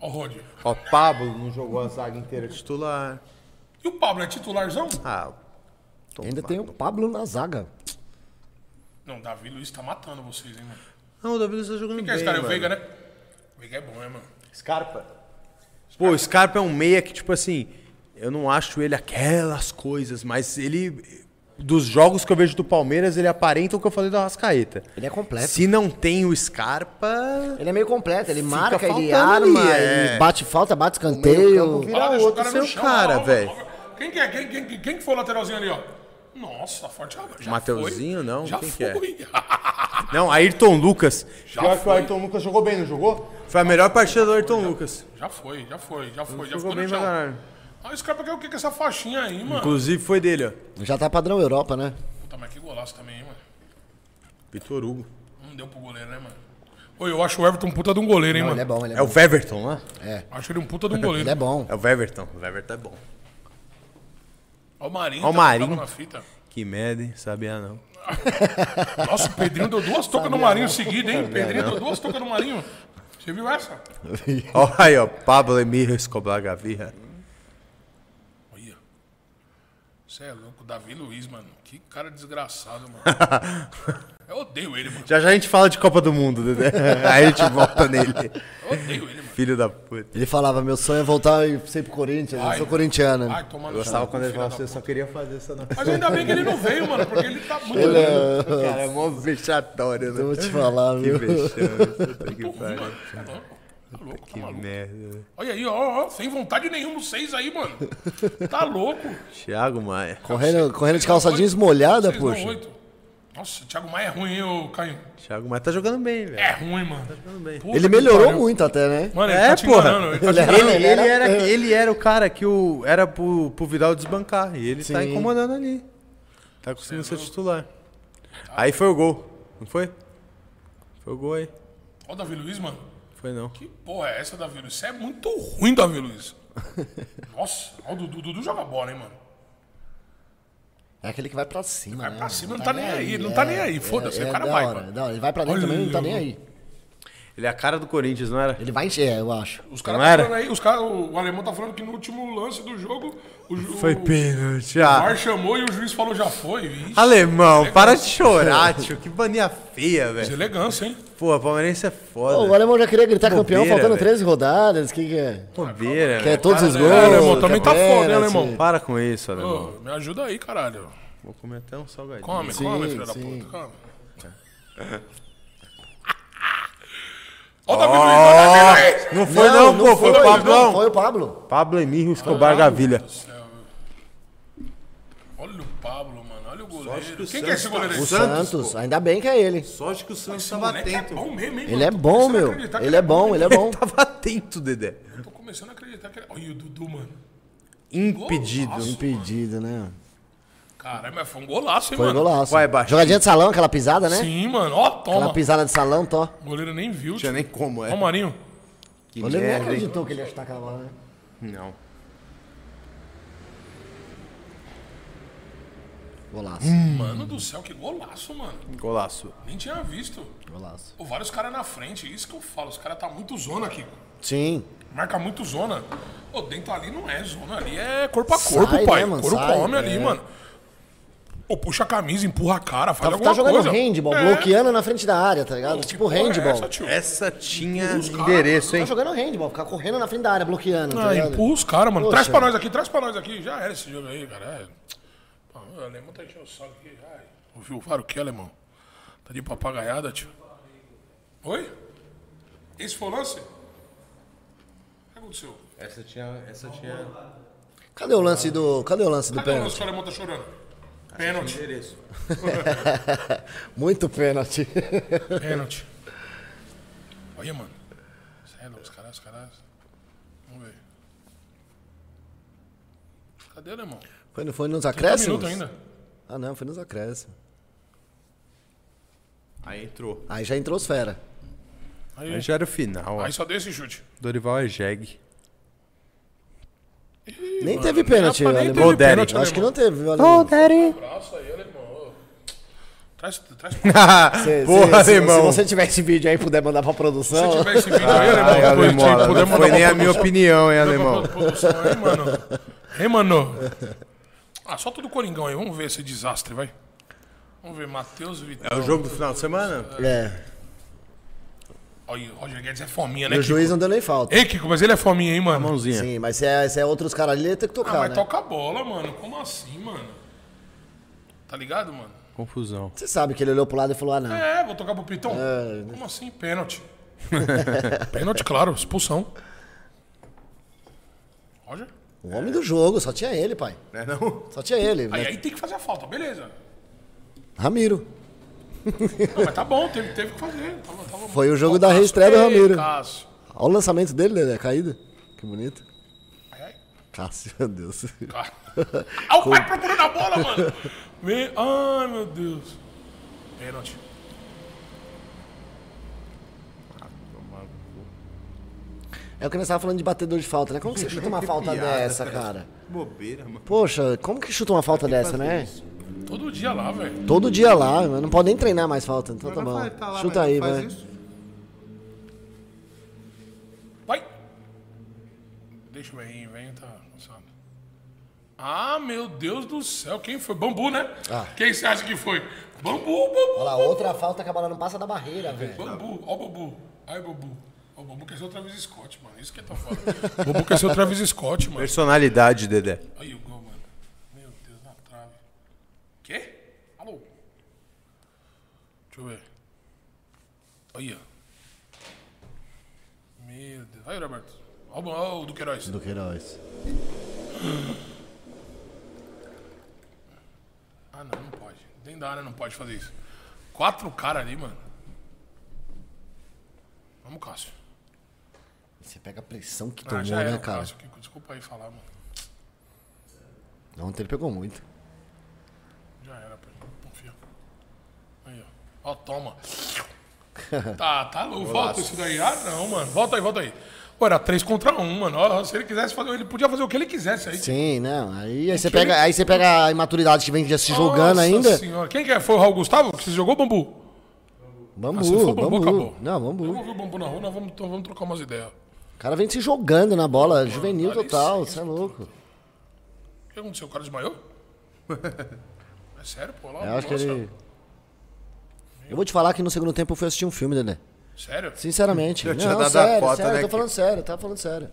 [SPEAKER 3] Ó o Rod.
[SPEAKER 1] Ó, Pablo não jogou a zaga inteira titular.
[SPEAKER 3] E o Pablo é titularzão?
[SPEAKER 1] Ah,
[SPEAKER 2] Ainda tem o Pablo na zaga.
[SPEAKER 3] Não, Davi Luiz tá matando vocês, hein, mano.
[SPEAKER 1] não, o Davi Luiz tá jogando
[SPEAKER 3] Quem que é
[SPEAKER 1] bem,
[SPEAKER 3] esse cara? É o
[SPEAKER 1] mano.
[SPEAKER 3] Veiga, né? O Veiga é bom, né, mano?
[SPEAKER 1] Scarpa. Pô, o Scarpa é um meia que, tipo assim, eu não acho ele aquelas coisas, mas ele... Dos jogos que eu vejo do Palmeiras, ele aparenta o que eu falei do Arrascaeta.
[SPEAKER 2] Ele é completo.
[SPEAKER 1] Se não tem o Scarpa...
[SPEAKER 2] Ele é meio completo, ele
[SPEAKER 1] Fica
[SPEAKER 2] marca, ele
[SPEAKER 1] faltando
[SPEAKER 2] arma,
[SPEAKER 1] ali, é.
[SPEAKER 2] ele bate falta, bate escanteio.
[SPEAKER 1] meio-campo Vira
[SPEAKER 3] Olha, deixa
[SPEAKER 1] outro
[SPEAKER 3] o cara no
[SPEAKER 1] seu
[SPEAKER 3] chão,
[SPEAKER 1] cara,
[SPEAKER 3] olha, olha,
[SPEAKER 1] velho.
[SPEAKER 3] olha. Quem que é? Quem, quem, quem, quem que foi o lateralzinho ali, ó? Nossa, forte agora. Já
[SPEAKER 1] Mateuzinho,
[SPEAKER 3] foi.
[SPEAKER 1] não?
[SPEAKER 3] Já
[SPEAKER 1] Quem que é?
[SPEAKER 3] foi.
[SPEAKER 1] Não, Ayrton Lucas. Já
[SPEAKER 3] foi.
[SPEAKER 1] então Lucas jogou bem, não jogou? Foi a melhor partida do Ayrton Lucas.
[SPEAKER 3] já foi, já foi, já foi. Já
[SPEAKER 1] Jogou
[SPEAKER 3] ficou no
[SPEAKER 1] bem pra
[SPEAKER 3] chão.
[SPEAKER 1] caralho.
[SPEAKER 3] Olha esse cara, que é o que que é essa faixinha aí, mano?
[SPEAKER 1] Inclusive foi dele, ó.
[SPEAKER 2] Já tá padrão Europa, né?
[SPEAKER 3] Puta, mas que golaço também, hein, mano.
[SPEAKER 1] Vitor Hugo.
[SPEAKER 3] Não deu pro goleiro, né, mano? Oi, eu acho o Everton um puta de um goleiro, hein,
[SPEAKER 2] Não, ele
[SPEAKER 3] mano?
[SPEAKER 2] é bom, ele é,
[SPEAKER 1] É o
[SPEAKER 2] bom.
[SPEAKER 1] Weverton, né?
[SPEAKER 3] Acho ele um puta de um
[SPEAKER 2] Ele
[SPEAKER 3] goleiro.
[SPEAKER 2] é bom.
[SPEAKER 1] É o Weverton. O Weverton é bom.
[SPEAKER 3] Ó o Marinho.
[SPEAKER 1] Ó o
[SPEAKER 3] também tava
[SPEAKER 1] Marinho.
[SPEAKER 3] na fita.
[SPEAKER 1] Que merda, hein? Sabia não.
[SPEAKER 3] Nossa, o Pedrinho deu duas tocas no Marinho seguida, hein? O Pedrinho deu duas tocas no Marinho. Você viu essa?
[SPEAKER 1] Olha aí, ó. Pablo Emílio Escobar Gavirra.
[SPEAKER 3] Olha. Você é louco, Davi Luiz, mano. Que cara desgraçado, mano. Eu odeio ele, mano.
[SPEAKER 1] Já já a gente fala de Copa do Mundo, né? Dedé. Aí a gente volta nele.
[SPEAKER 3] Eu odeio ele, mano.
[SPEAKER 1] Filho da puta.
[SPEAKER 2] Ele falava, meu sonho é voltar e ser pro Corinthians, eu
[SPEAKER 3] Ai.
[SPEAKER 2] sou corintiano.
[SPEAKER 3] Ai, toma no
[SPEAKER 1] Eu gostava
[SPEAKER 3] cu,
[SPEAKER 1] quando ele
[SPEAKER 3] filha da
[SPEAKER 1] falava assim, eu só queria fazer essa na...
[SPEAKER 3] puta. Mas ainda bem que ele não veio, mano, porque ele tá muito.
[SPEAKER 1] Cara, é mó vexatório, né?
[SPEAKER 2] Eu vou te falar,
[SPEAKER 1] Que
[SPEAKER 2] viu?
[SPEAKER 1] vexame. Puta que
[SPEAKER 3] Muito ruim,
[SPEAKER 1] pariu.
[SPEAKER 3] mano. Você é louco. Tá louco, tá
[SPEAKER 1] Que
[SPEAKER 3] maluco.
[SPEAKER 1] merda. né?
[SPEAKER 3] Olha aí, ó, ó, sem vontade nenhuma os seis aí, mano. Tá louco.
[SPEAKER 1] Thiago Maia.
[SPEAKER 2] Correndo, correndo de calça jeans molhada,
[SPEAKER 3] Vocês não,
[SPEAKER 2] poxa.
[SPEAKER 3] oito. Nossa, o Thiago Maia é ruim, hein, ô Caio?
[SPEAKER 1] Thiago Maia tá jogando bem, velho.
[SPEAKER 3] É ruim, mano. Puta
[SPEAKER 2] Ele
[SPEAKER 3] que
[SPEAKER 2] melhorou
[SPEAKER 3] pariu.
[SPEAKER 2] muito até, né?
[SPEAKER 3] Mano, ele
[SPEAKER 1] É,
[SPEAKER 3] tá te
[SPEAKER 1] porra.
[SPEAKER 3] enganando. Ele tá
[SPEAKER 2] Ele
[SPEAKER 3] te
[SPEAKER 2] é-
[SPEAKER 3] enganando.
[SPEAKER 1] Ele, ele
[SPEAKER 2] Ele
[SPEAKER 1] era,
[SPEAKER 2] era-
[SPEAKER 1] ele era o cara que o, era pro, pro Vidal desbancar. E ele tá
[SPEAKER 2] Sim.
[SPEAKER 1] incomodando ali. Tá conseguindo ser titular. Aí foi o gol. Não foi? Foi o gol aí.
[SPEAKER 3] Ó o Davi Luiz, mano.
[SPEAKER 1] Foi não.
[SPEAKER 3] Que porra é essa, Davi Luiz? Isso é muito ruim, Davi Luiz. Nossa, ó, o Dudu, Dudu joga bola, hein, mano.
[SPEAKER 2] É aquele que vai pra cima,
[SPEAKER 3] Vai
[SPEAKER 2] né?
[SPEAKER 3] pra cima, não tá nem aí, não tá nem aí, foda-se, o cara
[SPEAKER 2] é. da
[SPEAKER 3] vai,
[SPEAKER 2] hora,
[SPEAKER 3] mano.
[SPEAKER 2] da hora. Ele vai pra dentro
[SPEAKER 3] Olha,
[SPEAKER 2] também, não tá
[SPEAKER 3] eu-
[SPEAKER 2] nem aí.
[SPEAKER 1] Ele é a cara do Corinthians, não era?
[SPEAKER 2] Ele vai encher, é, eu acho.
[SPEAKER 3] Os caras
[SPEAKER 1] Não
[SPEAKER 3] tá
[SPEAKER 1] era?
[SPEAKER 3] falando aí, os cara, o, o alemão tá falando que no último lance do jogo, o, ju-
[SPEAKER 1] Foi
[SPEAKER 3] o,
[SPEAKER 1] pênalti.
[SPEAKER 3] o
[SPEAKER 1] ah.
[SPEAKER 3] VAR chamou e o juiz falou já foi. Ixi,
[SPEAKER 1] Alemão, para de chorar, tio. Que mania feia, velho.
[SPEAKER 3] deselegância, hein?
[SPEAKER 1] Pô, palmeirense é foda.
[SPEAKER 2] Pô, o alemão já queria gritar campeão,
[SPEAKER 1] Bobeira,
[SPEAKER 2] faltando
[SPEAKER 1] velho.
[SPEAKER 2] 13 rodadas. Que que é?
[SPEAKER 1] Bobeira,
[SPEAKER 2] Quer
[SPEAKER 1] velho.
[SPEAKER 2] todos os gols.
[SPEAKER 3] é, alemão, também
[SPEAKER 2] quer
[SPEAKER 3] tá foda, né,
[SPEAKER 2] pênalti.
[SPEAKER 3] alemão?
[SPEAKER 1] Para com isso, alemão.
[SPEAKER 3] Ô, me ajuda aí, caralho.
[SPEAKER 1] Vou comer até um salgadinho.
[SPEAKER 3] Come,
[SPEAKER 2] Sim,
[SPEAKER 3] come, filho da
[SPEAKER 2] sim.
[SPEAKER 3] puta, come. Ó o Davi Luiz, ó o Davi Luiz.
[SPEAKER 1] Não foi não, pô. Foi o
[SPEAKER 2] não,
[SPEAKER 1] Pablão.
[SPEAKER 2] Foi o Pablo.
[SPEAKER 1] Pablo Emílio Escobar Gavilha.
[SPEAKER 3] Meu Deus do céu, meu. Olha o Pablo, mano. Olha o
[SPEAKER 1] Acho
[SPEAKER 3] goleiro.
[SPEAKER 1] que o
[SPEAKER 3] Quem que é
[SPEAKER 1] Santos
[SPEAKER 3] esse
[SPEAKER 1] tá-
[SPEAKER 3] goleiro aí?
[SPEAKER 1] o
[SPEAKER 2] Santos,
[SPEAKER 1] Santos, pô.
[SPEAKER 2] ainda bem que é ele.
[SPEAKER 1] Sorte que o Santos
[SPEAKER 3] Esse
[SPEAKER 1] tava
[SPEAKER 3] moleque
[SPEAKER 1] atento.
[SPEAKER 3] É bom mesmo, hein,
[SPEAKER 2] Ele é
[SPEAKER 3] mano? Tô
[SPEAKER 2] bom,
[SPEAKER 3] começando a
[SPEAKER 2] meu.
[SPEAKER 3] acreditar que tá
[SPEAKER 2] Ele é bom, ele é bom.
[SPEAKER 1] Tava atento, Dedé.
[SPEAKER 3] Tô começando a acreditar que ele... Olha o Dudu, mano.
[SPEAKER 1] Impedido.
[SPEAKER 2] Impedido, né?
[SPEAKER 3] Caralho, mas foi um golaço, hein,
[SPEAKER 2] Foi
[SPEAKER 3] mano?
[SPEAKER 2] golaço.
[SPEAKER 1] Vai, baixinho.
[SPEAKER 2] Jogadinha de salão, aquela pisada, né?
[SPEAKER 3] Sim, mano. Ó,
[SPEAKER 2] Aquela
[SPEAKER 3] toma.
[SPEAKER 2] pisada de salão, tó.
[SPEAKER 3] O goleiro nem viu.
[SPEAKER 1] Não tinha nem como,
[SPEAKER 3] Ó o
[SPEAKER 1] é.
[SPEAKER 3] Marinho.
[SPEAKER 1] Que
[SPEAKER 2] O Lembro nem
[SPEAKER 1] merda, hein?
[SPEAKER 2] acreditou que ele ia chutar aquela bola, É, né?
[SPEAKER 1] Não.
[SPEAKER 2] Golaço,
[SPEAKER 3] Mano do céu, que golaço, mano.
[SPEAKER 1] Golaço.
[SPEAKER 3] Nem tinha visto.
[SPEAKER 2] golaço.
[SPEAKER 3] Pô, vários caras na frente. Isso que eu falo. Os caras tá muito zona aqui.
[SPEAKER 2] Sim.
[SPEAKER 3] Marca muito zona. Pô, dentro ali não é zona. Ali é corpo a corpo,
[SPEAKER 2] Sai,
[SPEAKER 3] pai.
[SPEAKER 2] né, mano?
[SPEAKER 3] corpo a
[SPEAKER 2] Sai,
[SPEAKER 3] homem ali,
[SPEAKER 2] é.
[SPEAKER 3] mano. Pô, puxa a camisa, empurra a cara, faz
[SPEAKER 2] Tá,
[SPEAKER 3] alguma
[SPEAKER 2] tá jogando
[SPEAKER 3] coisa.
[SPEAKER 2] handball,
[SPEAKER 3] É.
[SPEAKER 2] bloqueando na frente da área, tá ligado?
[SPEAKER 3] Pô, que
[SPEAKER 2] tipo
[SPEAKER 3] porra é
[SPEAKER 2] handball.
[SPEAKER 3] essa, tio?
[SPEAKER 1] Essa tinha endereço, hein?
[SPEAKER 2] Tá jogando handball, ficar correndo na frente da área, bloqueando, tá
[SPEAKER 3] Ah,
[SPEAKER 2] ligado?
[SPEAKER 3] empurra os caras, mano.
[SPEAKER 2] Poxa.
[SPEAKER 3] Traz pra nós aqui, traz pra nós aqui. Já era esse jogo aí, cara. É. Pô, o alemão tá enchendo o saco aqui. Ai. Ouviu o VAR o que, alemão? Tá de papagaiada, tio. Oi? Esse foi o lance? O que aconteceu?
[SPEAKER 1] Essa tinha. Essa tinha.
[SPEAKER 2] Cadê o lance do. Cadê o lance do
[SPEAKER 3] Cadê o
[SPEAKER 2] pênalti?
[SPEAKER 3] lance que o alemão tá chorando? Pênalti.
[SPEAKER 1] Endereço.
[SPEAKER 2] Muito pênalti.
[SPEAKER 3] Pênalti. Olha, mano. Sério, os caras, os caras. Vamos ver. Cadê, alemão?
[SPEAKER 2] Foi, no- foi nos
[SPEAKER 3] 30
[SPEAKER 2] acréscimos?
[SPEAKER 3] minutos ainda.
[SPEAKER 2] Ah, não, foi nos acréscimos.
[SPEAKER 1] Aí entrou.
[SPEAKER 2] Aí já entrou os fera.
[SPEAKER 1] Aí já era o final, ó.
[SPEAKER 3] Aí só deu esse chute.
[SPEAKER 1] Dorival é jegue.
[SPEAKER 2] nem teve pênalti,
[SPEAKER 3] Rapaz, nem
[SPEAKER 2] alemão.
[SPEAKER 1] Ô, Derek.
[SPEAKER 3] teve pênalti,
[SPEAKER 2] Acho que
[SPEAKER 3] alemão.
[SPEAKER 2] não teve, viu, alemão?
[SPEAKER 3] Braço aí, alemão. Traz, traz
[SPEAKER 2] Se-
[SPEAKER 1] Porra,
[SPEAKER 2] se- se- Se
[SPEAKER 1] alemão.
[SPEAKER 2] você tiver esse vídeo aí e puder mandar pra produção.
[SPEAKER 3] Se tiver esse vídeo aí,
[SPEAKER 1] Ai,
[SPEAKER 3] alemão, depois
[SPEAKER 1] alemão,
[SPEAKER 3] te-
[SPEAKER 1] ela
[SPEAKER 3] puder
[SPEAKER 1] não
[SPEAKER 3] mandar
[SPEAKER 1] foi
[SPEAKER 3] pra
[SPEAKER 1] nem a
[SPEAKER 3] produ-
[SPEAKER 1] minha opinião, hein,
[SPEAKER 3] pra
[SPEAKER 1] alemão?
[SPEAKER 3] produção aí, mano. Hein, mano? Ah, solta do Coringão aí, vamos ver esse desastre, vai. Vamos ver, Matheus Vitor.
[SPEAKER 1] É o jogo do final de semana?
[SPEAKER 2] É.
[SPEAKER 3] Olha, o Roger Guedes é fominha, né,
[SPEAKER 2] E o
[SPEAKER 3] Kiko?
[SPEAKER 2] juiz não deu nem falta.
[SPEAKER 3] Ei, Kiko, mas ele é fominha, hein, mano?
[SPEAKER 1] Mãozinha.
[SPEAKER 2] Sim, mas se é, se é outros caras ali, ele tem que
[SPEAKER 3] Ah,
[SPEAKER 2] tocar,
[SPEAKER 3] mas
[SPEAKER 2] né?
[SPEAKER 3] toca a bola, mano. Como assim, mano? Tá ligado, mano?
[SPEAKER 1] Confusão.
[SPEAKER 2] Você sabe que ele olhou pro lado e falou, ah, não.
[SPEAKER 3] É, vou tocar pro Pitão.
[SPEAKER 1] É,
[SPEAKER 3] Como assim? Pênalti. Pênalti, claro, expulsão. Roger?
[SPEAKER 2] O homem do jogo, só tinha ele, pai.
[SPEAKER 1] Não é não?
[SPEAKER 2] Só tinha ele.
[SPEAKER 3] Aí,
[SPEAKER 2] né?
[SPEAKER 3] aí tem que fazer a falta, beleza.
[SPEAKER 2] Ramiro.
[SPEAKER 3] Não, mas tá bom, teve, teve que fazer. Tava- tava-
[SPEAKER 2] Foi o jogo da
[SPEAKER 3] Cássio.
[SPEAKER 2] reestreia do
[SPEAKER 3] Ei,
[SPEAKER 2] Ramiro.
[SPEAKER 3] Cássio.
[SPEAKER 2] Olha o lançamento dele, Dedé, caído. Que bonito.
[SPEAKER 3] Ai, ai.
[SPEAKER 2] Cássio, meu Deus.
[SPEAKER 3] Cá- Ah, o pai procurando a bola, mano. Vem. Ai, meu Deus. Pênalti.
[SPEAKER 2] É o que nós estávamos falando de batedor de falta, né? Como que você chuta uma
[SPEAKER 1] Que
[SPEAKER 2] falta
[SPEAKER 1] piada,
[SPEAKER 2] dessa, cara?
[SPEAKER 1] Bobeira, mano.
[SPEAKER 2] Poxa, como que chuta uma falta dessa, né?
[SPEAKER 3] Todo dia lá, velho.
[SPEAKER 2] Todo dia lá, mano. não pode nem treinar mais falta, então tá bom. Chuta aí, vai.
[SPEAKER 3] Vai. Deixa o velhinho, velho tá cansado. Ah, meu Deus do céu. Quem foi? Bambu, né?
[SPEAKER 2] Ah.
[SPEAKER 3] Quem você acha que foi? Bambu, bambu.
[SPEAKER 2] Olha lá, outra falta que a bola não passa da barreira, velho.
[SPEAKER 3] Bambu, ó o Bambu. Ai, Bambu. Ó, o Bambu quer ser o Travis Scott, mano. Isso que é tão foda. O Bambu quer ser o Travis Scott, mano.
[SPEAKER 1] Personalidade, Dedé.
[SPEAKER 3] Aí o gol, mano. Meu Deus, na trave. Quê? Alô? Deixa eu ver. Aí, ó. Meu Deus. Aí, Roberto. Olha o- olha o Duqueiroz.
[SPEAKER 2] Do Queiroz.
[SPEAKER 3] Ah, não, não pode. Dentro da área não pode fazer isso. Quatro caras ali, mano. Vamos, Cássio.
[SPEAKER 2] Você pega a pressão que
[SPEAKER 3] Ah,
[SPEAKER 2] tomou,
[SPEAKER 3] já era
[SPEAKER 2] né,
[SPEAKER 3] o
[SPEAKER 2] cara?
[SPEAKER 3] Cássio. que- Desculpa aí falar, mano.
[SPEAKER 2] Ontem ele pegou muito.
[SPEAKER 3] Já era, pô. Confia. Aí, ó. Ó, toma. Tá, tá louco. Volta isso daí. Ah, não, mano. Volta aí, volta aí. Pô, era três contra um, mano. Ó, se ele quisesse fazer, ele podia fazer o que ele quisesse aí.
[SPEAKER 2] Sim, não. Aí, aí você pega, aí você pega a imaturidade que vem já se jogando
[SPEAKER 3] Nossa
[SPEAKER 2] ainda.
[SPEAKER 3] Senhora. Quem que é? Foi o Raul Gustavo que se jogou bambu?
[SPEAKER 2] Bambu,
[SPEAKER 3] Ah, se for bambu,
[SPEAKER 2] bambu.
[SPEAKER 3] acabou.
[SPEAKER 2] Não, bambu.
[SPEAKER 3] Vamos ver o bambu na rua, nós vamos, vamos trocar umas ideias.
[SPEAKER 2] O cara vem se jogando na bola, juvenil
[SPEAKER 3] dá
[SPEAKER 2] total,
[SPEAKER 3] licença,
[SPEAKER 2] você é louco.
[SPEAKER 3] O que aconteceu? O cara desmaiou? É sério, pô? Lá,
[SPEAKER 2] Eu acho que
[SPEAKER 3] nossa.
[SPEAKER 2] ele. Eu vou te falar que no segundo tempo eu fui assistir um filme, Dedé.
[SPEAKER 3] Sério?
[SPEAKER 2] Sinceramente.
[SPEAKER 1] Eu tinha
[SPEAKER 2] não,
[SPEAKER 1] dado a
[SPEAKER 2] sério,
[SPEAKER 1] cota,
[SPEAKER 2] sério,
[SPEAKER 1] né,
[SPEAKER 2] tô
[SPEAKER 1] que-
[SPEAKER 2] falando sério, tava falando sério.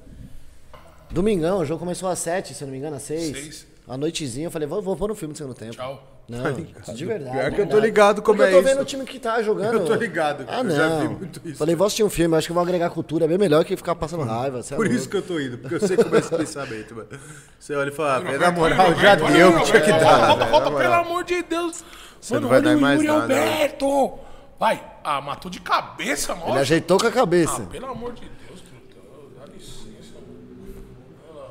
[SPEAKER 2] Domingão, o jogo começou às sete, se eu não me engano, às seis.
[SPEAKER 3] Seis.
[SPEAKER 2] A noitezinha, eu falei, vou, vou pôr no filme no segundo tempo.
[SPEAKER 3] Tchau.
[SPEAKER 2] Não, de verdade.
[SPEAKER 1] Pior Tá É que
[SPEAKER 2] de
[SPEAKER 1] eu tô
[SPEAKER 2] verdade.
[SPEAKER 1] ligado como
[SPEAKER 2] Porque
[SPEAKER 1] é
[SPEAKER 2] Eu tô
[SPEAKER 1] isso.
[SPEAKER 2] vendo o time que tá jogando.
[SPEAKER 1] Eu tô ligado,
[SPEAKER 2] Ah,
[SPEAKER 1] eu
[SPEAKER 2] não.
[SPEAKER 1] já vi muito isso.
[SPEAKER 2] Falei, vou assistir um filme, acho que eu vou agregar cultura, é bem melhor que ficar passando raiva. você é
[SPEAKER 1] Por
[SPEAKER 2] louco.
[SPEAKER 1] isso que eu tô indo, porque eu sei como é esse pensamento, mano. Você olha e fala, ah, velho, na
[SPEAKER 3] Olha,
[SPEAKER 1] moral,
[SPEAKER 3] olha,
[SPEAKER 1] já
[SPEAKER 3] olha, olha,
[SPEAKER 1] deu,
[SPEAKER 3] olha,
[SPEAKER 1] tinha que
[SPEAKER 3] olha,
[SPEAKER 1] dar.
[SPEAKER 3] Volta,
[SPEAKER 1] velho,
[SPEAKER 3] volta,
[SPEAKER 1] na
[SPEAKER 3] pelo
[SPEAKER 1] moral.
[SPEAKER 3] amor de Deus. Mano,
[SPEAKER 1] não vai
[SPEAKER 3] olha
[SPEAKER 1] dar
[SPEAKER 3] o
[SPEAKER 1] mais
[SPEAKER 3] Yuri
[SPEAKER 1] nada, né?
[SPEAKER 3] Alberto. Vai. Ah, matou de cabeça,
[SPEAKER 1] é
[SPEAKER 3] mano.
[SPEAKER 2] Ele ajeitou com a cabeça.
[SPEAKER 3] Ah, pelo amor de Deus, truta. Dá licença. Olha lá.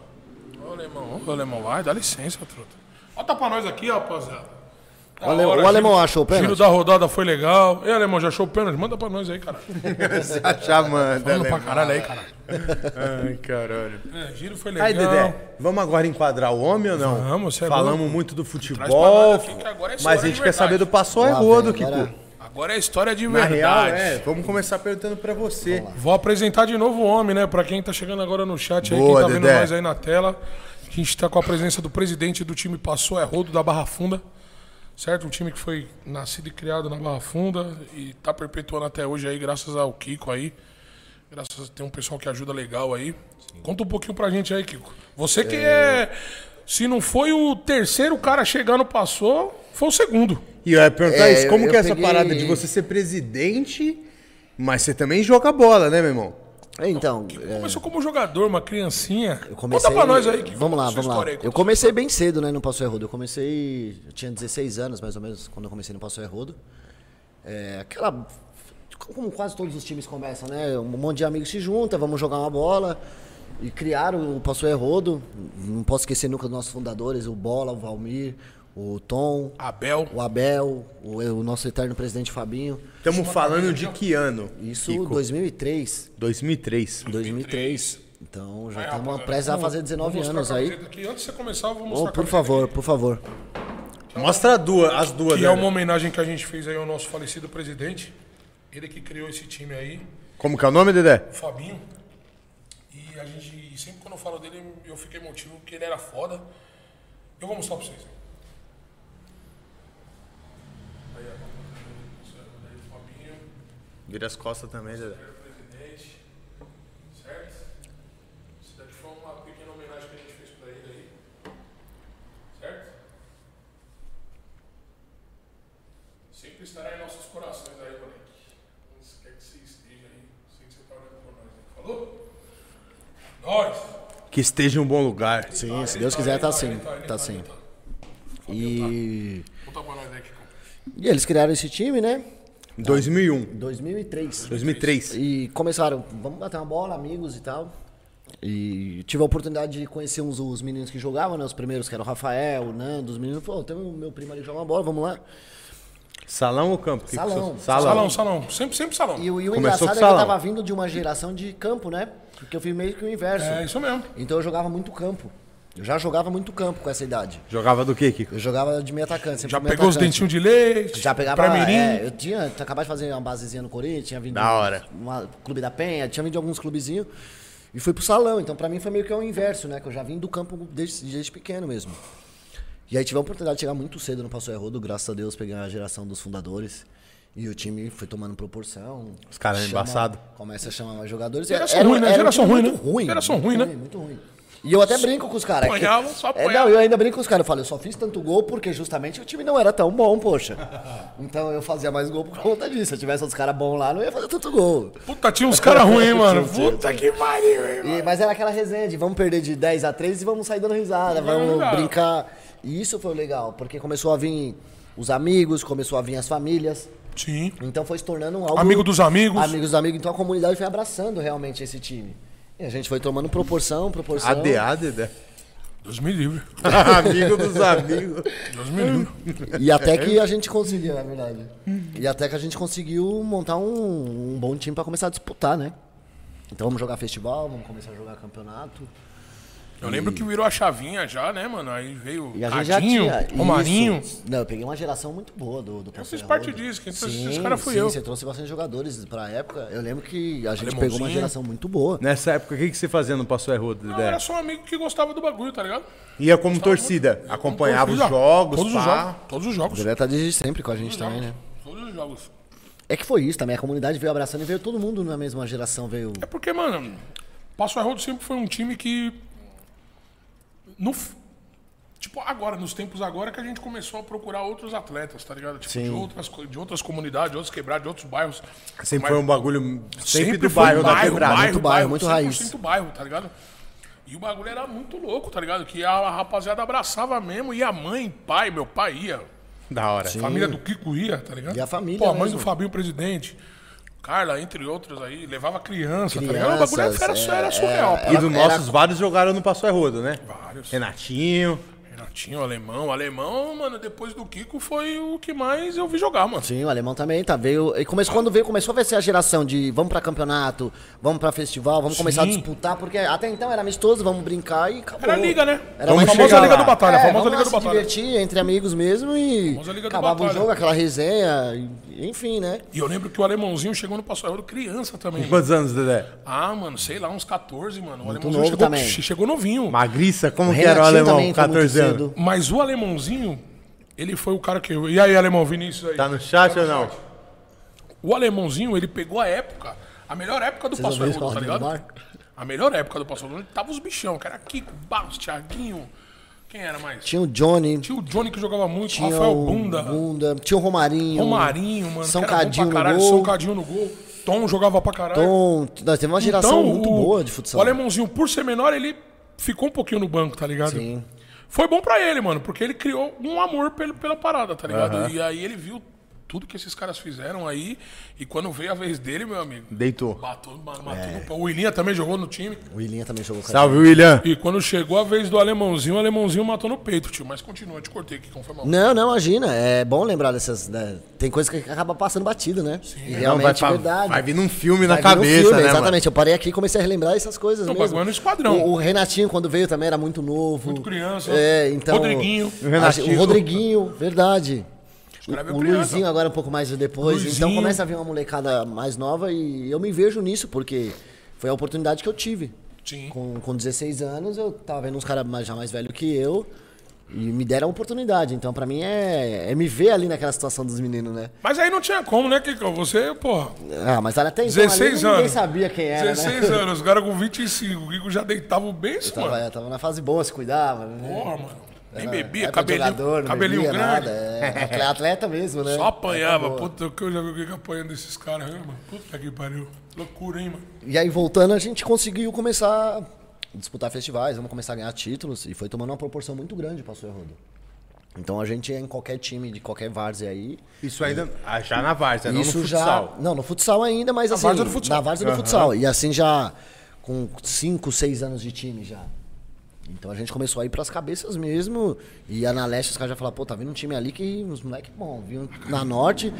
[SPEAKER 3] Olha o alemão. Olha o alemão. Vai, dá licença, truta. Bota pra nós aqui, rapaziada. Da
[SPEAKER 2] O ale-
[SPEAKER 3] hora,
[SPEAKER 2] o
[SPEAKER 3] giro-
[SPEAKER 2] alemão achou o pênalti?
[SPEAKER 3] Giro da rodada foi legal. E alemão, já achou o pênalti? Manda pra nós aí, cara.
[SPEAKER 1] Você acha, manda,
[SPEAKER 3] Manda
[SPEAKER 1] né,
[SPEAKER 3] pra
[SPEAKER 1] mano?
[SPEAKER 3] caralho aí, cara.
[SPEAKER 1] Ai, caralho.
[SPEAKER 3] É, giro foi legal.
[SPEAKER 1] Aí, Dedé, vamos agora enquadrar o homem ou não?
[SPEAKER 3] Vamos, cê é
[SPEAKER 1] Falamos
[SPEAKER 3] louco.
[SPEAKER 1] muito do
[SPEAKER 3] Traz pra nós
[SPEAKER 1] futebol,
[SPEAKER 3] aqui, que agora é sua
[SPEAKER 1] mas
[SPEAKER 3] hora
[SPEAKER 1] a
[SPEAKER 3] de
[SPEAKER 1] gente quer
[SPEAKER 3] verdade.
[SPEAKER 1] saber do passou é
[SPEAKER 2] Lá
[SPEAKER 1] rodo,
[SPEAKER 2] vem,
[SPEAKER 1] Kiko.
[SPEAKER 2] agora-
[SPEAKER 3] Agora é história de
[SPEAKER 1] Na real,
[SPEAKER 3] verdade.
[SPEAKER 1] é, vamos começar perguntando pra você.
[SPEAKER 3] Vou apresentar de novo o homem, né? Pra quem tá chegando agora no chat aí,
[SPEAKER 1] Boa,
[SPEAKER 3] quem tá vendo
[SPEAKER 1] Dedé.
[SPEAKER 3] nós aí na tela. A gente tá com a presença do presidente do time Passou é Rodo da Barra Funda. Certo? Um time que foi nascido e criado na Barra Funda e tá perpetuando até hoje aí, graças ao Kiko aí. Graças a tem um pessoal que ajuda legal aí. Conta um pouquinho pra gente aí, Kiko. Você que é. Se não foi o terceiro cara chegando, passou, foi o segundo.
[SPEAKER 1] E eu ia perguntar
[SPEAKER 2] É,
[SPEAKER 1] isso, como
[SPEAKER 2] eu-
[SPEAKER 1] que é
[SPEAKER 2] eu
[SPEAKER 1] essa
[SPEAKER 2] peguei-
[SPEAKER 1] parada de você ser presidente, mas você também joga bola, né, meu irmão?
[SPEAKER 2] Então, é,
[SPEAKER 3] Começou como jogador, uma criancinha.
[SPEAKER 2] Eu comecei.
[SPEAKER 3] Conta pra nós aí, Kiko.
[SPEAKER 2] Vamos lá,
[SPEAKER 3] sua
[SPEAKER 2] vamos lá.
[SPEAKER 3] história aí,
[SPEAKER 2] eu
[SPEAKER 3] conta
[SPEAKER 2] comecei bem cedo, né, no Passo Errodo. Eu comecei. Eu tinha 16 anos, mais ou menos, quando eu comecei no Passo Errodo. É, aquela. Como quase todos os times começam, né? Um monte de amigos se junta, vamos jogar uma bola. E criaram o Passo Errodo. Não posso esquecer nunca dos nossos fundadores, o Bola, o Valmir, o Tom,
[SPEAKER 3] Abel.
[SPEAKER 2] o Abel, o, o nosso eterno presidente Fabinho.
[SPEAKER 1] Estamos falando de que ano?
[SPEAKER 2] Isso em
[SPEAKER 1] Kiko?
[SPEAKER 2] 2003.
[SPEAKER 1] 2003.
[SPEAKER 2] 2003 Então já
[SPEAKER 3] Aí,
[SPEAKER 2] estamos
[SPEAKER 3] rapaziada,
[SPEAKER 2] prestes a
[SPEAKER 3] vamos-
[SPEAKER 2] fazer 19
[SPEAKER 3] vamos mostrar
[SPEAKER 2] anos
[SPEAKER 3] a
[SPEAKER 2] aí.
[SPEAKER 3] camiseta aqui. Antes de você começar, eu vou mostrar
[SPEAKER 2] Oh,
[SPEAKER 3] a
[SPEAKER 2] por
[SPEAKER 3] camiseta
[SPEAKER 2] favor,
[SPEAKER 3] aqui,
[SPEAKER 2] por favas.
[SPEAKER 1] Mostra a duas, as duas,
[SPEAKER 3] Que é
[SPEAKER 1] né?
[SPEAKER 3] uma homenagem que a gente fez aí ao nosso falecido presidente. Ele que criou esse time aí,
[SPEAKER 1] Como que é o nome, Dedé?
[SPEAKER 3] o Fabinho. E a gente, sempre quando eu falo dele, eu fico emotivo, porque ele era foda. Eu vou mostrar pra vocês. Aí, ó. Fabinho,
[SPEAKER 1] Vira as costas também, Dedé.
[SPEAKER 3] presidente. Certo? Isso daqui foi uma pequena homenagem que a gente fez pra ele aí. Certo? Sempre estará em nossos corações aí, moleque. Onde quer que você esteja aí, sei que você tá olhando por nós aí. Falou? Nós!
[SPEAKER 1] Que esteja em um bom lugar.
[SPEAKER 2] Sim, se Deus quiser, tá assim. Tá assim. E,
[SPEAKER 3] Conta pra nós aí, Kiko.
[SPEAKER 2] e eles criaram esse time, né?
[SPEAKER 1] 2001.
[SPEAKER 2] Em 2003.
[SPEAKER 1] 2003.
[SPEAKER 2] E começaram, vamos bater uma bola, amigos e tal. E tive a oportunidade de conhecer uns os meninos que um, jogavam, né? Os primeiros, que eram o Rafael, o Nando, os meninos. Falou, tem o meu primo ali que joga uma bola, vamos lá.
[SPEAKER 1] Salão ou campo? Que que
[SPEAKER 2] Salão.
[SPEAKER 1] você-
[SPEAKER 3] Salão,
[SPEAKER 1] salão.
[SPEAKER 3] salão. Sempre, sempre salão.
[SPEAKER 2] E, o- e o
[SPEAKER 1] Começou
[SPEAKER 2] engraçado
[SPEAKER 1] com
[SPEAKER 2] é que eu
[SPEAKER 1] salão.
[SPEAKER 2] tava vindo de uma geração de campo, né? Porque eu fiz meio que o inverso.
[SPEAKER 3] É isso mesmo.
[SPEAKER 2] Então eu jogava muito campo. Eu já jogava muito campo com essa idade.
[SPEAKER 1] Jogava do quê, Kiko?
[SPEAKER 2] Eu jogava de meio atacante. sempre
[SPEAKER 3] Já
[SPEAKER 2] fui meio
[SPEAKER 3] pegou os
[SPEAKER 2] atacante.
[SPEAKER 3] dentinhos de leite.
[SPEAKER 2] Já pegava.
[SPEAKER 3] pra mirim.
[SPEAKER 2] é, eu tinha tinha acabado de fazer uma basezinha no Corinthians, tinha vindo.
[SPEAKER 1] Da hora.
[SPEAKER 2] Uma, Clube da Penha, tinha vindo de alguns clubezinhos. E fui pro salão. Então, pra mim, foi meio que o inverso, né? Que eu já vim do campo desde, desde pequeno mesmo. E aí tive a oportunidade de chegar muito cedo no Passo Errodo, graças a Deus, peguei a geração dos fundadores. E o time foi tomando proporção.
[SPEAKER 1] Os caras eram
[SPEAKER 2] Chama-
[SPEAKER 1] embaçado.
[SPEAKER 2] Começa a chamar mais jogadores.
[SPEAKER 3] Geração
[SPEAKER 2] um-
[SPEAKER 3] ruim, né?
[SPEAKER 2] um
[SPEAKER 3] Geração
[SPEAKER 2] time
[SPEAKER 3] ruim,
[SPEAKER 2] muito
[SPEAKER 3] né?
[SPEAKER 2] Ruim,
[SPEAKER 3] Geração
[SPEAKER 2] muito
[SPEAKER 3] ruim, né?
[SPEAKER 2] É Muito ruim. E eu até brinco com os caras. é que-
[SPEAKER 3] apanhavam, só
[SPEAKER 2] É, não,
[SPEAKER 3] apanhavam.
[SPEAKER 2] eu ainda brinco com os caras. Eu falo, eu só fiz tanto gol porque justamente o time não era tão bom, poxa. Então eu fazia mais gol por conta disso. Se eu tivesse outros caras bons lá, não ia fazer tanto gol.
[SPEAKER 3] Puta, tinha uns caras ruins, hein, mano.
[SPEAKER 2] Tinha,
[SPEAKER 6] um
[SPEAKER 2] tinha,
[SPEAKER 3] Puta que pariu, hein, mano.
[SPEAKER 2] E- mas era aquela resenha de vamos perder de 10 a 3 e vamos sair dando risada, vamos
[SPEAKER 3] é legal.
[SPEAKER 2] brincar. E isso foi legal, porque começou a vir os amigos, começou a vir as famílias.
[SPEAKER 3] Sim.
[SPEAKER 2] Então foi se tornando algo.
[SPEAKER 3] Amigo dos amigos.
[SPEAKER 2] Amigos dos amigos. Então a comunidade foi abraçando realmente esse time. E a gente foi tomando proporção, proporção.
[SPEAKER 1] ADA, Dedé.
[SPEAKER 3] Deus me livre.
[SPEAKER 1] Amigo dos amigos.
[SPEAKER 3] Deus me livre.
[SPEAKER 2] E até que
[SPEAKER 3] É.
[SPEAKER 2] a gente conseguiu, na verdade. E até que a gente conseguiu montar um, um bom time pra começar a disputar, né? Então vamos jogar festival, vamos começar a jogar campeonato.
[SPEAKER 3] Eu lembro que virou a chavinha já, né, mano? Aí veio
[SPEAKER 2] E a gente
[SPEAKER 3] Radinho,
[SPEAKER 2] já tinha.
[SPEAKER 3] Romarinho.
[SPEAKER 2] isso. Não, eu peguei uma geração muito boa do, do Eu
[SPEAKER 3] fiz parte disso, quem trouxe esses caras fui eu.
[SPEAKER 2] Você trouxe bastante jogadores pra época. Eu lembro que a gente
[SPEAKER 3] Alemãozinho.
[SPEAKER 2] pegou uma geração muito boa.
[SPEAKER 3] Né?
[SPEAKER 1] Nessa época, o que, que você fazia no Passo Errodo,
[SPEAKER 2] é.
[SPEAKER 3] Eu
[SPEAKER 1] Dedé?
[SPEAKER 3] era só um amigo que gostava do bagulho, tá ligado?
[SPEAKER 1] Ia como torcida. Acompanhava os jogos,
[SPEAKER 3] Todos os
[SPEAKER 1] pá.
[SPEAKER 3] jogos. Todos os jogos.
[SPEAKER 2] O Dedé tá desde sempre com a gente também, né?
[SPEAKER 3] Todos os jogos.
[SPEAKER 2] É que foi isso também. A comunidade veio abraçando e veio todo mundo na mesma geração. Veio.
[SPEAKER 3] É porque, mano, Passo Arrodo sempre foi um time que. No, f- tipo, agora, nos tempos agora, que a gente começou a procurar outros atletas, tá ligado? Tipo, de outras, co- de outras comunidades, de outros quebrados, de outros bairros.
[SPEAKER 1] Sempre
[SPEAKER 3] Mas
[SPEAKER 1] foi um bagulho sempre, do
[SPEAKER 3] foi
[SPEAKER 1] bairro, da quebrada.
[SPEAKER 2] Muito bairro, muito raiz.
[SPEAKER 3] 100% bairro, tá ligado? E o bagulho era muito louco, tá ligado? Que a rapaziada abraçava mesmo, e a mãe, pai, meu pai ia.
[SPEAKER 1] Da hora.
[SPEAKER 3] Família do Kiko ia, tá ligado?
[SPEAKER 2] E a família
[SPEAKER 3] Pô, a mãe
[SPEAKER 2] mesmo.
[SPEAKER 3] do Fabinho, presidente. Carla, entre outros aí, levava criança, tá ligado? O bagulho era,
[SPEAKER 2] Crianças,
[SPEAKER 3] era
[SPEAKER 2] é,
[SPEAKER 3] surreal,
[SPEAKER 1] E
[SPEAKER 3] pô.
[SPEAKER 1] dos nossos, vários jogaram no Passo Errodo, né?
[SPEAKER 3] Vários.
[SPEAKER 1] Renatinho.
[SPEAKER 3] Renatinho, alemão. Alemão, mano, depois do Kiko foi o que mais eu vi jogar, mano.
[SPEAKER 2] Sim, o alemão também tá. Veio. E começou, quando veio, começou a ver essa geração de vamos pra campeonato, vamos pra festival, vamos começar a
[SPEAKER 3] Sim.
[SPEAKER 2] disputar, porque até então era amistoso, vamos brincar e acabou.
[SPEAKER 3] Era liga, né?
[SPEAKER 2] Era
[SPEAKER 1] Vamos
[SPEAKER 2] mais
[SPEAKER 3] a famosa
[SPEAKER 1] chegar
[SPEAKER 2] legal.
[SPEAKER 3] Liga
[SPEAKER 1] lá.
[SPEAKER 3] do Batalha, a
[SPEAKER 2] É,
[SPEAKER 3] famosa
[SPEAKER 2] vamos
[SPEAKER 3] Liga
[SPEAKER 2] lá
[SPEAKER 3] do
[SPEAKER 2] se
[SPEAKER 3] Batalha.
[SPEAKER 2] divertir entre amigos mesmo e
[SPEAKER 3] Famosa Liga do
[SPEAKER 2] acabava o
[SPEAKER 3] Batalha.
[SPEAKER 2] jogo, aquela resenha, e- enfim, né?
[SPEAKER 3] E eu lembro que o alemãozinho chegou no Passo Aero criança também.
[SPEAKER 1] Quantos anos, Dedé?
[SPEAKER 3] Ah, mano, sei lá, uns 14, mano. O alemãozinho
[SPEAKER 2] novo
[SPEAKER 3] chegou,
[SPEAKER 2] também.
[SPEAKER 3] chegou novinho.
[SPEAKER 1] Magriça? Como que
[SPEAKER 2] Renatinho
[SPEAKER 1] era o alemão?
[SPEAKER 2] também foi muito
[SPEAKER 1] 14 anos.
[SPEAKER 2] cedo.
[SPEAKER 3] Mas o alemãozinho, ele foi o cara que. eu- E aí, alemão, Vinícius aí?
[SPEAKER 1] Tá no chat ou não?
[SPEAKER 3] O alemãozinho, ele pegou a época, a melhor época do
[SPEAKER 2] Vocês
[SPEAKER 3] Passo
[SPEAKER 2] ouviram
[SPEAKER 3] Agudo, tá
[SPEAKER 2] falar do
[SPEAKER 3] ligado?
[SPEAKER 2] Neymar?
[SPEAKER 3] A melhor época do Passo Agudo, tava os bichão, que era Kiko, Barros, Thiaguinho. Quem era mais?
[SPEAKER 2] Tinha
[SPEAKER 3] Tinha,
[SPEAKER 2] o Johnny,
[SPEAKER 3] o Johnny que jogava muito,
[SPEAKER 2] tinha
[SPEAKER 3] Rafael
[SPEAKER 2] o
[SPEAKER 3] Bunda,
[SPEAKER 2] Bunda, tinha o Romarinho,
[SPEAKER 3] Romarinho, mano.
[SPEAKER 2] São
[SPEAKER 3] que era bom pra
[SPEAKER 2] Cadinho no
[SPEAKER 3] caralho,
[SPEAKER 2] gol.
[SPEAKER 3] São Cadinho no gol. Tom jogava pra caralho.
[SPEAKER 2] Tom. Nós temos uma geração muito
[SPEAKER 3] Então, o-
[SPEAKER 2] boa de futsal.
[SPEAKER 3] O alemãozinho, por ser menor, ele ficou um pouquinho no banco, tá ligado?
[SPEAKER 2] Sim.
[SPEAKER 3] Foi bom pra ele, mano, porque ele criou um amor pelo- pela parada, tá ligado? E aí ele viu tudo que esses caras fizeram aí. E quando veio a vez dele, meu amigo,
[SPEAKER 1] Deitou.
[SPEAKER 3] matou, ma- matou
[SPEAKER 2] É.
[SPEAKER 3] no pau. O Ilinha também jogou no time.
[SPEAKER 2] O William também jogou com a
[SPEAKER 1] Salve, William.
[SPEAKER 3] E quando chegou a vez do alemãozinho, o alemãozinho matou no peito, tio. Mas continua, eu te cortei aqui, conforme a-
[SPEAKER 2] Não, não, imagina. É bom lembrar dessas. né? Tem coisa que acaba passando batido, né? Sim, e
[SPEAKER 1] Não,
[SPEAKER 2] realmente
[SPEAKER 1] vai,
[SPEAKER 2] é
[SPEAKER 1] pra-
[SPEAKER 2] verdade.
[SPEAKER 1] vai vir num filme na
[SPEAKER 2] Vai vir no
[SPEAKER 1] cabeça,
[SPEAKER 2] filme,
[SPEAKER 1] né, mano?
[SPEAKER 2] Exatamente. Eu parei aqui e comecei a relembrar essas coisas.
[SPEAKER 3] Não, o
[SPEAKER 2] mesmo.
[SPEAKER 3] bagulho é no esquadrão.
[SPEAKER 2] O, o Renatinho, quando veio, também era muito novo.
[SPEAKER 3] Muito criança.
[SPEAKER 2] É, então.
[SPEAKER 3] Rodriguinho.
[SPEAKER 2] O,
[SPEAKER 1] Renatinho.
[SPEAKER 2] o Rodriguinho, verdade.
[SPEAKER 3] caras
[SPEAKER 2] O,
[SPEAKER 3] veio
[SPEAKER 2] o
[SPEAKER 3] criança.
[SPEAKER 2] Luizinho agora um pouco mais depois. Então
[SPEAKER 3] Luizinho.
[SPEAKER 2] começa a vir uma molecada mais nova e eu me vejo nisso, porque foi a oportunidade que eu tive.
[SPEAKER 3] Sim.
[SPEAKER 2] Com, com 16 anos, eu tava vendo uns caras mais- já mais velhos que eu e me deram a oportunidade. Então, pra mim, é, é me ver ali naquela situação dos meninos, né?
[SPEAKER 3] Mas aí não tinha como, né, Kiko? Você, porra,
[SPEAKER 2] Ah, mas até então,
[SPEAKER 3] 16
[SPEAKER 2] ali, ninguém
[SPEAKER 3] anos.
[SPEAKER 2] sabia quem era,
[SPEAKER 3] 16
[SPEAKER 2] né?
[SPEAKER 3] anos, os caras com 25, o Kiko já deitava o beijo,
[SPEAKER 2] Tava,
[SPEAKER 3] mano.
[SPEAKER 2] eu tava na fase boa, se cuidava, né?
[SPEAKER 3] Porra, mano. Nem
[SPEAKER 2] Era-
[SPEAKER 3] bebia,
[SPEAKER 2] era pra
[SPEAKER 3] cabelinho,
[SPEAKER 2] jogador, não
[SPEAKER 3] cabelinho
[SPEAKER 2] bebia
[SPEAKER 3] grande.
[SPEAKER 2] nada, é, atle- atleta mesmo, né?
[SPEAKER 3] Só apanhava. Puta, que eu já vi o Kiko apanhando esses caras, né, mano? Puta que pariu. Loucura, hein, mano?
[SPEAKER 2] E aí, voltando, a gente conseguiu começar a disputar festivais, vamos começar a ganhar títulos. E foi tomando uma proporção muito grande, passou errando. Então, a gente é em qualquer time, de qualquer várzea aí.
[SPEAKER 1] Isso ainda. ah, Já na várzea, não no
[SPEAKER 2] Isso
[SPEAKER 1] futsal.
[SPEAKER 2] já. Não, no futsal ainda, mas assim.
[SPEAKER 3] várzea do futsal.
[SPEAKER 2] Na várzea do futsal. E assim já com 5, 6 anos de time já. Então a gente começou a ir pras cabeças mesmo. E a na leste os caras já falaram, pô, tá vindo um time ali que uns moleque é bom. Viu na norte,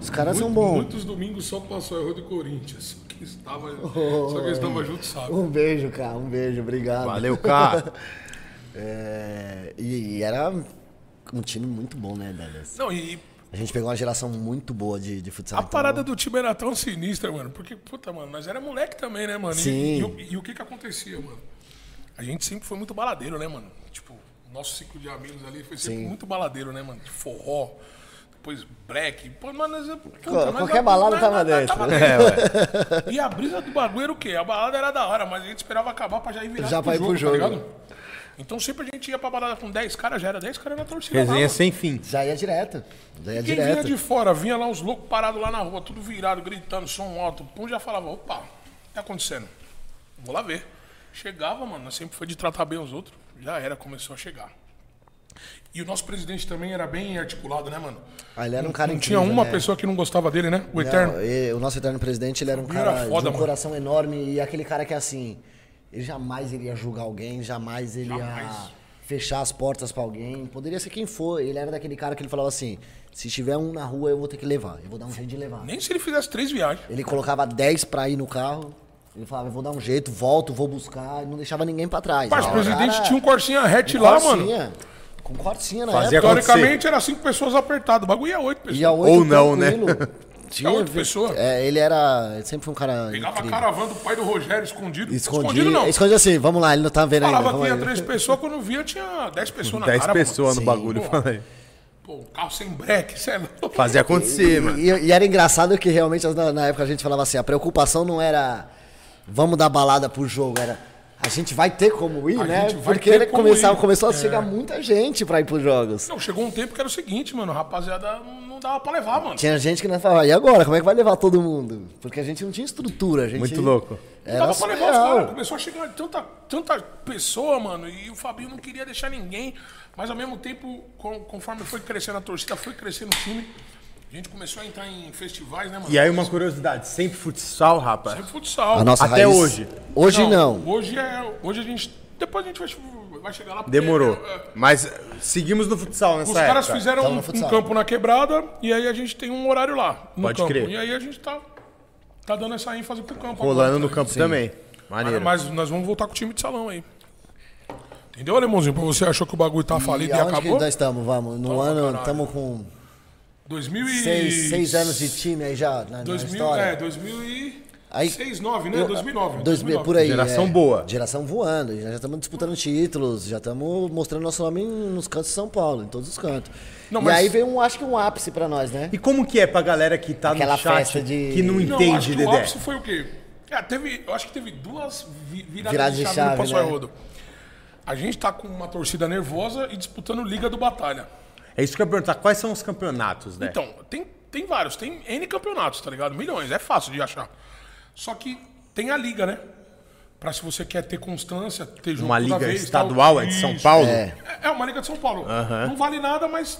[SPEAKER 2] os caras são bons.
[SPEAKER 3] Muitos domingos só passou erro de Corinthians. Só que estava,
[SPEAKER 2] Oh.
[SPEAKER 3] só que estava junto, sabe?
[SPEAKER 2] Um beijo, cara, um beijo, obrigado.
[SPEAKER 1] Valeu, cara.
[SPEAKER 2] É, e, e era um time muito bom, né, Dallas?
[SPEAKER 3] Não, e
[SPEAKER 2] A gente pegou uma geração muito boa de, de futsal.
[SPEAKER 3] a
[SPEAKER 2] então-
[SPEAKER 3] parada do time era tão sinistra, mano. Porque, puta, mano, nós era moleque também, né, mano? E-
[SPEAKER 2] Sim.
[SPEAKER 3] E, o- e o que que acontecia, mano? A gente sempre foi muito baladeiro, né, mano? Tipo, nosso ciclo de amigos ali foi sempre
[SPEAKER 2] Sim.
[SPEAKER 3] muito baladeiro, né, mano? Forró, depois black. Pô, mano, nós, é, puta, nós-
[SPEAKER 2] qualquer balada
[SPEAKER 3] nós-
[SPEAKER 2] tava
[SPEAKER 3] nós- nós
[SPEAKER 2] dentro.
[SPEAKER 3] tava
[SPEAKER 1] É, ué.
[SPEAKER 3] E a brisa do bagulho era o quê? A balada era da hora, mas a gente esperava acabar pra já ir virar
[SPEAKER 2] Já pra ir pro
[SPEAKER 3] tá
[SPEAKER 2] jogo.
[SPEAKER 3] ligado? Então sempre a gente ia pra balada com 10 caras, já era 10 caras na torcida. lá,
[SPEAKER 1] Resenha
[SPEAKER 3] mano.
[SPEAKER 1] sem fim.
[SPEAKER 2] Já ia direto. Já ia
[SPEAKER 3] Quem vinha
[SPEAKER 2] direto.
[SPEAKER 3] de fora, vinha lá uns loucos parados lá na rua, tudo virado, gritando, som alto. O Pum já falava, opa, o que tá acontecendo? Vou lá ver. Chegava, mano, nós sempre foi de tratar bem os outros. Já era, começou a chegar. E o nosso presidente também era bem articulado, né, mano?
[SPEAKER 2] Ah, ele era um cara
[SPEAKER 3] Não
[SPEAKER 2] incrível,
[SPEAKER 3] tinha uma
[SPEAKER 2] né?
[SPEAKER 3] pessoa que não gostava dele, né? O
[SPEAKER 2] Não,
[SPEAKER 3] Eterno.
[SPEAKER 2] e- o nosso eterno presidente, ele era um
[SPEAKER 3] Ele era
[SPEAKER 2] cara
[SPEAKER 3] foda,
[SPEAKER 2] de um
[SPEAKER 3] mano.
[SPEAKER 2] coração enorme e aquele cara que assim, ele jamais iria julgar alguém, jamais ele
[SPEAKER 3] Jamais.
[SPEAKER 2] ia fechar as portas pra alguém. Poderia ser quem for, ele era daquele cara que ele falava assim: "Se tiver um na rua, eu vou ter que levar, eu vou dar um jeito de levar".
[SPEAKER 3] Nem se ele fizesse três viagens.
[SPEAKER 2] Ele colocava 10 pra ir no carro. Ele falava, eu vou dar um jeito, volto, vou buscar, e não deixava ninguém pra trás.
[SPEAKER 3] Mas
[SPEAKER 2] Era
[SPEAKER 3] o
[SPEAKER 2] um
[SPEAKER 3] presidente
[SPEAKER 2] cara
[SPEAKER 3] tinha um corsinha hatch
[SPEAKER 2] com
[SPEAKER 3] lá, mano.
[SPEAKER 2] corsinha, Com corsinha na
[SPEAKER 1] Fazia
[SPEAKER 2] época.
[SPEAKER 3] Teoricamente era cinco pessoas apertadas. O bagulho ia oito pessoas.
[SPEAKER 2] E é a oito,
[SPEAKER 1] Ou não, né?
[SPEAKER 2] tranquilo. Tinha
[SPEAKER 3] outra
[SPEAKER 2] vi-
[SPEAKER 3] pessoa.
[SPEAKER 2] É, ele era. Ele sempre foi um cara.
[SPEAKER 3] Pegava a
[SPEAKER 2] incrível.
[SPEAKER 3] caravana do pai do Rogério escondido.
[SPEAKER 2] Escondido,
[SPEAKER 3] Escondido não.
[SPEAKER 2] Esconde assim, vamos lá, ele não tá vendo ainda.
[SPEAKER 3] Falava que
[SPEAKER 2] vamos
[SPEAKER 3] tinha
[SPEAKER 2] aí.
[SPEAKER 3] três pessoas, quando via tinha dez pessoas na
[SPEAKER 1] 10
[SPEAKER 3] cara. mano.
[SPEAKER 1] pessoas no
[SPEAKER 2] Sim.
[SPEAKER 1] bagulho,
[SPEAKER 3] Pô.
[SPEAKER 1] falei.
[SPEAKER 3] Pô, um carro sem breque, cê é louco.
[SPEAKER 1] Fazer acontecer, mano.
[SPEAKER 2] E, e era engraçado que realmente na, na época a gente falava assim, a preocupação não era vamos dar balada pro jogo, era a gente vai ter como ir,
[SPEAKER 3] A
[SPEAKER 2] né?
[SPEAKER 3] gente vai
[SPEAKER 2] Porque
[SPEAKER 3] ter
[SPEAKER 2] ele
[SPEAKER 3] como
[SPEAKER 2] começava,
[SPEAKER 3] ir.
[SPEAKER 2] começou a
[SPEAKER 3] É.
[SPEAKER 2] chegar muita gente pra ir pros jogos.
[SPEAKER 3] Não, chegou um tempo que era o seguinte, mano, a rapaziada não dava pra levar, mano.
[SPEAKER 2] Tinha gente que nós falava, e agora, como é que vai levar todo mundo? Porque a gente não tinha estrutura, a gente...
[SPEAKER 1] Muito louco.
[SPEAKER 3] Não
[SPEAKER 2] Era
[SPEAKER 3] dava pra levar os caras.
[SPEAKER 2] surreal.
[SPEAKER 3] Começou a chegar tanta, tanta pessoa, mano, e o Fabinho não queria deixar ninguém. Mas ao mesmo tempo, com- conforme foi crescendo a torcida, foi crescendo o time, a gente começou a entrar em festivais, né, mano?
[SPEAKER 1] E aí uma curiosidade, sempre futsal, rapaz.
[SPEAKER 3] Sempre futsal.
[SPEAKER 2] A nossa
[SPEAKER 1] Até
[SPEAKER 2] raiz-
[SPEAKER 1] hoje.
[SPEAKER 2] Hoje não.
[SPEAKER 3] Hoje é. Hoje a gente. Depois a gente vai, vai chegar lá. porque,
[SPEAKER 1] Demorou.
[SPEAKER 3] é, é,
[SPEAKER 1] Mas eh, seguimos no futsal nessa
[SPEAKER 3] Os caras
[SPEAKER 1] época.
[SPEAKER 3] fizeram
[SPEAKER 2] tá. Tava no
[SPEAKER 3] um,
[SPEAKER 2] futsal.
[SPEAKER 3] um campo na quebrada e aí a gente tem um horário lá. No
[SPEAKER 1] Pode
[SPEAKER 3] campo.
[SPEAKER 1] crer.
[SPEAKER 3] E aí a gente tá, tá dando essa ênfase pro campo.
[SPEAKER 1] Rolando
[SPEAKER 3] agora,
[SPEAKER 1] no
[SPEAKER 3] tá
[SPEAKER 1] campo também.
[SPEAKER 3] ligado?
[SPEAKER 1] Maneiro.
[SPEAKER 3] Mas mas nós vamos voltar com o time de salão aí. Entendeu, Alemãozinho? Pra você achou que o bagulho tá
[SPEAKER 2] E
[SPEAKER 3] falido e,
[SPEAKER 2] aonde que
[SPEAKER 3] acabou?
[SPEAKER 2] nós estamos, vamos? No
[SPEAKER 3] Toma,
[SPEAKER 2] ano,
[SPEAKER 3] caralho.
[SPEAKER 2] estamos com
[SPEAKER 3] 2000 e...
[SPEAKER 2] seis, seis anos de time aí já na, na
[SPEAKER 3] 2000,
[SPEAKER 2] história.
[SPEAKER 3] é, 2006,
[SPEAKER 2] Aí-
[SPEAKER 3] 9, né? 2009.
[SPEAKER 2] 2000, por aí.
[SPEAKER 1] Geração
[SPEAKER 2] é.
[SPEAKER 1] boa.
[SPEAKER 2] Geração voando. Já estamos disputando títulos, já estamos mostrando nosso nome em- nos cantos de São Paulo, em todos os cantos.
[SPEAKER 3] Não,
[SPEAKER 2] e
[SPEAKER 3] mas-
[SPEAKER 2] aí veio um, acho que um ápice pra nós, né?
[SPEAKER 1] E como que é pra galera que tá
[SPEAKER 2] Aquela
[SPEAKER 1] no chat
[SPEAKER 2] festa de-
[SPEAKER 1] que não
[SPEAKER 3] Não, acho
[SPEAKER 1] entende,
[SPEAKER 3] que o
[SPEAKER 1] Dedé?
[SPEAKER 3] ápice foi o quê? É, teve, eu acho que teve duas vi- viradas
[SPEAKER 2] Viradas de
[SPEAKER 3] de chave,
[SPEAKER 2] chave,
[SPEAKER 3] no Passo
[SPEAKER 2] né?
[SPEAKER 3] Arrodo. A gente tá com uma torcida nervosa e disputando Liga do Batalha.
[SPEAKER 1] É isso que eu ia perguntar, quais são os campeonatos, né?
[SPEAKER 3] Então, tem, tem vários, tem N campeonatos, tá ligado? Milhões, é fácil de achar. Só que tem a liga, né? Pra se você quer ter constância, ter jogo
[SPEAKER 1] Uma
[SPEAKER 3] toda
[SPEAKER 1] liga
[SPEAKER 3] vez,
[SPEAKER 1] estadual,
[SPEAKER 3] tal.
[SPEAKER 1] é de
[SPEAKER 3] Isso.
[SPEAKER 1] São Paulo?
[SPEAKER 2] É.
[SPEAKER 3] É, é uma liga de São Paulo. Não vale nada, mas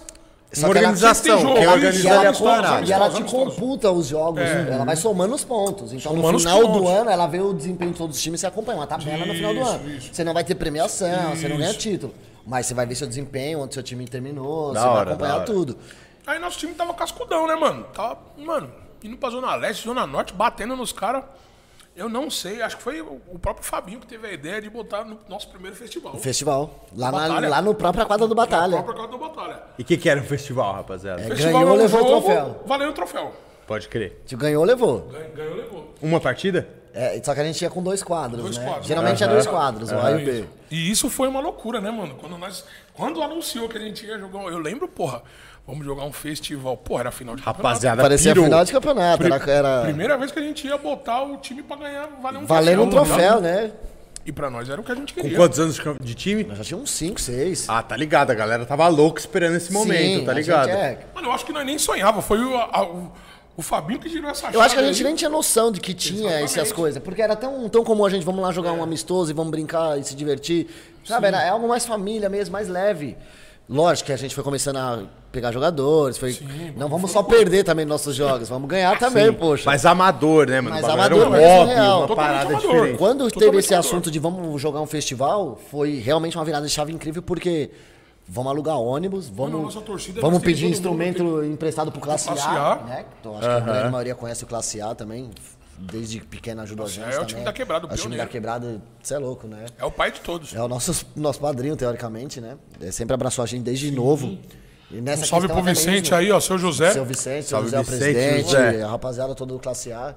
[SPEAKER 2] Só
[SPEAKER 1] Uma
[SPEAKER 2] que ela-
[SPEAKER 1] organização,
[SPEAKER 3] sempre tem
[SPEAKER 1] quem
[SPEAKER 3] jogo,
[SPEAKER 2] E
[SPEAKER 1] organiza
[SPEAKER 3] isso,
[SPEAKER 1] ali é a
[SPEAKER 3] amistoso,
[SPEAKER 1] parada.
[SPEAKER 2] ela, e ela te
[SPEAKER 3] Amistosos, amistosos.
[SPEAKER 2] computa os jogos, ela vai somando os pontos. Então
[SPEAKER 3] É. Somando
[SPEAKER 2] no
[SPEAKER 3] os
[SPEAKER 2] final do
[SPEAKER 3] pontos.
[SPEAKER 2] ano ela vê o desempenho de todos os times e acompanha uma tabela no final do
[SPEAKER 3] Isso,
[SPEAKER 2] ano.
[SPEAKER 3] isso.
[SPEAKER 2] Você não vai ter premiação, você não ganha título. Mas você vai ver seu desempenho, onde seu time terminou,
[SPEAKER 1] Da
[SPEAKER 2] você
[SPEAKER 1] hora,
[SPEAKER 2] vai
[SPEAKER 1] da
[SPEAKER 2] acompanhar
[SPEAKER 1] hora.
[SPEAKER 2] tudo.
[SPEAKER 3] Aí nosso time tava cascudão, né, mano? Tava, mano, indo pra Zona Leste, Zona Norte, batendo nos caras. Eu não sei, acho que foi o o próprio Fabinho que teve a ideia de botar no nosso primeiro festival.
[SPEAKER 2] O festival. Lá, na,
[SPEAKER 3] Batalha.
[SPEAKER 2] lá no própria quadra do Batalha.
[SPEAKER 3] Na própria Copa da Batalha.
[SPEAKER 1] E o que, que era o festival, rapaziada?
[SPEAKER 2] É. ganhou,
[SPEAKER 3] é um
[SPEAKER 2] levou o troféu.
[SPEAKER 3] Valeu o troféu.
[SPEAKER 1] Pode crer.
[SPEAKER 2] Te ganhou, levou.
[SPEAKER 3] Ganhou, ganhou levou.
[SPEAKER 1] Uma partida?
[SPEAKER 2] É, só que a gente ia com dois quadros,
[SPEAKER 3] Dois
[SPEAKER 2] né?
[SPEAKER 3] quadros.
[SPEAKER 2] Geralmente é
[SPEAKER 3] Aham.
[SPEAKER 2] dois quadros, o A e o B.
[SPEAKER 3] E isso foi uma loucura, né, mano? Quando nós. Quando anunciou que a gente ia jogar. um, Eu lembro, porra, vamos jogar um festival. Porra, era final de campeonato.
[SPEAKER 1] Rapaziada,
[SPEAKER 2] Parecia
[SPEAKER 1] pirou.
[SPEAKER 2] final de campeonato. Era, era
[SPEAKER 3] Primeira vez que a gente ia botar o time pra ganhar, valer um
[SPEAKER 2] é. valendo um
[SPEAKER 3] festival,
[SPEAKER 2] troféu,
[SPEAKER 3] né?
[SPEAKER 2] né?
[SPEAKER 3] E pra nós era o que a gente
[SPEAKER 1] Com
[SPEAKER 3] queria.
[SPEAKER 1] quantos anos de cam- de time?
[SPEAKER 2] Nós já tínhamos uns 5, 6.
[SPEAKER 1] Ah, tá ligado, a galera tava louca esperando esse momento, tá ligado?
[SPEAKER 2] é.
[SPEAKER 3] Mano, eu acho que nós nem sonhava. Foi o, a- o, o Fabinho que girou essa chave.
[SPEAKER 2] Eu acho que a gente
[SPEAKER 3] aí.
[SPEAKER 2] nem tinha noção de que tinha essas
[SPEAKER 3] Exatamente.
[SPEAKER 2] coisas. Porque era tão, tão comum a gente, vamos lá jogar um amistoso e vamos brincar e se divertir. Sabe, era, é algo mais família mesmo, mais leve. Lógico que a gente foi começando a pegar jogadores, foi. não
[SPEAKER 3] um
[SPEAKER 2] vamos só perder também nossos jogos, vamos ganhar também, poxa.
[SPEAKER 1] Mas amador, né, mano?
[SPEAKER 2] Mas
[SPEAKER 1] O bagulho era
[SPEAKER 2] amador,
[SPEAKER 1] um
[SPEAKER 2] mas isso é
[SPEAKER 1] hobby,
[SPEAKER 2] real.
[SPEAKER 1] uma
[SPEAKER 3] Totalmente
[SPEAKER 1] parada
[SPEAKER 3] amador.
[SPEAKER 1] diferente.
[SPEAKER 2] Quando teve
[SPEAKER 3] Totalmente
[SPEAKER 2] esse
[SPEAKER 3] amador.
[SPEAKER 2] assunto de vamos jogar um festival, foi realmente uma virada de chave incrível, porque vamos alugar ônibus,
[SPEAKER 3] Mano, a
[SPEAKER 2] vamos,
[SPEAKER 3] nossa torcida é
[SPEAKER 2] vamos
[SPEAKER 3] nós temos
[SPEAKER 2] pedir
[SPEAKER 3] todo
[SPEAKER 2] instrumento emprestado pro Classe A,
[SPEAKER 3] Classe A.
[SPEAKER 2] né? Então, acho que a grande maioria conhece o Classe A também, desde pequena ajudou a
[SPEAKER 3] é o
[SPEAKER 2] gente
[SPEAKER 3] time
[SPEAKER 2] também.
[SPEAKER 3] da quebrada, o
[SPEAKER 2] É o time da
[SPEAKER 3] pioneiro.
[SPEAKER 2] quebrada, você é louco, né?
[SPEAKER 3] É o pai de todos.
[SPEAKER 2] É o nosso, nosso padrinho, teoricamente, né? Ele sempre abraçou a gente desde novo. E nessa
[SPEAKER 3] Um salve
[SPEAKER 2] questão
[SPEAKER 3] pro
[SPEAKER 2] também,
[SPEAKER 3] Vicente
[SPEAKER 2] né?
[SPEAKER 3] aí, ó, seu José.
[SPEAKER 2] Seu Vicente, seu
[SPEAKER 1] Salve,
[SPEAKER 2] José é o
[SPEAKER 1] Vicente,
[SPEAKER 2] presidente,
[SPEAKER 1] José.
[SPEAKER 2] a rapaziada toda do Classe A.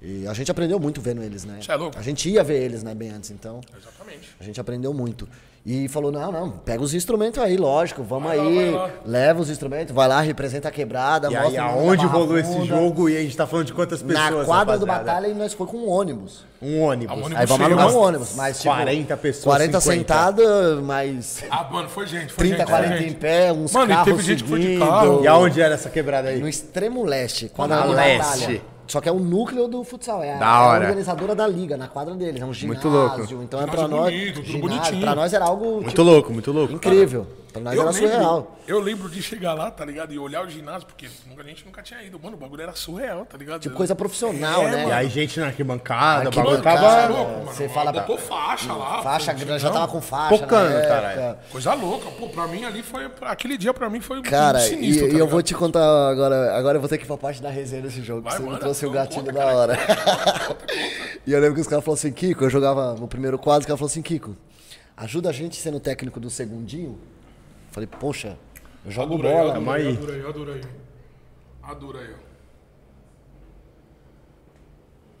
[SPEAKER 2] E a gente aprendeu muito vendo eles, né?
[SPEAKER 3] Cê é louco.
[SPEAKER 2] A gente ia ver eles, né, bem antes, então.
[SPEAKER 3] Exatamente.
[SPEAKER 2] A gente aprendeu muito. E falou, não, não, pega os instrumentos aí, lógico, vamos aí, leva os instrumentos, vai lá, representa a quebrada,
[SPEAKER 1] E
[SPEAKER 2] mostra
[SPEAKER 1] aí,
[SPEAKER 2] o nome da
[SPEAKER 1] aonde
[SPEAKER 2] Barra
[SPEAKER 1] rolou esse
[SPEAKER 2] Funda.
[SPEAKER 1] jogo? E a gente tá falando de quantas
[SPEAKER 2] Na
[SPEAKER 1] pessoas?
[SPEAKER 2] quadra do
[SPEAKER 1] rapaziada?
[SPEAKER 2] Batalha e nós foi com um ônibus.
[SPEAKER 1] Um ônibus.
[SPEAKER 3] Um ônibus
[SPEAKER 2] Aí vamos
[SPEAKER 3] cheio,
[SPEAKER 2] alugar
[SPEAKER 3] mas-
[SPEAKER 2] um ônibus, mas tipo...
[SPEAKER 1] 40 pessoas, 50.
[SPEAKER 2] 40 sentadas, mas
[SPEAKER 3] Ah, mano, foi gente. Foi
[SPEAKER 2] 30,
[SPEAKER 3] gente,
[SPEAKER 2] 40
[SPEAKER 3] foi gente.
[SPEAKER 2] em pé, uns
[SPEAKER 3] Mano, e
[SPEAKER 2] carros
[SPEAKER 3] teve gente que foi de
[SPEAKER 2] seguindo.
[SPEAKER 3] carro.
[SPEAKER 1] E aonde era essa quebrada aí?
[SPEAKER 2] No extremo leste, quadra
[SPEAKER 1] Zona
[SPEAKER 2] da
[SPEAKER 1] Leste.
[SPEAKER 2] Batalha. Só que é o núcleo do futsal, é a,
[SPEAKER 1] Da
[SPEAKER 2] é a
[SPEAKER 1] hora.
[SPEAKER 2] organizadora da liga, na quadra deles. É um ginásio.
[SPEAKER 1] Muito louco.
[SPEAKER 2] Então é pra
[SPEAKER 3] Ginásio
[SPEAKER 2] nós.
[SPEAKER 3] bonito, tudo
[SPEAKER 2] ginásio,
[SPEAKER 3] bonitinho.
[SPEAKER 2] pra nós era algo
[SPEAKER 1] Muito
[SPEAKER 2] tipo,
[SPEAKER 1] louco, muito louco.
[SPEAKER 2] incrível. Pra nós era surreal.
[SPEAKER 3] eu lembro de chegar lá, tá ligado? E olhar o ginásio, porque nunca- a gente nunca tinha ido. Mano, o bagulho era surreal, tá ligado?
[SPEAKER 2] Tipo coisa profissional,
[SPEAKER 3] É,
[SPEAKER 2] né?
[SPEAKER 1] E aí, gente na
[SPEAKER 2] Ah,
[SPEAKER 1] arquibancada, o bagulho
[SPEAKER 2] Arquibancada.
[SPEAKER 1] tava.
[SPEAKER 2] Mano, é, você fala-
[SPEAKER 3] Botou faixa lá.
[SPEAKER 2] Faixa
[SPEAKER 3] pô,
[SPEAKER 2] grande, já
[SPEAKER 3] não.
[SPEAKER 2] tava com faixa.
[SPEAKER 1] Tocando,
[SPEAKER 2] na época.
[SPEAKER 1] caralho.
[SPEAKER 3] Coisa louca, pô, pra mim ali foi. Aquele dia pra mim foi
[SPEAKER 2] Cara,
[SPEAKER 3] sinistro.
[SPEAKER 2] e,
[SPEAKER 3] tá
[SPEAKER 2] e eu
[SPEAKER 3] ligado?
[SPEAKER 2] vou te contar agora. Agora eu vou ter que ir pra parte da resenha desse jogo.
[SPEAKER 3] Vai,
[SPEAKER 2] que você me
[SPEAKER 3] manda,
[SPEAKER 2] trouxe o
[SPEAKER 3] então,
[SPEAKER 2] gatilho
[SPEAKER 3] conta,
[SPEAKER 2] da
[SPEAKER 3] cara.
[SPEAKER 2] hora. e eu lembro que os caras falaram assim, Kiko, eu jogava no primeiro quadro, os caras falaram assim, Kiko, ajuda a gente sendo técnico do segundinho. Eu Falei, poxa, eu jogo
[SPEAKER 3] Adura aí,
[SPEAKER 2] bola.
[SPEAKER 1] Tamo
[SPEAKER 3] adura aí,
[SPEAKER 1] aí.
[SPEAKER 3] adura aí, adura aí. Adura aí, ó.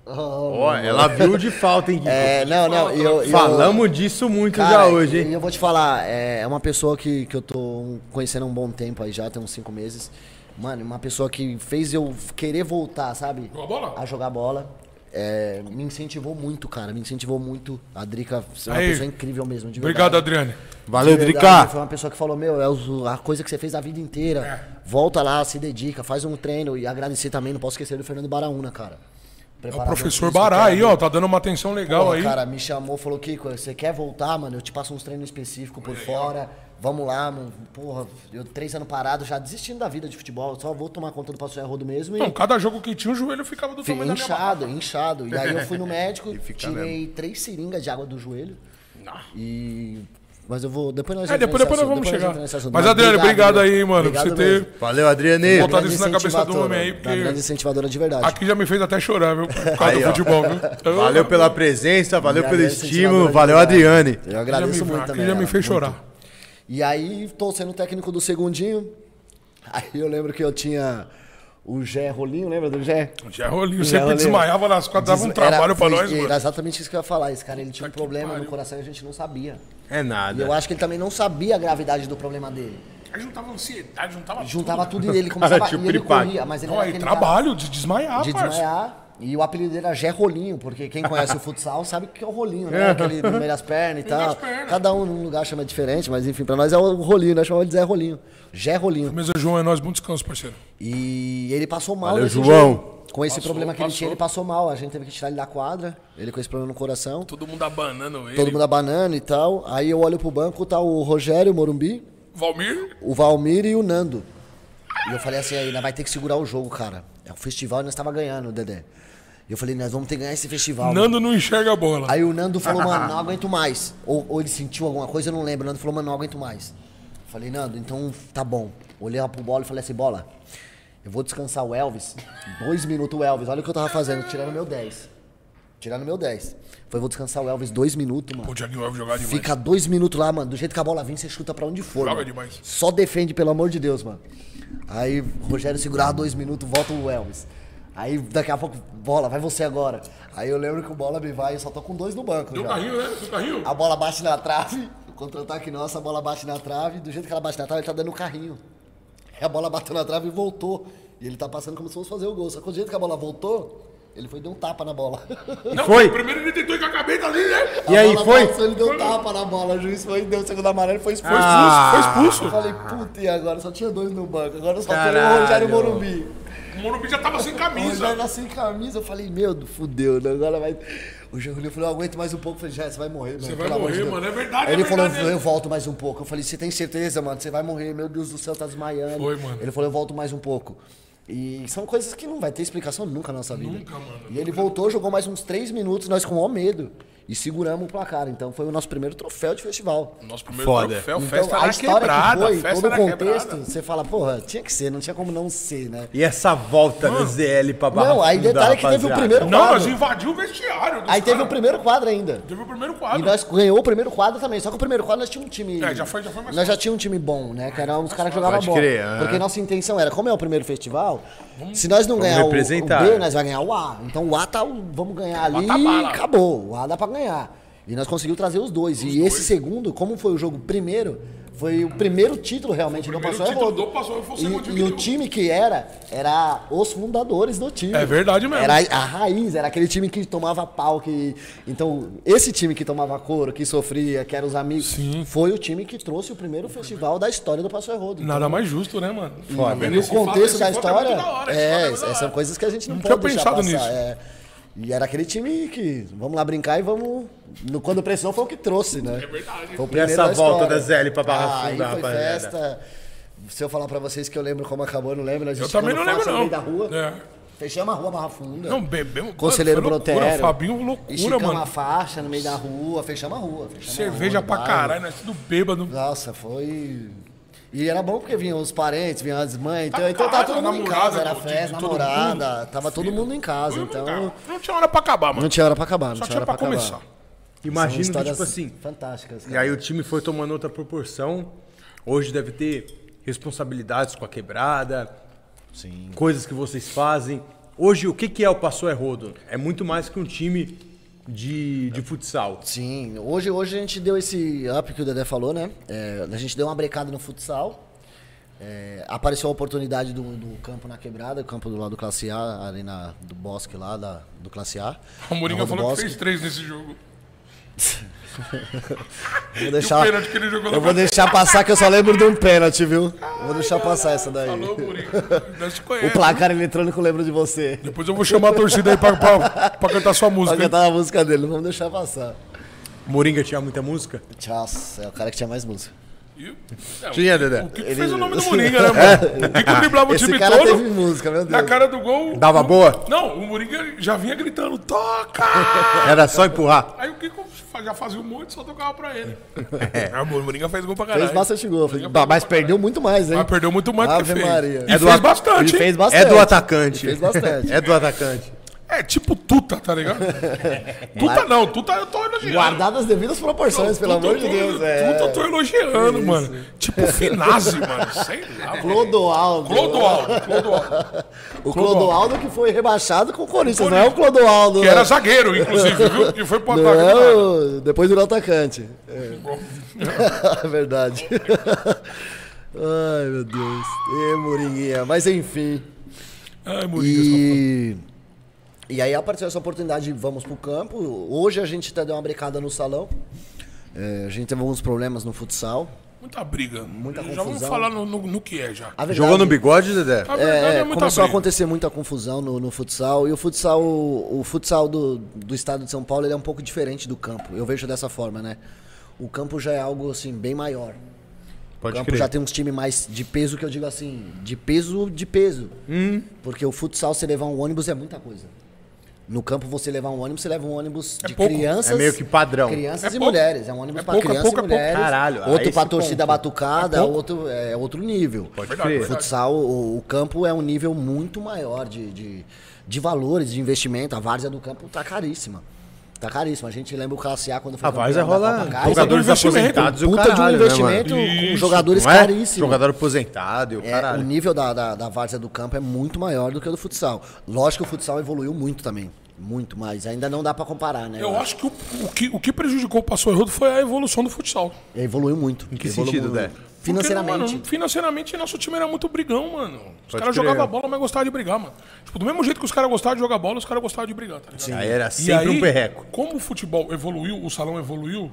[SPEAKER 1] Ó, ela viu de falta, hein, Guido?
[SPEAKER 2] É, não, não, e eu, e eu-
[SPEAKER 1] Falamos disso muito
[SPEAKER 2] Cara,
[SPEAKER 1] já hoje,
[SPEAKER 2] E
[SPEAKER 1] hein?
[SPEAKER 2] eu vou te falar, é é uma pessoa que, que eu tô conhecendo há um bom tempo aí já, tem uns cinco meses. Mano, uma pessoa que fez eu querer voltar, sabe?
[SPEAKER 3] Jogar bola?
[SPEAKER 2] A jogar bola. É, me incentivou muito, cara. Me incentivou muito. A Drica é uma
[SPEAKER 3] Aí.
[SPEAKER 2] pessoa incrível mesmo, de verdade.
[SPEAKER 3] Obrigado, Adriane.
[SPEAKER 1] Valeu,
[SPEAKER 2] De
[SPEAKER 1] Drica.
[SPEAKER 2] verdade, Foi uma pessoa que falou, meu, é os- a coisa que você fez a vida inteira.
[SPEAKER 3] É.
[SPEAKER 2] Volta lá, se dedica, faz um treino. E agradecer também, não posso esquecer do Fernando Baraúna, cara.
[SPEAKER 3] É o
[SPEAKER 2] Preparador
[SPEAKER 3] professor
[SPEAKER 2] físico,
[SPEAKER 3] Bará
[SPEAKER 2] cara.
[SPEAKER 3] aí, ó, tá dando uma atenção legal
[SPEAKER 2] Porra,
[SPEAKER 3] aí.
[SPEAKER 2] cara, me chamou, falou, Kiko, você quer voltar, mano? Eu te passo uns treinos específicos por fora. Vamos lá, mano. Porra, eu três anos parado, já desistindo da vida de futebol. eu Só vou tomar conta do Passo Erro do mesmo e.
[SPEAKER 3] Não, cada jogo que tinha, o joelho ficava do
[SPEAKER 2] Fiquei
[SPEAKER 3] tamanho da minha barra.
[SPEAKER 2] inchado, inchado. E aí eu fui no médico,
[SPEAKER 1] fica
[SPEAKER 2] tirei três seringas de água do joelho. E. Mas eu vou. Depois nós
[SPEAKER 3] É, depois,
[SPEAKER 2] entramos nesse
[SPEAKER 3] depois nós vamos
[SPEAKER 2] assunto, depois
[SPEAKER 3] chegar.
[SPEAKER 2] entramos nesse assunto.
[SPEAKER 3] Mas, Adriano, obrigado aí, mano, por
[SPEAKER 2] Obrigado
[SPEAKER 3] você ter-
[SPEAKER 2] mesmo.
[SPEAKER 1] Valeu, Adriane.
[SPEAKER 3] Botado
[SPEAKER 2] Grande
[SPEAKER 3] isso na cabeça do
[SPEAKER 2] incentivadora,
[SPEAKER 3] homem aí, porque-
[SPEAKER 2] da Grande incentivadora de verdade.
[SPEAKER 3] Aqui já me fez até chorar, viu? Por causa
[SPEAKER 1] Aí,
[SPEAKER 3] do
[SPEAKER 1] ó.
[SPEAKER 3] futebol, viu?
[SPEAKER 1] Valeu pela presença, valeu
[SPEAKER 2] Obrigado,
[SPEAKER 1] pelo
[SPEAKER 2] grande
[SPEAKER 1] estímulo,
[SPEAKER 2] incentivadora de
[SPEAKER 1] valeu,
[SPEAKER 2] verdade.
[SPEAKER 1] Adriane.
[SPEAKER 2] Eu
[SPEAKER 3] já
[SPEAKER 2] agradeço
[SPEAKER 3] me,
[SPEAKER 2] muito
[SPEAKER 3] aqui
[SPEAKER 2] também.
[SPEAKER 3] já
[SPEAKER 2] ela,
[SPEAKER 3] me
[SPEAKER 2] muito.
[SPEAKER 3] fez chorar.
[SPEAKER 2] E aí, tô sendo técnico do segundinho. Aí eu lembro que eu tinha o Gé Rolinho, lembra do Gé?
[SPEAKER 3] Já é rolinho,
[SPEAKER 2] Gé
[SPEAKER 3] sempre
[SPEAKER 2] Rolinho.
[SPEAKER 3] desmaiava nas quatro, dava um
[SPEAKER 2] Des-
[SPEAKER 3] trabalho
[SPEAKER 2] era-
[SPEAKER 3] pra
[SPEAKER 2] foi-
[SPEAKER 3] nós,
[SPEAKER 2] Era
[SPEAKER 3] mano.
[SPEAKER 2] exatamente isso que eu ia falar. Esse cara, ele tinha um
[SPEAKER 3] que
[SPEAKER 2] problema no
[SPEAKER 3] pariu.
[SPEAKER 2] coração e a gente não sabia.
[SPEAKER 1] É
[SPEAKER 2] E eu
[SPEAKER 1] nada.
[SPEAKER 2] acho que ele também não sabia a gravidade do problema dele.
[SPEAKER 3] Aí juntava ansiedade, juntava
[SPEAKER 2] Juntava
[SPEAKER 3] tudo.
[SPEAKER 2] tudo e ele começava
[SPEAKER 1] Cara, tipo
[SPEAKER 2] e ele
[SPEAKER 1] Piripaque.
[SPEAKER 2] corria, mas ele
[SPEAKER 3] Não,
[SPEAKER 2] era
[SPEAKER 3] aí
[SPEAKER 2] aquele cara
[SPEAKER 3] trabalho de desmaiar,
[SPEAKER 2] de
[SPEAKER 3] parça.
[SPEAKER 2] desmaiar. E o apelido dele era Gé Rolinho, porque quem conhece o futsal sabe que é o rolinho, né? Aquele no meio das pernas e
[SPEAKER 3] No meio
[SPEAKER 2] tal.
[SPEAKER 3] das pernas.
[SPEAKER 2] Cada um num lugar chama diferente, mas enfim, pra nós é o rolinho, nós chamamos de Zé Rolinho. Gé Rolinho.
[SPEAKER 3] Mesa João, é nós, bom descanso, parceiro.
[SPEAKER 2] E ele passou mal.
[SPEAKER 1] Valeu,
[SPEAKER 2] nesse
[SPEAKER 1] João.
[SPEAKER 2] jogo. Com esse
[SPEAKER 3] Passou,
[SPEAKER 2] problema que ele tinha,
[SPEAKER 3] passou.
[SPEAKER 2] ele passou mal. A gente teve que tirar ele da quadra. Ele com esse problema no coração.
[SPEAKER 3] Todo mundo abanando ele.
[SPEAKER 2] Todo mundo abanando e tal. Aí eu olho pro banco, tá o Rogério Morumbi,
[SPEAKER 3] Valmir,
[SPEAKER 2] o Valmir e o Nando. E eu falei assim, aí, nós vai ter que segurar o jogo, cara. É um festival e nós tava ganhando, Dedé. E eu falei, nós vamos ter que ganhar esse festival. mano.
[SPEAKER 3] Nando não enxerga a bola.
[SPEAKER 2] Aí o Nando falou, mano, não aguento mais. Ou, ou ele sentiu alguma coisa, eu não lembro. O Nando falou, mano, não aguento mais. Eu Falei, Nando, então tá bom. Olhei lá pro bola e falei assim, bola, eu vou descansar o Elvis. Dois minutos o Elvis, olha o que eu tava fazendo, tirando meu 10. Tirando meu 10. Falei, vou descansar o Elvis dois minutos, mano.
[SPEAKER 3] Pô, o Thiaguinho vai jogar demais.
[SPEAKER 2] Fica dois minutos lá, mano. Do jeito que a bola vem, você chuta pra onde for.
[SPEAKER 3] Joga
[SPEAKER 2] mano.
[SPEAKER 3] demais.
[SPEAKER 2] Só defende, pelo amor de Deus, mano. Aí o Rogério segurava dois minutos, volta o Elvis. Aí daqui a pouco, bola, vai você agora. Aí eu lembro que o bola me vai, eu só tô com dois no banco.
[SPEAKER 3] Deu
[SPEAKER 2] já.
[SPEAKER 3] carrinho, né? Deu carrinho.
[SPEAKER 2] A bola bate na trave, o contra-ataque nosso, a bola bate na trave. Do jeito que ela bate na trave, ele tá dando um carrinho. Aí a bola bateu na trave e voltou. E ele tá passando como se fosse fazer o gol. Só que do jeito que a bola voltou, Ele foi e deu um tapa na bola.
[SPEAKER 3] Não,
[SPEAKER 1] foi?
[SPEAKER 3] Primeiro ele tentou ir com a cabeça ali, né?
[SPEAKER 1] E
[SPEAKER 2] A
[SPEAKER 1] aí,
[SPEAKER 2] bola
[SPEAKER 1] foi?
[SPEAKER 2] passou, ele deu um tapa na bola. O juiz foi, e deu o segundo amarelo e foi expulso.
[SPEAKER 3] Foi expulso,
[SPEAKER 1] Ah.
[SPEAKER 3] foi
[SPEAKER 2] Eu
[SPEAKER 3] expulso.
[SPEAKER 2] falei, puta, e agora? Só tinha dois no banco. Agora só tem
[SPEAKER 1] Caralho.
[SPEAKER 2] o Rogério Morumbi.
[SPEAKER 3] O Morumbi já tava sem
[SPEAKER 2] O Rogério
[SPEAKER 3] camisa.
[SPEAKER 2] lá sem camisa. Eu falei, meu, Deus, fudeu, né? Agora vai... O Júlio falou, eu aguento mais um pouco. Eu falei, já, você vai morrer, mano.
[SPEAKER 3] Você vai
[SPEAKER 2] pelo amor de
[SPEAKER 3] morrer,
[SPEAKER 2] Deus.
[SPEAKER 3] mano. É verdade,
[SPEAKER 2] Aí ele
[SPEAKER 3] é
[SPEAKER 2] falou,
[SPEAKER 3] verdade.
[SPEAKER 2] eu volto mais um pouco. Eu falei, você tem certeza, mano? Você vai morrer. Meu Deus do céu, tá desmaiando.
[SPEAKER 3] Foi, mano.
[SPEAKER 2] Ele falou, eu volto mais um pouco. E são coisas que não vai ter explicação nunca na nossa vida.
[SPEAKER 3] Nunca, mano.
[SPEAKER 2] E ele voltou, jogou mais uns três minutos, nós com o maior medo. E seguramos o placar. Então foi o nosso primeiro troféu de festival.
[SPEAKER 3] Nosso primeiro
[SPEAKER 1] Foda.
[SPEAKER 3] troféu,
[SPEAKER 2] Então,
[SPEAKER 3] festa
[SPEAKER 2] a
[SPEAKER 3] na
[SPEAKER 2] história
[SPEAKER 3] quebrada.
[SPEAKER 2] que foi,
[SPEAKER 3] festa
[SPEAKER 2] todo
[SPEAKER 3] na
[SPEAKER 2] o contexto,
[SPEAKER 3] quebrada.
[SPEAKER 2] você fala, porra, tinha que ser, não tinha como não ser, né?
[SPEAKER 1] E essa volta do ZL pra Barra
[SPEAKER 2] Não, aí
[SPEAKER 1] Funda,
[SPEAKER 2] detalhe é que teve o
[SPEAKER 1] rapaziada?
[SPEAKER 2] primeiro
[SPEAKER 3] Não, nós
[SPEAKER 2] quadro.
[SPEAKER 3] invadiu o vestiário. dos
[SPEAKER 2] Aí teve o
[SPEAKER 3] caras.
[SPEAKER 2] primeiro quadro ainda.
[SPEAKER 3] Teve o primeiro
[SPEAKER 2] E
[SPEAKER 3] quadro.
[SPEAKER 2] nós ganhou o primeiro quadro também. Só que o primeiro quadro nós tínhamos um time.
[SPEAKER 3] É, já foi- já foi mais
[SPEAKER 2] Nós já tínhamos um time bom, né? Que eram uns caras que jogavam
[SPEAKER 1] Pode
[SPEAKER 2] bola.
[SPEAKER 1] crer, aham.
[SPEAKER 2] Porque nossa intenção era, como é o primeiro festival, se nós não ganhar o, o
[SPEAKER 1] representar.
[SPEAKER 2] B, nós vamos ganhar o A. Então o A tá. o- Vamos ganhar ali
[SPEAKER 3] tá
[SPEAKER 2] e
[SPEAKER 3] bala.
[SPEAKER 2] acabou. O A dá pra ganhar. E nós conseguimos trazer os dois. e esse segundo, como foi o jogo primeiro, foi o primeiro título realmente
[SPEAKER 3] Foi o
[SPEAKER 2] do
[SPEAKER 3] primeiro
[SPEAKER 2] Passou
[SPEAKER 3] título
[SPEAKER 2] Rodo.
[SPEAKER 3] do Passou, foi o segundo
[SPEAKER 2] E,
[SPEAKER 3] time
[SPEAKER 2] e o
[SPEAKER 3] que deu.
[SPEAKER 2] time que era, era os fundadores do time.
[SPEAKER 3] É verdade mesmo.
[SPEAKER 2] Era a raiz, era aquele time que tomava pau, que. Então, esse time que tomava couro, que sofria, que eram os amigos,
[SPEAKER 3] Sim.
[SPEAKER 2] foi o time que trouxe o primeiro festival da história do Passo Errodo.
[SPEAKER 3] Nada mais justo, né, mano?
[SPEAKER 2] E no
[SPEAKER 3] Esse fato-
[SPEAKER 2] contexto
[SPEAKER 3] esse
[SPEAKER 2] da
[SPEAKER 3] fato é
[SPEAKER 2] história.
[SPEAKER 3] muito da hora, esse fato é
[SPEAKER 2] É,
[SPEAKER 3] muito da hora.
[SPEAKER 2] são coisas que a gente não,
[SPEAKER 3] Não tinha
[SPEAKER 2] pode deixar
[SPEAKER 3] pensado
[SPEAKER 2] passar.
[SPEAKER 3] nisso.
[SPEAKER 2] é. E era aquele time que. Vamos lá brincar e vamos. no- quando precisou foi o que trouxe, né?
[SPEAKER 3] É verdade.
[SPEAKER 2] Foi o
[SPEAKER 1] E essa
[SPEAKER 2] da
[SPEAKER 1] volta
[SPEAKER 2] história.
[SPEAKER 1] da Zélia pra Barra Funda,
[SPEAKER 2] ah, aí foi
[SPEAKER 1] rapaziada?
[SPEAKER 2] festa. Se eu falar pra vocês que eu lembro como acabou, eu não lembro. né? A gente
[SPEAKER 3] Eu também não
[SPEAKER 2] quando
[SPEAKER 3] lembro,
[SPEAKER 2] passa no
[SPEAKER 3] não.
[SPEAKER 2] meio da rua.
[SPEAKER 3] É.
[SPEAKER 2] Fechamos a rua Barra Funda.
[SPEAKER 3] Não, bebemos.
[SPEAKER 2] Conselheiro
[SPEAKER 3] mano, foi loucura,
[SPEAKER 2] Brotero.
[SPEAKER 3] Fabinho,
[SPEAKER 2] E
[SPEAKER 3] loucura,
[SPEAKER 2] chicamos a
[SPEAKER 3] mano.
[SPEAKER 2] faixa no meio da rua, fechamos a rua. fechamos a
[SPEAKER 3] Cerveja
[SPEAKER 2] rua,
[SPEAKER 3] pra
[SPEAKER 2] bairro.
[SPEAKER 3] caralho, né? Tudo bêbado.
[SPEAKER 2] Nossa, foi. E era bom porque vinham os parentes, vinham as mães, então,
[SPEAKER 3] Tá
[SPEAKER 2] então tava
[SPEAKER 3] caralho,
[SPEAKER 2] todo mundo em
[SPEAKER 3] namorada,
[SPEAKER 2] casa, era
[SPEAKER 3] pô,
[SPEAKER 2] festa,
[SPEAKER 3] de todo
[SPEAKER 2] namorada, tava todo mundo em casa,
[SPEAKER 3] Foi,
[SPEAKER 2] então
[SPEAKER 3] cara, Não tinha hora pra acabar, mano.
[SPEAKER 2] não tinha hora pra acabar, não
[SPEAKER 3] Só
[SPEAKER 2] tinha
[SPEAKER 3] tinha
[SPEAKER 2] hora pra
[SPEAKER 3] pra
[SPEAKER 2] acabar.
[SPEAKER 3] começar.
[SPEAKER 2] São
[SPEAKER 1] Imagina que,
[SPEAKER 2] histórias
[SPEAKER 1] tipo assim,
[SPEAKER 2] Fantásticas.
[SPEAKER 1] E aí o time foi tomando outra proporção. Hoje deve ter responsabilidades com a quebrada, coisas que vocês fazem. Hoje, o que, que é o Passou é Rodo? É muito mais que um time de, de futsal.
[SPEAKER 2] Sim, hoje, hoje a gente deu esse up que o Dedé falou, né? É, a gente deu uma brecada no futsal. É, apareceu a oportunidade do, do campo na quebrada, o campo do lado do Classe A, ali na, do bosque lá, da, do Classe A.
[SPEAKER 3] O Moringa
[SPEAKER 2] Na rua do
[SPEAKER 3] falou que
[SPEAKER 2] bosque.
[SPEAKER 3] fez três nesse jogo.
[SPEAKER 2] Vou deixar,
[SPEAKER 3] pênalti que ele jogou na
[SPEAKER 2] Tá. eu vou
[SPEAKER 3] frente.
[SPEAKER 2] deixar passar que eu só lembro de um pênalti, viu? Vou deixar passar essa daí.
[SPEAKER 3] Falou, Moringa. Nós te
[SPEAKER 2] O
[SPEAKER 3] conhecemos.
[SPEAKER 2] placar eletrônico lembra de você.
[SPEAKER 3] Depois eu vou chamar a torcida aí pra, pra, pra cantar sua
[SPEAKER 2] Pra
[SPEAKER 3] música. hein?
[SPEAKER 2] cantar a música dele, não vamos deixar passar.
[SPEAKER 1] Moringa tinha muita música?
[SPEAKER 2] Tchau, é o cara que tinha mais música.
[SPEAKER 3] E- é,
[SPEAKER 1] Tinha, Dedé.
[SPEAKER 3] O que, que fez o nome do Moringa, né, mano? E que driblava o
[SPEAKER 2] Esse
[SPEAKER 3] time
[SPEAKER 2] cara
[SPEAKER 3] todo.
[SPEAKER 2] teve música, meu
[SPEAKER 3] Na
[SPEAKER 2] Deus. um-
[SPEAKER 3] cara do gol.
[SPEAKER 1] Dava
[SPEAKER 3] o-
[SPEAKER 1] boa?
[SPEAKER 3] Não, o Moringa já vinha gritando, toca!
[SPEAKER 1] Era só empurrar.
[SPEAKER 3] Aí o Kiko fa- já fazia um monte, só tocava pra ele. Ah, o Moringa fez gol pra caralho.
[SPEAKER 2] É. Fez bastante gol. Falei, "Bah, Mas perdeu muito mais, hein?
[SPEAKER 3] Mas perdeu muito mais do que
[SPEAKER 2] Ave
[SPEAKER 3] fez.
[SPEAKER 2] Maria.
[SPEAKER 3] E
[SPEAKER 1] do
[SPEAKER 2] É
[SPEAKER 3] fez
[SPEAKER 1] at-
[SPEAKER 3] bastante,
[SPEAKER 2] Ele
[SPEAKER 3] hein?
[SPEAKER 2] fez
[SPEAKER 1] É
[SPEAKER 2] bastante.
[SPEAKER 1] do atacante.
[SPEAKER 2] Ele fez bastante.
[SPEAKER 1] É do atacante.
[SPEAKER 3] É tipo Tuta, tá ligado? tuta não, Tuta eu tô elogiando.
[SPEAKER 2] Guardado as devidas proporções, pelo
[SPEAKER 3] Tuta
[SPEAKER 2] amor
[SPEAKER 3] eu
[SPEAKER 2] de
[SPEAKER 3] tô-
[SPEAKER 2] Deus.
[SPEAKER 3] Tuta eu
[SPEAKER 2] É.
[SPEAKER 3] tô elogiando, mano. Tipo Finazzi, mano. Sei lá.
[SPEAKER 2] um Clodoaldo.
[SPEAKER 3] Clodoaldo, Clodoaldo.
[SPEAKER 2] O Clodoaldo que foi rebaixado com o Corinthians, não é o
[SPEAKER 3] Corinthians.
[SPEAKER 2] Clodoaldo.
[SPEAKER 3] Que
[SPEAKER 2] né?
[SPEAKER 3] era um zagueiro, inclusive, viu? Que foi pro ataque. do nada.
[SPEAKER 2] Não, depois virou atacante. É verdade. Ai, meu Deus. Ê, Moringuinha. Mas enfim.
[SPEAKER 3] Ai, Moringa,
[SPEAKER 2] E... e aí apareceu essa oportunidade, vamos pro campo. Hoje a gente até deu uma brecada no salão. É, a gente teve alguns problemas no futsal.
[SPEAKER 3] Muita briga.
[SPEAKER 2] Muita
[SPEAKER 3] Já vamos
[SPEAKER 2] confusão.
[SPEAKER 3] falar no, no- no que é já.
[SPEAKER 2] A verdade-
[SPEAKER 1] Jogou no bigode, Dedé?
[SPEAKER 3] A verdade
[SPEAKER 2] É,
[SPEAKER 3] é,
[SPEAKER 2] é,
[SPEAKER 3] muita
[SPEAKER 2] começou a
[SPEAKER 3] briga.
[SPEAKER 2] acontecer muita confusão no, no futsal. E o futsal, o futsal do, do estado de São Paulo ele é um pouco diferente do campo. Eu vejo dessa forma, né? O campo já é algo assim, bem maior. O
[SPEAKER 1] Pode
[SPEAKER 2] campo
[SPEAKER 1] crer.
[SPEAKER 2] já tem uns times mais de peso que eu digo assim, de peso, de peso.
[SPEAKER 1] Hum.
[SPEAKER 2] Porque o futsal, você levar um ônibus é muita coisa. No campo, você levar um ônibus, você leva um ônibus
[SPEAKER 3] É
[SPEAKER 2] de
[SPEAKER 3] pouco.
[SPEAKER 2] crianças.
[SPEAKER 1] É meio que padrão.
[SPEAKER 2] Crianças
[SPEAKER 3] É
[SPEAKER 2] e
[SPEAKER 3] pouco.
[SPEAKER 2] mulheres. É um ônibus
[SPEAKER 3] É
[SPEAKER 2] pra
[SPEAKER 3] pouco, é
[SPEAKER 2] crianças
[SPEAKER 3] pouco, é
[SPEAKER 2] e
[SPEAKER 3] pouco.
[SPEAKER 2] mulheres.
[SPEAKER 1] Caralho, a
[SPEAKER 2] outro
[SPEAKER 1] esse
[SPEAKER 2] pra torcida
[SPEAKER 1] ponto.
[SPEAKER 2] batucada,
[SPEAKER 1] É pouco.
[SPEAKER 2] outro é outro nível.
[SPEAKER 1] Pode
[SPEAKER 3] Verdade,
[SPEAKER 1] crer.
[SPEAKER 2] O futsal, o, o campo é um nível muito maior de, de, de valores, de investimento. A várzea do campo tá caríssima. Tá caríssima. A gente lembra o Classe A quando foi
[SPEAKER 1] A
[SPEAKER 2] campeão
[SPEAKER 1] Várzea
[SPEAKER 2] da
[SPEAKER 1] rola
[SPEAKER 2] Copa Gás.
[SPEAKER 1] jogadores
[SPEAKER 3] Puta de um investimento.
[SPEAKER 1] aposentados e o
[SPEAKER 2] Puta
[SPEAKER 1] caralho,
[SPEAKER 2] de um
[SPEAKER 1] né, mano?
[SPEAKER 2] investimento com
[SPEAKER 3] Isso,
[SPEAKER 2] jogadores
[SPEAKER 1] Não é?
[SPEAKER 2] caríssimos.
[SPEAKER 1] Jogador aposentado e o
[SPEAKER 2] É,
[SPEAKER 1] caralho.
[SPEAKER 2] o nível da, da, da várzea do campo é muito maior do que o do futsal. Lógico que o futsal evoluiu muito também. Muito mais. Ainda não dá pra comparar, né?
[SPEAKER 3] Eu acho que o, o que o que prejudicou o Passou Errodo foi a evolução do futsal.
[SPEAKER 2] Evoluiu muito.
[SPEAKER 1] Em que
[SPEAKER 2] Evoluiu
[SPEAKER 1] sentido,
[SPEAKER 2] muito.
[SPEAKER 1] Dé?
[SPEAKER 2] Financeiramente.
[SPEAKER 3] Porque, mano, financeiramente, nosso time era muito brigão, mano. Os
[SPEAKER 1] Pode crer.
[SPEAKER 3] caras jogavam bola, mas gostavam de brigar, mano. Tipo, do mesmo jeito que os caras gostavam de jogar bola, os caras gostavam de brigar, tá ligado?
[SPEAKER 1] Aí era
[SPEAKER 3] E
[SPEAKER 1] sempre
[SPEAKER 3] aí,
[SPEAKER 1] um perreco.
[SPEAKER 3] Como o futebol evoluiu, o salão evoluiu,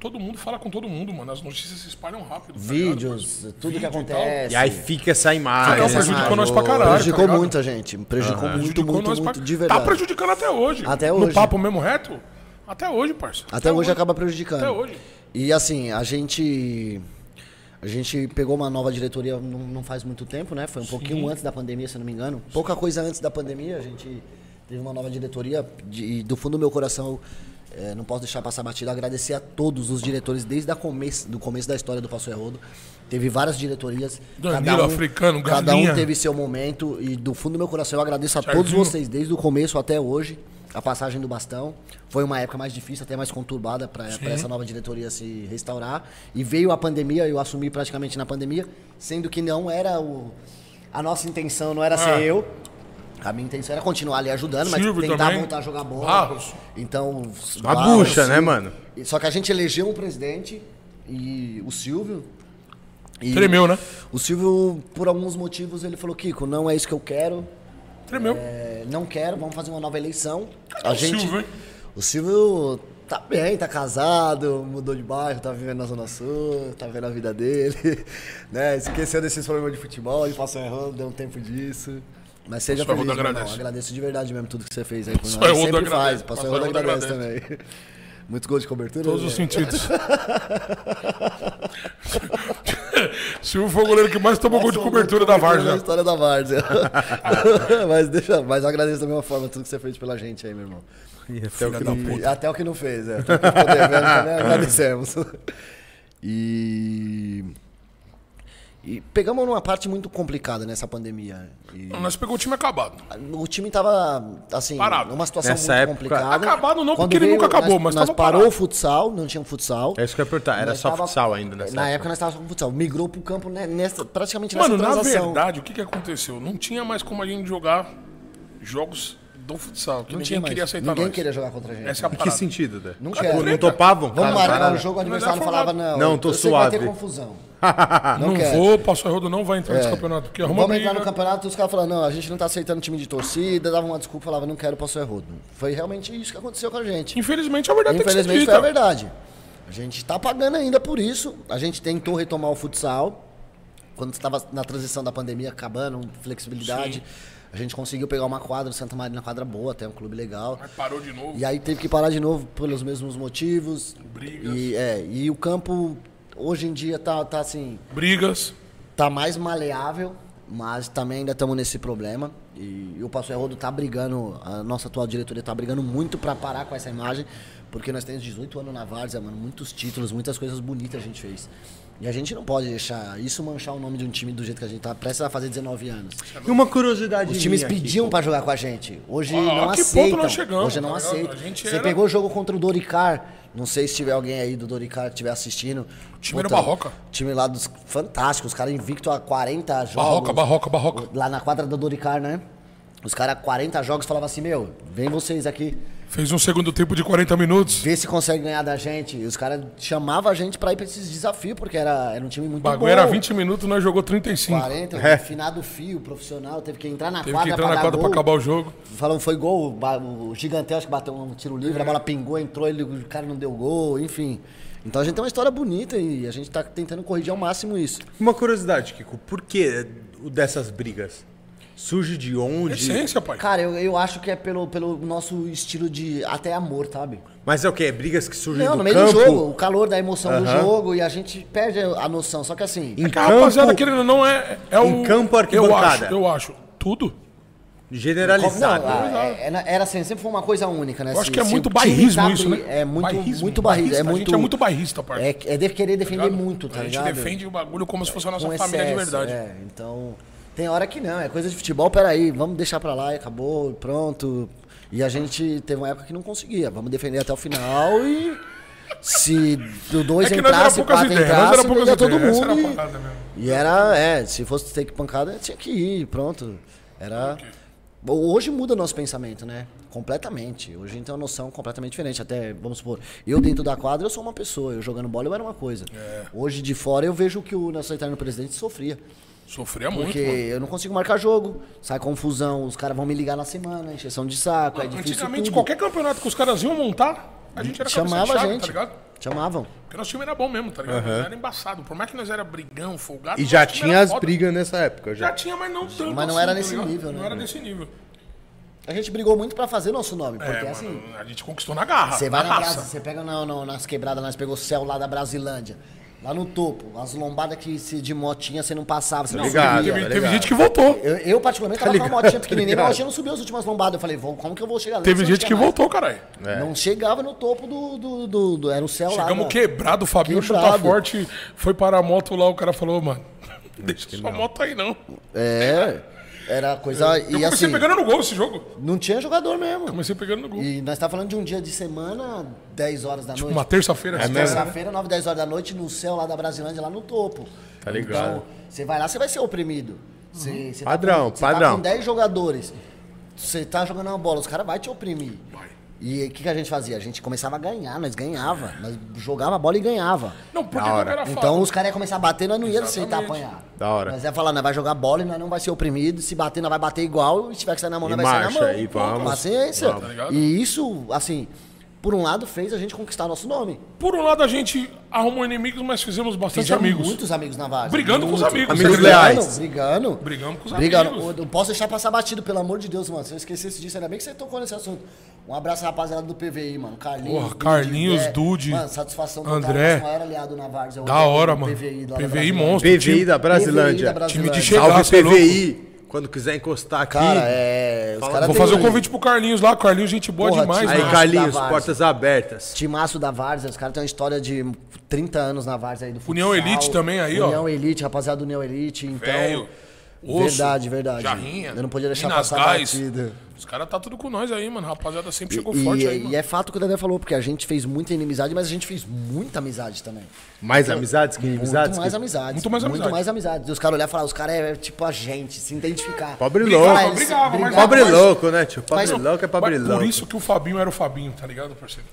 [SPEAKER 3] todo mundo fala com todo mundo, mano. As notícias se espalham rápido. tá ligado,
[SPEAKER 2] Vídeos,
[SPEAKER 3] parceiro?
[SPEAKER 2] tudo que
[SPEAKER 3] Vídeo e
[SPEAKER 2] acontece.
[SPEAKER 1] E aí fica essa imagem. né?
[SPEAKER 3] Então
[SPEAKER 1] essa
[SPEAKER 3] prejudicou
[SPEAKER 1] imagem.
[SPEAKER 3] nós pra caralho.
[SPEAKER 2] prejudicou
[SPEAKER 3] tá ligado?
[SPEAKER 2] muita gente. Prejudicou muito,
[SPEAKER 3] Prejudicou
[SPEAKER 2] muito,
[SPEAKER 3] nós
[SPEAKER 2] muito,
[SPEAKER 3] pra-
[SPEAKER 2] de verdade.
[SPEAKER 3] Tá prejudicando até hoje.
[SPEAKER 2] Até
[SPEAKER 3] No
[SPEAKER 2] hoje.
[SPEAKER 3] papo mesmo reto, até hoje, parça.
[SPEAKER 2] Até hoje acaba prejudicando.
[SPEAKER 3] Até hoje.
[SPEAKER 2] E assim, a gente. A gente pegou uma nova diretoria não, não faz muito tempo, né? Foi um pouquinho antes da pandemia, se eu não me engano. Pouca coisa antes da pandemia, a gente teve uma nova diretoria. de- e do fundo do meu coração, eh, não posso deixar passar batido, agradecer a todos os diretores desde o começo, do começo da história do Passo Errodo. Teve várias diretorias.
[SPEAKER 3] Danilo Africano,
[SPEAKER 2] Cada um
[SPEAKER 3] Galinha.
[SPEAKER 2] teve seu momento. E do fundo do meu coração, eu agradeço a todos
[SPEAKER 3] Jardim.
[SPEAKER 2] vocês, desde o começo até hoje, a passagem do bastão. Foi uma época mais difícil, até mais conturbada para essa nova diretoria se restaurar. E veio a pandemia, eu assumi praticamente na pandemia, sendo que não era o. A nossa intenção não era ser eu. A minha intenção era continuar ali ajudando, mas
[SPEAKER 3] Silvio
[SPEAKER 2] tentar
[SPEAKER 3] também.
[SPEAKER 2] voltar a jogar bola.
[SPEAKER 3] Barros.
[SPEAKER 2] Então.
[SPEAKER 1] Uma
[SPEAKER 2] Barros,
[SPEAKER 1] bucha, né,
[SPEAKER 2] Silvio.
[SPEAKER 1] mano?
[SPEAKER 2] E- Só que a gente elegeu um presidente e o Silvio. e-
[SPEAKER 3] Tremeu, né?
[SPEAKER 2] O Silvio, por alguns motivos, ele falou: Kiko, não é isso que eu quero.
[SPEAKER 3] Tremeu.
[SPEAKER 2] É, não quero, vamos fazer uma nova eleição. a
[SPEAKER 3] o Silvio, hein?
[SPEAKER 2] O Silvio tá bem, tá casado, mudou de bairro, tá vivendo na Zona Sul, tá vivendo a vida dele, né? Esqueceu desses problemas de futebol, ele passou errando, deu um tempo disso. Mas seja
[SPEAKER 3] Passou
[SPEAKER 2] feliz,
[SPEAKER 3] errando,
[SPEAKER 2] meu irmão.
[SPEAKER 3] agradece.
[SPEAKER 2] Agradeço de verdade mesmo tudo que você fez aí por nós.
[SPEAKER 3] Passou errando,
[SPEAKER 2] Sempre
[SPEAKER 3] agradece.
[SPEAKER 2] faz, passou errando,
[SPEAKER 3] Passou errando,
[SPEAKER 2] agradece também. Muitos gols de cobertura.
[SPEAKER 3] Todos
[SPEAKER 2] né?
[SPEAKER 3] os sentidos. Silvio foi o goleiro que mais tomou gol de cobertura da
[SPEAKER 2] Na
[SPEAKER 3] Várzea.
[SPEAKER 2] história da Várzea. mas deixa, mas eu agradeço da mesma forma tudo que você fez pela gente aí, meu irmão.
[SPEAKER 1] Até o que não-
[SPEAKER 2] E até o que não fez, é. Até o que ficou devendo também, agradecemos. E. E pegamos numa parte muito complicada nessa pandemia. E
[SPEAKER 3] Nós pegou o time acabado.
[SPEAKER 2] o time tava, assim,
[SPEAKER 3] Parado.
[SPEAKER 2] numa situação
[SPEAKER 1] Nessa
[SPEAKER 2] muito
[SPEAKER 1] época-
[SPEAKER 2] complicada.
[SPEAKER 3] Acabado não, porque ele nunca acabou,
[SPEAKER 2] nós,
[SPEAKER 3] mas
[SPEAKER 2] Nós
[SPEAKER 3] tava
[SPEAKER 2] parou
[SPEAKER 3] parado.
[SPEAKER 2] o futsal, não tinha futsal.
[SPEAKER 1] É isso que eu ia perguntar. Era
[SPEAKER 2] Nós
[SPEAKER 1] só
[SPEAKER 2] tava-
[SPEAKER 1] futsal ainda nessa
[SPEAKER 2] Na época nós estávamos com futsal. Migrou pro campo né, nessa, praticamente nessa
[SPEAKER 3] Mano, na
[SPEAKER 2] transação.
[SPEAKER 3] verdade, o que, que aconteceu? Não tinha mais como a gente jogar jogos do futsal. Que ninguém
[SPEAKER 2] tinha mais.
[SPEAKER 3] queria aceitar
[SPEAKER 2] Ninguém
[SPEAKER 3] nós.
[SPEAKER 2] queria jogar contra a gente.
[SPEAKER 3] Essa é a
[SPEAKER 1] Que
[SPEAKER 3] parada.
[SPEAKER 1] sentido, Dé?
[SPEAKER 2] Não
[SPEAKER 1] Ah,
[SPEAKER 2] quero.
[SPEAKER 1] Não topavam?
[SPEAKER 2] Vamos
[SPEAKER 1] Cara,
[SPEAKER 2] marcar
[SPEAKER 1] parada.
[SPEAKER 2] o jogo, o
[SPEAKER 3] Mas
[SPEAKER 2] adversário
[SPEAKER 3] é
[SPEAKER 2] falava,
[SPEAKER 3] folgado.
[SPEAKER 2] não.
[SPEAKER 1] Não, tô
[SPEAKER 2] eu sei que vai
[SPEAKER 1] suave.
[SPEAKER 2] ter confusão.
[SPEAKER 3] Ah, Não,
[SPEAKER 2] quero.
[SPEAKER 3] vou, passou a rodo, não vai entrar nesse É. campeonato. Porque né?
[SPEAKER 2] É.
[SPEAKER 3] arruma
[SPEAKER 2] Vamos entrar
[SPEAKER 3] briga.
[SPEAKER 2] no campeonato, os caras falaram, não, a gente não tá aceitando time de torcida, dava uma desculpa, falava, não quero, posso erro. Foi realmente isso que aconteceu com a gente.
[SPEAKER 3] Infelizmente, a verdade tá tem que
[SPEAKER 2] Infelizmente
[SPEAKER 3] ser né?
[SPEAKER 2] foi a
[SPEAKER 3] dita.
[SPEAKER 2] verdade. A gente tá pagando ainda por isso. A gente tentou retomar o futsal. Quando estava na transição da pandemia acabando, flexibilidade. A gente conseguiu pegar uma quadra, o Santa Maria, uma quadra boa, até um clube legal.
[SPEAKER 3] Mas parou de novo.
[SPEAKER 2] E aí teve que parar de novo pelos mesmos motivos.
[SPEAKER 3] Brigas.
[SPEAKER 2] E, é, e o campo hoje em dia tá, tá assim,
[SPEAKER 3] Brigas.
[SPEAKER 2] tá mais maleável, mas também ainda estamos nesse problema. E o Pastor Rodo tá brigando, a nossa atual diretoria tá brigando muito para parar com essa imagem, porque nós temos 18 anos na Várzea, mano, muitos títulos, muitas coisas bonitas a gente fez. E a gente não pode deixar isso manchar o nome de um time do jeito que a gente tá prestes a fazer 19 anos.
[SPEAKER 1] E uma curiosidade
[SPEAKER 2] Os times
[SPEAKER 1] minha aqui.
[SPEAKER 2] pediam pra jogar com a gente. Hoje
[SPEAKER 3] Ó,
[SPEAKER 2] não
[SPEAKER 3] a Ah, que ponto
[SPEAKER 2] aceitam.
[SPEAKER 3] nós chegamos,
[SPEAKER 2] Hoje não
[SPEAKER 3] tá ligado?
[SPEAKER 2] aceita.
[SPEAKER 3] A gente
[SPEAKER 2] Você
[SPEAKER 3] era-
[SPEAKER 2] pegou o jogo contra o Doricar. Não sei se tiver alguém aí do Doricar que estiver assistindo. O
[SPEAKER 3] time era Barroca.
[SPEAKER 2] Time lá dos fantásticos. Os caras invicto a 40 jogos.
[SPEAKER 3] Barroca, barroca, barroca.
[SPEAKER 2] Lá na quadra do Doricar, né? Os caras 40 jogos falavam assim, meu, vem vocês aqui,
[SPEAKER 3] Fez um segundo tempo de 40 minutos.
[SPEAKER 2] vê se consegue ganhar da gente. E os caras chamavam a gente pra ir pra esses desafios, porque era, era um time muito
[SPEAKER 3] O bagulho
[SPEAKER 2] bom.
[SPEAKER 3] era 20 minutos, nós jogou 35.
[SPEAKER 2] 40,
[SPEAKER 1] É.
[SPEAKER 2] finado fio, profissional, teve que entrar na
[SPEAKER 3] Teve que
[SPEAKER 2] quadra
[SPEAKER 3] entrar na
[SPEAKER 2] dar
[SPEAKER 3] quadra pra
[SPEAKER 2] gol.
[SPEAKER 3] acabar o jogo.
[SPEAKER 2] Falando, foi gol, o ba- o gigante acho que bateu um tiro livre, a bola pingou, entrou, ele, o cara não deu gol, enfim. Então a gente tem uma história bonita e a gente tá tentando corrigir ao máximo isso.
[SPEAKER 1] Uma curiosidade, Kiko. Por que o dessas brigas? Surge de onde?
[SPEAKER 3] Essência, pai.
[SPEAKER 2] Cara, eu, eu acho que é pelo, pelo nosso estilo de até amor, sabe?
[SPEAKER 1] Mas é o quê? É brigas que surgem
[SPEAKER 2] Não,
[SPEAKER 1] do
[SPEAKER 2] no meio
[SPEAKER 1] campo?
[SPEAKER 2] do jogo, o calor da emoção do
[SPEAKER 1] Aham.
[SPEAKER 2] jogo e a gente perde a noção. Só que assim,
[SPEAKER 1] Em
[SPEAKER 3] Que a rapaziada,
[SPEAKER 1] campo,
[SPEAKER 3] querendo ou não, é, é o.
[SPEAKER 1] Em campo, arquibancada.
[SPEAKER 3] Eu acho, eu acho. Tudo.
[SPEAKER 2] Como- não,
[SPEAKER 1] generalizado.
[SPEAKER 2] ah, é- é- era assim, sempre foi uma coisa única, né?
[SPEAKER 3] né? Eu acho
[SPEAKER 2] Se-
[SPEAKER 3] que é
[SPEAKER 2] se
[SPEAKER 3] muito
[SPEAKER 2] o time
[SPEAKER 3] bairrismo
[SPEAKER 2] tá
[SPEAKER 3] isso,
[SPEAKER 2] bri-
[SPEAKER 3] né?
[SPEAKER 2] É muito
[SPEAKER 3] Bairrismo,
[SPEAKER 2] muito barrismo. É
[SPEAKER 3] bairrista, a
[SPEAKER 2] muito,
[SPEAKER 3] gente é muito bairrista, parça.
[SPEAKER 2] É, é de querer defender
[SPEAKER 3] ligado?
[SPEAKER 2] muito, tá
[SPEAKER 3] a gente
[SPEAKER 2] ligado?
[SPEAKER 3] defende o bagulho como se fosse a nossa
[SPEAKER 2] Com
[SPEAKER 3] família de
[SPEAKER 2] excesso,
[SPEAKER 3] verdade.
[SPEAKER 2] é. então, tem hora que não, é coisa de futebol, peraí, vamos deixar pra lá e acabou, pronto. E a gente teve uma época que não conseguia, vamos defender até o final e se o
[SPEAKER 3] É
[SPEAKER 2] dois
[SPEAKER 3] que nós era
[SPEAKER 2] entrasse,
[SPEAKER 3] poucas
[SPEAKER 2] quatro
[SPEAKER 3] ideias, nós era
[SPEAKER 2] entrasse,
[SPEAKER 3] poucas
[SPEAKER 2] pegar todo
[SPEAKER 3] ideias, essa era a
[SPEAKER 2] mundo
[SPEAKER 3] parada mesmo.
[SPEAKER 2] e, e era, é, se fosse ter que pancada, tinha que ir, pronto. Era... Hoje muda o nosso pensamento, né? Completamente. Hoje a gente tem uma noção completamente diferente. Até, vamos supor, eu dentro da quadra eu sou uma pessoa, eu jogando bola eu era uma coisa.
[SPEAKER 3] É.
[SPEAKER 2] Hoje de fora eu vejo o que o Nelson Italiano Presidente sofria.
[SPEAKER 3] Sofria muito,
[SPEAKER 2] Porque
[SPEAKER 3] mano.
[SPEAKER 2] eu não consigo marcar jogo, sai confusão, os caras vão me ligar na semana, encheção de saco, é difícil.
[SPEAKER 3] Antigamente,
[SPEAKER 2] tudo.
[SPEAKER 3] qualquer campeonato que os caras iam montar, a gente era cabeça de
[SPEAKER 2] Chamava a
[SPEAKER 3] chave,
[SPEAKER 2] gente.
[SPEAKER 3] tá ligado?
[SPEAKER 2] Chamavam.
[SPEAKER 3] Porque nosso time era bom mesmo, tá ligado? Era embaçado. Por mais que nós era brigão, folgado.
[SPEAKER 1] E
[SPEAKER 3] nosso
[SPEAKER 1] já
[SPEAKER 3] time
[SPEAKER 1] tinha
[SPEAKER 3] era
[SPEAKER 1] as
[SPEAKER 3] foda.
[SPEAKER 1] brigas nessa época,
[SPEAKER 3] Já
[SPEAKER 1] já.
[SPEAKER 3] tinha, mas não tanto.
[SPEAKER 2] Mas não
[SPEAKER 3] assim,
[SPEAKER 2] era
[SPEAKER 3] tá
[SPEAKER 2] nesse
[SPEAKER 3] ligado?
[SPEAKER 2] nível, né?
[SPEAKER 3] Não era desse nível.
[SPEAKER 2] A gente brigou muito pra fazer nosso nome, porque
[SPEAKER 3] É, mano,
[SPEAKER 2] assim,
[SPEAKER 3] a gente conquistou na garra.
[SPEAKER 2] Você
[SPEAKER 3] na
[SPEAKER 2] vai na
[SPEAKER 3] raça.
[SPEAKER 2] Brasa, você pega na- no- nas quebradas, nós pegou o céu lá da Brasilândia. Lá no topo, as lombadas que se, de motinha você não passava, você não,
[SPEAKER 1] ligado,
[SPEAKER 2] subia.
[SPEAKER 3] Teve,
[SPEAKER 1] tá
[SPEAKER 3] teve
[SPEAKER 1] ligado.
[SPEAKER 3] gente que voltou.
[SPEAKER 2] Eu, eu, particularmente, tava com uma
[SPEAKER 1] ligado,
[SPEAKER 2] motinha
[SPEAKER 1] tá
[SPEAKER 2] pequenininha,
[SPEAKER 1] ligado.
[SPEAKER 2] mas eu não subia as últimas lombadas. Eu falei, "Vou- como que eu vou chegar lá?
[SPEAKER 3] Teve
[SPEAKER 2] Não
[SPEAKER 3] gente
[SPEAKER 2] tinha
[SPEAKER 3] que
[SPEAKER 2] mais.
[SPEAKER 3] voltou, caralho.
[SPEAKER 2] Não chegava no topo do. do, do- do- era o céu lá.
[SPEAKER 3] Chegamos
[SPEAKER 2] mano.
[SPEAKER 3] quebrado, o Fabinho
[SPEAKER 2] Quebrado.
[SPEAKER 3] chuta forte, foi para a moto lá, o cara falou, mano, deixa sua moto aí não.
[SPEAKER 2] É. Era coisa.
[SPEAKER 3] Eu
[SPEAKER 2] e
[SPEAKER 3] comecei
[SPEAKER 2] assim,
[SPEAKER 3] pegando no gol esse jogo.
[SPEAKER 2] não tinha jogador mesmo.
[SPEAKER 3] Comecei pegando no gol.
[SPEAKER 2] E nós tá falando de um dia de semana, 10 horas da noite. É
[SPEAKER 3] Uma terça-feira. assim,
[SPEAKER 1] É mesmo?
[SPEAKER 2] Terça-feira, 9, 10 horas da noite, no céu lá da Brasilândia, lá no topo.
[SPEAKER 1] Tá ligado. Uhum.
[SPEAKER 2] Então, você vai lá, você vai ser oprimido. Você, você
[SPEAKER 1] Padrão,
[SPEAKER 2] tá com, Você
[SPEAKER 1] padrão.
[SPEAKER 2] tá com 10 jogadores. Você tá jogando uma bola, os caras vão te oprimir. E o que, que a gente fazia? A gente começava a ganhar, nós ganhava. Nós jogava a bola e ganhava.
[SPEAKER 3] Não, porque
[SPEAKER 1] Da
[SPEAKER 3] o
[SPEAKER 1] hora.
[SPEAKER 3] cara fala.
[SPEAKER 2] Então os caras iam começar a bater, nós não ia aceitar
[SPEAKER 3] Exatamente.
[SPEAKER 2] apanhar.
[SPEAKER 1] Da hora.
[SPEAKER 2] Nós ia falar, nós vai jogar bola e nós não vai ser oprimido. Se bater, nós vai bater igual. E se tiver que sair na mão,
[SPEAKER 1] E
[SPEAKER 2] nós vai sair na
[SPEAKER 1] marcha
[SPEAKER 2] mão.
[SPEAKER 1] aí, vamos.
[SPEAKER 2] Paciência.
[SPEAKER 1] Vamos.
[SPEAKER 3] Tá ligado?
[SPEAKER 2] e isso, assim, por um lado fez a gente conquistar nosso nome.
[SPEAKER 3] Por um lado a gente arrumou inimigos, mas fizemos bastante
[SPEAKER 2] Fizemos
[SPEAKER 3] amigos.
[SPEAKER 2] muitos amigos na várzea.
[SPEAKER 3] Brigando com os
[SPEAKER 2] Muitos.
[SPEAKER 3] amigos.
[SPEAKER 1] Amigos
[SPEAKER 3] tá ligado?
[SPEAKER 1] leais.
[SPEAKER 2] Brigando.
[SPEAKER 3] Brigamos com os
[SPEAKER 2] brigando.
[SPEAKER 3] amigos.
[SPEAKER 2] Eu Não posso deixar passar batido, pelo amor de Deus, mano. Se eu esquecesse disso, ainda bem que você tocou nesse assunto. Um abraço, rapaziada do PVI, mano. Carlinhos.
[SPEAKER 3] Porra,
[SPEAKER 2] Dude,
[SPEAKER 3] Carlinhos,
[SPEAKER 2] André.
[SPEAKER 3] Dude,
[SPEAKER 2] Mano, satisfação
[SPEAKER 3] André.
[SPEAKER 2] Nosso maior aliado na é Varsa.
[SPEAKER 3] Da hora, mano.
[SPEAKER 2] PVI, lá da
[SPEAKER 3] PVI
[SPEAKER 2] Brasilândia.
[SPEAKER 3] monstro.
[SPEAKER 1] PVI
[SPEAKER 3] time-
[SPEAKER 1] da Brasilândia.
[SPEAKER 2] PVI da
[SPEAKER 3] Time de
[SPEAKER 2] Brasilândia.
[SPEAKER 3] chegar,
[SPEAKER 1] Salve
[SPEAKER 3] cê é louco.
[SPEAKER 1] PVI. Quando quiser encostar aqui.
[SPEAKER 2] Cara, é. Os
[SPEAKER 1] Fala-
[SPEAKER 2] cara
[SPEAKER 3] Vou
[SPEAKER 2] tem
[SPEAKER 3] fazer um
[SPEAKER 2] time-
[SPEAKER 3] convite pro Carlinhos lá. Carlinhos, gente boa
[SPEAKER 2] Porra,
[SPEAKER 3] demais,
[SPEAKER 2] time-
[SPEAKER 1] Aí,
[SPEAKER 3] mano.
[SPEAKER 2] Nossa,
[SPEAKER 1] Carlinhos,
[SPEAKER 2] da Varsa.
[SPEAKER 1] portas abertas.
[SPEAKER 2] Timaço da Várzea, os caras têm uma história de 30 anos na Várzea aí do futsal.
[SPEAKER 3] União Elite também aí, ó.
[SPEAKER 2] União Elite, rapaziada do União Elite, então...
[SPEAKER 3] Velho, osso,
[SPEAKER 2] verdade, verdade.
[SPEAKER 3] Jarrinha,
[SPEAKER 2] Eu não podia deixar
[SPEAKER 3] Minas
[SPEAKER 2] passar
[SPEAKER 3] Gás.
[SPEAKER 2] batido.
[SPEAKER 3] Os caras tá tudo com nós aí, mano. Rapaziada sempre chegou
[SPEAKER 2] E,
[SPEAKER 3] forte aí,
[SPEAKER 2] e
[SPEAKER 3] mano.
[SPEAKER 2] é fato que o Dedé falou, porque a gente fez muita inimizade, mas a gente fez muita amizade também.
[SPEAKER 1] Mais amizades que inimizades?
[SPEAKER 2] muito mais
[SPEAKER 1] que-
[SPEAKER 2] amizades.
[SPEAKER 3] Muito mais amizade.
[SPEAKER 2] Muito mais amizades. E os caras olhar e falar, os caras é tipo a gente, se identificar.
[SPEAKER 1] Pobre
[SPEAKER 2] Brigar,
[SPEAKER 1] louco.
[SPEAKER 2] eles-
[SPEAKER 3] Brigava, mas-
[SPEAKER 2] brigar.
[SPEAKER 1] Pobre
[SPEAKER 3] Mas-
[SPEAKER 1] louco, né, tio? Pobre
[SPEAKER 2] mas-
[SPEAKER 1] louco é pobre
[SPEAKER 3] Mas
[SPEAKER 1] louco.
[SPEAKER 3] Por isso que o Fabinho era o Fabinho, tá ligado, parceiro?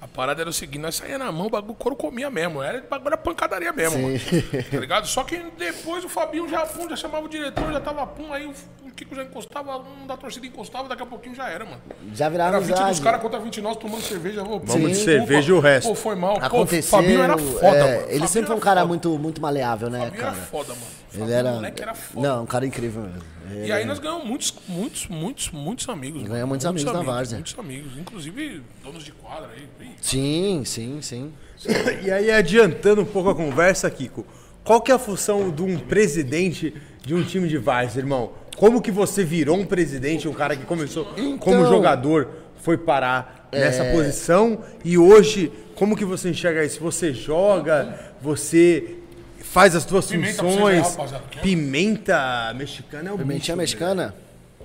[SPEAKER 3] A parada era o seguinte, nós saía na mão, o bagulho o couro comia mesmo. Era, o bagulho era pancadaria mesmo, mano. Tá ligado? Só que depois o Fabinho já, pum, já chamava o diretor, já tava pum, aí o, o Kiko já encostava, um da torcida encostava, daqui a pouquinho já era, mano.
[SPEAKER 2] Já viraram
[SPEAKER 3] Era 20
[SPEAKER 2] amizade.
[SPEAKER 3] dos caras contra 20 nós tomando cerveja. Ô,
[SPEAKER 1] Vamos de
[SPEAKER 3] desculpa.
[SPEAKER 1] cerveja e o resto.
[SPEAKER 3] Pô, foi mal. Pô, o
[SPEAKER 2] Aconteceu...
[SPEAKER 3] Fabinho era foda,
[SPEAKER 2] é,
[SPEAKER 3] mano.
[SPEAKER 2] Ele
[SPEAKER 3] Fabinho
[SPEAKER 2] sempre foi um
[SPEAKER 3] era
[SPEAKER 2] cara
[SPEAKER 3] foda.
[SPEAKER 2] muito, muito maleável, né,
[SPEAKER 3] Fabinho
[SPEAKER 2] cara?
[SPEAKER 3] era foda, mano.
[SPEAKER 2] Ele
[SPEAKER 3] Fabinho,
[SPEAKER 2] era...
[SPEAKER 3] Tá moleque era foda.
[SPEAKER 2] Não, um cara incrível mesmo. É.
[SPEAKER 3] E aí nós ganhamos muitos, muitos, muitos, muitos amigos.
[SPEAKER 2] Ganhamos
[SPEAKER 3] mano.
[SPEAKER 2] muitos amigos na várzea.
[SPEAKER 3] Muitos amigos, inclusive donos de quadra aí. Ih,
[SPEAKER 2] Sim, sim, sim.
[SPEAKER 1] E aí, adiantando um pouco a conversa, Kiko, qual que é a função de um presidente de um time de várzea, irmão? Como que você virou um presidente, um cara que começou como
[SPEAKER 2] Então- É.
[SPEAKER 1] jogador, foi parar nessa posição e hoje, como que você enxerga isso? Você joga, você faz as suas
[SPEAKER 3] Pimenta pra vocês aí,
[SPEAKER 1] funções,
[SPEAKER 3] rapaziada. é.
[SPEAKER 1] pimenta mexicana é o
[SPEAKER 2] Pimentinha
[SPEAKER 1] bicho,
[SPEAKER 2] mexicana?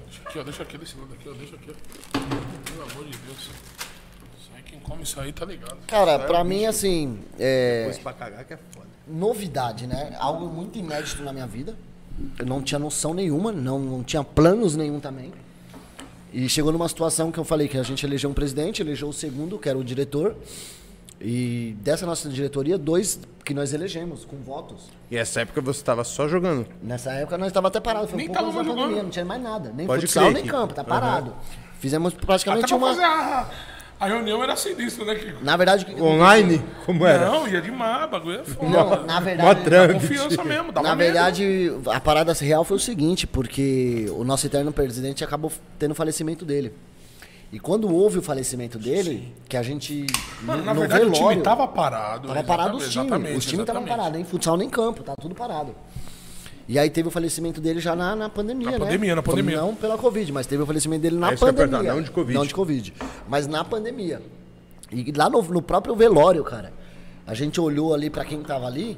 [SPEAKER 3] Deixa aqui, ó, deixa aqui desse lado aqui, ó, deixa aqui, ó. Pelo amor de Deus. Isso aí, quem come isso aí tá ligado.
[SPEAKER 2] Cara, pra mim, assim, é
[SPEAKER 1] velho. Coisa pra cagar que é foda.
[SPEAKER 2] novidade, né? Algo muito inédito na minha vida. Eu não tinha noção nenhuma, não, não tinha planos nenhum também. E chegou numa situação que eu falei que a gente elegeu um presidente, elegeu o segundo, que era o diretor. E dessa nossa diretoria, dois que nós elegemos, com votos.
[SPEAKER 1] E essa época você tava só jogando.
[SPEAKER 2] Nessa época nós estava até parado, foi
[SPEAKER 3] Nem
[SPEAKER 2] um pouco antes
[SPEAKER 3] tava
[SPEAKER 2] da
[SPEAKER 3] mais
[SPEAKER 2] pandemia,
[SPEAKER 3] jogando.
[SPEAKER 2] não tinha mais nada. Nem
[SPEAKER 1] Pode
[SPEAKER 2] futsal,
[SPEAKER 1] crer,
[SPEAKER 2] nem
[SPEAKER 1] Kiko.
[SPEAKER 2] campo, tá
[SPEAKER 1] Aham.
[SPEAKER 2] paramente parado. Fizemos
[SPEAKER 3] Até
[SPEAKER 2] praticamente
[SPEAKER 3] pra
[SPEAKER 2] uma...
[SPEAKER 3] fazer a, a reunião era assim disso, né, Kiko?
[SPEAKER 2] Na verdade,
[SPEAKER 1] Online? Como era?
[SPEAKER 3] Não, tá ia de mar, bagulho é foda.
[SPEAKER 2] não, na
[SPEAKER 1] Mó
[SPEAKER 2] verdade,
[SPEAKER 1] trampo,
[SPEAKER 3] Confiança mesmo, dava
[SPEAKER 2] na
[SPEAKER 3] medo.
[SPEAKER 2] verdade, a parada real foi o seguinte, porque o nosso eterno presidente acabou tendo o falecimento dele. E quando houve o falecimento dele, que a gente
[SPEAKER 3] Mano,
[SPEAKER 2] no-
[SPEAKER 3] na
[SPEAKER 2] no
[SPEAKER 3] verdade o time
[SPEAKER 2] velório-
[SPEAKER 3] tava parado.
[SPEAKER 2] Tava
[SPEAKER 3] exatamente,
[SPEAKER 2] parado os times.
[SPEAKER 3] exatamente,
[SPEAKER 2] Os times estavam
[SPEAKER 3] exatamente.
[SPEAKER 2] parados, nem futsal nem campo, tá tudo parado. E aí teve o falecimento dele já na, na pandemia,
[SPEAKER 3] Na
[SPEAKER 2] né?
[SPEAKER 3] pandemia, na pandemia.
[SPEAKER 2] Não pela Covid, mas teve o falecimento dele na
[SPEAKER 1] É isso que eu ia
[SPEAKER 2] pandemia.
[SPEAKER 1] perguntar, não de Covid.
[SPEAKER 2] Não de Covid. Mas na pandemia. E lá no, no próprio velório, cara, a gente olhou ali pra quem tava ali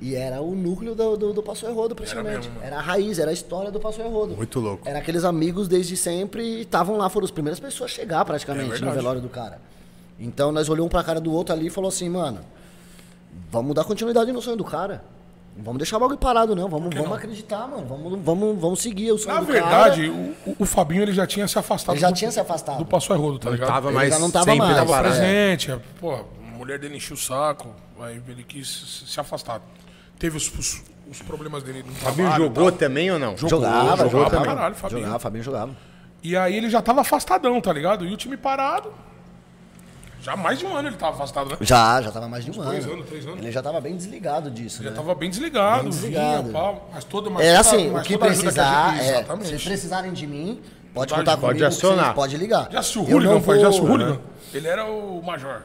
[SPEAKER 2] e era o núcleo do, do, do Passo Errodo, principalmente. Era, a raiz, era a história do Passo Errodo.
[SPEAKER 1] Muito louco.
[SPEAKER 2] Era aqueles amigos desde sempre e estavam lá, foram as primeiras pessoas a chegar
[SPEAKER 1] É
[SPEAKER 2] praticamente no
[SPEAKER 3] verdade.
[SPEAKER 2] velório do cara. Então nós olhamos um pra cara do outro ali e falou assim, mano, Vamos dar continuidade no sonho do cara. Não vamos deixar o bagulho parado, não. Vamos, vamos acreditar, mano. Vamos, vamos, vamos seguir o sonho
[SPEAKER 3] Na
[SPEAKER 2] do
[SPEAKER 3] verdade,
[SPEAKER 2] cara.
[SPEAKER 3] o, o- o Fabinho ele já tinha se afastado
[SPEAKER 2] Ele já
[SPEAKER 3] do,
[SPEAKER 2] tinha se afastado.
[SPEAKER 3] do Passo Errodo, tá ligado?
[SPEAKER 1] Tava,
[SPEAKER 2] Ele
[SPEAKER 1] mas
[SPEAKER 2] já não tava
[SPEAKER 1] sempre
[SPEAKER 2] mais.
[SPEAKER 1] na
[SPEAKER 2] Tava
[SPEAKER 1] parada.
[SPEAKER 3] presente. é, Pô, a mulher dele encheu o saco. Aí ele quis se- se afastar. Teve os, os- os problemas dele no
[SPEAKER 1] Fabinho
[SPEAKER 3] trabalho e
[SPEAKER 1] jogou
[SPEAKER 3] tal.
[SPEAKER 1] também ou não?
[SPEAKER 2] Jogava, jogava,
[SPEAKER 3] jogava pra
[SPEAKER 2] também.
[SPEAKER 3] caralho, Fabinho.
[SPEAKER 2] Jogava, Fabinho jogava.
[SPEAKER 3] E aí ele já tava afastadão, tá ligado? E o time parado. Já há mais de um ano ele tava afastado, né?
[SPEAKER 2] Já, já tava mais de um ano.
[SPEAKER 3] dois anos, três anos.
[SPEAKER 2] Ele já tava bem desligado disso,
[SPEAKER 3] Já
[SPEAKER 2] né?
[SPEAKER 3] tava bem desligado,
[SPEAKER 2] Bem
[SPEAKER 3] vinha,
[SPEAKER 2] desligado.
[SPEAKER 3] pau. Mas toda mas
[SPEAKER 2] É
[SPEAKER 3] toda-
[SPEAKER 2] assim, o
[SPEAKER 3] mas
[SPEAKER 2] que
[SPEAKER 3] toda ajuda
[SPEAKER 2] precisar,
[SPEAKER 3] que a gente-
[SPEAKER 2] é,
[SPEAKER 3] Exatamente.
[SPEAKER 2] se precisarem de mim, pode
[SPEAKER 3] Pode-
[SPEAKER 2] contar
[SPEAKER 1] pode
[SPEAKER 2] comigo, que
[SPEAKER 1] acionar.
[SPEAKER 2] vocês- pode ligar.
[SPEAKER 3] Já se o
[SPEAKER 2] Eu
[SPEAKER 3] Hooligan,
[SPEAKER 2] não
[SPEAKER 3] pai, já se né? o
[SPEAKER 2] vou- né?
[SPEAKER 3] Hooligan. Ele era o Major,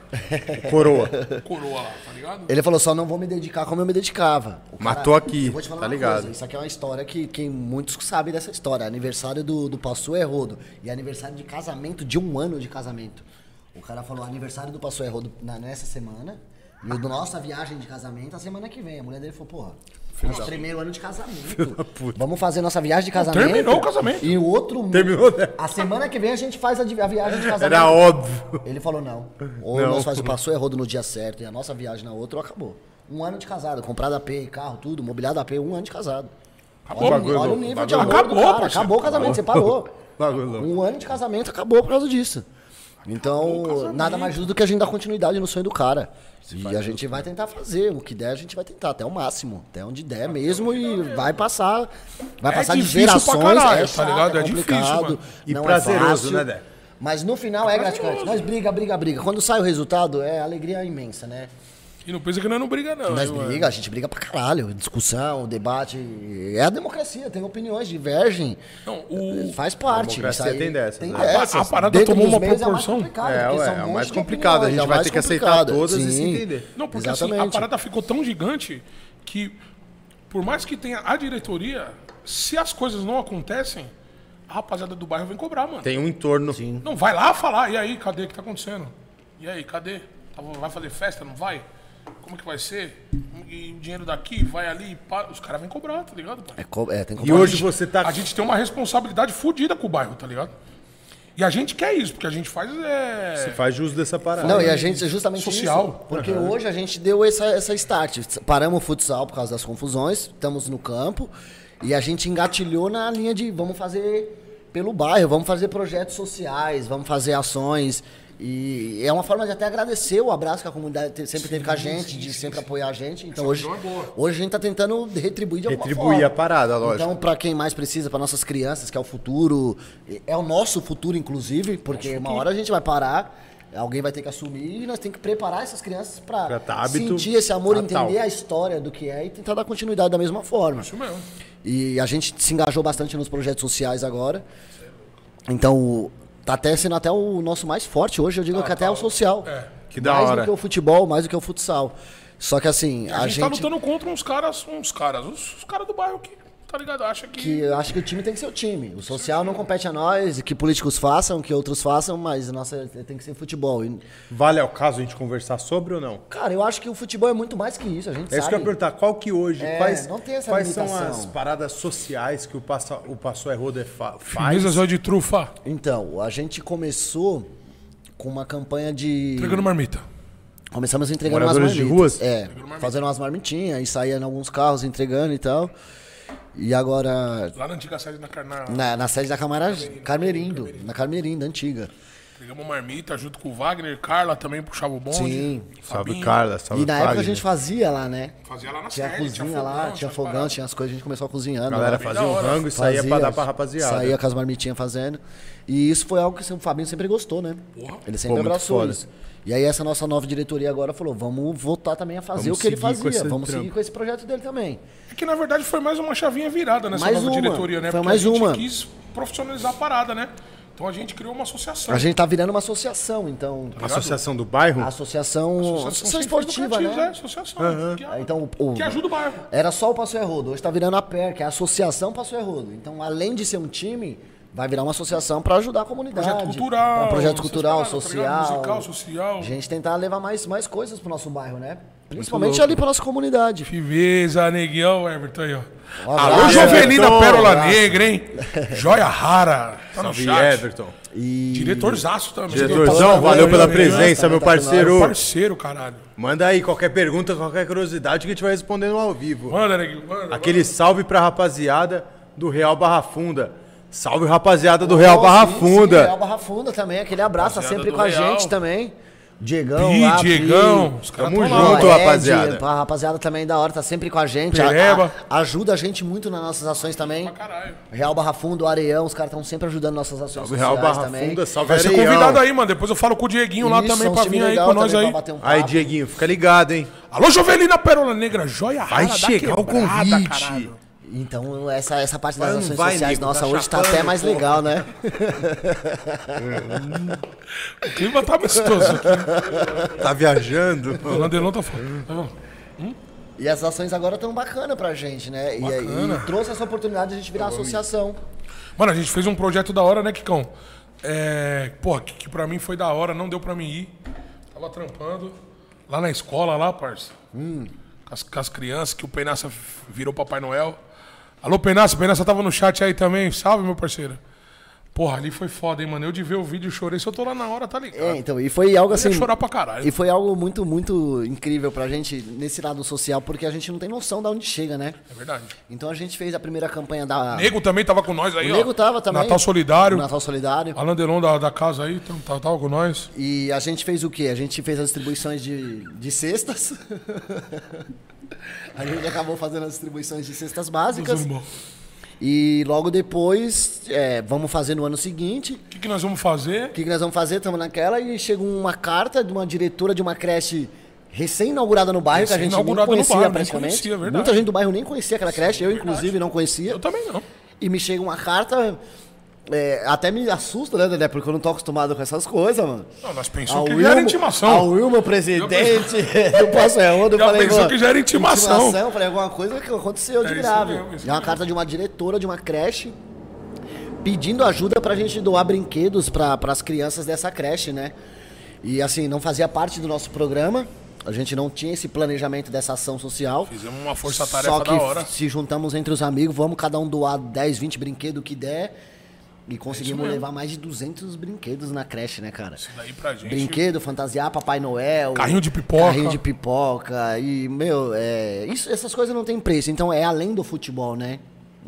[SPEAKER 1] Coroa.
[SPEAKER 3] o coroa lá, tá ligado?
[SPEAKER 2] Ele falou, só não vou me dedicar como eu me dedicava. O
[SPEAKER 1] Matou aqui,
[SPEAKER 2] eu vou te falar
[SPEAKER 1] tá
[SPEAKER 2] uma
[SPEAKER 1] ligado.
[SPEAKER 2] Coisa, isso aqui é uma história que, que muitos sabem dessa história. Aniversário do, do Passo Errodo. E aniversário de casamento, de um ano de casamento. O cara falou, aniversário do Passo Errodo na, nessa semana. E o da nossa viagem de casamento a semana que vem. A mulher dele falou, porra, nosso primeiro ano de casamento. Vamos fazer nossa viagem de casamento.
[SPEAKER 3] terminou o casamento.
[SPEAKER 2] E o outro...
[SPEAKER 1] Terminou, né?
[SPEAKER 2] A semana que vem a gente faz a, de- a viagem de casamento.
[SPEAKER 1] Era óbvio.
[SPEAKER 2] Ele falou não. Ou
[SPEAKER 1] Não.
[SPEAKER 2] nós faz o passou errado no dia certo e a nossa viagem na outra, ou acabou. Um ano de casado, comprado AP, carro, tudo, mobiliado AP, um ano de casado.
[SPEAKER 3] Acabou,
[SPEAKER 2] olha, o-
[SPEAKER 1] bagulho
[SPEAKER 2] olha o
[SPEAKER 1] louco,
[SPEAKER 2] nível
[SPEAKER 1] bagulho
[SPEAKER 2] de amor
[SPEAKER 3] louco.
[SPEAKER 2] do cara.
[SPEAKER 3] Acabou, parceiro.
[SPEAKER 2] Acabou o casamento, separou.
[SPEAKER 1] Bagulho louco.
[SPEAKER 2] Um ano de casamento acabou por causa disso. Então, nada mais justo do que a gente dar continuidade no sonho do cara. E a gente vai tentar fazer, o que der a gente vai tentar, até o máximo, até onde der mesmo e vai passar, vai
[SPEAKER 3] É
[SPEAKER 2] passar de
[SPEAKER 3] difícil pra
[SPEAKER 2] gerações,
[SPEAKER 3] caralho,
[SPEAKER 2] é
[SPEAKER 3] tá
[SPEAKER 2] chato,
[SPEAKER 3] ligado?
[SPEAKER 2] é
[SPEAKER 3] É difícil,
[SPEAKER 2] complicado,
[SPEAKER 3] mano.
[SPEAKER 1] E
[SPEAKER 2] não
[SPEAKER 1] prazeroso,
[SPEAKER 2] é fácil,
[SPEAKER 1] né, Dé?
[SPEAKER 2] Mas no final é, gratificante. Nós briga, briga, briga. Quando sai o resultado, é alegria imensa, né?
[SPEAKER 3] E não pensa que nós não briga, não. é.
[SPEAKER 2] Nós
[SPEAKER 3] hein, mano?
[SPEAKER 2] briga, a gente briga pra caralho. Discussão, debate. É a democracia, tem opiniões, divergem.
[SPEAKER 3] Não, o-
[SPEAKER 2] Faz parte.
[SPEAKER 1] Democracia
[SPEAKER 2] isso aí
[SPEAKER 1] tem dessas, né?
[SPEAKER 3] A parada
[SPEAKER 2] Dentro
[SPEAKER 3] tomou
[SPEAKER 2] dos
[SPEAKER 3] uma
[SPEAKER 2] meios
[SPEAKER 3] proporção.
[SPEAKER 2] É, mais complicado,
[SPEAKER 1] É,
[SPEAKER 2] porque
[SPEAKER 1] ué,
[SPEAKER 2] são
[SPEAKER 1] é
[SPEAKER 2] um
[SPEAKER 1] o
[SPEAKER 2] monte
[SPEAKER 1] mais
[SPEAKER 2] de
[SPEAKER 1] complicado, a
[SPEAKER 2] opiniões,
[SPEAKER 1] gente
[SPEAKER 2] é o
[SPEAKER 1] vai
[SPEAKER 2] mais
[SPEAKER 1] ter que aceitar
[SPEAKER 2] complicado.
[SPEAKER 1] todas e se
[SPEAKER 2] Sim,
[SPEAKER 1] entender.
[SPEAKER 3] Não, porque assim, a
[SPEAKER 2] exatamente.
[SPEAKER 3] parada ficou tão gigante que, por mais que tenha a diretoria, se as coisas não acontecem, a rapaziada do bairro vem cobrar, mano.
[SPEAKER 1] Tem um entorno.
[SPEAKER 3] Não, vai lá falar. E aí, cadê? O que tá acontecendo? E aí, cadê? Tá bom, Vai fazer festa? Não vai? Como que vai ser? E o dinheiro daqui vai ali? pá. Os caras vêm cobrar, tá ligado? pai?
[SPEAKER 2] É co- é, tem
[SPEAKER 1] E
[SPEAKER 2] complicado.
[SPEAKER 1] hoje você tá.
[SPEAKER 3] A gente tem uma responsabilidade fodida com o bairro, tá ligado? E a gente quer isso, porque a gente faz é...
[SPEAKER 1] Você faz uso dessa parada.
[SPEAKER 2] Não, e a gente, é justamente
[SPEAKER 3] Social.
[SPEAKER 2] isso. Porque hoje a gente deu essa, essa start. Paramos o futsal por causa das confusões, estamos no campo e a gente engatilhou na linha de vamos fazer pelo bairro, vamos fazer projetos sociais, vamos fazer ações. E é uma forma de até agradecer o abraço que a comunidade te- sempre teve com a gente, de sempre apoiar a gente. Então hoje, hoje a gente está tentando retribuir de alguma
[SPEAKER 1] Retribuir
[SPEAKER 2] forma.
[SPEAKER 1] a parada, lógico.
[SPEAKER 2] Então, para quem mais precisa, para nossas crianças, que é o futuro, é o nosso futuro, inclusive, porque uma hora a gente vai parar, alguém vai ter que assumir e nós temos que preparar essas crianças
[SPEAKER 1] Pra
[SPEAKER 2] para
[SPEAKER 1] tá hábito
[SPEAKER 2] sentir esse amor,
[SPEAKER 1] natal.
[SPEAKER 2] entender a história do que é e tentar dar continuidade da mesma forma.
[SPEAKER 3] Isso mesmo.
[SPEAKER 2] E a gente se engajou bastante nos projetos sociais agora. Então, tá até sendo até o nosso mais forte hoje, eu
[SPEAKER 3] Ah,
[SPEAKER 2] digo que até
[SPEAKER 3] tá.
[SPEAKER 2] é o social.
[SPEAKER 1] Que da
[SPEAKER 2] mais
[SPEAKER 1] hora.
[SPEAKER 2] do que o futebol, mais do que o futsal. Só que assim,
[SPEAKER 3] A, gente, tá lutando contra uns caras, uns caras, os, os caras do bairro que, tá ligado? Acha que.
[SPEAKER 2] que eu acho que o time tem que ser o time. O social não compete a nós, que políticos façam, que outros façam, mas nossa tem que ser futebol. E,
[SPEAKER 1] Vale ao caso a gente conversar sobre ou não?
[SPEAKER 2] cara, eu acho que o futebol é muito mais que isso, a gente
[SPEAKER 1] É isso que eu ia
[SPEAKER 2] sabe.
[SPEAKER 1] perguntar. Qual que hoje,
[SPEAKER 2] É,
[SPEAKER 1] quais,
[SPEAKER 2] não tem essa
[SPEAKER 1] quais são
[SPEAKER 2] limitação.
[SPEAKER 1] as paradas sociais que o Passa- o Passou Errodo é fa faz?
[SPEAKER 3] Mesas de trufa,
[SPEAKER 2] então, a gente começou com uma campanha de
[SPEAKER 3] entregando marmita.
[SPEAKER 2] começamos entregando umas
[SPEAKER 1] Moradores
[SPEAKER 2] marmitas.
[SPEAKER 1] de ruas?
[SPEAKER 2] É, fazendo umas marmitinhas e saía em alguns carros entregando e tal. E agora
[SPEAKER 3] Lá na antiga sede da Carnal.
[SPEAKER 2] na, na sede da Camara Carmerindo, na Carmerindo antiga.
[SPEAKER 3] Entregamos marmita junto com o Wagner, Carla também puxava o bonde.
[SPEAKER 2] Sim.
[SPEAKER 1] Salve,
[SPEAKER 3] Fabinho.
[SPEAKER 1] Carla. Salve,
[SPEAKER 2] E na época a
[SPEAKER 1] Fagner.
[SPEAKER 2] gente fazia lá, né?
[SPEAKER 3] Fazia lá na
[SPEAKER 2] Tinha a
[SPEAKER 3] sede,
[SPEAKER 2] cozinha lá, tinha
[SPEAKER 3] as
[SPEAKER 2] fogão,
[SPEAKER 3] paradas.
[SPEAKER 2] tinha as coisas, a gente começou a né? cozinhando.
[SPEAKER 1] A galera
[SPEAKER 2] lá.
[SPEAKER 1] fazia um
[SPEAKER 3] Da hora.
[SPEAKER 1] rango e saía pra
[SPEAKER 2] Fazia,
[SPEAKER 1] dar pra rapaziada.
[SPEAKER 2] Saía com as marmitinhas fazendo. E isso foi algo que o Fabinho sempre gostou, né?
[SPEAKER 3] Porra.
[SPEAKER 2] Ele
[SPEAKER 1] Pô,
[SPEAKER 2] sempre
[SPEAKER 1] muito
[SPEAKER 2] abraçou
[SPEAKER 1] foda.
[SPEAKER 2] isso. E aí essa nossa nova diretoria agora falou, vamos voltar também a fazer
[SPEAKER 1] Vamos
[SPEAKER 2] o que ele
[SPEAKER 1] seguir com
[SPEAKER 2] fazia.
[SPEAKER 1] esse
[SPEAKER 2] Vamos
[SPEAKER 1] trampo.
[SPEAKER 2] seguir com esse projeto dele também.
[SPEAKER 3] É que na verdade foi mais uma chavinha virada nessa
[SPEAKER 2] Mais
[SPEAKER 3] nova
[SPEAKER 2] uma.
[SPEAKER 3] diretoria, né?
[SPEAKER 2] Foi
[SPEAKER 3] Porque
[SPEAKER 2] mais
[SPEAKER 3] a gente
[SPEAKER 2] uma.
[SPEAKER 3] quis profissionalizar a parada, né? Então a gente criou uma associação.
[SPEAKER 2] A gente tá virando uma associação, então...
[SPEAKER 1] Associação do bairro?
[SPEAKER 2] A associação, associação
[SPEAKER 3] Associação
[SPEAKER 2] esportiva,
[SPEAKER 3] educativa,
[SPEAKER 2] né?
[SPEAKER 3] é, associação. Que, a-
[SPEAKER 2] Então, o-
[SPEAKER 3] que ajuda o bairro.
[SPEAKER 2] Era só o Passo Errodo, hoje tá virando a PER, que é a Associação Passo Errodo. Então, além de ser um time, Vai virar uma associação para ajudar a comunidade.
[SPEAKER 3] Projeto cultural,
[SPEAKER 2] Pra projeto
[SPEAKER 3] essas
[SPEAKER 2] cultural,
[SPEAKER 3] paradas, tá ligado?
[SPEAKER 2] social.
[SPEAKER 3] Musical, social.
[SPEAKER 2] A gente tentar levar mais, mais coisas pro nosso bairro, né? Principalmente ali pra nossa comunidade.
[SPEAKER 3] Firmeza, neguinho, Everton aí, ó.
[SPEAKER 2] Um
[SPEAKER 3] Alô,
[SPEAKER 2] abraço,
[SPEAKER 3] Jovelina
[SPEAKER 1] Everton.
[SPEAKER 3] Pérola
[SPEAKER 1] Abraço.
[SPEAKER 3] Negra, hein? Joia rara. Tá no
[SPEAKER 1] Salve,
[SPEAKER 3] chat.
[SPEAKER 1] Everton.
[SPEAKER 2] E
[SPEAKER 3] Diretorzaço também. é um
[SPEAKER 1] Diretorzão, valeu pela presença, meu parceiro.
[SPEAKER 3] Parceiro, caralho.
[SPEAKER 1] Manda aí qualquer pergunta, qualquer curiosidade que a gente vai respondendo ao vivo.
[SPEAKER 3] Manda, neguinho, manda.
[SPEAKER 1] Aquele salve pra rapaziada do Real Barra Funda. Salve, rapaziada do Real Barra
[SPEAKER 2] Sim, sim, Real
[SPEAKER 1] Funda.
[SPEAKER 2] Barra Funda também, aquele abraço, tá sempre
[SPEAKER 5] do
[SPEAKER 2] com a
[SPEAKER 5] Real.
[SPEAKER 2] gente também. Diegão,
[SPEAKER 3] Pi,
[SPEAKER 2] lá, Pi.
[SPEAKER 3] Diegão. Os caras
[SPEAKER 1] Tamo
[SPEAKER 3] tão lá.
[SPEAKER 1] junto,
[SPEAKER 2] Ó,
[SPEAKER 1] rapaziada.
[SPEAKER 2] Ed, A rapaziada também da hora, tá sempre com a gente. A-
[SPEAKER 3] Pereba.
[SPEAKER 2] a- ajuda a gente muito nas nossas ações também.
[SPEAKER 3] Caralho.
[SPEAKER 2] Real Barra Fundo, Areião, os caras estão sempre ajudando nossas ações
[SPEAKER 1] Salve, Real
[SPEAKER 2] sociais
[SPEAKER 1] Barra
[SPEAKER 2] também.
[SPEAKER 1] Funda, salve
[SPEAKER 3] Vai ser
[SPEAKER 1] Areião.
[SPEAKER 3] convidado aí, mano. Depois eu falo com o Dieguinho lá
[SPEAKER 2] Isso, é
[SPEAKER 3] também
[SPEAKER 2] um
[SPEAKER 3] pra
[SPEAKER 2] time
[SPEAKER 3] vir aí
[SPEAKER 2] legal
[SPEAKER 3] com nós
[SPEAKER 2] também
[SPEAKER 3] aí.
[SPEAKER 2] pra bater um
[SPEAKER 1] Aí,
[SPEAKER 2] papo.
[SPEAKER 1] Dieguinho, fica ligado, hein?
[SPEAKER 3] Alô, Jovelina Pérola Negra, joia rara.
[SPEAKER 1] Vai
[SPEAKER 3] da
[SPEAKER 1] chegar o
[SPEAKER 3] quebrada,
[SPEAKER 1] convite.
[SPEAKER 3] caralho.
[SPEAKER 2] Então, essa, essa parte das
[SPEAKER 1] Mas não
[SPEAKER 2] ações
[SPEAKER 1] vai,
[SPEAKER 2] sociais
[SPEAKER 1] nego,
[SPEAKER 2] nossa
[SPEAKER 1] tá
[SPEAKER 2] hoje tá
[SPEAKER 1] chapando,
[SPEAKER 2] até mais
[SPEAKER 1] porra.
[SPEAKER 2] legal, né?
[SPEAKER 3] O clima tá amistoso aqui.
[SPEAKER 1] Tá viajando?
[SPEAKER 3] O Landelon tá foda. Tá bom.
[SPEAKER 2] E as ações agora estão bacana pra gente, né? E, e trouxe essa oportunidade de a gente virar associação.
[SPEAKER 3] Mano, a gente fez um projeto da hora, né, Kikão? É, porra, que, que pra mim foi da hora, não deu pra mim ir. Tava trampando lá na escola, lá, parça.
[SPEAKER 2] Hum.
[SPEAKER 3] Com, as, com as crianças, que o Penaça f- virou Papai Noel. Alô, Penaça, o Penaça tava no chat aí também. Salve, meu parceiro. Porra, ali foi foda, hein, mano. Eu de ver o vídeo chorei. Se eu tô lá na hora, tá ligado?
[SPEAKER 2] É, então, e foi algo assim.
[SPEAKER 3] ia chorar pra caralho.
[SPEAKER 2] E foi algo muito, muito incrível pra gente nesse lado social, porque a gente não tem noção de onde chega, né?
[SPEAKER 3] É verdade.
[SPEAKER 2] Então a gente fez a primeira campanha da.
[SPEAKER 3] Nego também tava com nós aí,
[SPEAKER 2] o
[SPEAKER 3] ó.
[SPEAKER 2] Nego tava também.
[SPEAKER 3] Natal Solidário.
[SPEAKER 2] Natal Solidário.
[SPEAKER 3] Alan Delon da, da casa aí, tam- tava, tava com nós.
[SPEAKER 2] E a gente fez o quê? A gente fez as distribuições de, de cestas. a gente acabou fazendo as distribuições de cestas básicas.
[SPEAKER 3] Zumbo.
[SPEAKER 2] E logo depois, é, vamos fazer no ano seguinte.
[SPEAKER 3] O que, que nós vamos fazer?
[SPEAKER 2] O que, que nós vamos fazer? Estamos naquela e chega uma carta de uma diretora de uma creche recém-inaugurada no bairro, que a gente nem
[SPEAKER 3] Recém-inaugurada no
[SPEAKER 2] conhecia
[SPEAKER 3] bairro, nem
[SPEAKER 2] praticamente.
[SPEAKER 3] conhecia, é verdade.
[SPEAKER 2] Muita gente do bairro nem conhecia aquela creche, eu inclusive não conhecia.
[SPEAKER 3] Eu também não.
[SPEAKER 2] E me chega uma carta. é, até me assusta, né, Dedé? Porque eu não tô acostumado com essas coisas, mano.
[SPEAKER 3] Não, nós
[SPEAKER 2] A
[SPEAKER 3] pensamos que já era intimação.
[SPEAKER 2] a Wilma, presidente do Passo Redondo, eu
[SPEAKER 3] Já
[SPEAKER 2] falei,
[SPEAKER 3] pensou
[SPEAKER 2] mano,
[SPEAKER 3] que já era intimação.
[SPEAKER 2] Eu falei, alguma coisa que aconteceu de
[SPEAKER 3] É isso
[SPEAKER 2] grave.
[SPEAKER 3] mesmo, isso
[SPEAKER 2] é uma
[SPEAKER 3] mesmo.
[SPEAKER 2] carta de uma diretora de uma creche pedindo ajuda pra gente doar brinquedos pra as crianças dessa creche, né? E assim, não fazia parte do nosso programa. A gente não tinha esse planejamento dessa ação social.
[SPEAKER 3] Fizemos uma força-tarefa
[SPEAKER 2] Só que
[SPEAKER 3] da hora.
[SPEAKER 2] se juntamos entre os amigos, vamos cada um doar 10, 20 brinquedos que der. E conseguimos levar mais de 200 brinquedos na creche, né, cara?
[SPEAKER 3] Daí pra gente.
[SPEAKER 2] Brinquedo, fantasiar, Papai Noel.
[SPEAKER 3] Carrinho de pipoca.
[SPEAKER 2] Carrinho de pipoca. E, meu, é, isso, essas coisas não tem preço. Então, é além do futebol, né?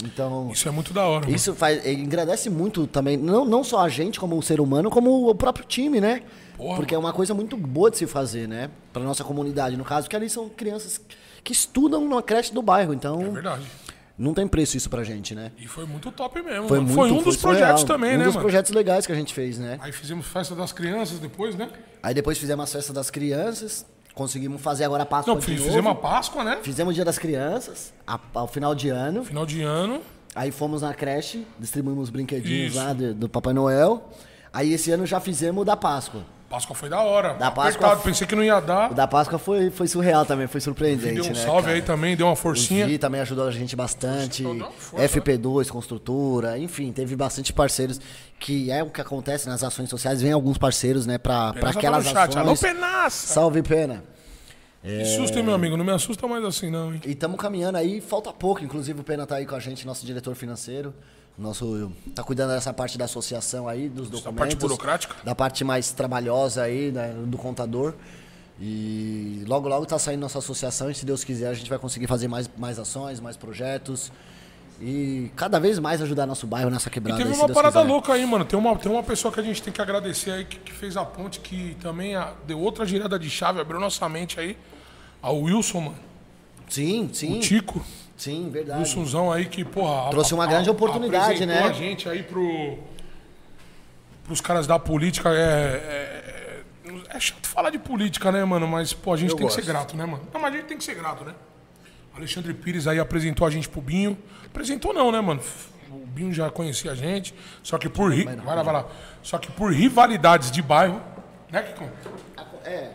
[SPEAKER 2] Então,
[SPEAKER 3] Isso é muito da hora.
[SPEAKER 2] isso faz, engrandece muito também. Não, não só a gente como o ser humano, como o próprio time, né?
[SPEAKER 3] Porra,
[SPEAKER 2] Porque é uma coisa muito boa de se fazer, né? Pra nossa comunidade, no caso. Porque ali são crianças que estudam na creche do bairro.
[SPEAKER 3] mano. É
[SPEAKER 2] Então,
[SPEAKER 3] verdade.
[SPEAKER 2] não tem preço isso pra gente, né?
[SPEAKER 3] E foi muito top mesmo.
[SPEAKER 2] Foi,
[SPEAKER 3] mano.
[SPEAKER 2] muito,
[SPEAKER 3] foi um dos projetos
[SPEAKER 2] surreal.
[SPEAKER 3] também,
[SPEAKER 2] um
[SPEAKER 3] né,
[SPEAKER 2] dos
[SPEAKER 3] mano?
[SPEAKER 2] projetos legais que a gente fez, né?
[SPEAKER 3] Aí fizemos festa das crianças depois, né?
[SPEAKER 2] Aí depois fizemos a festa das crianças, conseguimos fazer agora a Páscoa
[SPEAKER 3] Não,
[SPEAKER 2] de
[SPEAKER 3] fiz-
[SPEAKER 2] novo.
[SPEAKER 3] fizemos a Páscoa, né?
[SPEAKER 2] Fizemos o Dia das Crianças, a- ao final de ano.
[SPEAKER 3] Final de ano.
[SPEAKER 2] Aí fomos na creche, distribuímos os brinquedinhos
[SPEAKER 3] Isso.
[SPEAKER 2] lá de- do Papai Noel. Aí esse ano já fizemos o da Páscoa.
[SPEAKER 3] Páscoa foi da hora.
[SPEAKER 2] Da Páscoa-
[SPEAKER 3] Apertado, pensei que não ia dar.
[SPEAKER 2] O da Páscoa foi, foi surreal também, foi surpreendente,
[SPEAKER 3] Deu um
[SPEAKER 2] né?
[SPEAKER 3] salve
[SPEAKER 2] cara?
[SPEAKER 3] aí é. também, deu uma forcinha.
[SPEAKER 2] O Vi também ajudou a gente bastante.
[SPEAKER 3] Não, foi,
[SPEAKER 2] FP2, construtora, enfim, teve bastante parceiros que é o que acontece nas ações sociais. Vem alguns parceiros, né, pra, pra
[SPEAKER 3] Penaça tá
[SPEAKER 2] aquelas
[SPEAKER 3] no chat.
[SPEAKER 2] ações. É.
[SPEAKER 3] Alô, Penaça!
[SPEAKER 2] Salve, Pena.
[SPEAKER 3] Que susto, hein, meu amigo? Não me assusta mais assim, não, hein?
[SPEAKER 2] E estamos caminhando aí, falta pouco. Inclusive o Pena tá aí com a gente, nosso diretor financeiro. Nosso. tá cuidando dessa parte da associação aí, dos documentos.
[SPEAKER 3] parte burocrática.
[SPEAKER 2] Da parte mais trabalhosa aí, né, do contador. E logo, logo tá saindo nossa associação e se Deus quiser a gente vai conseguir fazer mais, mais ações, mais projetos. E cada vez mais ajudar nosso bairro nessa
[SPEAKER 3] E
[SPEAKER 2] quebrada.
[SPEAKER 3] teve
[SPEAKER 2] aí, Ah, se
[SPEAKER 3] uma
[SPEAKER 2] Deus
[SPEAKER 3] parada
[SPEAKER 2] quiser.
[SPEAKER 3] louca aí, mano. Tem uma, tem uma pessoa que a gente tem que agradecer aí, que, que fez a ponte, que também a- deu outra girada de chave, abriu nossa mente aí. Ao Wilson, mano.
[SPEAKER 2] Sim, sim.
[SPEAKER 3] Tico.
[SPEAKER 2] Sim, verdade.
[SPEAKER 3] Wilsonzão aí que, porra.
[SPEAKER 2] Trouxe uma grande oportunidade,
[SPEAKER 3] apresentou
[SPEAKER 2] né?
[SPEAKER 3] a gente aí pro, pros caras da política. É, é, é chato falar de política, né, mano? Mas, pô, a gente tem que ser grato, né, mano? Não, mas a gente tem que ser grato, né? Alexandre Pires aí apresentou a gente pro Binho. Apresentou não, né, mano? O Binho já conhecia a gente. Só que por. Ri... Vai lá, vai lá. Só que por rivalidades de bairro, né, Kikon?
[SPEAKER 2] É.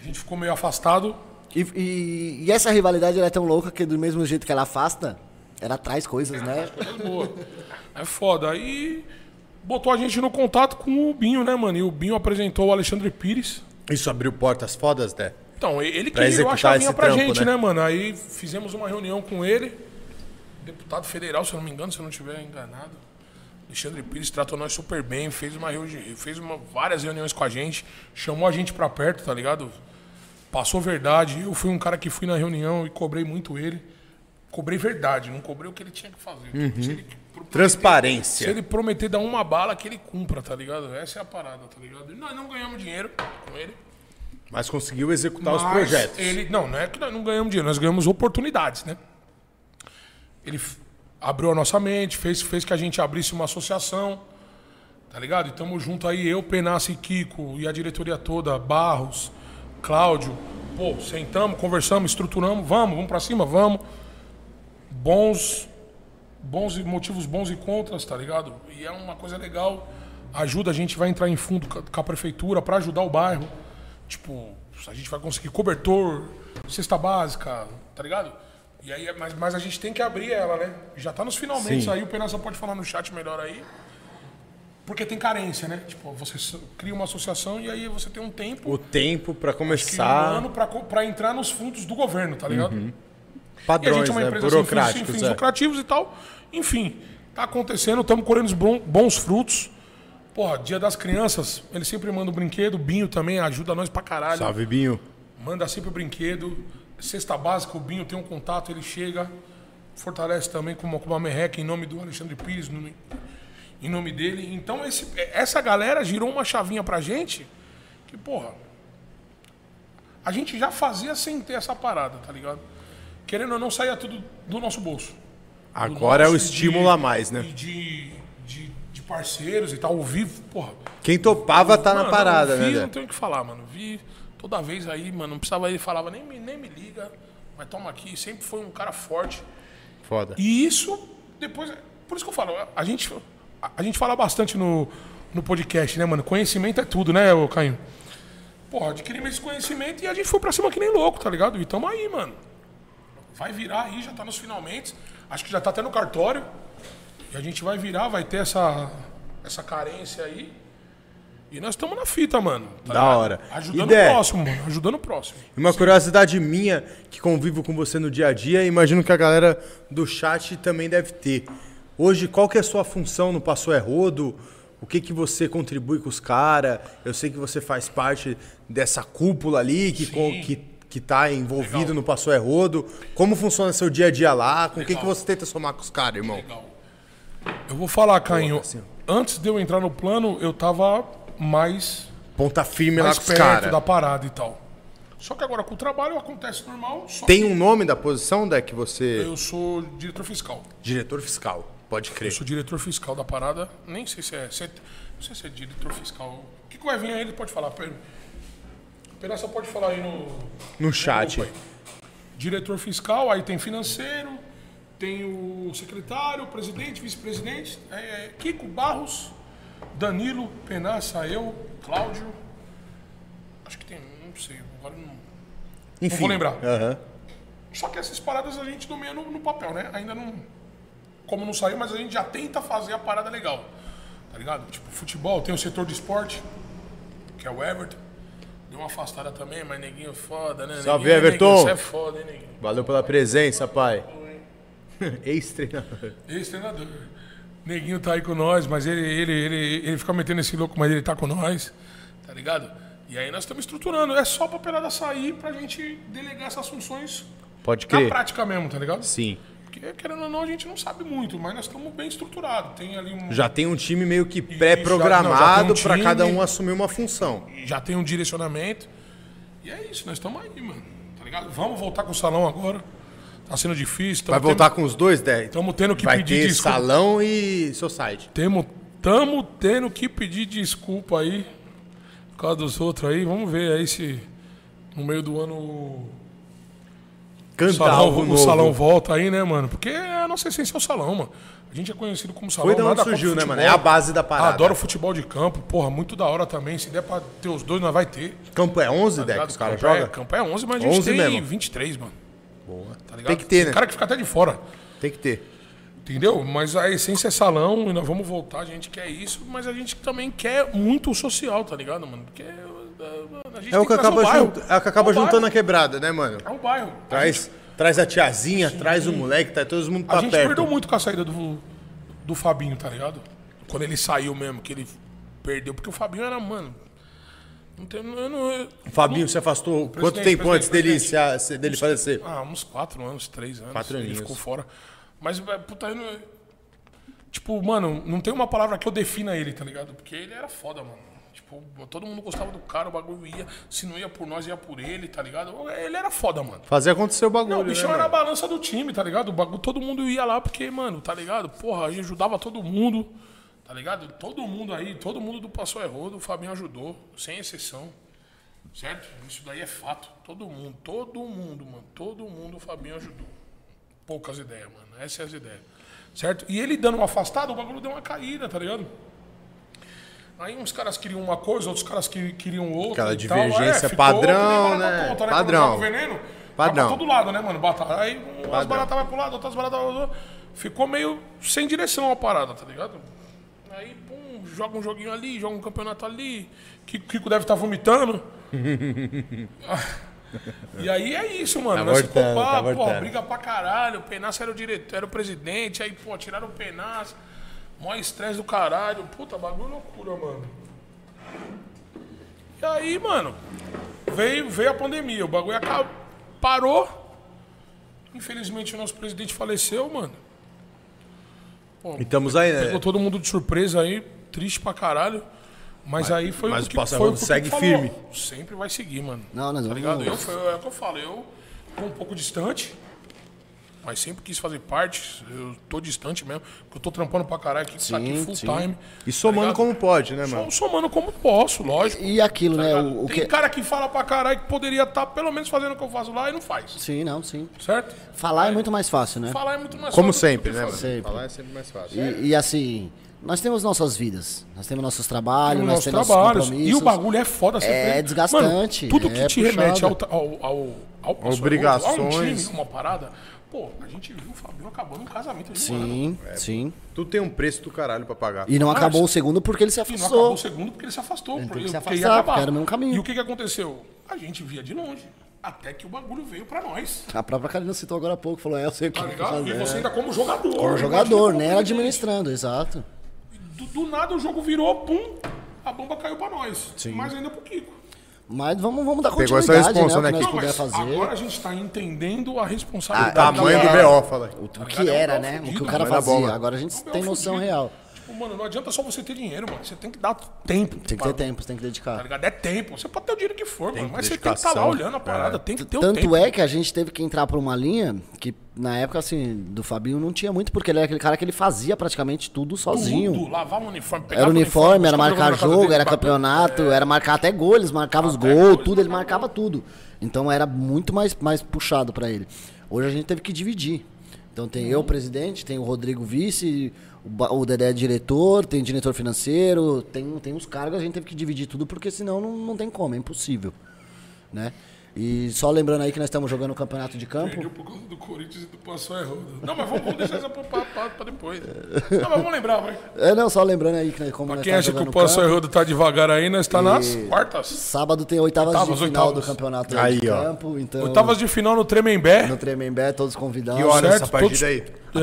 [SPEAKER 3] A gente ficou meio afastado.
[SPEAKER 2] E, e- e essa rivalidade ela é tão louca que do mesmo jeito que ela afasta, ela traz coisas, né?
[SPEAKER 3] Boa. É foda. Aí botou a gente no contato com o Binho, né, mano? E o Binho apresentou o Alexandre Pires.
[SPEAKER 1] Isso abriu portas fodas, né?
[SPEAKER 3] Então, ele
[SPEAKER 1] Pra
[SPEAKER 3] que virou a
[SPEAKER 1] executar
[SPEAKER 3] chavinha
[SPEAKER 1] esse
[SPEAKER 3] pra
[SPEAKER 1] trampo,
[SPEAKER 3] gente,
[SPEAKER 1] né?
[SPEAKER 3] né? mano? Aí fizemos uma reunião com ele, deputado federal, se eu não me engano, se eu não estiver enganado. Alexandre Pires tratou nós super bem, fez, uma, reuni- fez uma, várias reuniões com a gente, chamou a gente pra perto, tá ligado? Passou verdade. Eu fui um cara que fui na reunião e cobrei muito ele. Cobrei verdade, não cobrei o que ele tinha que fazer.
[SPEAKER 1] Uhum.
[SPEAKER 3] Se ele pro- se
[SPEAKER 1] Transparência.
[SPEAKER 3] ele prometer dar uma bala, que ele cumpra, tá ligado? Essa é a parada, tá ligado? E nós não ganhamos dinheiro com ele.
[SPEAKER 1] Mas conseguiu executar os
[SPEAKER 3] Mas
[SPEAKER 1] projetos.
[SPEAKER 3] Ele, não, não é que nós não ganhamos dinheiro, nós ganhamos oportunidades, né? Ele f- abriu a nossa mente, fez, fez que a gente abrisse uma associação, tá ligado? E tamo junto aí, eu, Penasse, Kiko e a diretoria toda, Barros, Cláudio. Pô, sentamos, conversamos, estruturamos, vamos, vamos pra cima, vamos. Bons, bons e- motivos bons e contras, tá ligado? E é uma coisa legal. Ajuda, a gente vai entrar em fundo ca- com a prefeitura pra ajudar o bairro. Tipo, a gente vai conseguir cobertor, cesta básica, tá ligado? E aí, mas, mas a gente tem que abrir ela, né? Já tá nos finalmente
[SPEAKER 1] Sim.
[SPEAKER 3] aí, o Penaça pode falar no chat melhor aí. Porque tem carência, né? Tipo, você s- cria uma associação e aí você tem um tempo,
[SPEAKER 1] O tempo pra
[SPEAKER 3] que um
[SPEAKER 1] começar.
[SPEAKER 3] ano pra, co- pra entrar nos fundos do governo, tá ligado? E a
[SPEAKER 1] Padrões,
[SPEAKER 3] gente é uma
[SPEAKER 1] né?
[SPEAKER 3] empresa sem fins, sem
[SPEAKER 1] Burocráticos.
[SPEAKER 3] fins
[SPEAKER 1] é.
[SPEAKER 3] lucrativos e tal. Enfim, tá acontecendo, estamos colhendo os bron- bons frutos. Porra, dia das crianças, ele sempre manda um brinquedo, o Binho também ajuda nós pra caralho.
[SPEAKER 1] Salve, Binho.
[SPEAKER 3] Manda sempre o brinquedo. Cesta básica, o Binho tem um contato, ele chega, fortalece também com uma, com uma merreca em nome do Alexandre Pires, no- em nome dele. Então, esse- essa galera girou uma chavinha pra gente que, porra, a gente já fazia sem ter essa parada, tá ligado? Querendo ou não, saía tudo do nosso bolso do
[SPEAKER 1] Agora é o
[SPEAKER 3] nosso,
[SPEAKER 1] estímulo
[SPEAKER 3] de-
[SPEAKER 1] a mais, né?
[SPEAKER 3] e De, de, de parceiros e tal, ouvir, porra.
[SPEAKER 1] Quem topava tá na
[SPEAKER 3] Mano,
[SPEAKER 1] parada,
[SPEAKER 3] eu vi, um
[SPEAKER 1] né?
[SPEAKER 3] Não
[SPEAKER 1] Dé?
[SPEAKER 3] tenho o que falar, mano. Vi toda vez aí, mano, não precisava ele falava, nem me, nem me liga, mas toma aqui. Sempre foi um cara forte.
[SPEAKER 1] Foda.
[SPEAKER 3] E isso, depois. Por isso que eu falo, a gente, a, a gente fala bastante no, no podcast, né, mano? Conhecimento é tudo, né, ô Caio? Porra, adquirimos esse conhecimento e a gente foi pra cima que nem louco, tá ligado? E tamo aí, mano. Vai virar aí, já tá nos finalmente. Acho que já tá até no cartório. E a gente vai virar, vai ter essa, essa carência aí. E nós estamos na fita, mano. tá
[SPEAKER 1] Da
[SPEAKER 3] ligado?
[SPEAKER 1] hora.
[SPEAKER 3] Ajudando
[SPEAKER 1] Ideia.
[SPEAKER 3] o próximo, mano. Ajudando o próximo.
[SPEAKER 1] Uma curiosidade minha, que convivo com você no dia a dia, imagino que a galera do chat também deve ter. Hoje, qual que é a sua função no Passou é Rodo? O que, que você contribui com os caras? Eu sei que você faz parte dessa cúpula ali que, co- que, que tá envolvido
[SPEAKER 3] Legal.
[SPEAKER 1] no Passou é Rodo. Como funciona seu dia a dia lá? Com o que, que você tenta somar com os caras, irmão?
[SPEAKER 3] Legal. Eu vou falar, Caio.
[SPEAKER 1] assim,
[SPEAKER 3] Antes de eu entrar no plano, eu tava mais
[SPEAKER 1] Ponta firme lá
[SPEAKER 3] mais
[SPEAKER 1] com os
[SPEAKER 3] perto
[SPEAKER 1] caras.
[SPEAKER 3] da parada e tal. Só que agora com o trabalho acontece normal, só
[SPEAKER 1] Tem um nome da posição, Dé, que você...
[SPEAKER 3] eu sou diretor fiscal.
[SPEAKER 1] Diretor fiscal, pode
[SPEAKER 3] Eu
[SPEAKER 1] crer.
[SPEAKER 3] sou diretor fiscal da parada, nem sei se é. se é- não sei se é diretor fiscal. O que, que vai vir aí, ele pode falar. Per- Pedaça pode falar aí no.
[SPEAKER 1] No chat.
[SPEAKER 3] grupo aí. Diretor fiscal, aí tem financeiro, tem o secretário, presidente, vice-presidente, é, é, Kiko Barros, Danilo, Penaça, eu, Cláudio. Acho que tem. um, Não sei, agora não.
[SPEAKER 1] Enfim.
[SPEAKER 3] vou lembrar.
[SPEAKER 1] Aham.
[SPEAKER 3] Só que essas paradas a gente nomeia no, no papel, né? Ainda não. Como não saiu, mas a gente já tenta fazer a parada legal. Tá ligado? Tipo, futebol, tem o setor de esporte, que é o Everton. Deu uma afastada também, mas neguinho foda, né?
[SPEAKER 1] Salve,
[SPEAKER 3] Neguinho,
[SPEAKER 1] Everton!
[SPEAKER 3] neguinho, Você é foda, hein, neguinho?
[SPEAKER 1] Valeu pela presença, pai. Ex-treinador.
[SPEAKER 3] Ex-treinador. Neguinho tá aí com nós, mas ele, ele, ele, ele fica metendo esse louco, mas ele tá com nós, tá ligado? E aí nós estamos estruturando. É só pra pelada sair pra gente delegar essas funções
[SPEAKER 1] Pode
[SPEAKER 3] na
[SPEAKER 1] crer.
[SPEAKER 3] prática mesmo, tá ligado?
[SPEAKER 1] Sim.
[SPEAKER 3] Porque, querendo ou não, a gente não sabe muito, mas nós estamos bem estruturados. Tem ali um.
[SPEAKER 1] Já tem um time meio que
[SPEAKER 3] já-
[SPEAKER 1] pré-programado
[SPEAKER 3] não, já tem um
[SPEAKER 1] pra
[SPEAKER 3] time.
[SPEAKER 1] cada um assumir uma função.
[SPEAKER 3] já tem um direcionamento. E é isso, nós estamos aí, mano. Tá ligado? Vamos voltar com o salão agora. Tá sendo difícil.
[SPEAKER 1] Vai voltar com os dois, Dé?
[SPEAKER 3] Estamos tendo que
[SPEAKER 1] Vai
[SPEAKER 3] pedir
[SPEAKER 1] ter
[SPEAKER 3] desculpa.
[SPEAKER 1] salão e society.
[SPEAKER 3] Temos tamo tendo que pedir desculpa aí. Por causa dos outros aí. Vamos ver aí se no meio do ano o
[SPEAKER 1] Cantar
[SPEAKER 3] salão,
[SPEAKER 1] algo
[SPEAKER 3] o
[SPEAKER 1] novo.
[SPEAKER 3] salão volta aí, né, mano? Porque a nossa essência é o salão, mano. A gente é conhecido como salão.
[SPEAKER 1] Foi da onde
[SPEAKER 3] nada contra
[SPEAKER 1] surgiu, né,
[SPEAKER 3] futebol.
[SPEAKER 1] mano? É a base da parada.
[SPEAKER 3] Adoro futebol de campo, porra, muito da hora também. Se der pra ter os dois, nós vai ter.
[SPEAKER 1] Campo é 11, Dé,
[SPEAKER 3] ligado?
[SPEAKER 1] que os caras
[SPEAKER 3] campo, é,
[SPEAKER 1] jogam?
[SPEAKER 3] campo é 11, mas a gente
[SPEAKER 1] 11
[SPEAKER 3] tem
[SPEAKER 1] mesmo.
[SPEAKER 3] 23, mano. Boa. Tá ligado?
[SPEAKER 1] Tem que ter, né?
[SPEAKER 3] Tem cara que fica até de fora.
[SPEAKER 1] Tem que ter.
[SPEAKER 3] Entendeu? Mas a essência é salão e nós vamos voltar, a gente quer isso, mas a gente também quer muito o social, tá ligado, mano? Porque eh, a gente
[SPEAKER 1] É o que
[SPEAKER 3] trazer
[SPEAKER 1] acaba,
[SPEAKER 3] bairro.
[SPEAKER 1] junt- é o que acaba
[SPEAKER 3] É o
[SPEAKER 1] juntando a
[SPEAKER 3] bairro.
[SPEAKER 1] quebrada, né, mano?
[SPEAKER 3] É o bairro.
[SPEAKER 1] Traz, traz a tiazinha, traz o moleque, tá todo mundo
[SPEAKER 3] A
[SPEAKER 1] pra
[SPEAKER 3] gente perdeu
[SPEAKER 1] perto.
[SPEAKER 3] muito com a saída do, do Fabinho, tá ligado? Quando ele saiu mesmo, que ele perdeu. Porque o Fabinho era, mano. Não tem, eu não, eu-
[SPEAKER 1] Fabinho se afastou quanto
[SPEAKER 3] Presidente,
[SPEAKER 1] tempo antes dele,
[SPEAKER 3] presidente,
[SPEAKER 1] se, a- se- dele falecer?
[SPEAKER 3] ah, uns quatro anos, três anos.
[SPEAKER 1] Quatro
[SPEAKER 3] ele
[SPEAKER 1] aninhos.
[SPEAKER 3] ficou fora. Mas, é, puta, eu não, Tipo, mano, não tem uma palavra que eu defina ele, tá ligado? Porque ele era foda, mano. Tipo, todo mundo gostava do cara, o bagulho ia. Se não ia por nós, ia por ele, tá ligado? Ele era foda, mano.
[SPEAKER 1] Fazer acontecer o
[SPEAKER 3] Não,
[SPEAKER 1] bagulho.
[SPEAKER 3] o bichão
[SPEAKER 1] né,
[SPEAKER 3] era a
[SPEAKER 1] mano?
[SPEAKER 3] balança do time, tá ligado? O bagulho, todo mundo ia lá porque, mano, tá ligado? Porra, ele ajudava todo mundo, tá ligado? Todo mundo aí, todo mundo do Passou é Rodo, o Fabinho ajudou, sem exceção, certo? Isso daí é fato. Todo mundo, todo mundo, mano, todo mundo o Fabinho ajudou. Poucas ideias, mano, essas são as ideias, certo? E ele dando uma afastada, o bagulho deu uma caída, tá ligado? Aí uns caras queriam uma coisa, outros caras que- queriam outra.
[SPEAKER 1] Aquela
[SPEAKER 3] e tal. É,
[SPEAKER 1] divergência
[SPEAKER 3] ficou que nem
[SPEAKER 1] padrão,
[SPEAKER 3] barata
[SPEAKER 1] né?
[SPEAKER 3] tonta, Quando
[SPEAKER 1] Padrão.
[SPEAKER 3] joga o veneno,
[SPEAKER 1] Padrão.
[SPEAKER 3] Vai pra todo lado, né, mano? Batalha. Aí umas
[SPEAKER 1] Padrão.
[SPEAKER 3] baratas vai pro lado, outras baratas vai pro outro. Ficou meio sem direção a parada, tá ligado? Aí, pum, joga um joguinho ali, joga um campeonato ali. Ki- Kiko deve estar vomitando. e aí é isso, mano.
[SPEAKER 1] Tá
[SPEAKER 3] Nós
[SPEAKER 1] voltando,
[SPEAKER 3] ficou
[SPEAKER 1] tá
[SPEAKER 3] pá, pô,
[SPEAKER 1] voltando.
[SPEAKER 3] briga pra caralho. O Penassa era o diretor, era o presidente. Aí, pô, tiraram o Penassa. Mó estresse do caralho. Puta, bagulho loucura, mano. E aí, mano, veio, veio a pandemia, o bagulho acabou, parou. Infelizmente o nosso presidente faleceu, mano.
[SPEAKER 1] E estamos aí,
[SPEAKER 3] Pegou
[SPEAKER 1] né?
[SPEAKER 3] todo mundo de surpresa aí, triste pra caralho. Mas, aí foi
[SPEAKER 1] mas o
[SPEAKER 3] que
[SPEAKER 1] Passa
[SPEAKER 3] foi
[SPEAKER 1] Rodo
[SPEAKER 3] que
[SPEAKER 1] segue
[SPEAKER 3] falou.
[SPEAKER 1] firme.
[SPEAKER 3] Sempre vai seguir, mano.
[SPEAKER 2] Não, nós
[SPEAKER 3] Tá
[SPEAKER 2] vamos-
[SPEAKER 3] ligado? Eu, foi, é o que eu falo, eu tô um pouco distante, mas sempre quis fazer parte. Eu tô distante mesmo, porque eu tô trampando pra caralho aqui, tá aqui
[SPEAKER 2] Sim,
[SPEAKER 3] full
[SPEAKER 2] sim.
[SPEAKER 3] time.
[SPEAKER 1] E somando
[SPEAKER 3] tá ligado?
[SPEAKER 1] como pode, né,
[SPEAKER 3] Som-
[SPEAKER 1] mano?
[SPEAKER 3] Somando como posso, lógico.
[SPEAKER 2] E aquilo, né?
[SPEAKER 3] Cara,
[SPEAKER 2] O, o
[SPEAKER 3] Tá tem
[SPEAKER 2] que...
[SPEAKER 3] cara que fala pra caralho que poderia estar pelo menos fazendo o que eu faço lá e não faz,
[SPEAKER 2] Sim, não, sim.
[SPEAKER 3] certo?
[SPEAKER 2] Falar é muito mais fácil, né?
[SPEAKER 3] Falar é muito mais
[SPEAKER 1] Como
[SPEAKER 3] fácil do que
[SPEAKER 1] sempre, né, mano?
[SPEAKER 3] fazer.
[SPEAKER 2] Sempre.
[SPEAKER 1] Falar é sempre mais fácil.
[SPEAKER 2] E, e assim, nós temos nossas vidas, nós temos nossos trabalhos,
[SPEAKER 3] Os
[SPEAKER 2] nós
[SPEAKER 3] nossos
[SPEAKER 2] temos
[SPEAKER 3] trabalhos.
[SPEAKER 2] nossos compromissos.
[SPEAKER 3] E o bagulho é foda. você
[SPEAKER 2] É
[SPEAKER 3] vê-
[SPEAKER 2] desgastante,
[SPEAKER 3] Mano, tudo que
[SPEAKER 2] é
[SPEAKER 3] te
[SPEAKER 2] puxado.
[SPEAKER 3] remete ao, ao, ao, ao ao-
[SPEAKER 1] Obrigações.
[SPEAKER 3] A um time, uma parada. Pô, a gente viu o Fabinho acabando um casamento de um ano.
[SPEAKER 2] Sim, sim.
[SPEAKER 1] Tu tem um preço do caralho pra pagar.
[SPEAKER 2] E não
[SPEAKER 3] Mas-
[SPEAKER 2] acabou o segundo porque ele se
[SPEAKER 3] E não acabou
[SPEAKER 2] afastou.
[SPEAKER 3] o segundo porque ele se afastou.
[SPEAKER 2] Ele
[SPEAKER 3] porque-
[SPEAKER 2] tem que se
[SPEAKER 3] porque ia
[SPEAKER 2] afastar,
[SPEAKER 3] acabar.
[SPEAKER 2] porque era o mesmo caminho.
[SPEAKER 3] E o que, que aconteceu? A gente via de longe. Até que o bagulho veio pra nós.
[SPEAKER 2] A própria Karina citou agora há pouco, falou, é, eu sei o que
[SPEAKER 3] Tá
[SPEAKER 2] eu vou
[SPEAKER 3] ligado? E
[SPEAKER 2] fazer.
[SPEAKER 3] você ainda como jogador.
[SPEAKER 2] Como
[SPEAKER 3] imagina
[SPEAKER 2] jogador,
[SPEAKER 3] como
[SPEAKER 2] né? Era
[SPEAKER 3] presidente.
[SPEAKER 2] administrando, exato.
[SPEAKER 3] Do, do nada o jogo virou, pum, a bomba caiu pra nós. Mas ainda pro Kiko.
[SPEAKER 2] Mas vamos, vamos dar
[SPEAKER 1] Pegou
[SPEAKER 2] continuidade,
[SPEAKER 1] essa responsa,
[SPEAKER 2] né? O
[SPEAKER 1] né,
[SPEAKER 2] que nós
[SPEAKER 1] Kiko?
[SPEAKER 2] puder
[SPEAKER 3] mas
[SPEAKER 2] fazer.
[SPEAKER 3] agora a gente tá entendendo a
[SPEAKER 1] O
[SPEAKER 3] responsabilidade.
[SPEAKER 1] tamanho
[SPEAKER 3] que
[SPEAKER 1] do
[SPEAKER 3] era.
[SPEAKER 1] BO, fala aí.
[SPEAKER 2] O que era, né? O que o cara
[SPEAKER 1] Vai dar bola.
[SPEAKER 2] fazia. Agora a gente
[SPEAKER 3] É um
[SPEAKER 2] tem
[SPEAKER 3] BO
[SPEAKER 2] noção
[SPEAKER 3] fudido.
[SPEAKER 2] real.
[SPEAKER 3] Tipo, mano, não adianta só você ter dinheiro, mano. Você tem que dar tempo.
[SPEAKER 2] Tem que ter tempo, você tem que dedicar.
[SPEAKER 3] Tá ligado? É tempo. Você pode ter o dinheiro que for, mano. Mas você tem que estar
[SPEAKER 1] dedicação.
[SPEAKER 3] lá olhando a parada. Tem que ter o
[SPEAKER 2] Tanto
[SPEAKER 3] tempo.
[SPEAKER 2] é que a gente teve que entrar por uma linha que, na época, assim, do Fabinho não tinha muito, porque ele era aquele cara que ele fazia praticamente tudo é sozinho.
[SPEAKER 3] Tudo, lavava o uniforme, pegava
[SPEAKER 2] Era uniforme, era
[SPEAKER 3] buscava
[SPEAKER 2] marcar
[SPEAKER 3] na casa
[SPEAKER 2] jogo,
[SPEAKER 3] dele,
[SPEAKER 2] era
[SPEAKER 3] bateu.
[SPEAKER 2] campeonato,
[SPEAKER 3] É.
[SPEAKER 2] era marcar até gol, eles marcavam os gols,
[SPEAKER 3] gols,
[SPEAKER 2] tudo, ele marcava tudo. Então era muito mais, mais puxado pra ele. Hoje a gente teve que dividir. Então tem
[SPEAKER 3] Uhum.
[SPEAKER 2] eu, presidente, tem o Rodrigo vice, o, Ba- o Dedé diretor, tem diretor financeiro, tem, tem os cargos, a gente teve que dividir tudo, porque senão não, não tem como, é impossível. Né? E só lembrando aí que nós estamos jogando o campeonato de campo.
[SPEAKER 3] Perdeu por causa do Corinthians e do Passou Errado. Não, mas vamos, vamos deixar essa pra, pra depois. Não, mas vamos lembrar, vai.
[SPEAKER 2] É, não, só lembrando aí que nós, como
[SPEAKER 3] Pra
[SPEAKER 2] nós
[SPEAKER 3] quem
[SPEAKER 2] estamos
[SPEAKER 3] acha que
[SPEAKER 2] jogando
[SPEAKER 3] o
[SPEAKER 2] o
[SPEAKER 3] Passo
[SPEAKER 2] campo,
[SPEAKER 3] Errado tá devagar aí, nós tá nas quartas.
[SPEAKER 2] sábado tem oitavas,
[SPEAKER 3] Oitavas,
[SPEAKER 2] de final
[SPEAKER 3] oitavas.
[SPEAKER 2] do campeonato
[SPEAKER 1] Aí,
[SPEAKER 2] de
[SPEAKER 1] ó.
[SPEAKER 2] campo. Então...
[SPEAKER 3] Oitavas de final no Tremembé.
[SPEAKER 2] No Tremembé, todos convidados.
[SPEAKER 1] Que horas
[SPEAKER 3] certo,
[SPEAKER 1] essa partida
[SPEAKER 3] todos-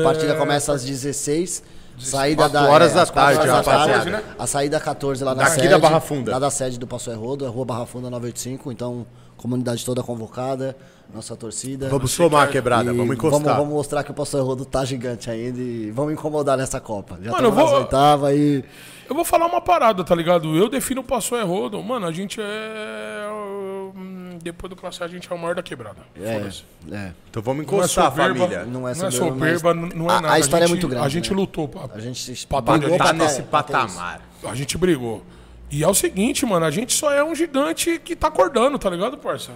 [SPEAKER 1] aí?
[SPEAKER 2] A partida começa às 16 Saída
[SPEAKER 1] Quatro
[SPEAKER 2] da.
[SPEAKER 1] horas da
[SPEAKER 2] às quatro
[SPEAKER 1] tarde, rapaziada. né?
[SPEAKER 2] A saída 14 lá na
[SPEAKER 1] Daqui
[SPEAKER 2] sede.
[SPEAKER 1] da Barra Funda.
[SPEAKER 2] Lá da sede do Passo é Rodo, é Rua Barra Funda 985. Então, comunidade toda convocada, nossa torcida.
[SPEAKER 1] Vamos somar a quebrada,
[SPEAKER 2] E
[SPEAKER 1] vamos encostar.
[SPEAKER 2] Vamos, vamos mostrar que o Passo é Rodo tá gigante ainda e vamos incomodar nessa Copa. Já
[SPEAKER 3] Mano,
[SPEAKER 2] estamos
[SPEAKER 3] eu
[SPEAKER 2] nas
[SPEAKER 3] vou-
[SPEAKER 2] oitavas e.
[SPEAKER 3] Eu vou falar uma parada, tá ligado? Eu defino o Passou Errodo. Mano, a gente é. hum, Depois do classe A, a gente é o maior da quebrada. Foda-se.
[SPEAKER 2] É. é.
[SPEAKER 1] Então vamos
[SPEAKER 3] é
[SPEAKER 1] encostar,
[SPEAKER 3] soberba,
[SPEAKER 1] família.
[SPEAKER 2] Não
[SPEAKER 3] Não é
[SPEAKER 2] é soberba,
[SPEAKER 3] soberba,
[SPEAKER 2] mas-
[SPEAKER 3] não é
[SPEAKER 2] a- a
[SPEAKER 3] nada.
[SPEAKER 2] história é
[SPEAKER 3] gente-
[SPEAKER 2] muito grande,
[SPEAKER 3] A gente
[SPEAKER 2] né?
[SPEAKER 3] lutou. Pra...
[SPEAKER 2] A gente se
[SPEAKER 3] Batalha
[SPEAKER 2] brigou
[SPEAKER 3] de-
[SPEAKER 1] Tá
[SPEAKER 2] pra
[SPEAKER 1] nesse
[SPEAKER 2] ter- pra ter isso.
[SPEAKER 1] patamar.
[SPEAKER 3] A gente brigou. E é o seguinte, mano, a gente só é um gigante que tá acordando, tá ligado, parça?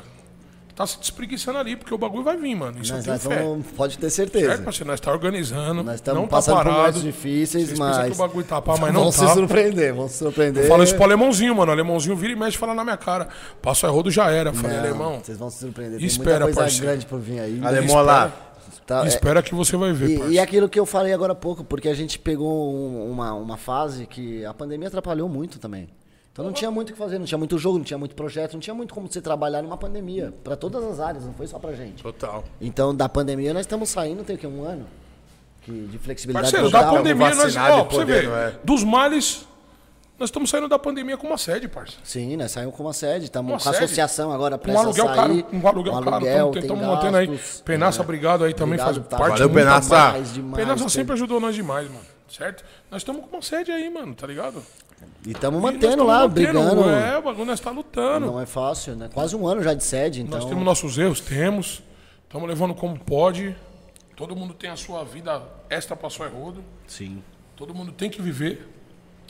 [SPEAKER 3] Tá se despreguiçando ali, porque o bagulho vai vir, mano. Isso eu
[SPEAKER 2] Nós,
[SPEAKER 3] tenho
[SPEAKER 2] nós
[SPEAKER 3] fé.
[SPEAKER 2] vamos, pode ter
[SPEAKER 3] Certo,
[SPEAKER 2] certeza.
[SPEAKER 3] parceiro? Nós tá organizando.
[SPEAKER 2] Nós estamos
[SPEAKER 3] não tá
[SPEAKER 2] passando por
[SPEAKER 3] parado.
[SPEAKER 2] momentos difíceis,
[SPEAKER 3] Vocês pensam
[SPEAKER 2] mas.
[SPEAKER 3] que o bagulho tá pá, mas não
[SPEAKER 2] vão
[SPEAKER 3] tá.
[SPEAKER 2] se surpreender, vão se surpreender.
[SPEAKER 3] Fala isso pro alemãozinho, mano. O alemãozinho vira e mexe e fala na minha cara. Passo errodo já era. Eu Falei,
[SPEAKER 2] Não,
[SPEAKER 3] né, alemão.
[SPEAKER 2] Vocês vão se surpreender.
[SPEAKER 3] E
[SPEAKER 2] Tem
[SPEAKER 3] espera,
[SPEAKER 2] muita coisa
[SPEAKER 3] parceiro.
[SPEAKER 2] grande por vir aí.
[SPEAKER 1] Alemão lá.
[SPEAKER 2] Tá, é-
[SPEAKER 3] Espera que você vai ver,
[SPEAKER 2] E,
[SPEAKER 3] parça.
[SPEAKER 2] e aquilo que eu falei agora há pouco, porque a gente pegou um- uma, uma fase que a pandemia atrapalhou muito também. Então não tinha muito o que fazer, não tinha muito jogo, não tinha muito projeto, não tinha muito como você trabalhar numa pandemia. Pra todas as áreas, não foi só pra gente.
[SPEAKER 1] Total.
[SPEAKER 2] Então da pandemia nós estamos saindo, tem o quê? Um ano? Que, de flexibilidade
[SPEAKER 3] Parceiro, da
[SPEAKER 1] total,
[SPEAKER 3] pandemia nós.
[SPEAKER 1] vacinado
[SPEAKER 3] Ó,
[SPEAKER 1] e
[SPEAKER 3] pra você ver,
[SPEAKER 1] podendo, é.
[SPEAKER 3] dos males, nós estamos saindo da pandemia com uma sede, parceiro.
[SPEAKER 2] Sim, nós saímos com uma sede,
[SPEAKER 3] Uma
[SPEAKER 2] estamos com a
[SPEAKER 3] sede?
[SPEAKER 2] associação agora para
[SPEAKER 3] Um aluguel
[SPEAKER 2] sair.
[SPEAKER 3] caro, um aluguel, caro.
[SPEAKER 2] aluguel,
[SPEAKER 3] Estamos
[SPEAKER 2] tem
[SPEAKER 3] tentando mantendo aí.
[SPEAKER 2] gastos,
[SPEAKER 3] Penaça,
[SPEAKER 2] né?
[SPEAKER 3] obrigado aí também, faz
[SPEAKER 2] Obrigado, tá?
[SPEAKER 3] parte
[SPEAKER 1] Valeu,
[SPEAKER 2] Muito
[SPEAKER 1] Penaça.
[SPEAKER 2] mais, demais,
[SPEAKER 3] Penaça
[SPEAKER 2] tem-
[SPEAKER 3] sempre ajudou nós demais, mano. Certo? Nós estamos com uma sede aí, mano, tá ligado?
[SPEAKER 2] E estamos
[SPEAKER 3] E nós
[SPEAKER 2] mantendo
[SPEAKER 3] tamo
[SPEAKER 2] lá,
[SPEAKER 3] mantendo,
[SPEAKER 2] brigando.
[SPEAKER 3] É, o bagulho nós tá lutando.
[SPEAKER 2] Não é fácil, né? Quase um ano já de sede, então.
[SPEAKER 3] Nós temos nossos erros, temos. Estamos levando como pode. Todo mundo tem a sua vida extra pra sua rodo.
[SPEAKER 2] Sim.
[SPEAKER 3] Todo mundo tem que viver,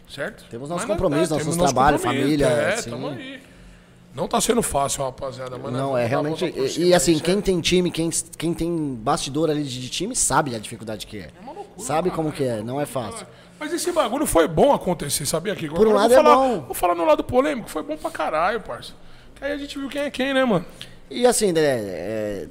[SPEAKER 3] certo?
[SPEAKER 2] Temos nossos
[SPEAKER 3] Mas nós-
[SPEAKER 2] compromissos,
[SPEAKER 3] é,
[SPEAKER 2] nossos
[SPEAKER 3] temos nosso
[SPEAKER 2] trabalho,
[SPEAKER 3] compromisso,
[SPEAKER 2] família,
[SPEAKER 3] É,
[SPEAKER 2] assim.
[SPEAKER 3] tamo aí. Não tá sendo fácil, rapaziada. Mas nós
[SPEAKER 2] Não,
[SPEAKER 3] vamos
[SPEAKER 2] é
[SPEAKER 3] dar a volta
[SPEAKER 2] realmente.
[SPEAKER 3] por
[SPEAKER 2] E,
[SPEAKER 3] cima
[SPEAKER 2] e, assim,
[SPEAKER 3] aí,
[SPEAKER 2] quem tem time, quem, quem tem bastidor ali de, de time, sabe a dificuldade que é.
[SPEAKER 3] uma loucura,
[SPEAKER 2] sabe
[SPEAKER 3] cara.
[SPEAKER 2] como que é, não é fácil.
[SPEAKER 3] Mas esse bagulho foi bom acontecer, sabia? Que
[SPEAKER 2] Por um lado é
[SPEAKER 3] vou falar,
[SPEAKER 2] bom.
[SPEAKER 3] Vou falar no lado polêmico, foi bom pra caralho, parça. Que aí a gente viu quem é quem, né, mano?
[SPEAKER 2] E assim, né, é,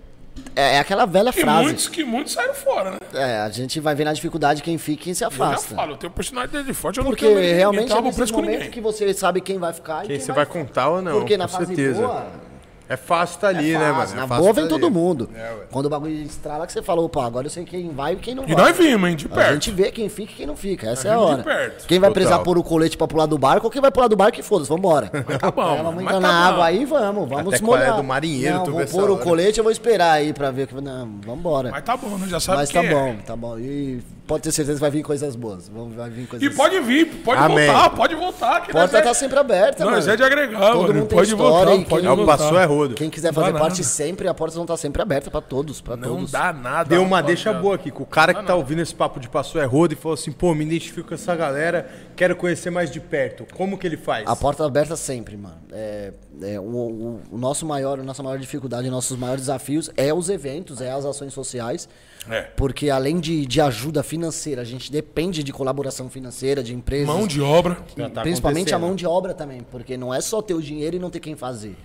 [SPEAKER 2] é, é aquela velha
[SPEAKER 3] Que
[SPEAKER 2] frase.
[SPEAKER 3] muitos, que muitos saíram fora, né?
[SPEAKER 2] É, a gente vai ver na dificuldade quem fica e quem se
[SPEAKER 3] Eu já
[SPEAKER 2] afasta.
[SPEAKER 3] falo, eu tenho personalidade forte, eu
[SPEAKER 2] Porque
[SPEAKER 3] não tenho medo de ninguém,
[SPEAKER 2] realmente é
[SPEAKER 3] tava
[SPEAKER 2] nesse
[SPEAKER 3] preso com
[SPEAKER 2] momento
[SPEAKER 3] ninguém.
[SPEAKER 2] que você sabe quem vai ficar e
[SPEAKER 1] Quem
[SPEAKER 2] quem
[SPEAKER 1] você vai contar ou não,
[SPEAKER 2] Porque na
[SPEAKER 1] com
[SPEAKER 2] fase
[SPEAKER 1] certeza.
[SPEAKER 2] boa,
[SPEAKER 1] É fácil tá ali, né, mano?
[SPEAKER 2] fácil, na
[SPEAKER 1] é fácil
[SPEAKER 2] boa
[SPEAKER 1] tá
[SPEAKER 2] vem
[SPEAKER 1] ali.
[SPEAKER 2] todo mundo.
[SPEAKER 1] É, ué.
[SPEAKER 2] Quando o bagulho estrala que você falou, opa, agora eu sei quem vai e quem não
[SPEAKER 3] E
[SPEAKER 2] vai.
[SPEAKER 3] nós vimos, hein, de
[SPEAKER 2] A
[SPEAKER 3] perto.
[SPEAKER 2] gente vê quem fica e quem não fica. Essa
[SPEAKER 3] A
[SPEAKER 2] é a
[SPEAKER 3] gente de
[SPEAKER 2] hora.
[SPEAKER 3] perto.
[SPEAKER 2] Quem vai
[SPEAKER 1] Total.
[SPEAKER 2] precisar pôr o colete pra pular do barco ou quem vai pular do barco e foda-se, vambora.
[SPEAKER 3] Tá bom,
[SPEAKER 2] Ela
[SPEAKER 3] mano,
[SPEAKER 2] vai
[SPEAKER 3] mas
[SPEAKER 2] entrar na
[SPEAKER 3] tá bom.
[SPEAKER 2] água aí, vamos, vamos
[SPEAKER 1] Até
[SPEAKER 2] se
[SPEAKER 1] qual é
[SPEAKER 2] molhar.
[SPEAKER 1] do marinheiro,
[SPEAKER 2] não,
[SPEAKER 1] tu vê
[SPEAKER 2] vou
[SPEAKER 1] essa
[SPEAKER 2] pôr o
[SPEAKER 1] hora.
[SPEAKER 2] colete, eu vou esperar aí pra ver. que- Não, vambora.
[SPEAKER 3] Mas tá bom, né? já sabe
[SPEAKER 2] Mas
[SPEAKER 3] que
[SPEAKER 2] tá
[SPEAKER 3] é.
[SPEAKER 2] bom, tá bom. E pode ter certeza que vai vir coisas boas. Vão- Vai vir coisas
[SPEAKER 3] E pode vir, pode
[SPEAKER 1] Amém.
[SPEAKER 3] voltar, pode voltar. Que
[SPEAKER 2] porta
[SPEAKER 3] nós
[SPEAKER 2] tá
[SPEAKER 3] é-
[SPEAKER 2] sempre aberta, mano.
[SPEAKER 3] Nós é de agregar,
[SPEAKER 2] Todo
[SPEAKER 3] mano.
[SPEAKER 2] mundo tem
[SPEAKER 3] Pode
[SPEAKER 2] história
[SPEAKER 3] voltar,
[SPEAKER 2] e
[SPEAKER 3] pode
[SPEAKER 2] quem-
[SPEAKER 1] É o que
[SPEAKER 3] voltar.
[SPEAKER 1] passou é rodo.
[SPEAKER 2] tá? Quem quiser
[SPEAKER 3] Não dá
[SPEAKER 2] fazer
[SPEAKER 3] nada.
[SPEAKER 2] parte sempre, a porta não tá sempre aberta pra todos, pra
[SPEAKER 3] Não
[SPEAKER 2] todos.
[SPEAKER 3] dá nada.
[SPEAKER 1] Deu uma
[SPEAKER 3] rapaziada.
[SPEAKER 1] deixa boa aqui, que o cara que tá ouvindo esse papo de passou é rodo e falou assim, pô, me identifico com essa galera, quero conhecer mais de perto. Como que ele faz?
[SPEAKER 2] A porta aberta sempre, mano. É, é, o, o- o nosso maior, a nossa maior dificuldade, nossos maiores desafios é os eventos, é as ações sociais.
[SPEAKER 3] É.
[SPEAKER 2] Porque além de, de ajuda financeira, a gente depende de colaboração financeira, de empresas.
[SPEAKER 3] Mão de obra.
[SPEAKER 1] Já tá
[SPEAKER 2] principalmente a
[SPEAKER 1] acontecendo.
[SPEAKER 2] mão de obra também, porque não é só ter o dinheiro e não ter quem fazer.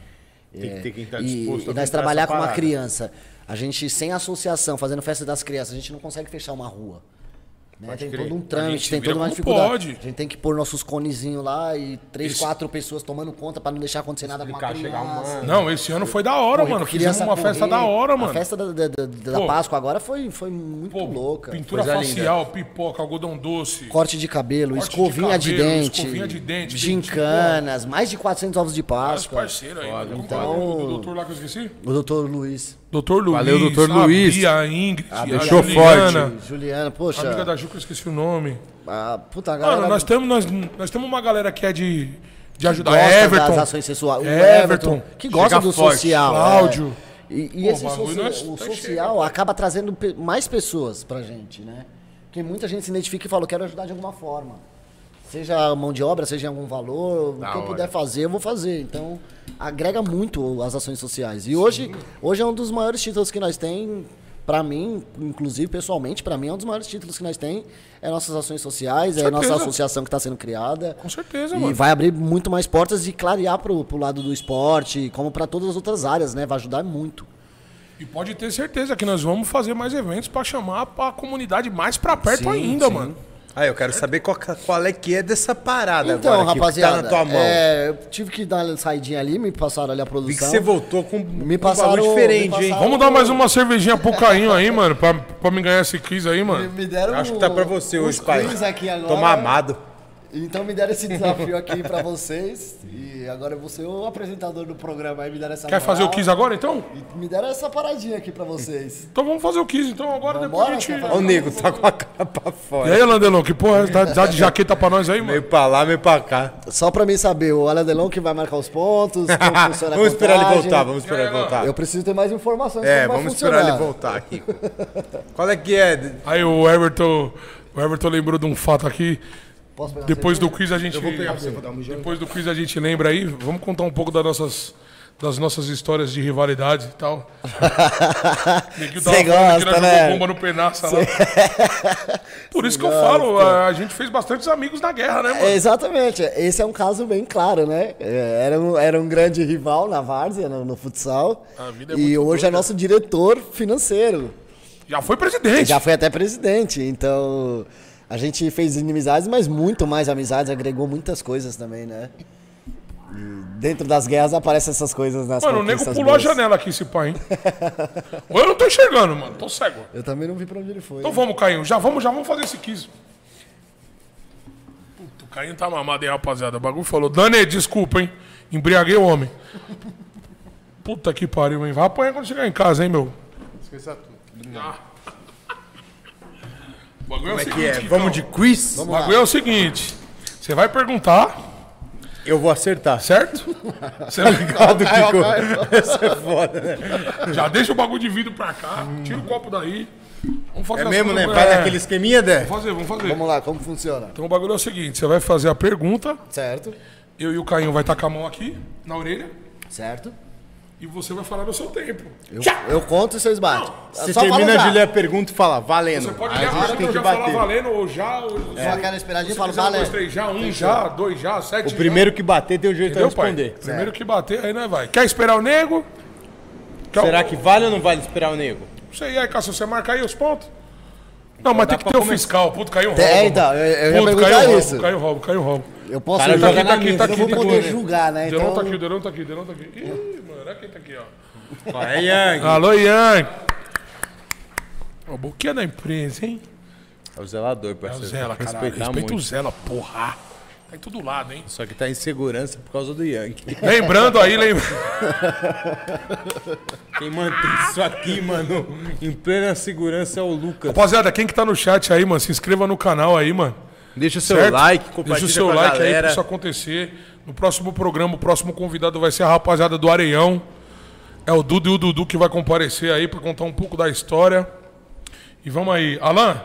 [SPEAKER 1] Tem que ter quem tá
[SPEAKER 2] É. e,
[SPEAKER 1] disposto a
[SPEAKER 2] e nós
[SPEAKER 1] comprar
[SPEAKER 2] trabalhar
[SPEAKER 1] essa
[SPEAKER 2] com uma
[SPEAKER 1] parada.
[SPEAKER 2] criança. A gente, sem associação, fazendo festa das crianças, a gente não consegue fechar uma rua. né? Tem
[SPEAKER 1] crer.
[SPEAKER 2] todo um
[SPEAKER 3] A
[SPEAKER 2] trâmite,
[SPEAKER 3] gente
[SPEAKER 2] tem
[SPEAKER 3] vira
[SPEAKER 2] toda uma
[SPEAKER 3] como
[SPEAKER 2] dificuldade.
[SPEAKER 3] pode.
[SPEAKER 2] A gente tem que pôr nossos conezinhos lá e três,
[SPEAKER 3] Isso.
[SPEAKER 2] quatro pessoas tomando conta pra não deixar acontecer nada com uma
[SPEAKER 1] Explicar,
[SPEAKER 2] criança.
[SPEAKER 1] chegar um ano.
[SPEAKER 3] Não, esse ano foi da hora,
[SPEAKER 2] Pô, e
[SPEAKER 3] mano.
[SPEAKER 2] criança
[SPEAKER 3] Fizemos uma
[SPEAKER 2] correr.
[SPEAKER 3] festa da hora, mano.
[SPEAKER 2] A festa da, da- da- da
[SPEAKER 3] Pô.
[SPEAKER 2] Páscoa agora foi, foi muito
[SPEAKER 3] Pô,
[SPEAKER 2] louca.
[SPEAKER 3] Pintura
[SPEAKER 1] Coisa
[SPEAKER 3] facial, pipoca, algodão doce.
[SPEAKER 2] Corte de cabelo,
[SPEAKER 3] Corte de
[SPEAKER 2] escovinha de,
[SPEAKER 3] cabelo,
[SPEAKER 2] dente,
[SPEAKER 3] escovinha de dente,
[SPEAKER 2] gincanas, mais de 400 ovos de
[SPEAKER 3] As
[SPEAKER 2] Páscoa.
[SPEAKER 3] parceiras aí. mano. Como que é o
[SPEAKER 2] então-
[SPEAKER 3] nome do doutor lá que eu esqueci?
[SPEAKER 2] O doutor Luiz,
[SPEAKER 3] Doutor Luiz.
[SPEAKER 1] Valeu, doutor
[SPEAKER 3] a
[SPEAKER 1] Luiz.
[SPEAKER 3] Bia, a Ingrid, a,
[SPEAKER 1] deixou
[SPEAKER 3] Juliana.
[SPEAKER 2] Juliana,
[SPEAKER 3] A
[SPEAKER 2] poxa,
[SPEAKER 3] amiga da Ju, que eu esqueci o nome.
[SPEAKER 2] a puta a galera
[SPEAKER 3] Mano, nós temos nós, nós temos uma galera que é de, de ajudar.
[SPEAKER 2] gosta das
[SPEAKER 3] Everton.
[SPEAKER 2] ações sexuais. O
[SPEAKER 3] Everton.
[SPEAKER 2] Everton, que gosta
[SPEAKER 1] Chega
[SPEAKER 2] do
[SPEAKER 1] forte.
[SPEAKER 2] social.
[SPEAKER 3] Cláudio.
[SPEAKER 2] é. E, e
[SPEAKER 3] Pô,
[SPEAKER 2] esse
[SPEAKER 3] o bagulho
[SPEAKER 2] social,
[SPEAKER 3] nós-
[SPEAKER 2] o
[SPEAKER 3] tá
[SPEAKER 2] social acaba trazendo pe- mais pessoas pra gente, né? Porque muita gente se identifica e fala, "Eu quero ajudar de alguma forma. Seja mão de obra, seja algum valor, o que eu
[SPEAKER 1] hora.
[SPEAKER 2] puder fazer, eu vou fazer. Então, agrega muito as ações sociais. E hoje, hoje é um dos maiores títulos que nós tem, pra mim, inclusive pessoalmente, pra mim é um dos maiores títulos que nós tem, é nossas ações sociais, é a nossa
[SPEAKER 3] certeza.
[SPEAKER 2] associação que está sendo criada.
[SPEAKER 3] Com certeza,
[SPEAKER 2] E
[SPEAKER 3] mano.
[SPEAKER 2] vai abrir muito mais portas e clarear pro, pro lado do esporte, como para todas as outras áreas, né? Vai ajudar muito.
[SPEAKER 3] E pode ter certeza que nós vamos fazer mais eventos pra chamar a comunidade mais pra perto
[SPEAKER 2] Sim,
[SPEAKER 3] ainda,
[SPEAKER 2] sim.
[SPEAKER 3] mano.
[SPEAKER 1] Ah, eu quero saber qual, qual é que é dessa parada
[SPEAKER 2] Então,
[SPEAKER 1] agora, Kiko, que
[SPEAKER 2] rapaziada,
[SPEAKER 1] tá na tua mão.
[SPEAKER 2] é, eu tive que dar uma saidinha ali, me passaram ali a produção.
[SPEAKER 1] Vi que você voltou com
[SPEAKER 2] Me
[SPEAKER 1] um
[SPEAKER 2] passaram-
[SPEAKER 1] bagulho
[SPEAKER 2] me
[SPEAKER 1] diferente, hein?
[SPEAKER 2] passaram-
[SPEAKER 3] Vamos dar mais uma cervejinha pro Cainho aí, mano, pra, pra me ganhar esse quiz aí, mano.
[SPEAKER 2] Me deram
[SPEAKER 1] Acho que tá pra você
[SPEAKER 2] uns
[SPEAKER 1] hoje, pai.
[SPEAKER 2] quiz aqui agora.
[SPEAKER 1] Tomar amado.
[SPEAKER 2] Então me deram esse desafio aqui pra vocês. E agora eu vou ser o apresentador do programa aí, me deram essa
[SPEAKER 3] Quer fazer o
[SPEAKER 2] moral.
[SPEAKER 3] quiz agora, então?
[SPEAKER 2] E me deram essa paradinha aqui pra vocês.
[SPEAKER 3] Então vamos fazer o quiz, então agora depois
[SPEAKER 2] Vambora,
[SPEAKER 3] a gente...
[SPEAKER 2] quer fazer?
[SPEAKER 1] Ó o nego, tá com a cara pra
[SPEAKER 3] E
[SPEAKER 2] É.
[SPEAKER 1] fora.
[SPEAKER 3] aí, Landelão, É, que porra tá, tá de jaqueta pra nós aí,
[SPEAKER 1] Meio
[SPEAKER 3] mano?
[SPEAKER 1] pra lá, meio pra cá.
[SPEAKER 2] Só pra mim saber, o Aladelon que vai marcar os pontos, como funciona a
[SPEAKER 1] vamos esperar ele
[SPEAKER 2] contagem.
[SPEAKER 1] voltar, vamos esperar ele voltar.
[SPEAKER 2] Eu preciso ter mais informações
[SPEAKER 1] É,
[SPEAKER 2] como vai
[SPEAKER 1] vamos
[SPEAKER 2] funcionar.
[SPEAKER 1] esperar ele voltar, Kiko. Qual é que é?
[SPEAKER 3] Aí o Everton, o Everton lembrou de um fato aqui.
[SPEAKER 2] Posso pegar
[SPEAKER 3] Depois do quiz a gente...
[SPEAKER 1] você, vou dar um
[SPEAKER 3] Depois do quiz a gente lembra aí. Vamos contar um pouco das nossas... Das nossas histórias de rivalidade e tal. Neguinho tava
[SPEAKER 2] Cê
[SPEAKER 3] falando que nós
[SPEAKER 2] gosta,
[SPEAKER 3] jogou
[SPEAKER 2] né?
[SPEAKER 3] bomba no penaça lá. Por isso que eu falo, a, a gente fez bastantes amigos na guerra, né, mano?
[SPEAKER 2] É, exatamente, esse é um caso bem claro, né? É, Era um, era um grande rival na várzea, no, no futsal.
[SPEAKER 3] A vida é
[SPEAKER 2] e
[SPEAKER 3] muito
[SPEAKER 2] hoje é nosso diretor financeiro.
[SPEAKER 3] Já foi presidente.
[SPEAKER 2] Já foi até presidente, então a gente fez inimizades, mas muito mais amizades, agregou muitas coisas também, né? E dentro das guerras aparecem essas coisas nas
[SPEAKER 3] Mano, o nego
[SPEAKER 2] conquistas
[SPEAKER 3] pulou a
[SPEAKER 2] boas.
[SPEAKER 3] janela aqui, esse pai, hein? Ou eu não tô enxergando, mano. Tô cego.
[SPEAKER 2] Eu também não vi pra onde ele foi.
[SPEAKER 3] Então vamos, Caio. Já vamos, já vamos fazer esse quiz. Puta, o Caio tá mamado, hein, rapaziada. O bagulho falou. Dani, desculpa, hein? Embriaguei o homem. Puta que pariu, hein? Vai apanhar quando chegar em casa, hein, meu? Ah.
[SPEAKER 7] Esqueça tudo.
[SPEAKER 3] O bagulho
[SPEAKER 1] Como é que é? Vamos de quiz?
[SPEAKER 3] O bagulho é o seguinte. Você vai perguntar,
[SPEAKER 1] Eu vou acertar.
[SPEAKER 3] certo? Você vai-
[SPEAKER 1] Obrigado, Kiko. Essa é foda, né?
[SPEAKER 3] já deixa o bagulho de vidro pra cá, tira o copo daí. Vamos fazer
[SPEAKER 1] É
[SPEAKER 3] as
[SPEAKER 1] mesmo, né?
[SPEAKER 3] coisas-
[SPEAKER 1] Faz
[SPEAKER 3] É,
[SPEAKER 1] aquele esqueminha, Dé?
[SPEAKER 3] Vamos fazer, vamos fazer.
[SPEAKER 2] Vamos lá, como funciona?
[SPEAKER 3] Então o bagulho é o seguinte, você vai fazer a pergunta,
[SPEAKER 2] Certo,
[SPEAKER 3] eu e o Caio vai tacar a mão aqui, na orelha,
[SPEAKER 2] certo.
[SPEAKER 3] e você vai falar no seu tempo.
[SPEAKER 2] Eu, Tá. eu conto e vocês batem.
[SPEAKER 1] Você
[SPEAKER 2] Só fala
[SPEAKER 7] um
[SPEAKER 1] termina
[SPEAKER 2] já.
[SPEAKER 1] de ler a pergunta e fala, valendo.
[SPEAKER 3] Você pode
[SPEAKER 1] Aí
[SPEAKER 3] ler
[SPEAKER 1] a
[SPEAKER 3] a
[SPEAKER 1] gente
[SPEAKER 3] pergunta,
[SPEAKER 1] tem que
[SPEAKER 3] já falar
[SPEAKER 1] bater.
[SPEAKER 3] valendo, ou já, ou...
[SPEAKER 2] Só É. aquela esperadinha e
[SPEAKER 3] Se
[SPEAKER 2] falo,
[SPEAKER 3] quiser, um, dois,
[SPEAKER 2] valeu.
[SPEAKER 3] três já, um já, dois já, sete
[SPEAKER 1] O primeiro que bater tem o direito
[SPEAKER 3] já. Entendeu,
[SPEAKER 1] a
[SPEAKER 3] pai?
[SPEAKER 1] responder.
[SPEAKER 3] Primeiro que bater, aí nós vai. Quer esperar o nego? Quer
[SPEAKER 1] Será
[SPEAKER 3] o-
[SPEAKER 1] que vale ou não vale esperar o nego?
[SPEAKER 3] Não sei, aí, Cássio, você marca aí os pontos? Não, mas tem que
[SPEAKER 1] pra
[SPEAKER 3] ter o
[SPEAKER 1] começar.
[SPEAKER 3] fiscal, puto, caiu um roubo.
[SPEAKER 2] É,
[SPEAKER 3] mano.
[SPEAKER 2] então, eu- eu ia
[SPEAKER 3] Puto,
[SPEAKER 2] perguntar
[SPEAKER 3] caiu um
[SPEAKER 2] isso.
[SPEAKER 3] Roubo, caiu um roubo, caiu um roubo.
[SPEAKER 2] Eu posso
[SPEAKER 1] Cara,
[SPEAKER 2] eu
[SPEAKER 1] tá
[SPEAKER 2] jogar
[SPEAKER 1] aqui, tá
[SPEAKER 2] na
[SPEAKER 1] aqui,
[SPEAKER 2] mesa,
[SPEAKER 1] tá
[SPEAKER 2] eu
[SPEAKER 1] aqui,
[SPEAKER 2] vou
[SPEAKER 1] de
[SPEAKER 2] poder
[SPEAKER 1] boa, né?
[SPEAKER 2] julgar, né?
[SPEAKER 3] Derão
[SPEAKER 2] Então,
[SPEAKER 3] tá aqui, Derão tá aqui, Derão tá aqui. Ih, mano, olha quem tá aqui, ó.
[SPEAKER 1] Vai, Yang.
[SPEAKER 3] Alô, Ian! O boquinha da imprensa, hein?
[SPEAKER 1] É o zelador,
[SPEAKER 3] É o
[SPEAKER 1] parceiro. Tem
[SPEAKER 3] Zela,
[SPEAKER 1] que
[SPEAKER 3] caralho.
[SPEAKER 1] respeitar
[SPEAKER 3] Respeita o
[SPEAKER 1] muito.
[SPEAKER 3] Zela, porra. Tá em todo lado, hein?
[SPEAKER 1] Só que tá em segurança por causa do Yankee.
[SPEAKER 3] Lembrando aí, lembra...
[SPEAKER 1] Quem mantém isso aqui, mano, em plena segurança é o Lucas.
[SPEAKER 3] Rapaziada, quem que tá no chat aí, mano, se inscreva no canal aí, mano.
[SPEAKER 1] Deixa o seu
[SPEAKER 3] Certo?
[SPEAKER 1] like,
[SPEAKER 3] Deixa
[SPEAKER 1] compartilha
[SPEAKER 3] o seu
[SPEAKER 1] com a
[SPEAKER 3] like aí
[SPEAKER 1] galera.
[SPEAKER 3] pra isso acontecer. No próximo programa, o próximo convidado vai ser a rapaziada do Areião. É o Dudu e o Dudu que vai comparecer aí pra contar um pouco da história. E vamos aí. Alan,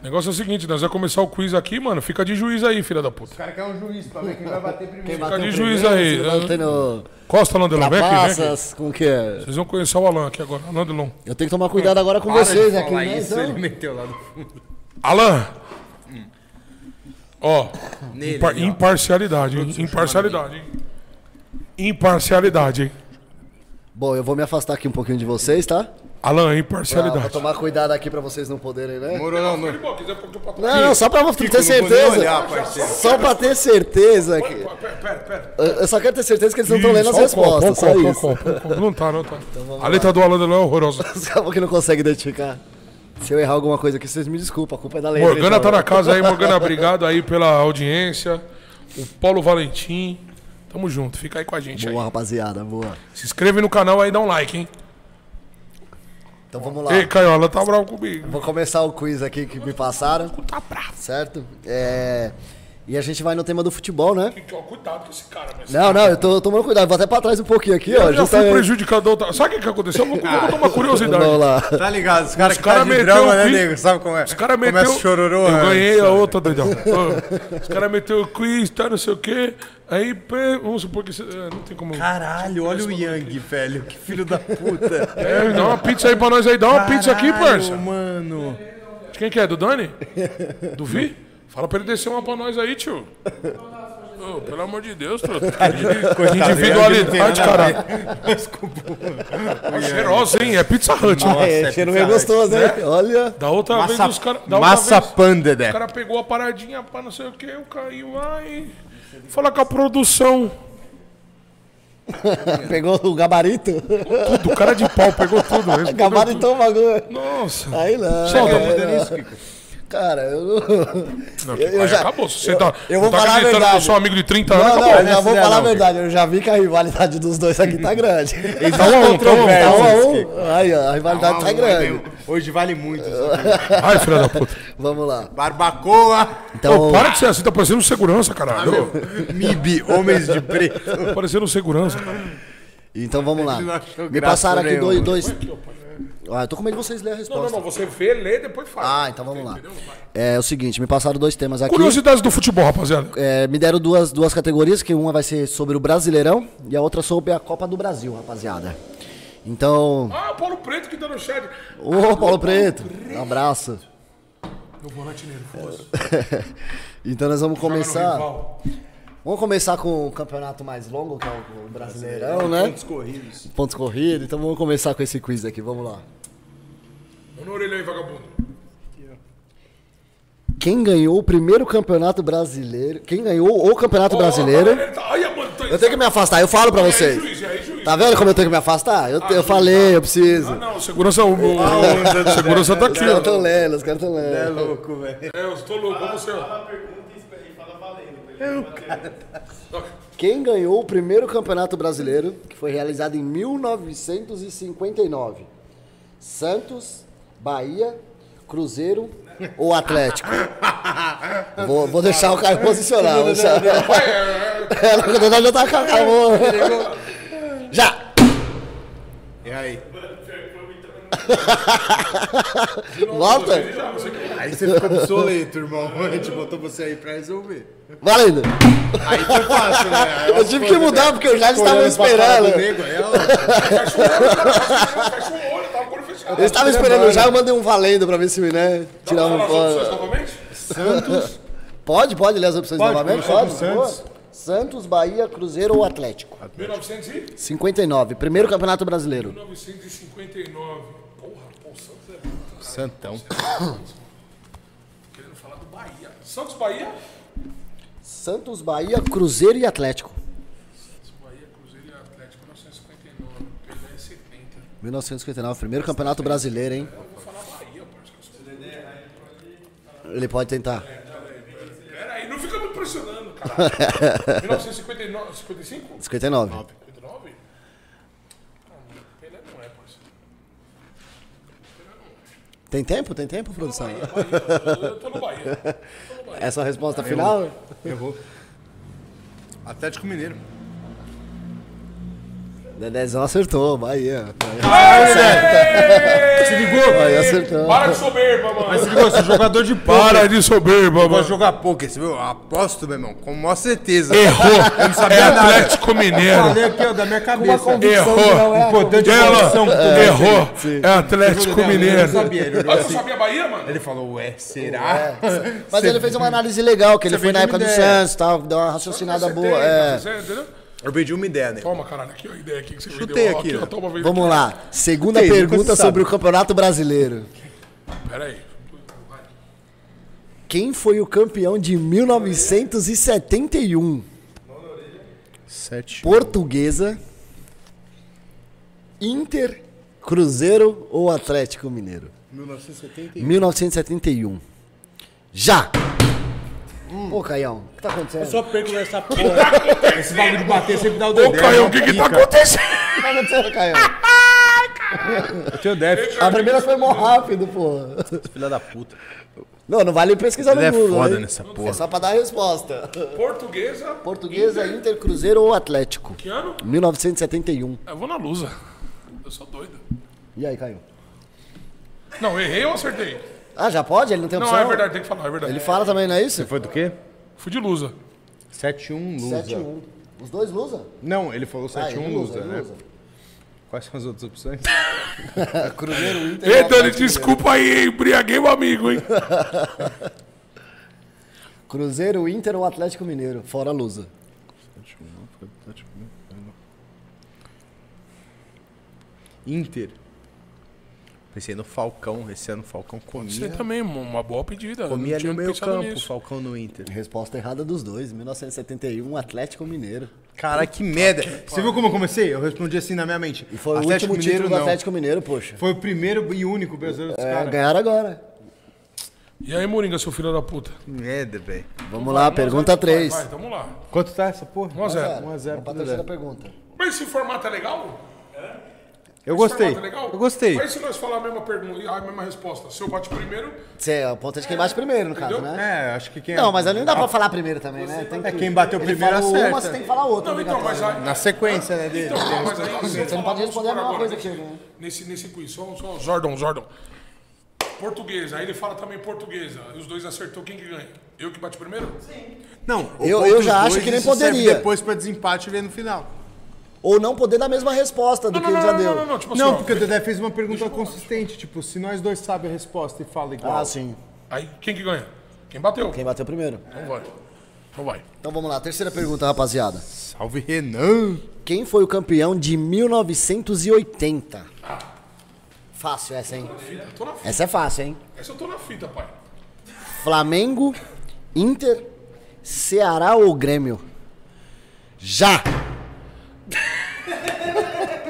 [SPEAKER 3] o negócio é o seguinte, nós vamos começar o quiz aqui, mano. Fica de juiz aí, filha da puta.
[SPEAKER 7] cara quer um juiz pra ver quem vai bater primeiro.
[SPEAKER 2] quem bateu
[SPEAKER 3] de
[SPEAKER 2] primeiro,
[SPEAKER 3] juiz aí,
[SPEAKER 2] se
[SPEAKER 3] né?
[SPEAKER 2] levantando
[SPEAKER 3] Costa, Alan Delon, vem aqui, vem aqui.
[SPEAKER 2] trapaças, com o que? é.
[SPEAKER 3] Vocês vão conhecer o Alan aqui agora. Alan Delon.
[SPEAKER 2] Eu tenho que tomar cuidado agora com
[SPEAKER 1] Para de
[SPEAKER 2] vocês aqui,
[SPEAKER 1] falar
[SPEAKER 2] né?
[SPEAKER 1] isso,
[SPEAKER 2] então?
[SPEAKER 1] ele meteu lá no
[SPEAKER 3] Alan! Ó,
[SPEAKER 1] Nele,
[SPEAKER 3] impar-
[SPEAKER 1] ali, ó.
[SPEAKER 3] imparcialidade, hein? Imparcialidade, hein? Imparcialidade, hein?
[SPEAKER 2] Bom, eu vou me afastar aqui um pouquinho de vocês, tá?
[SPEAKER 3] Alan,
[SPEAKER 2] Pra, pra
[SPEAKER 3] imparcialidade.
[SPEAKER 2] tomar cuidado aqui pra vocês não poderem, né?
[SPEAKER 1] Moro não, não.
[SPEAKER 3] Bom, quiser pôr teu patrão-
[SPEAKER 2] Não, não, só pra ter
[SPEAKER 1] Não vou nem
[SPEAKER 2] certeza.
[SPEAKER 1] olhar, parceiro.
[SPEAKER 2] Só pra ter certeza que.
[SPEAKER 3] Pera, pera, pera.
[SPEAKER 2] Eu eu só quero ter certeza que eles não estão lendo as
[SPEAKER 3] Só o copo,
[SPEAKER 2] respostas, só
[SPEAKER 3] só o
[SPEAKER 2] isso.
[SPEAKER 3] copo,
[SPEAKER 2] Então
[SPEAKER 3] só o copo, só o copo. Não tá, não tá. a letra do Alan Delon é horrorosa.
[SPEAKER 2] Os caras que não conseguem identificar. Se eu errar alguma coisa aqui, vocês me desculpam, a culpa é da lei.
[SPEAKER 3] Morgana tá na casa aí, Morgana, obrigado aí pela audiência. O Paulo Valentim. Tamo junto, fica aí com a gente aí.
[SPEAKER 2] Boa, rapaziada, boa.
[SPEAKER 3] Se inscreve no canal aí, dá um like, hein?
[SPEAKER 2] Então vamos lá.
[SPEAKER 3] Ei, Caiola, tá bravo comigo.
[SPEAKER 2] Vou começar o quiz aqui que me passaram,
[SPEAKER 3] Tá bravo.
[SPEAKER 2] certo? É... E a gente vai no tema do futebol, né?
[SPEAKER 3] Ó, Cuidado com esse cara, mas...
[SPEAKER 2] Não, não, eu tô tomando cuidado. Vou até pra trás um pouquinho aqui, ó.
[SPEAKER 3] Eu já fui
[SPEAKER 2] justamente. Ah.
[SPEAKER 3] prejudicado. outra- Sabe o que, que aconteceu? Eu vou contar uma
[SPEAKER 2] Vamos
[SPEAKER 3] curiosidade.
[SPEAKER 2] lá.
[SPEAKER 1] Tá ligado, os caras
[SPEAKER 3] Os
[SPEAKER 1] que
[SPEAKER 3] cara
[SPEAKER 1] tá de
[SPEAKER 3] meteu um
[SPEAKER 1] drama,
[SPEAKER 3] o
[SPEAKER 1] né,
[SPEAKER 3] quiz.
[SPEAKER 1] nego? Sabe como é?
[SPEAKER 3] Os caras meteu.
[SPEAKER 1] Começa chororô.
[SPEAKER 3] eu
[SPEAKER 1] antes,
[SPEAKER 3] ganhei a
[SPEAKER 1] sabe?
[SPEAKER 3] outra, doidão. Ô, Os caras meteu o quiz, tá, não sei o quê. Aí, pê, vamos supor que. cê- é, Não tem como.
[SPEAKER 1] Caralho, olha o Yang, velho. Que filho da puta.
[SPEAKER 3] É, dá uma pizza aí pra nós aí, dá uma pizza aqui,
[SPEAKER 1] Caralho,
[SPEAKER 3] parça.
[SPEAKER 1] mano.
[SPEAKER 3] De quem que é? Do Dani? Do Vi? Fala pra ele descer uma pra nós aí, tio. Ô, pelo amor de Deus, truta.
[SPEAKER 1] é
[SPEAKER 3] Individualidade,
[SPEAKER 1] né?
[SPEAKER 3] caralho. Tá cheirosa, hein? É Pizza Hut.
[SPEAKER 1] Nossa,
[SPEAKER 2] É,
[SPEAKER 1] é bizarro.
[SPEAKER 2] cheiro meio gostoso, né? Olha.
[SPEAKER 3] Da outra vez os caras. da outra
[SPEAKER 1] Massa
[SPEAKER 3] vez-
[SPEAKER 1] panda, né?
[SPEAKER 3] O cara pegou a paradinha pra não sei o que, o Caio ai. Fala com a produção.
[SPEAKER 2] Pegou o gabarito?
[SPEAKER 3] Do cara de pau, pegou tudo. respondeu tudo.
[SPEAKER 2] Gabaritou o bagulho.
[SPEAKER 3] Nossa.
[SPEAKER 2] Aí não.
[SPEAKER 3] Solta,
[SPEAKER 2] aí
[SPEAKER 3] puta,
[SPEAKER 2] não. Cara, eu não.
[SPEAKER 3] Não,
[SPEAKER 2] Eu-
[SPEAKER 3] que
[SPEAKER 2] eu
[SPEAKER 3] pai,
[SPEAKER 2] já-
[SPEAKER 3] acabou. Se Você tá,
[SPEAKER 2] eu
[SPEAKER 3] não
[SPEAKER 2] vou
[SPEAKER 3] tá
[SPEAKER 2] falar a
[SPEAKER 3] acreditando que eu
[SPEAKER 2] verdade.
[SPEAKER 3] sou amigo de 30 anos,
[SPEAKER 2] Não, não,
[SPEAKER 3] acabou.
[SPEAKER 2] eu já vou
[SPEAKER 1] Não,
[SPEAKER 2] falar a
[SPEAKER 1] não,
[SPEAKER 2] verdade. Eu já vi que a rivalidade dos dois aqui tá grande.
[SPEAKER 3] Tá um a um, tá um a um,
[SPEAKER 2] Tá
[SPEAKER 3] tá
[SPEAKER 2] um
[SPEAKER 3] um a
[SPEAKER 2] a
[SPEAKER 3] um.
[SPEAKER 2] um. Aí, ó, a rivalidade tá
[SPEAKER 3] então.
[SPEAKER 2] grande.
[SPEAKER 1] Hoje vale muito.
[SPEAKER 3] Ai, filha da puta.
[SPEAKER 2] Vamos lá.
[SPEAKER 1] Barbacoa,
[SPEAKER 2] Então,
[SPEAKER 3] Ô, para de ser assim, tá parecendo um segurança, caralho.
[SPEAKER 1] MIB, homens de preto.
[SPEAKER 3] Tá parecendo um segurança, cara.
[SPEAKER 2] então vamos lá.
[SPEAKER 1] Ele não achou
[SPEAKER 2] Me
[SPEAKER 1] graça
[SPEAKER 2] passaram aqui
[SPEAKER 1] nenhuma.
[SPEAKER 2] dois. dois... Ah, eu tô com medo de vocês lerem a resposta.
[SPEAKER 3] você vê, lê, depois
[SPEAKER 2] Ah, então vamos lá. É o seguinte, me passaram dois temas aqui.
[SPEAKER 3] Curiosidades do futebol, rapaziada.
[SPEAKER 2] É, me deram duas, duas categorias, que uma vai ser sobre o Brasileirão e a outra sobre a Copa do Brasil, rapaziada. Então,
[SPEAKER 3] Ah, o Paulo Preto que tá no chat.
[SPEAKER 2] ô Paulo Preto, um abraço.
[SPEAKER 3] Meu volante nervoso.
[SPEAKER 2] Então nós vamos começar.
[SPEAKER 3] rival.
[SPEAKER 2] Vamos começar com o campeonato mais longo, que é o o
[SPEAKER 3] É,
[SPEAKER 2] Brasileirão, né?
[SPEAKER 1] Pontos corridos.
[SPEAKER 2] Pontos corridos. Então vamos começar com esse quiz aqui, vamos lá.
[SPEAKER 3] Mão na orelha aí, vagabundo.
[SPEAKER 2] Quem ganhou o primeiro campeonato brasileiro? Quem ganhou o campeonato
[SPEAKER 3] Ó,
[SPEAKER 2] brasileiro?
[SPEAKER 3] ó, tá vendo? Tá- Olha, mano, tô-
[SPEAKER 2] Eu tenho que me afastar, eu falo pra
[SPEAKER 3] E aí,
[SPEAKER 2] vocês.
[SPEAKER 3] juiz, e aí, juiz?
[SPEAKER 2] Tá vendo como eu tenho que me afastar? Eu, eu falei, eu preciso.
[SPEAKER 3] Ah, não, segurança. O, Ah, o, o segurança tá
[SPEAKER 2] Os
[SPEAKER 3] aqui.
[SPEAKER 2] caras
[SPEAKER 3] ó.
[SPEAKER 2] tão lendo, os caras tão
[SPEAKER 1] É
[SPEAKER 2] lendo.
[SPEAKER 1] louco, velho.
[SPEAKER 3] É, eu tô louco, como você, ó.
[SPEAKER 2] Quem ganhou o primeiro campeonato brasileiro, que foi realizado em 1959? Santos, Bahia, Cruzeiro ou Atlético? Vou, vou deixar o cara posicionar. Vou deixar... É, na verdade, já tá acabou. Já!
[SPEAKER 1] E aí?
[SPEAKER 2] Volta!
[SPEAKER 1] Aí você ficou obsoleto, irmão. A gente botou você aí pra resolver.
[SPEAKER 2] Valendo!
[SPEAKER 1] Aí foi fácil, né?
[SPEAKER 2] Eu tive que mudar porque eu já estava esperando.
[SPEAKER 1] É, Nego, aí, ó.
[SPEAKER 3] Fecha o olho, cara, fecha o olho, tá com o olho fechado.
[SPEAKER 2] Eu estava esperando já, eu mandei um valendo pra ver se né,
[SPEAKER 3] Dá pra
[SPEAKER 2] tirar uma
[SPEAKER 3] falar as opções
[SPEAKER 2] foto.
[SPEAKER 3] novamente?
[SPEAKER 1] Santos.
[SPEAKER 2] Pode, pode ler as opções
[SPEAKER 1] Pode,
[SPEAKER 2] novamente?
[SPEAKER 1] começar
[SPEAKER 2] Pode,
[SPEAKER 1] com
[SPEAKER 2] por favor.
[SPEAKER 1] Santos.
[SPEAKER 2] Santos, Bahia, Cruzeiro ou Atlético?
[SPEAKER 3] 1900 e...
[SPEAKER 2] 59, primeiro campeonato brasileiro.
[SPEAKER 3] 1959. Porra, pô, o Santos é muito, cara. tá
[SPEAKER 1] Santão.
[SPEAKER 3] Querendo falar do Bahia. Santos, Bahia?
[SPEAKER 2] Santos, Bahia, Cruzeiro e Atlético.
[SPEAKER 3] Santos, Bahia, Cruzeiro e Atlético, 1959. Pelé é 70.
[SPEAKER 2] 1959, primeiro campeonato brasileiro, hein? Ele pode tentar.
[SPEAKER 3] Pera aí, não fica me pressionando, cara. 1959, 55?
[SPEAKER 2] 59.
[SPEAKER 3] 59? Ah, mano, Pelé não é, parceiro.
[SPEAKER 2] Tem tempo? Tem tempo, produção?
[SPEAKER 3] Bahia, eu tô no Bahia.
[SPEAKER 2] Essa é a resposta final?
[SPEAKER 1] Errou. Atlético Mineiro.
[SPEAKER 2] Dedezão acertou, é, Bahia.
[SPEAKER 3] Se ligou?
[SPEAKER 2] Bahia acertou.
[SPEAKER 3] Para de soberba, mano.
[SPEAKER 1] ligou, você é jogador de
[SPEAKER 3] Para de soberba,
[SPEAKER 1] Vou
[SPEAKER 3] mano.
[SPEAKER 1] jogar poker, você viu? Eu Aposto, meu irmão, com a maior certeza.
[SPEAKER 3] Errou.
[SPEAKER 1] Eu não
[SPEAKER 3] É
[SPEAKER 1] sabia nada.
[SPEAKER 3] Atlético Mineiro.
[SPEAKER 1] Falei aqui, ó, da minha cabeça.
[SPEAKER 3] Errou. é
[SPEAKER 1] Importante a
[SPEAKER 3] Ela
[SPEAKER 1] condição que tu tem.
[SPEAKER 3] errou. É
[SPEAKER 1] Eu
[SPEAKER 3] Atlético
[SPEAKER 1] não
[SPEAKER 3] Mineiro.
[SPEAKER 1] sabia, ele olhou
[SPEAKER 3] Ah, você
[SPEAKER 1] assim.
[SPEAKER 3] sabia Bahia, mano?
[SPEAKER 1] Ele falou, ué, será?
[SPEAKER 2] Mas ele fez uma análise legal, que ele
[SPEAKER 1] Você
[SPEAKER 2] foi na
[SPEAKER 1] vende
[SPEAKER 2] época do
[SPEAKER 1] uma ideia.
[SPEAKER 2] Santos, tal, deu uma raciocinada boa.
[SPEAKER 3] 70,
[SPEAKER 2] é.
[SPEAKER 3] 60, entendeu?
[SPEAKER 1] Eu perdi uma ideia, né?
[SPEAKER 3] Toma, caralho, aqui a ideia aqui que você me
[SPEAKER 1] Chutei
[SPEAKER 3] deu. Ó,
[SPEAKER 1] aqui,
[SPEAKER 3] ó,
[SPEAKER 1] ó.
[SPEAKER 3] toma, vem
[SPEAKER 2] Vamos lá. Segunda
[SPEAKER 1] Tem, nunca se
[SPEAKER 2] pergunta
[SPEAKER 1] sabe.
[SPEAKER 2] sobre o Campeonato Brasileiro.
[SPEAKER 3] aqui. Pera aí.
[SPEAKER 2] Quem foi o campeão de 1971?
[SPEAKER 1] Sete.
[SPEAKER 2] Portuguesa, Inter, Cruzeiro ou Atlético Mineiro?
[SPEAKER 1] 1971.
[SPEAKER 2] 1971. Já!
[SPEAKER 1] Hum.
[SPEAKER 2] Pô, Caião, o que tá acontecendo?
[SPEAKER 1] Só perco nessa porra. Esse bagulho de bater sempre dá o né? dedo.
[SPEAKER 3] Ô, Caio, o que que tá acontecendo?
[SPEAKER 2] O que tá acontecendo, Caião?
[SPEAKER 1] Eu tenho déficit.
[SPEAKER 3] tá
[SPEAKER 2] A primeira foi mó rápido, pô.
[SPEAKER 1] Filha da puta.
[SPEAKER 2] Não, não vale pesquisar no
[SPEAKER 1] Ele é
[SPEAKER 2] Google.
[SPEAKER 1] foda
[SPEAKER 2] hein?
[SPEAKER 1] nessa
[SPEAKER 2] É
[SPEAKER 1] porra.
[SPEAKER 2] só pra dar a resposta.
[SPEAKER 3] Portuguesa.
[SPEAKER 2] Portuguesa, Inter, Cruzeiro ou Atlético?
[SPEAKER 3] Que ano?
[SPEAKER 2] 1971.
[SPEAKER 3] Eu vou na Lusa. Eu sou doido.
[SPEAKER 2] E aí, Caio?
[SPEAKER 3] Não, errei ou acertei?
[SPEAKER 2] Ah, já pode? Ele não tem
[SPEAKER 3] Não,
[SPEAKER 2] opção?
[SPEAKER 3] é verdade, tem que falar, é verdade.
[SPEAKER 2] Ele fala também, não é isso?
[SPEAKER 1] Foi do quê?
[SPEAKER 3] Fui de Lusa.
[SPEAKER 1] 7-1 Lusa.
[SPEAKER 2] 7-1. Os dois Lusa?
[SPEAKER 1] Não, ele falou 7-1
[SPEAKER 2] ele
[SPEAKER 1] Lusa,
[SPEAKER 2] ele
[SPEAKER 1] né? Quais são as outras opções?
[SPEAKER 2] Cruzeiro, Inter.
[SPEAKER 3] Ei, Dani, desculpa aí, embriaguei o amigo, hein?
[SPEAKER 2] Cruzeiro, Inter ou Atlético Mineiro? Fora Lusa.
[SPEAKER 1] Inter. Pensei no Falcão. Esse ano o Falcão
[SPEAKER 3] Você
[SPEAKER 1] comia.
[SPEAKER 3] também, mano, uma boa pedida.
[SPEAKER 1] Comia
[SPEAKER 3] Eu
[SPEAKER 1] ali
[SPEAKER 3] tinha
[SPEAKER 1] no meio
[SPEAKER 3] pensado
[SPEAKER 1] campo,
[SPEAKER 3] nisso.
[SPEAKER 1] Falcão no Inter.
[SPEAKER 2] Resposta errada dos dois. 1971, Atlético Mineiro.
[SPEAKER 1] Cara, que merda. Você viu como eu comecei? Eu respondi assim na minha mente.
[SPEAKER 2] E foi o último título do Atlético Mineiro, poxa.
[SPEAKER 1] Foi o primeiro e único brasileiro dos
[SPEAKER 2] É,
[SPEAKER 1] caras.
[SPEAKER 2] ganharam agora.
[SPEAKER 3] E aí, Moringa, seu filho da puta?
[SPEAKER 1] Que merda, velho.
[SPEAKER 2] Vamos lá, pergunta 3.
[SPEAKER 3] Vai, Um tamo lá.
[SPEAKER 1] Quanto tá essa porra? 1x0
[SPEAKER 3] 1x0.
[SPEAKER 2] Vamos pra
[SPEAKER 1] pro Dedé.
[SPEAKER 2] terceira pergunta.
[SPEAKER 3] Mas esse formato é legal?
[SPEAKER 1] Eu gostei.
[SPEAKER 3] Esse formato é legal?
[SPEAKER 1] Eu gostei.
[SPEAKER 3] Mas se nós falar a mesma pergunta, a mesma resposta, se eu bate primeiro, então,
[SPEAKER 2] Você é o ponto de quem bate primeiro, no caso, né?
[SPEAKER 1] É, acho que quem
[SPEAKER 2] Não, mas ali não
[SPEAKER 3] Ah.
[SPEAKER 2] dá pra falar primeiro também, né? Tem
[SPEAKER 1] É quem bateu
[SPEAKER 2] Ele
[SPEAKER 1] primeiro
[SPEAKER 2] falou
[SPEAKER 1] acerta.
[SPEAKER 2] uma, você tem que falar outra.
[SPEAKER 3] Não, então, mas
[SPEAKER 2] obrigatório.
[SPEAKER 3] aí.
[SPEAKER 1] Na sequência, né, dele.
[SPEAKER 3] Então, mas aí. Você
[SPEAKER 2] não pode responder a mesma coisa que ele, né?
[SPEAKER 3] Nesse, nesse quiz, só, só Jordan, Jordan. Portuguesa, aí ele fala também portuguesa. E os dois acertou, quem que ganha? Eu que bate primeiro?
[SPEAKER 1] Não, o
[SPEAKER 2] Eu-
[SPEAKER 1] ponto
[SPEAKER 2] eu já
[SPEAKER 1] dos
[SPEAKER 2] acho que nem
[SPEAKER 1] isso serve
[SPEAKER 2] poderia.
[SPEAKER 1] Depois pra desempate e ver no final.
[SPEAKER 2] Ou não poder dar a mesma resposta do que ele já deu.
[SPEAKER 3] não, não, tipo assim,
[SPEAKER 1] Não,
[SPEAKER 3] ó,
[SPEAKER 1] porque o Dedé fez uma pergunta consistente. Tipo, se nós dois sabemos a resposta e fala igual.
[SPEAKER 2] Ah, sim.
[SPEAKER 3] Aí, quem que ganha? Quem bateu?
[SPEAKER 2] Quem bateu primeiro.
[SPEAKER 3] Então vai. Então vai.
[SPEAKER 2] Então vamos lá, terceira pergunta, rapaziada.
[SPEAKER 1] Salve, Renan.
[SPEAKER 2] Quem foi o campeão de 1980? Fácil essa, hein? Essa é fácil, hein?
[SPEAKER 3] Essa eu tô na fita, pai.
[SPEAKER 2] Flamengo, Inter, Ceará ou Grêmio? Já!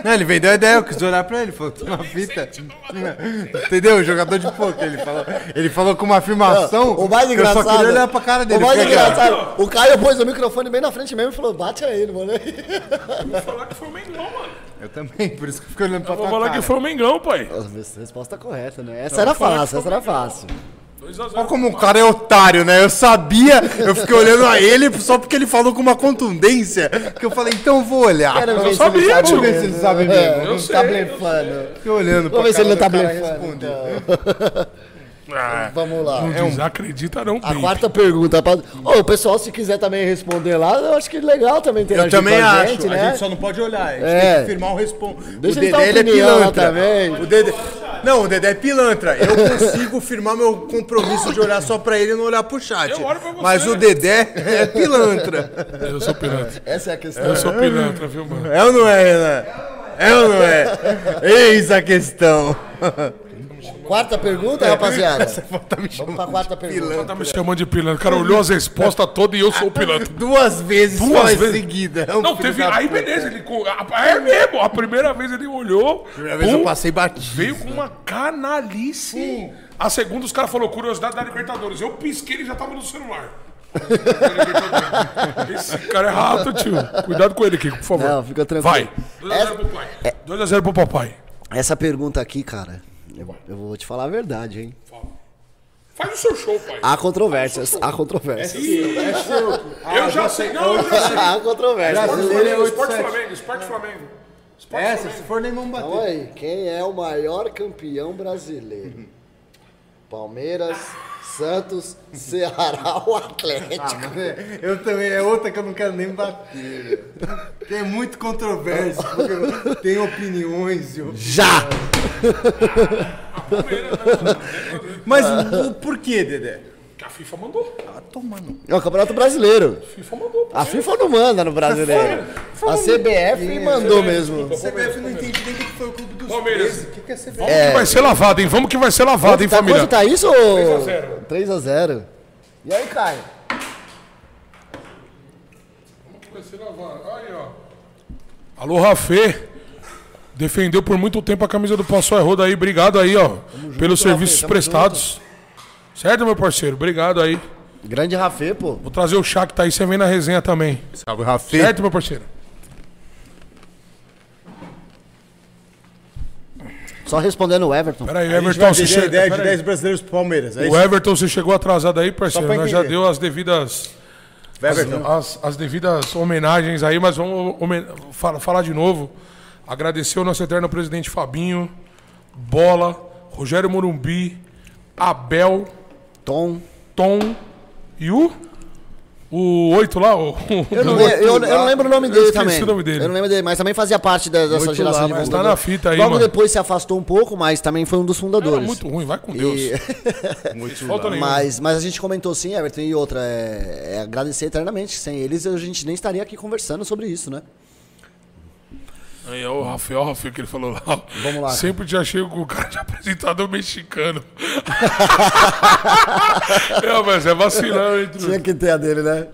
[SPEAKER 1] Não, ele vendeu a ideia, eu quis olhar pra ele, falou, tô na fita. Entendeu? Jogador de poker, ele falou. Ele falou com uma afirmação.
[SPEAKER 2] O mais
[SPEAKER 1] que eu
[SPEAKER 2] engraçado. é
[SPEAKER 1] só queria olhar pra cara dele.
[SPEAKER 2] O mais
[SPEAKER 1] Falei,
[SPEAKER 2] engraçado. O Caio pôs o microfone bem na frente mesmo e falou: bate aí, mano.
[SPEAKER 3] Vou falar que foi o Mengão, mano.
[SPEAKER 1] "Cara,
[SPEAKER 2] é
[SPEAKER 1] Eu também, por isso que eu fiquei olhando pra
[SPEAKER 3] Vou
[SPEAKER 1] tua
[SPEAKER 3] falar
[SPEAKER 1] cara.
[SPEAKER 3] que foi o Mengão, pai.
[SPEAKER 2] Resposta correta, né? Essa era
[SPEAKER 3] fala que
[SPEAKER 2] fácil,
[SPEAKER 3] foi
[SPEAKER 2] essa era fácil.
[SPEAKER 3] 2x0.
[SPEAKER 1] Olha como o cara é otário, né? Eu sabia, eu fiquei olhando a ele só porque ele falou com uma contundência. Que eu falei, então eu vou olhar.
[SPEAKER 2] Quero
[SPEAKER 1] Eu
[SPEAKER 2] ver se
[SPEAKER 3] sabia,
[SPEAKER 2] ele sabe
[SPEAKER 3] tio.
[SPEAKER 1] Vamos ver se
[SPEAKER 2] mesmo.
[SPEAKER 1] ele sabe mesmo.
[SPEAKER 3] Eu
[SPEAKER 2] Não
[SPEAKER 3] sei,
[SPEAKER 2] tá
[SPEAKER 3] eu
[SPEAKER 2] blefando.
[SPEAKER 1] Fiquei olhando
[SPEAKER 2] Vamos ver se ele não tá
[SPEAKER 1] cara do cara
[SPEAKER 2] blefando.
[SPEAKER 1] responder.
[SPEAKER 2] então. Vamos lá.
[SPEAKER 3] Ah,
[SPEAKER 1] É um-
[SPEAKER 3] Não desacredita, não,
[SPEAKER 2] A
[SPEAKER 3] baby.
[SPEAKER 2] quarta pergunta. pra- Ô, o pessoal, se quiser também responder lá, eu acho que é legal também ter
[SPEAKER 1] Eu também
[SPEAKER 2] com a
[SPEAKER 1] acho.
[SPEAKER 2] gente, né?
[SPEAKER 1] A gente só não pode olhar. A gente
[SPEAKER 2] É.
[SPEAKER 1] tem que firmar um responde.
[SPEAKER 2] Deixa ele dar opinião lá também.
[SPEAKER 1] é O Dedé... Não, o Dedé é pilantra. Eu consigo firmar meu compromisso de olhar só pra ele e não olhar pro chat.
[SPEAKER 3] Eu olho pra você.
[SPEAKER 1] Mas o Dedé é pilantra.
[SPEAKER 3] Eu sou pilantra.
[SPEAKER 2] Essa é a questão.
[SPEAKER 3] Eu sou pilantra, viu, mano?
[SPEAKER 1] É ou não é, Renan? É ou não é? Eis a questão.
[SPEAKER 2] Quarta pergunta, rapaziada?
[SPEAKER 1] Tá É, me chamando
[SPEAKER 2] Vamos pra quarta
[SPEAKER 1] de
[SPEAKER 2] pergunta.
[SPEAKER 1] pilantra.
[SPEAKER 3] Tá me chamando de pilantra. O cara olhou as respostas todas e eu sou o pilantra.
[SPEAKER 1] Duas vezes
[SPEAKER 3] Duas
[SPEAKER 1] só
[SPEAKER 3] vezes.
[SPEAKER 1] em seguida. É um
[SPEAKER 3] Não,
[SPEAKER 1] filho
[SPEAKER 3] teve.
[SPEAKER 1] da
[SPEAKER 3] Aí
[SPEAKER 1] puta.
[SPEAKER 3] beleza, ele. co- a- É mesmo, a primeira vez ele olhou.
[SPEAKER 1] Primeira vez eu
[SPEAKER 3] pum,
[SPEAKER 1] passei batido.
[SPEAKER 3] Veio com uma canalice. A segunda, os caras falaram curiosidade da Libertadores. Eu pisquei ele já tava no celular. Esse cara é rato, tio. Cuidado com ele, Kiko, por favor.
[SPEAKER 2] Não, fica tranquilo.
[SPEAKER 3] Vai. 2x0 pro pai.
[SPEAKER 1] É,
[SPEAKER 3] 2x0 pro papai.
[SPEAKER 2] Essa pergunta aqui, cara, eu, eu vou te falar a verdade, hein?
[SPEAKER 3] Faz o seu show, pai.
[SPEAKER 2] Há controvérsias, há controvérsias.
[SPEAKER 1] Ah,
[SPEAKER 3] eu já sei.
[SPEAKER 1] é
[SPEAKER 3] Não, eu já sei.
[SPEAKER 2] Há controvérsias.
[SPEAKER 1] Brasil. Ele
[SPEAKER 3] Flamengo,
[SPEAKER 1] é
[SPEAKER 3] Esporte
[SPEAKER 1] 8-7.
[SPEAKER 3] Flamengo, Esporte Flamengo. Esporte
[SPEAKER 1] Essa, se
[SPEAKER 3] Flamengo.
[SPEAKER 1] for nem vamos
[SPEAKER 2] Calma
[SPEAKER 1] bater.
[SPEAKER 2] aí, quem é o maior campeão brasileiro? Palmeiras, Santos, Ceará ou Atlético?
[SPEAKER 1] Eu também, é outra que eu não quero nem bater. Que é muito controverso, porque tem opiniões. e op-
[SPEAKER 2] Já!
[SPEAKER 3] né?
[SPEAKER 1] Mas o, o porquê, Dedé?
[SPEAKER 3] Que a FIFA mandou.
[SPEAKER 2] É o Campeonato Brasileiro.
[SPEAKER 3] A FIFA mandou.
[SPEAKER 2] A FIFA não manda no brasileiro. A CBF mandou mesmo.
[SPEAKER 3] Tá
[SPEAKER 1] CBF não entendi nem o que foi o clube dos
[SPEAKER 3] Palmeiras.
[SPEAKER 1] 13. O que, que é CBF?
[SPEAKER 3] Vamos que vai ser lavado, hein? Vamos que vai ser lavado, hein,
[SPEAKER 2] Tá,
[SPEAKER 3] família?
[SPEAKER 2] quanto tá isso?
[SPEAKER 3] 0.
[SPEAKER 2] 3x0. E aí, Caio?
[SPEAKER 3] Vai ser lavado. Aí, ó. Alô, Rafê. Defendeu por muito tempo a camisa do Passou é Roda aí. Obrigado aí, ó. pelos
[SPEAKER 2] Rafê,
[SPEAKER 3] serviços
[SPEAKER 2] tamo
[SPEAKER 3] prestados. Certo, meu parceiro? Obrigado aí.
[SPEAKER 2] Grande Rafê, pô.
[SPEAKER 3] Vou trazer o chá que tá aí, você vem na resenha também.
[SPEAKER 1] Salve, Rafinha.
[SPEAKER 3] Certo, meu parceiro?
[SPEAKER 2] Só respondendo o Everton.
[SPEAKER 3] Pera aí,
[SPEAKER 1] A gente vai
[SPEAKER 3] Everton, você
[SPEAKER 1] dividir a
[SPEAKER 3] chega.
[SPEAKER 1] ideia é de
[SPEAKER 3] pera aí.
[SPEAKER 1] 10 brasileiros pro Palmeiras. É
[SPEAKER 3] O
[SPEAKER 1] isso,
[SPEAKER 3] Everton, você chegou atrasado aí, parceiro.
[SPEAKER 1] pra
[SPEAKER 3] Nós já
[SPEAKER 1] entender.
[SPEAKER 3] deu as devidas.
[SPEAKER 1] Everton.
[SPEAKER 3] As, as devidas homenagens aí, mas vamos homen- fala- falar de novo. Agradecer ao nosso eterno presidente Fabinho, Bola, Rogério Morumbi, Abel,
[SPEAKER 2] Tom.
[SPEAKER 3] Tom e o. O oito lá? O,
[SPEAKER 2] Eu não, le- eu- eu não lembro o nome dele
[SPEAKER 3] esqueci
[SPEAKER 2] também.
[SPEAKER 3] o nome dele.
[SPEAKER 2] Eu não lembro dele, mas também fazia parte da- dessa
[SPEAKER 3] Muito
[SPEAKER 2] geração
[SPEAKER 3] lá,
[SPEAKER 2] de
[SPEAKER 3] mas tá
[SPEAKER 2] fundadores.
[SPEAKER 3] na fita aí,
[SPEAKER 2] Logo
[SPEAKER 3] mano.
[SPEAKER 2] depois se afastou um pouco, mas também foi um dos
[SPEAKER 3] Era
[SPEAKER 2] fundadores.
[SPEAKER 3] muito ruim, vai com Deus. Tá
[SPEAKER 1] Muito
[SPEAKER 3] Falta nenhum.
[SPEAKER 2] Mas, mas a gente comentou sim, Everton, e outra, é, é agradecer eternamente. Sem eles, a gente nem estaria aqui conversando sobre isso, né?
[SPEAKER 3] Aí é o Rafael, o Rafael que ele falou lá.
[SPEAKER 2] Vamos lá.
[SPEAKER 3] Sempre já chego com o cara de apresentador mexicano. não, mas é vacilão, hein, Truta?
[SPEAKER 2] Tinha que ter a dele,
[SPEAKER 3] É,
[SPEAKER 2] né?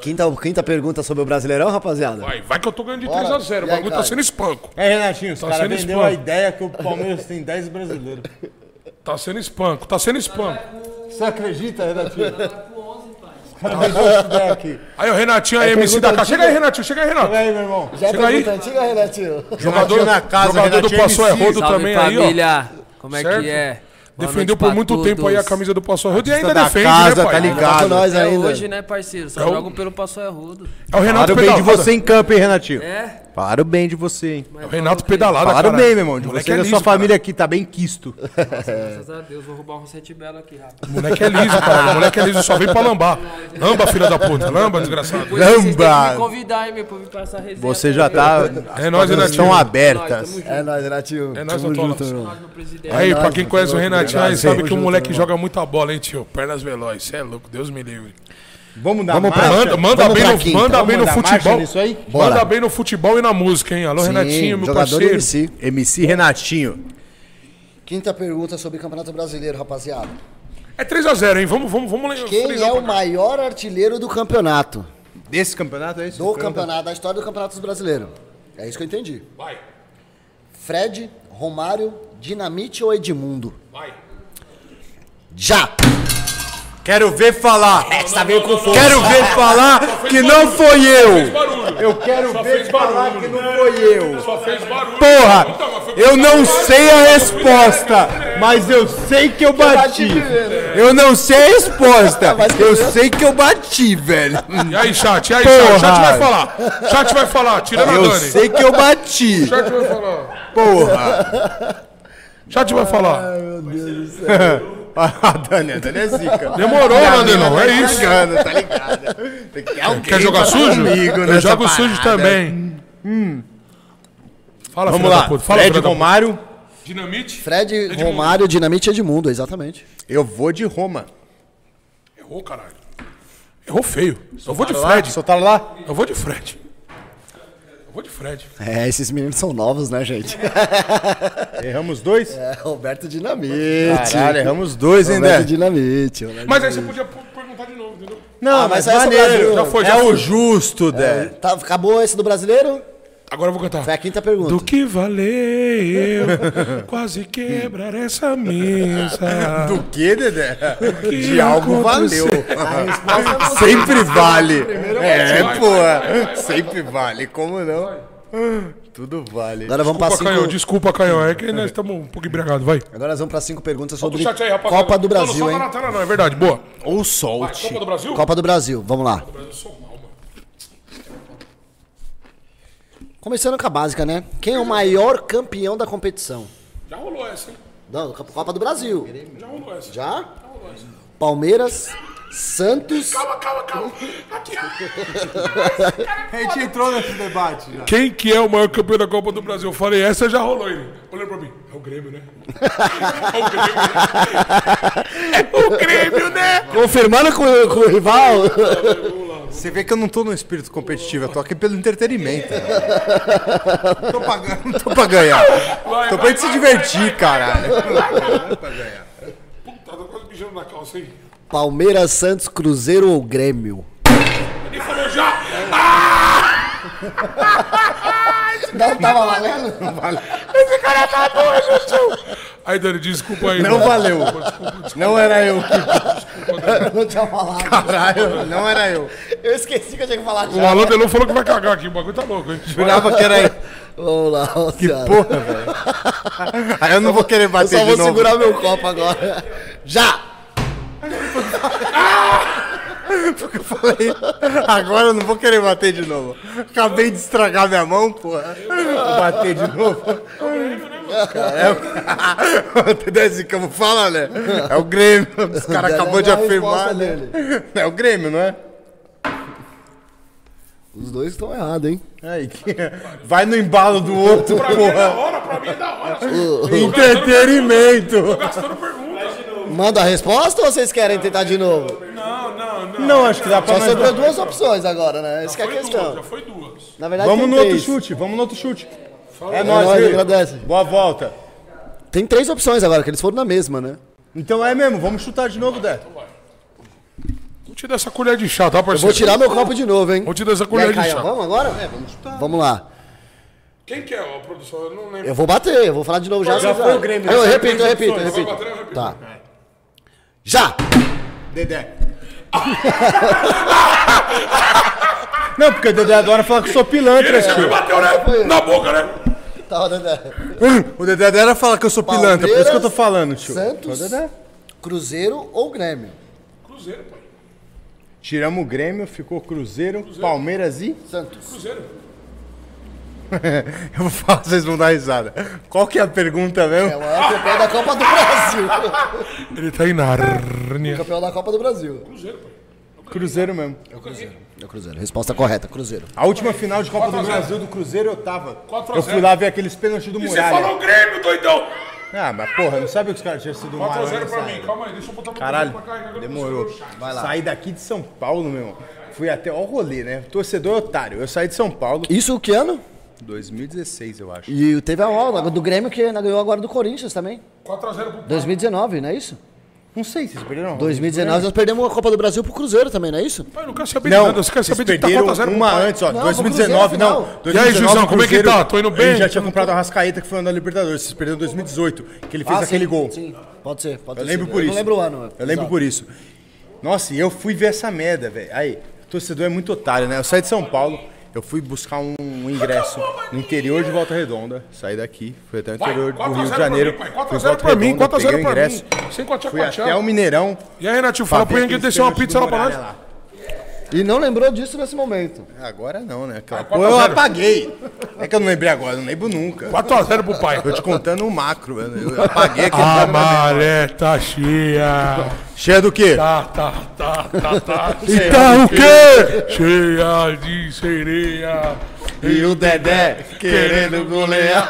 [SPEAKER 2] Quinta, quinta pergunta sobre o Brasileirão, rapaziada.
[SPEAKER 3] É, Vai, vai que eu tô ganhando de
[SPEAKER 2] Bora.
[SPEAKER 3] 3x0. O
[SPEAKER 2] E aí,
[SPEAKER 3] bagulho tá
[SPEAKER 2] cara?
[SPEAKER 3] sendo espanco.
[SPEAKER 1] É, Renatinho, os caras
[SPEAKER 3] Tá sendo
[SPEAKER 1] venderam
[SPEAKER 3] spam.
[SPEAKER 1] a ideia que o Palmeiras tem 10 brasileiros.
[SPEAKER 3] Tá sendo espanco, tá sendo espanco.
[SPEAKER 1] Você acredita, Renatinho? Cara, vendeu essa ideia aqui.
[SPEAKER 3] Aí o Renatinho, aí, MC da
[SPEAKER 2] pergunta
[SPEAKER 3] casa. Chega aí,
[SPEAKER 2] antiga.
[SPEAKER 3] Renatinho, chega aí,
[SPEAKER 1] Olha
[SPEAKER 3] Renato.
[SPEAKER 1] aí, meu irmão.
[SPEAKER 2] Já é
[SPEAKER 3] Chega aí.
[SPEAKER 2] pergunta antiga, Renatinho?
[SPEAKER 3] Jogador,
[SPEAKER 1] na casa,
[SPEAKER 3] jogador do
[SPEAKER 1] Renatinho né,
[SPEAKER 3] Passou é
[SPEAKER 1] MC.
[SPEAKER 3] Rodo
[SPEAKER 1] Salve,
[SPEAKER 3] também aí, ó.
[SPEAKER 6] família, como é
[SPEAKER 3] Certo?
[SPEAKER 6] que é? Boa
[SPEAKER 3] Defendeu
[SPEAKER 6] noite
[SPEAKER 3] por
[SPEAKER 6] pra
[SPEAKER 3] muito
[SPEAKER 6] todos.
[SPEAKER 3] tempo aí a camisa do Passou é Rodo e ainda
[SPEAKER 1] da
[SPEAKER 3] defende,
[SPEAKER 1] casa,
[SPEAKER 3] né, pai?
[SPEAKER 1] tá
[SPEAKER 2] Tá com
[SPEAKER 1] ligado?
[SPEAKER 2] nós
[SPEAKER 6] É
[SPEAKER 2] ainda.
[SPEAKER 6] hoje, né, parceiro? Só
[SPEAKER 3] o-
[SPEAKER 6] jogam pelo Passo é Rudo.
[SPEAKER 3] É o Renato
[SPEAKER 1] Para o bem de
[SPEAKER 3] Pedalada.
[SPEAKER 1] você em campo, hein, Renatinho?
[SPEAKER 6] É?
[SPEAKER 1] Para o bem de você, hein?
[SPEAKER 3] É o Renato Pedalada,
[SPEAKER 1] Para o
[SPEAKER 3] cara.
[SPEAKER 1] bem, meu irmão. De
[SPEAKER 3] Moleque
[SPEAKER 1] você e
[SPEAKER 3] é
[SPEAKER 1] da
[SPEAKER 3] liso,
[SPEAKER 1] sua família aqui, tá bem quisto.
[SPEAKER 6] Graças a Deus, vou roubar um Sete Belo aqui, rapaz.
[SPEAKER 3] cara. Moleque é liso, cara. Moleque é liso, só vem pra lambar. Lamba, filha da puta. Lamba, desgraçado.
[SPEAKER 6] Vocês têm que
[SPEAKER 1] Lamba!
[SPEAKER 6] me convidar, hein, meu, pra vir pra essa resenha.
[SPEAKER 1] Você já tá. As
[SPEAKER 3] É nóis,
[SPEAKER 1] portas
[SPEAKER 3] Renatinho.
[SPEAKER 1] estão abertas.
[SPEAKER 6] Nós,
[SPEAKER 2] É nóis, Renatinho.
[SPEAKER 3] É nóis,
[SPEAKER 2] Tamo
[SPEAKER 3] Antônio.
[SPEAKER 2] junto, irmão.
[SPEAKER 6] tamo junto, presidente.
[SPEAKER 1] É
[SPEAKER 3] Aí, pra
[SPEAKER 2] nóis,
[SPEAKER 3] quem conhece o
[SPEAKER 2] obrigado,
[SPEAKER 3] Renatinho aí,
[SPEAKER 2] obrigado,
[SPEAKER 3] sabe
[SPEAKER 2] tamo
[SPEAKER 3] que um o
[SPEAKER 2] junto,
[SPEAKER 3] moleque
[SPEAKER 2] irmão.
[SPEAKER 3] joga muita bola, hein, tio? Pernas velozes. Cê é louco, Deus me livre.
[SPEAKER 5] Vamos dar
[SPEAKER 2] Vamos pra-
[SPEAKER 5] marcha?
[SPEAKER 3] Manda, manda
[SPEAKER 2] Vamos
[SPEAKER 3] bem,
[SPEAKER 2] pra
[SPEAKER 3] no,
[SPEAKER 2] quinta.
[SPEAKER 3] manda
[SPEAKER 5] Vamos
[SPEAKER 3] bem no
[SPEAKER 5] mandar marcha
[SPEAKER 3] futebol.
[SPEAKER 5] nisso aí?
[SPEAKER 2] Bora.
[SPEAKER 3] Manda bem no futebol e na música, hein? Alô, Renatinho, meu
[SPEAKER 2] jogador
[SPEAKER 3] parceiro.
[SPEAKER 2] MC.
[SPEAKER 5] MC Renatinho.
[SPEAKER 2] Quinta pergunta sobre Campeonato Brasileiro, rapaziada.
[SPEAKER 3] É 3x0, hein? Vamos, vamos, vamos. le-
[SPEAKER 2] Quem
[SPEAKER 3] frisar
[SPEAKER 2] é
[SPEAKER 3] pra
[SPEAKER 2] o
[SPEAKER 3] cá.
[SPEAKER 2] maior artilheiro do campeonato?
[SPEAKER 5] Desse campeonato é isso?
[SPEAKER 2] Do campeonato, da história do Campeonato Brasileiro. É isso que eu entendi.
[SPEAKER 3] Vai,
[SPEAKER 2] Fred, Romário, Dinamite ou Edmundo?
[SPEAKER 3] vai.
[SPEAKER 2] Já!
[SPEAKER 5] Quero ver falar.
[SPEAKER 3] tá
[SPEAKER 2] Essa veio com força.
[SPEAKER 5] Quero ver falar que não foi
[SPEAKER 3] Fez
[SPEAKER 5] eu.
[SPEAKER 3] barulho.
[SPEAKER 5] Eu quero
[SPEAKER 3] Só
[SPEAKER 5] ver
[SPEAKER 3] fez barulho.
[SPEAKER 5] falar que não foi eu.
[SPEAKER 3] Só fez barulho.
[SPEAKER 5] Porra,
[SPEAKER 3] Então, mas foi-
[SPEAKER 5] eu não sei a
[SPEAKER 3] Foi-
[SPEAKER 5] resposta, mas eu sei que eu bati. Eu não sei a resposta, eu sei que eu bati, velho.
[SPEAKER 3] E aí, chat? E aí,
[SPEAKER 5] Porra.
[SPEAKER 3] chat? Chat vai falar. Chat vai falar. Tirando a
[SPEAKER 5] Eu
[SPEAKER 3] Dani.
[SPEAKER 5] sei que eu bati.
[SPEAKER 3] Chat vai falar.
[SPEAKER 5] Porra.
[SPEAKER 3] Chat vai falar.
[SPEAKER 5] A Dani, a Dani é zica.
[SPEAKER 3] Demorou,
[SPEAKER 5] Minha
[SPEAKER 3] Danilão,
[SPEAKER 5] mina
[SPEAKER 3] é
[SPEAKER 5] tá
[SPEAKER 3] isso.
[SPEAKER 5] ligando, tá ligado? Tem que ter alguém
[SPEAKER 3] Quer jogar
[SPEAKER 5] pra
[SPEAKER 3] sujo?
[SPEAKER 5] Comigo
[SPEAKER 3] Eu
[SPEAKER 1] né,
[SPEAKER 5] nessa
[SPEAKER 3] jogo
[SPEAKER 5] parada.
[SPEAKER 3] sujo também. Fala,
[SPEAKER 5] Vamos
[SPEAKER 3] filha da
[SPEAKER 5] lá,
[SPEAKER 3] puta. Fala,
[SPEAKER 5] Fred
[SPEAKER 3] filha da puta.
[SPEAKER 5] Romário,
[SPEAKER 3] Dinamite.
[SPEAKER 2] Fred, Romário, Dinamite e Edmundo, exatamente.
[SPEAKER 5] eu vou de Roma.
[SPEAKER 3] Errou, caralho. Errou feio. Eu vou de
[SPEAKER 5] Tá lá?
[SPEAKER 3] Fred.
[SPEAKER 5] Soltaram lá?
[SPEAKER 3] Eu vou de Fred. Eu vou de Fred.
[SPEAKER 2] É, esses meninos são novos, né, gente?
[SPEAKER 5] Erramos dois?
[SPEAKER 2] É, Roberto Dinamite.
[SPEAKER 5] Caralho, erramos dois ainda.
[SPEAKER 2] Roberto Dinamite. Roberto
[SPEAKER 3] Mas aí você podia p- perguntar de novo, entendeu?
[SPEAKER 5] Não,
[SPEAKER 2] Ah, mas
[SPEAKER 5] mas,
[SPEAKER 2] essa
[SPEAKER 5] maneiro.
[SPEAKER 2] Brasil-
[SPEAKER 5] é Já foi, já é
[SPEAKER 3] foi.
[SPEAKER 5] o justo, Dé.
[SPEAKER 2] Tá, acabou esse do brasileiro?
[SPEAKER 3] Agora eu vou cantar.
[SPEAKER 2] Foi a quinta pergunta.
[SPEAKER 3] Do que valeu quase quebrar essa mesa.
[SPEAKER 5] Do que, Dedé?
[SPEAKER 3] que
[SPEAKER 5] De algo
[SPEAKER 3] aconteceu?
[SPEAKER 5] valeu. Sempre vale. É, pô. Sempre vale. Como não? Tudo vale.
[SPEAKER 2] Agora vamos
[SPEAKER 3] Desculpa,
[SPEAKER 2] pra
[SPEAKER 3] Canhão.
[SPEAKER 2] cinco...
[SPEAKER 3] Desculpa, Canhão. É que nós estamos um pouco embriagados. Vai.
[SPEAKER 2] Agora nós vamos pra cinco perguntas
[SPEAKER 3] Do
[SPEAKER 2] sobre
[SPEAKER 3] chat aí, rapaziada.
[SPEAKER 2] Copa do
[SPEAKER 3] Não,
[SPEAKER 2] Brasil,
[SPEAKER 3] Não, só
[SPEAKER 2] hein?
[SPEAKER 3] tá na tela, não. É verdade. Boa.
[SPEAKER 5] Ou
[SPEAKER 3] Vai,
[SPEAKER 5] solte.
[SPEAKER 3] Copa do Brasil?
[SPEAKER 2] Copa do Brasil, vamos lá.
[SPEAKER 3] Eu sou mal, mano.
[SPEAKER 2] Começando com a básica, né? Quem é o maior campeão da competição?
[SPEAKER 3] Já rolou essa, hein?
[SPEAKER 2] Não, Copa do Brasil.
[SPEAKER 3] Já rolou essa.
[SPEAKER 2] Já? Palmeiras, Santos.
[SPEAKER 3] Calma, calma, calma. Aqui.
[SPEAKER 8] A gente entrou nesse debate já.
[SPEAKER 3] Quem que é o maior campeão da Copa do Brasil? Eu falei, essa já rolou ele. Olhou pra mim. É o Grêmio, né? É o Grêmio, né?
[SPEAKER 2] Confirmando com, com o rival.
[SPEAKER 5] Você vê que eu não tô num espírito competitivo, eu tô aqui pelo entretenimento. Não tô pra, gan- não tô pra ganhar.
[SPEAKER 3] Vai,
[SPEAKER 5] Tô pra
[SPEAKER 3] vai,
[SPEAKER 5] gente se
[SPEAKER 3] vai,
[SPEAKER 5] divertir,
[SPEAKER 3] vai, vai,
[SPEAKER 5] caralho.
[SPEAKER 3] Puta, tô quase mijando na calça, hein?
[SPEAKER 2] Palmeiras, Santos, Cruzeiro ou Grêmio?
[SPEAKER 3] Ele falou já. Ah!
[SPEAKER 2] Não tava valendo?
[SPEAKER 3] tá é Aí, Dani, desculpa aí. né?
[SPEAKER 5] Não
[SPEAKER 3] mano.
[SPEAKER 5] valeu. Não era eu.
[SPEAKER 2] Não tinha falado.
[SPEAKER 5] Caralho, não era eu.
[SPEAKER 2] Eu esqueci que eu tinha que falar
[SPEAKER 3] O Alan Delon falou que vai cagar aqui. O bagulho tá louco, hein?
[SPEAKER 5] Jurava que era eu.
[SPEAKER 2] Vamos lá, ó, senhora.
[SPEAKER 5] Porra, velho. Aí eu não vou querer
[SPEAKER 2] Eu
[SPEAKER 5] bater
[SPEAKER 2] só
[SPEAKER 5] de
[SPEAKER 2] vou
[SPEAKER 5] novo.
[SPEAKER 2] segurar meu copo agora. Já!
[SPEAKER 5] Falei, agora eu não vou querer bater de novo. Acabei de estragar minha mão, porra. Vou bater de novo. Caramba. Entendeu assim como fala, né? É o Grêmio. Os caras
[SPEAKER 2] Já
[SPEAKER 5] acabou de
[SPEAKER 2] deu a
[SPEAKER 5] afirmar.
[SPEAKER 2] resposta
[SPEAKER 5] Né?
[SPEAKER 2] dele.
[SPEAKER 5] É o Grêmio, não é?
[SPEAKER 2] Os dois estão errados, hein?
[SPEAKER 5] Aí, que- vai no embalo do outro,
[SPEAKER 3] Pra mim é da
[SPEAKER 5] porra.
[SPEAKER 3] hora, pra mim é da hora. Tô
[SPEAKER 5] Entretenimento.
[SPEAKER 3] gastando pergunta.
[SPEAKER 2] Manda a resposta ou vocês querem tentar de novo?
[SPEAKER 3] Não, não, não.
[SPEAKER 5] Não, acho que dá pra
[SPEAKER 2] Só
[SPEAKER 5] mais.
[SPEAKER 2] sobrou duas opções agora, né? Essa que é a
[SPEAKER 3] Foi duas, já
[SPEAKER 2] questão.
[SPEAKER 3] foi duas.
[SPEAKER 2] Na verdade,
[SPEAKER 5] Vamos
[SPEAKER 2] tem
[SPEAKER 5] no outro
[SPEAKER 2] três.
[SPEAKER 5] chute, vamos no outro chute. É
[SPEAKER 2] nóis,
[SPEAKER 5] nóis,
[SPEAKER 2] agradece.
[SPEAKER 5] viu? Boa volta.
[SPEAKER 2] Tem três opções agora, que eles foram na mesma, né?
[SPEAKER 5] Então é mesmo, vamos chutar de novo, Dé.
[SPEAKER 3] Vou te dar essa colher de chá, tá, parceiro?
[SPEAKER 2] Vou tirar meu copo de novo, hein?
[SPEAKER 3] Vou te dar essa
[SPEAKER 2] E aí,
[SPEAKER 3] colher de
[SPEAKER 2] Caio,
[SPEAKER 3] chá.
[SPEAKER 2] vamos agora? É, vamos chutar. Vamos lá.
[SPEAKER 3] Quem que é ó, a produção? Eu não lembro.
[SPEAKER 2] Eu vou bater, eu vou falar de novo já.
[SPEAKER 3] Já
[SPEAKER 2] vocês
[SPEAKER 3] foi
[SPEAKER 2] já-
[SPEAKER 3] o Grêmio,
[SPEAKER 2] Eu
[SPEAKER 3] já
[SPEAKER 2] repito, eu
[SPEAKER 3] três
[SPEAKER 2] repito, eu repito.
[SPEAKER 3] opções. Vai bater, né? eu repito.
[SPEAKER 2] Tá. Já!
[SPEAKER 5] Dedé. Não, porque o Dedé adora falar que eu sou pilantra,
[SPEAKER 3] Esse me
[SPEAKER 5] tio.
[SPEAKER 3] bateu, né? Na boca, né?
[SPEAKER 2] Tá rodando.
[SPEAKER 5] O Dedé adora falar que eu sou pilantra, por isso que eu tô falando, tio.
[SPEAKER 2] Santos, é? Cruzeiro ou Grêmio?
[SPEAKER 3] Cruzeiro, pai.
[SPEAKER 5] Tiramos o Grêmio, ficou Cruzeiro, Palmeiras e.
[SPEAKER 2] Santos.
[SPEAKER 3] Cruzeiro.
[SPEAKER 5] Eu vou falar, vocês vão dar risada. Qual que é a pergunta
[SPEAKER 2] É o
[SPEAKER 5] mesmo?
[SPEAKER 2] maior campeão da Copa do Brasil.
[SPEAKER 3] Ele tá em Nárnia.
[SPEAKER 2] campeão da Copa do Brasil.
[SPEAKER 3] Cruzeiro, pai.
[SPEAKER 5] Cruzeiro mesmo.
[SPEAKER 2] É o Cruzeiro. Resposta correta, Cruzeiro.
[SPEAKER 5] A última final de Copa do
[SPEAKER 3] 4 a 0.
[SPEAKER 5] Brasil do Cruzeiro eu tava.
[SPEAKER 3] 4 a
[SPEAKER 5] Eu
[SPEAKER 3] 0.
[SPEAKER 5] fui lá ver aqueles pênaltis do
[SPEAKER 3] E você
[SPEAKER 5] Muralha.
[SPEAKER 3] falou Grêmio, doidão.
[SPEAKER 5] Ah, mas porra, não sabe que os caras tinham sido
[SPEAKER 3] 4x0
[SPEAKER 5] nessa
[SPEAKER 3] pra mim,
[SPEAKER 5] área.
[SPEAKER 3] calma aí, deixa eu botar meu
[SPEAKER 5] Caralho,
[SPEAKER 3] computador pra carregar, que eu não
[SPEAKER 5] demorou.
[SPEAKER 3] consigo achar.
[SPEAKER 5] Vai lá. Saí daqui de São Paulo, meu irmão. Fui até. Ó, o rolê, né? Torcedor é otário. Eu saí de São Paulo.
[SPEAKER 2] Isso que ano?
[SPEAKER 5] 2016, eu acho.
[SPEAKER 2] E teve a aula do Grêmio que ganhou agora do Corinthians também.
[SPEAKER 3] 4x0 pro
[SPEAKER 2] 2019, não é isso?
[SPEAKER 5] Não sei, vocês perderam.
[SPEAKER 2] 2019 nós perdemos a Copa do Brasil pro Cruzeiro também, não é isso?
[SPEAKER 3] Pai, eu não quero saber de
[SPEAKER 5] Não,
[SPEAKER 3] nada, eu quero
[SPEAKER 5] vocês
[SPEAKER 3] saber de que tá
[SPEAKER 5] perderam
[SPEAKER 3] 4x0 pro
[SPEAKER 5] uma
[SPEAKER 3] pai.
[SPEAKER 5] antes, ó.
[SPEAKER 2] Não,
[SPEAKER 5] 2019,
[SPEAKER 2] pro Cruzeiro,
[SPEAKER 5] não.
[SPEAKER 2] final.
[SPEAKER 5] 2019,
[SPEAKER 3] E aí, Juizão, como é que
[SPEAKER 5] Cruzeiro,
[SPEAKER 3] tá? Tô indo bem?
[SPEAKER 5] Ele já tinha comprado a Rascaeta que foi na Libertadores. Vocês perderam em 2018, que ele fez
[SPEAKER 2] Ah,
[SPEAKER 5] aquele
[SPEAKER 2] sim,
[SPEAKER 5] gol.
[SPEAKER 2] Sim, pode ser, pode
[SPEAKER 5] Eu
[SPEAKER 2] ter
[SPEAKER 5] lembro
[SPEAKER 2] sido.
[SPEAKER 5] por
[SPEAKER 2] eu
[SPEAKER 5] isso.
[SPEAKER 2] Não lembro o ano. é.
[SPEAKER 5] Eu lembro por isso. Nossa, e eu fui ver essa merda, velho. Aí, torcedor é muito otário, né? Eu saí de São Paulo, eu fui buscar um, um ingresso no interior de Volta Redonda. Saí daqui, fui até o
[SPEAKER 3] Vai,
[SPEAKER 5] interior do
[SPEAKER 3] 4 a 0
[SPEAKER 5] Rio de
[SPEAKER 3] pra
[SPEAKER 5] Janeiro.
[SPEAKER 3] mim, pai,
[SPEAKER 5] fui
[SPEAKER 3] 4 a 0
[SPEAKER 5] em Volta
[SPEAKER 3] pra mim,
[SPEAKER 5] Redonda,
[SPEAKER 3] 4 a 0
[SPEAKER 5] peguei o
[SPEAKER 3] pra mim. é
[SPEAKER 5] ingresso,
[SPEAKER 3] Sem quatro a
[SPEAKER 5] Fui
[SPEAKER 3] quatro a
[SPEAKER 5] até o Mineirão.
[SPEAKER 3] E aí, Renatinho,
[SPEAKER 5] pra
[SPEAKER 3] fala
[SPEAKER 5] ver
[SPEAKER 3] pro Henrique
[SPEAKER 5] aqueles
[SPEAKER 3] descer uma
[SPEAKER 5] pênaltis
[SPEAKER 3] pizza
[SPEAKER 5] do
[SPEAKER 3] lá pra nós.
[SPEAKER 5] Muralha lá.
[SPEAKER 2] E não lembrou disso nesse momento.
[SPEAKER 5] Agora não, né? Aquela
[SPEAKER 3] Vai,
[SPEAKER 5] porra
[SPEAKER 3] 4 a
[SPEAKER 5] eu
[SPEAKER 3] 0.
[SPEAKER 5] apaguei. É que eu não lembrei agora, eu não lembro nunca.
[SPEAKER 3] 4x0 pro pai.
[SPEAKER 5] Tô te contando um macro, eu, eu apaguei aquele
[SPEAKER 3] A
[SPEAKER 5] cara na memória.
[SPEAKER 3] maré tá cheia.
[SPEAKER 5] Cheia é do quê?
[SPEAKER 3] Tá, tá, tá, tá, tá.
[SPEAKER 5] Cheia
[SPEAKER 3] Tá
[SPEAKER 5] do
[SPEAKER 3] o quê? Cheia de sereia.
[SPEAKER 5] E o Dedé querendo golear.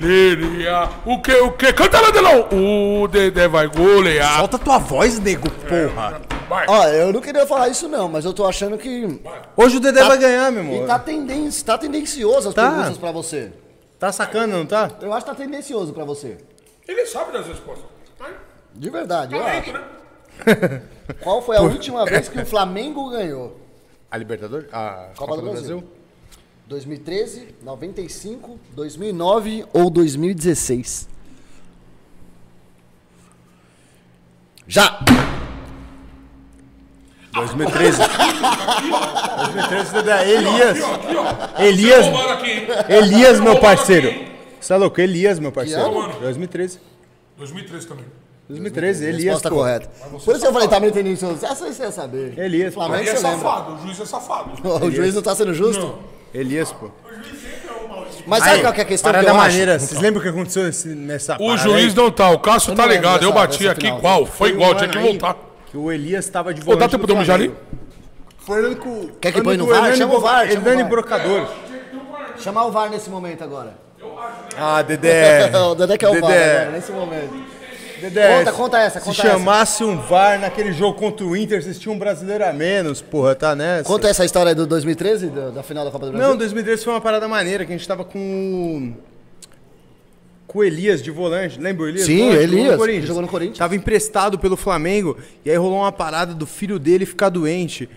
[SPEAKER 3] Leria. O que, o que? Canta lá, Delão. O Dedé vai golear.
[SPEAKER 5] Solta tua voz, nego, porra.
[SPEAKER 3] Vai.
[SPEAKER 2] Ó, eu não queria falar isso não, mas eu tô achando que...
[SPEAKER 5] Hoje o Dedé vai ganhar, meu
[SPEAKER 2] E
[SPEAKER 5] amor.
[SPEAKER 2] tá,
[SPEAKER 5] Tá...
[SPEAKER 2] tendenci... tá tendencioso as
[SPEAKER 5] Tá.
[SPEAKER 2] perguntas pra você.
[SPEAKER 5] sacando, não tá?
[SPEAKER 2] Eu acho que tá tendencioso pra você.
[SPEAKER 3] Ele sabe das respostas. Vai.
[SPEAKER 2] De verdade, eu acho.
[SPEAKER 3] né?
[SPEAKER 2] Qual foi a última vez que o Flamengo ganhou?
[SPEAKER 5] A Libertadores? A
[SPEAKER 2] Copa do Brasil. 2013, 95, 2009 ou 2016? Já!
[SPEAKER 5] 2013. 2013, Dedé. Elias.
[SPEAKER 3] Aqui, ó.
[SPEAKER 5] Elias.
[SPEAKER 3] Roubaram aqui, hein?
[SPEAKER 5] Elias, meu
[SPEAKER 3] Roubaram
[SPEAKER 5] parceiro.
[SPEAKER 3] aqui.
[SPEAKER 5] Você é louco? Elias, meu parceiro.
[SPEAKER 2] Que
[SPEAKER 5] 2013.
[SPEAKER 3] 2013 também.
[SPEAKER 5] 2013, Elias.
[SPEAKER 2] Resposta
[SPEAKER 5] Pô.
[SPEAKER 2] correta. Por isso eu falei, tá me entendendo. Essa aí você ia saber.
[SPEAKER 5] Elias, pô.
[SPEAKER 2] Flamengo
[SPEAKER 3] Aí é
[SPEAKER 2] você lembra.
[SPEAKER 3] safado, o juiz é safado.
[SPEAKER 2] O juiz não tá sendo justo?
[SPEAKER 5] Elias, pô.
[SPEAKER 2] Mas sabe qual que é a questão que
[SPEAKER 5] Parada
[SPEAKER 2] eu
[SPEAKER 5] maneira.
[SPEAKER 2] acho?
[SPEAKER 5] Vocês lembram o que aconteceu nesse- nessa
[SPEAKER 3] O
[SPEAKER 5] parada
[SPEAKER 3] juiz
[SPEAKER 5] aí?
[SPEAKER 3] não tá, o Cássio
[SPEAKER 2] Eu
[SPEAKER 3] tá
[SPEAKER 2] não lembro
[SPEAKER 3] ligado. Eu
[SPEAKER 2] dessa-
[SPEAKER 3] bati
[SPEAKER 2] dessa
[SPEAKER 3] aqui
[SPEAKER 2] final.
[SPEAKER 3] igual, foi
[SPEAKER 5] um
[SPEAKER 3] igual,
[SPEAKER 5] ano
[SPEAKER 3] tinha que
[SPEAKER 5] aí
[SPEAKER 3] voltar.
[SPEAKER 5] Que o Elias tava de
[SPEAKER 3] Ô,
[SPEAKER 5] volante.
[SPEAKER 3] dá tempo
[SPEAKER 5] do
[SPEAKER 3] de Ah, eu mijar ali?
[SPEAKER 5] Flamengo. Foi o único.
[SPEAKER 2] Quer que põe
[SPEAKER 5] único
[SPEAKER 2] no VAR?
[SPEAKER 5] Hernani
[SPEAKER 2] Chama o
[SPEAKER 5] Bo-
[SPEAKER 2] VAR, chama o
[SPEAKER 5] Hernani
[SPEAKER 2] VAR.
[SPEAKER 5] Brocador.
[SPEAKER 2] Chamar o VAR nesse momento agora.
[SPEAKER 5] Ah, Dedé.
[SPEAKER 2] o Dedé que é o VAR
[SPEAKER 5] Dedé.
[SPEAKER 2] agora, nesse momento.
[SPEAKER 5] Dedé,
[SPEAKER 2] Conta- conta essa, conta
[SPEAKER 5] Se
[SPEAKER 2] essa.
[SPEAKER 5] chamasse um VAR naquele jogo contra o Inter, vocês tinham um brasileiro a menos, porra, tá nessa.
[SPEAKER 2] Conta essa história do 2013, do- da final da Copa do Brasil.
[SPEAKER 5] Não, 2013 foi uma parada maneira, que a gente tava com. o- Com o Elias de volante, lembra o Elias?
[SPEAKER 2] Sim,
[SPEAKER 5] Volante,
[SPEAKER 2] Elias,
[SPEAKER 5] jogou no
[SPEAKER 2] que
[SPEAKER 5] Corinthians.
[SPEAKER 2] jogou no Corinthians.
[SPEAKER 5] Tava emprestado pelo Flamengo, e aí rolou uma parada do filho dele ficar doente.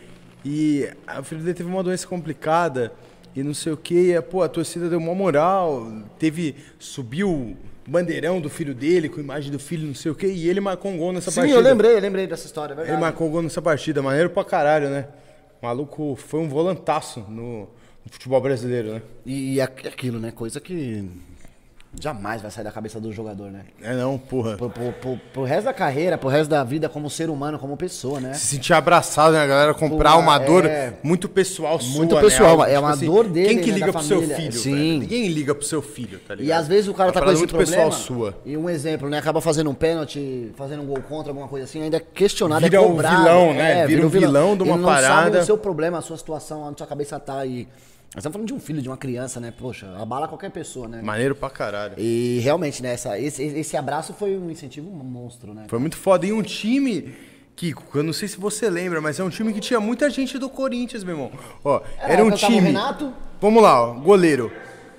[SPEAKER 5] E a- o filho dele teve uma doença complicada, e não sei o que, e pô, a torcida deu uma moral, teve. subiu o bandeirão do filho dele, com a imagem do filho, não sei o que, e ele marcou um gol nessa
[SPEAKER 2] Sim,
[SPEAKER 5] partida.
[SPEAKER 2] eu lembrei, eu lembrei dessa história, é verdade.
[SPEAKER 5] Ele marcou o gol nessa partida, maneiro pra caralho, né? O maluco foi um volantaço no, no futebol brasileiro, né?
[SPEAKER 2] E aqu- aquilo, né? Coisa que jamais vai sair da cabeça do jogador, né?
[SPEAKER 5] É não, porra.
[SPEAKER 2] Pro, pro, pro- pro resto da carreira, pro resto da vida, como ser humano, como pessoa, né?
[SPEAKER 5] Se sentir abraçado, né, galera? Comprar
[SPEAKER 2] Pô,
[SPEAKER 5] uma dor
[SPEAKER 2] é.
[SPEAKER 5] muito pessoal sua,
[SPEAKER 2] Muito
[SPEAKER 5] né?
[SPEAKER 2] pessoal,
[SPEAKER 5] Algo,
[SPEAKER 2] é uma dor dele,
[SPEAKER 5] Quem que
[SPEAKER 2] né,
[SPEAKER 5] liga
[SPEAKER 2] da
[SPEAKER 5] pro seu
[SPEAKER 2] família.
[SPEAKER 5] filho,
[SPEAKER 2] Sim.
[SPEAKER 5] velho? Ninguém liga pro seu filho, tá ligado?
[SPEAKER 2] E às vezes o cara
[SPEAKER 5] Uma
[SPEAKER 2] tá com
[SPEAKER 5] parada
[SPEAKER 2] esse
[SPEAKER 5] muito
[SPEAKER 2] problema.
[SPEAKER 5] pessoal sua.
[SPEAKER 2] E um exemplo, né? Acaba fazendo um pênalti, fazendo um gol contra, alguma coisa assim, ainda é questionado,
[SPEAKER 5] Vira
[SPEAKER 2] é
[SPEAKER 5] um
[SPEAKER 2] cobrado.
[SPEAKER 5] vilão, né?
[SPEAKER 2] É,
[SPEAKER 5] Vira um
[SPEAKER 2] um vilão,
[SPEAKER 5] vilão de uma
[SPEAKER 2] Ele Não sabe
[SPEAKER 5] parada.
[SPEAKER 2] o seu problema, a sua situação, onde sua cabeça tá e Nós estamos falando de um filho, de uma criança, né? Poxa, abala qualquer pessoa, né?
[SPEAKER 5] Maneiro pra caralho.
[SPEAKER 2] E realmente, né? Essa, esse, esse abraço foi um incentivo monstro, né?
[SPEAKER 5] Foi muito foda. E um time, Kiko, que eu não sei se você lembra, mas é um time que tinha muita gente do Corinthians, meu irmão. Ó, era,
[SPEAKER 2] eu
[SPEAKER 5] um
[SPEAKER 2] tava o
[SPEAKER 5] time.
[SPEAKER 2] É, Renato.
[SPEAKER 5] Vamos lá, ó. Goleiro.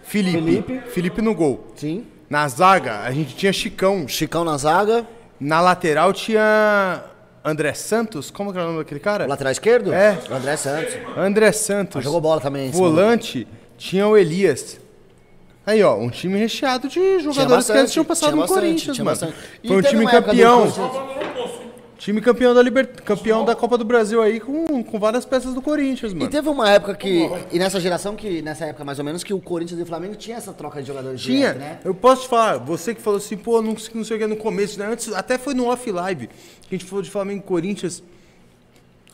[SPEAKER 5] Felipe. Felipe.
[SPEAKER 2] Felipe.
[SPEAKER 5] no gol.
[SPEAKER 2] Sim.
[SPEAKER 5] Na zaga, a gente tinha Chicão.
[SPEAKER 2] Chicão na zaga,
[SPEAKER 5] Na lateral tinha. André Santos? Como que era o nome daquele cara?
[SPEAKER 2] lateral esquerdo.
[SPEAKER 5] É.
[SPEAKER 2] O André Santos.
[SPEAKER 5] André Santos.
[SPEAKER 2] Jogou bola também. esse
[SPEAKER 5] Volante tinha o Elias. Aí, ó, um time recheado de jogadores que antes
[SPEAKER 2] bastante,
[SPEAKER 5] tinham passado
[SPEAKER 2] tinha
[SPEAKER 5] no
[SPEAKER 2] bastante,
[SPEAKER 5] Corinthians,
[SPEAKER 2] tinha
[SPEAKER 5] mano.
[SPEAKER 2] bastante. E
[SPEAKER 5] Foi um
[SPEAKER 2] teve
[SPEAKER 5] time
[SPEAKER 2] uma época do
[SPEAKER 5] campeão.
[SPEAKER 2] Corinthians-
[SPEAKER 5] Time campeão da Liber... campeão da Copa do Brasil aí com, com várias peças do Corinthians,
[SPEAKER 2] E
[SPEAKER 5] mano.
[SPEAKER 2] teve uma época que. E nessa geração que. Nessa época, mais ou menos, que o Corinthians e o Flamengo tinha essa troca de jogadores
[SPEAKER 5] Tinha,
[SPEAKER 2] direto, né?
[SPEAKER 5] eu posso te falar, você que falou assim, pô, não, não sei o que no começo, né? Antes, até foi no off live, que a gente falou de Flamengo e Corinthians.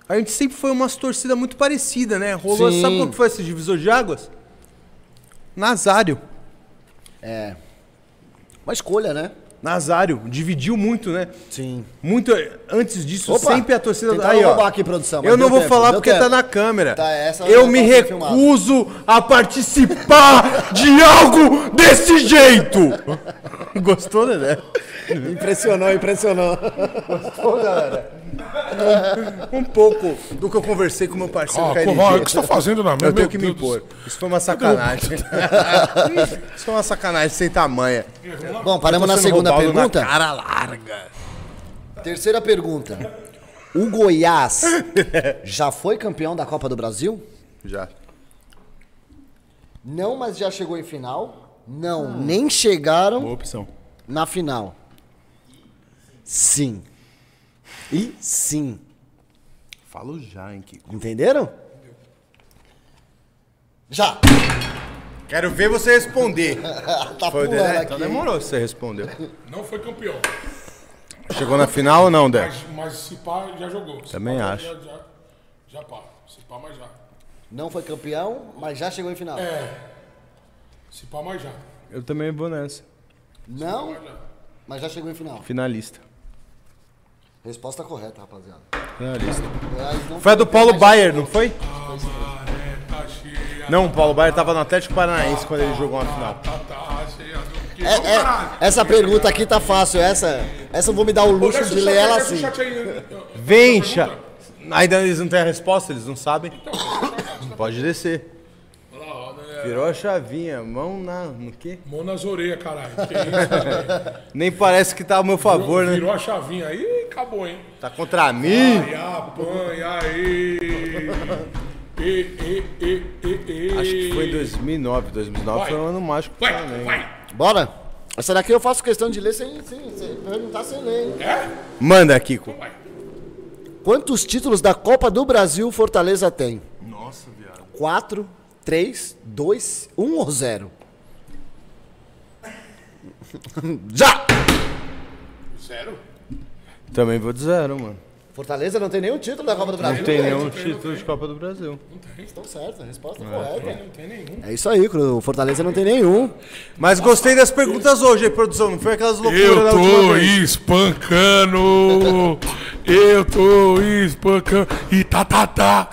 [SPEAKER 5] A gente sempre foi umas torcidas muito parecidas, né? Rolou,
[SPEAKER 2] Sim.
[SPEAKER 5] sabe qual que foi esse divisor de águas? Nazário.
[SPEAKER 2] Uma escolha, né?
[SPEAKER 5] Nazário, dividiu muito, né?
[SPEAKER 2] Sim.
[SPEAKER 5] Muito eh, antes disso,
[SPEAKER 2] Opa,
[SPEAKER 5] sempre a torcida
[SPEAKER 2] tentaram
[SPEAKER 5] aí, ó.
[SPEAKER 2] roubar aqui, produção, mas
[SPEAKER 5] eu não
[SPEAKER 2] deu
[SPEAKER 5] vou
[SPEAKER 2] tempo,
[SPEAKER 5] falar
[SPEAKER 2] deu
[SPEAKER 5] porque
[SPEAKER 2] tempo.
[SPEAKER 5] tá na câmera.
[SPEAKER 2] Tá, essa
[SPEAKER 5] eu
[SPEAKER 2] não
[SPEAKER 5] me
[SPEAKER 2] tá sendo filmada.
[SPEAKER 5] recuso a participar de algo desse jeito. Gostou, né?
[SPEAKER 2] Impressionou, impressionou.
[SPEAKER 5] Um pouco do que eu conversei com meu parceiro
[SPEAKER 3] Ah,
[SPEAKER 5] Caio
[SPEAKER 3] porra,
[SPEAKER 5] Henrique.
[SPEAKER 3] o que você tá fazendo na minha
[SPEAKER 5] Eu tenho
[SPEAKER 3] Meu
[SPEAKER 5] que me
[SPEAKER 3] Deus do
[SPEAKER 5] impor. Isso foi uma sacanagem. Isso foi uma sacanagem sem tamanha.
[SPEAKER 2] Bom, paramos na
[SPEAKER 5] Sendo
[SPEAKER 2] segunda
[SPEAKER 5] roubado
[SPEAKER 2] pergunta.
[SPEAKER 5] Na cara larga.
[SPEAKER 2] Terceira pergunta. O Goiás já foi campeão da Copa do Brasil?
[SPEAKER 5] Já.
[SPEAKER 2] Não, mas já chegou em final? Não, nem chegaram
[SPEAKER 5] Boa opção.
[SPEAKER 2] na final. Sim. E sim.
[SPEAKER 5] Falo já, hein, Kiko.
[SPEAKER 2] Entenderam? Já.
[SPEAKER 5] Quero ver você responder.
[SPEAKER 2] Tá
[SPEAKER 5] Foi o
[SPEAKER 2] pulando
[SPEAKER 5] Dedé?
[SPEAKER 2] aqui.
[SPEAKER 5] Então demorou se você respondeu.
[SPEAKER 3] Não foi campeão,
[SPEAKER 5] Chegou na final ou não, Dé?
[SPEAKER 3] mas, mas se pá, já jogou. Se
[SPEAKER 5] Também
[SPEAKER 3] pá, já-
[SPEAKER 5] acho.
[SPEAKER 3] Já, já, já pá. Se pá, mas já.
[SPEAKER 2] Não foi campeão, mas já chegou em final.
[SPEAKER 3] Se pá, mas já.
[SPEAKER 5] Eu também vou nessa.
[SPEAKER 2] Não, mas já chegou em final.
[SPEAKER 5] Finalista.
[SPEAKER 2] Resposta correta, rapaziada.
[SPEAKER 5] Finalista.
[SPEAKER 2] Goiás não
[SPEAKER 5] É Foi a do Paulo Bayer, não foi?
[SPEAKER 3] Maré tá cheia,
[SPEAKER 5] Não, o Paulo Bayer tava no Atlético Paranaense quando ele jogou na final.
[SPEAKER 3] tá, tá cheia do que?
[SPEAKER 2] É, é, essa pergunta aqui tá fácil. Essa, essa eu vou me dar o luxo de ler ela assim.
[SPEAKER 5] Vem, Cha. Ainda eles não têm a resposta, eles não sabem. Pode descer. Virou a chavinha, mão na. no quê?
[SPEAKER 3] né? Mão nas orelhas, caralho. Que isso,
[SPEAKER 5] Nem parece que tá ao meu favor,
[SPEAKER 3] velho?
[SPEAKER 5] né?
[SPEAKER 3] Virou a chavinha aí e acabou, hein?
[SPEAKER 5] Tá contra mim.
[SPEAKER 3] E apanha aí. E, e, e, e, e.
[SPEAKER 5] Acho que foi em 2009. 2009
[SPEAKER 3] Vai.
[SPEAKER 5] foi um ano mágico pro
[SPEAKER 3] Vai,
[SPEAKER 5] Flamengo.
[SPEAKER 3] vai.
[SPEAKER 2] Bora? Essa daqui eu faço questão de ler sem, sem, sem perguntar sem ler. hein?
[SPEAKER 3] É?
[SPEAKER 5] Manda, Kiko.
[SPEAKER 3] Vai.
[SPEAKER 2] Quantos títulos da Copa do Brasil Fortaleza tem?
[SPEAKER 3] Nossa, viado.
[SPEAKER 2] Quatro, três, dois, um ou zero? Já!
[SPEAKER 3] Sério?
[SPEAKER 5] Também vou de zero, mano.
[SPEAKER 2] Fortaleza não tem nenhum título da Copa do Brasil.
[SPEAKER 5] Não tem nenhum título de Copa do Brasil.
[SPEAKER 2] Estão certos, a resposta é correta.
[SPEAKER 3] Não tem nenhum.
[SPEAKER 2] É isso aí, Cru. Fortaleza não tem nenhum.
[SPEAKER 5] Mas gostei das perguntas hoje, hein, produção? Não foi aquelas loucuras da última vez.
[SPEAKER 3] espancando. Eu tô espancando. E tá, tá, tá.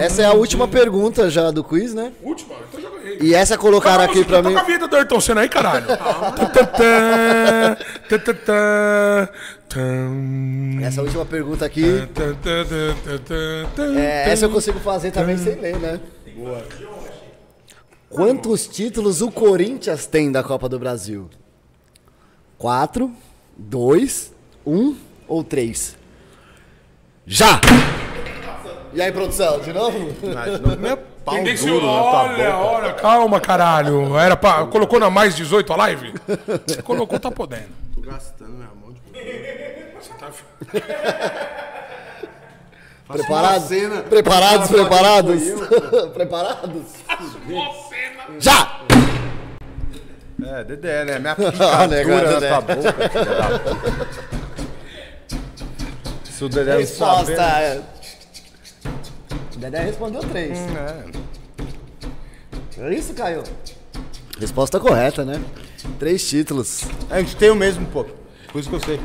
[SPEAKER 2] Essa é a última pergunta já do quiz, né?
[SPEAKER 3] Última, então já ganhei.
[SPEAKER 2] E essa colocaram aqui pra mim.
[SPEAKER 3] Toca Então, tá a vinheta do Ayrton Senna aí, caralho. Tantantã, tantantã, tam,
[SPEAKER 2] Essa última pergunta aqui.
[SPEAKER 3] tantantã, tantantã.
[SPEAKER 2] É, essa eu consigo fazer também sem ler, né? Boa. Quantos títulos o Corinthians tem da Copa do Brasil? Quatro, dois, um ou três? Já! E aí, produção, de novo?
[SPEAKER 5] Meu pau
[SPEAKER 3] Tendencioso.
[SPEAKER 5] duro na tua
[SPEAKER 3] Olha,
[SPEAKER 5] boca.
[SPEAKER 3] olha, calma, caralho. Era pra... Colocou na mais 18 a live? Você colocou, tá podendo.
[SPEAKER 5] Tô gastando minha mão de
[SPEAKER 3] Você tá fi-
[SPEAKER 2] Preparados?
[SPEAKER 5] cena.
[SPEAKER 2] Preparados, preparados? né? preparados? Já!
[SPEAKER 5] É, Dedé, né? Minha
[SPEAKER 2] Ah, negócio,
[SPEAKER 5] picadura
[SPEAKER 2] Dedé.
[SPEAKER 5] na tua boca. filha da puta. Se o Dedé não sabe.
[SPEAKER 2] Resposta.
[SPEAKER 5] né?
[SPEAKER 3] tá
[SPEAKER 2] é. Dedé respondeu três.
[SPEAKER 3] Hum,
[SPEAKER 2] É isso, Caio? Resposta correta, né? Três títulos.
[SPEAKER 5] A gente tem o mesmo, pô. Por isso que eu sei.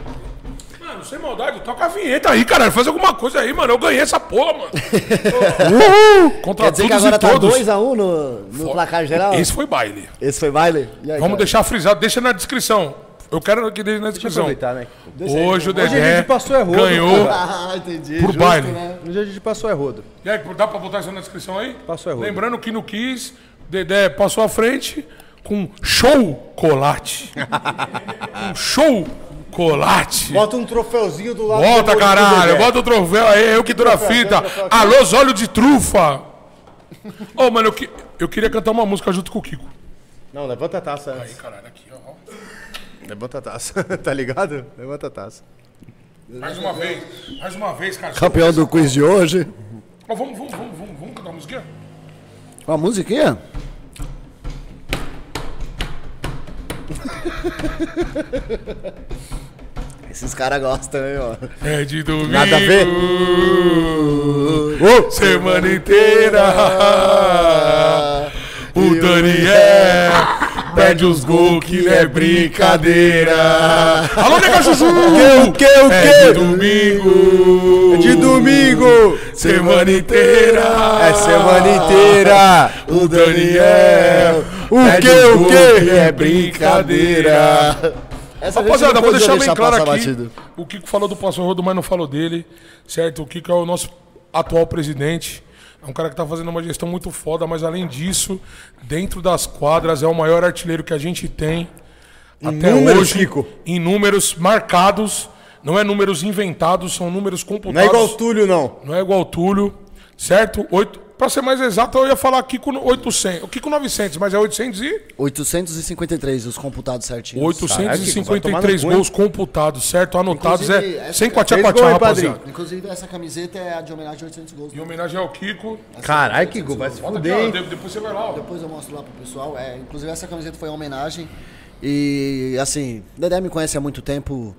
[SPEAKER 3] Mano, sem maldade, toca a vinheta aí, caralho. Faz alguma coisa aí, mano. Eu ganhei essa porra, mano. Contra
[SPEAKER 2] Quer dizer que
[SPEAKER 3] todos
[SPEAKER 2] agora
[SPEAKER 3] e
[SPEAKER 2] tá
[SPEAKER 3] todos.
[SPEAKER 2] 2x1 no, no placar geral?
[SPEAKER 3] Esse foi baile.
[SPEAKER 2] Esse foi baile? E aí,
[SPEAKER 3] É Vamos
[SPEAKER 2] Caio?
[SPEAKER 3] deixar frisado, deixa na descrição. Eu quero que deixe na
[SPEAKER 5] Deixa eu
[SPEAKER 3] descrição.
[SPEAKER 5] aproveitar, né?
[SPEAKER 3] Hoje o
[SPEAKER 5] Hoje a
[SPEAKER 3] Dedé
[SPEAKER 5] gente passou errado,
[SPEAKER 3] ganhou.
[SPEAKER 5] cara.
[SPEAKER 2] Ah, entendi. né?
[SPEAKER 3] Por baile.
[SPEAKER 5] Hoje a gente passou é rodo.
[SPEAKER 3] E aí, dá pra botar isso na descrição aí?
[SPEAKER 5] Passou errado.
[SPEAKER 3] Lembrando que no Kiss, Dedé passou à frente com show colate. um show colate.
[SPEAKER 5] Bota um troféuzinho do lado
[SPEAKER 3] Volta,
[SPEAKER 5] do olho do
[SPEAKER 3] caralho.
[SPEAKER 5] Dedé.
[SPEAKER 3] Bota o troféu aí, eu que dou a fita. Alô, os olhos de trufa. Ô, mano, eu, que- eu queria cantar uma música junto com o Kiko.
[SPEAKER 5] Não, levanta a taça antes.
[SPEAKER 3] Caralho, aqui, ó.
[SPEAKER 5] Levanta a taça. tá ligado? Levanta a taça.
[SPEAKER 3] Mais uma vez, mais uma vez, cara.
[SPEAKER 2] Campeão do quiz de hoje.
[SPEAKER 3] Ó, vamos, vamos, vamos, vamos, vamos cantar uma musiquinha?
[SPEAKER 2] Uma musiquinha? Esses caras gostam, hein, mano?
[SPEAKER 3] É de domingo.
[SPEAKER 5] Nada a ver.
[SPEAKER 3] Semana inteira. O Daniel perde os gols, que não é brincadeira. Alô, nega Juju!
[SPEAKER 5] O que, o
[SPEAKER 3] É de
[SPEAKER 5] que?
[SPEAKER 3] domingo.
[SPEAKER 5] De domingo!
[SPEAKER 3] É Semana inteira.
[SPEAKER 5] É semana inteira!
[SPEAKER 3] O Daniel.
[SPEAKER 5] O
[SPEAKER 3] perde
[SPEAKER 5] quê,
[SPEAKER 3] os
[SPEAKER 5] o
[SPEAKER 3] gols,
[SPEAKER 5] quê?
[SPEAKER 3] que É brincadeira.
[SPEAKER 2] Essa gente
[SPEAKER 3] Rapaziada,
[SPEAKER 2] não
[SPEAKER 3] vou
[SPEAKER 2] podia
[SPEAKER 3] deixar bem claro aqui.
[SPEAKER 2] passar batido.
[SPEAKER 3] O Kiko falou do Pastor Rodo, mas não falou dele, certo? O Kiko é o nosso atual presidente. É um cara que tá fazendo uma gestão muito foda, mas além disso, dentro das quadras, é o maior artilheiro que a gente tem. Até
[SPEAKER 5] números,
[SPEAKER 3] hoje,
[SPEAKER 5] Kiko?
[SPEAKER 3] em números marcados, não é números inventados, são números computados.
[SPEAKER 5] Não é igual o Túlio, não.
[SPEAKER 3] Não é igual o Túlio, certo? Oito... Pra ser mais exato, eu ia falar Kiko 800. O Kiko 900, mas é 800 e...
[SPEAKER 2] 853, os computados certinhos.
[SPEAKER 5] vai tomar no
[SPEAKER 3] 853
[SPEAKER 5] cu, hein?
[SPEAKER 3] gols computados, certo? Anotados,
[SPEAKER 9] Inclusive,
[SPEAKER 3] é
[SPEAKER 9] essa-
[SPEAKER 3] sem
[SPEAKER 5] Fez gol,
[SPEAKER 3] quatiá-quatiá,
[SPEAKER 5] hein,
[SPEAKER 3] rapaziada.
[SPEAKER 9] Inclusive, essa camiseta é a de homenagem a 800 gols.
[SPEAKER 3] Em homenagem ao Kiko.
[SPEAKER 5] Caralho, que gol, vai se
[SPEAKER 3] Bota aqui,
[SPEAKER 5] fuder,
[SPEAKER 3] ó,
[SPEAKER 5] hein?
[SPEAKER 3] de- depois você vai lá, ó.
[SPEAKER 9] Depois eu mostro lá pro pessoal. É,
[SPEAKER 2] Inclusive, essa camiseta foi uma homenagem. E, assim, Dedé me conhece há muito tempo.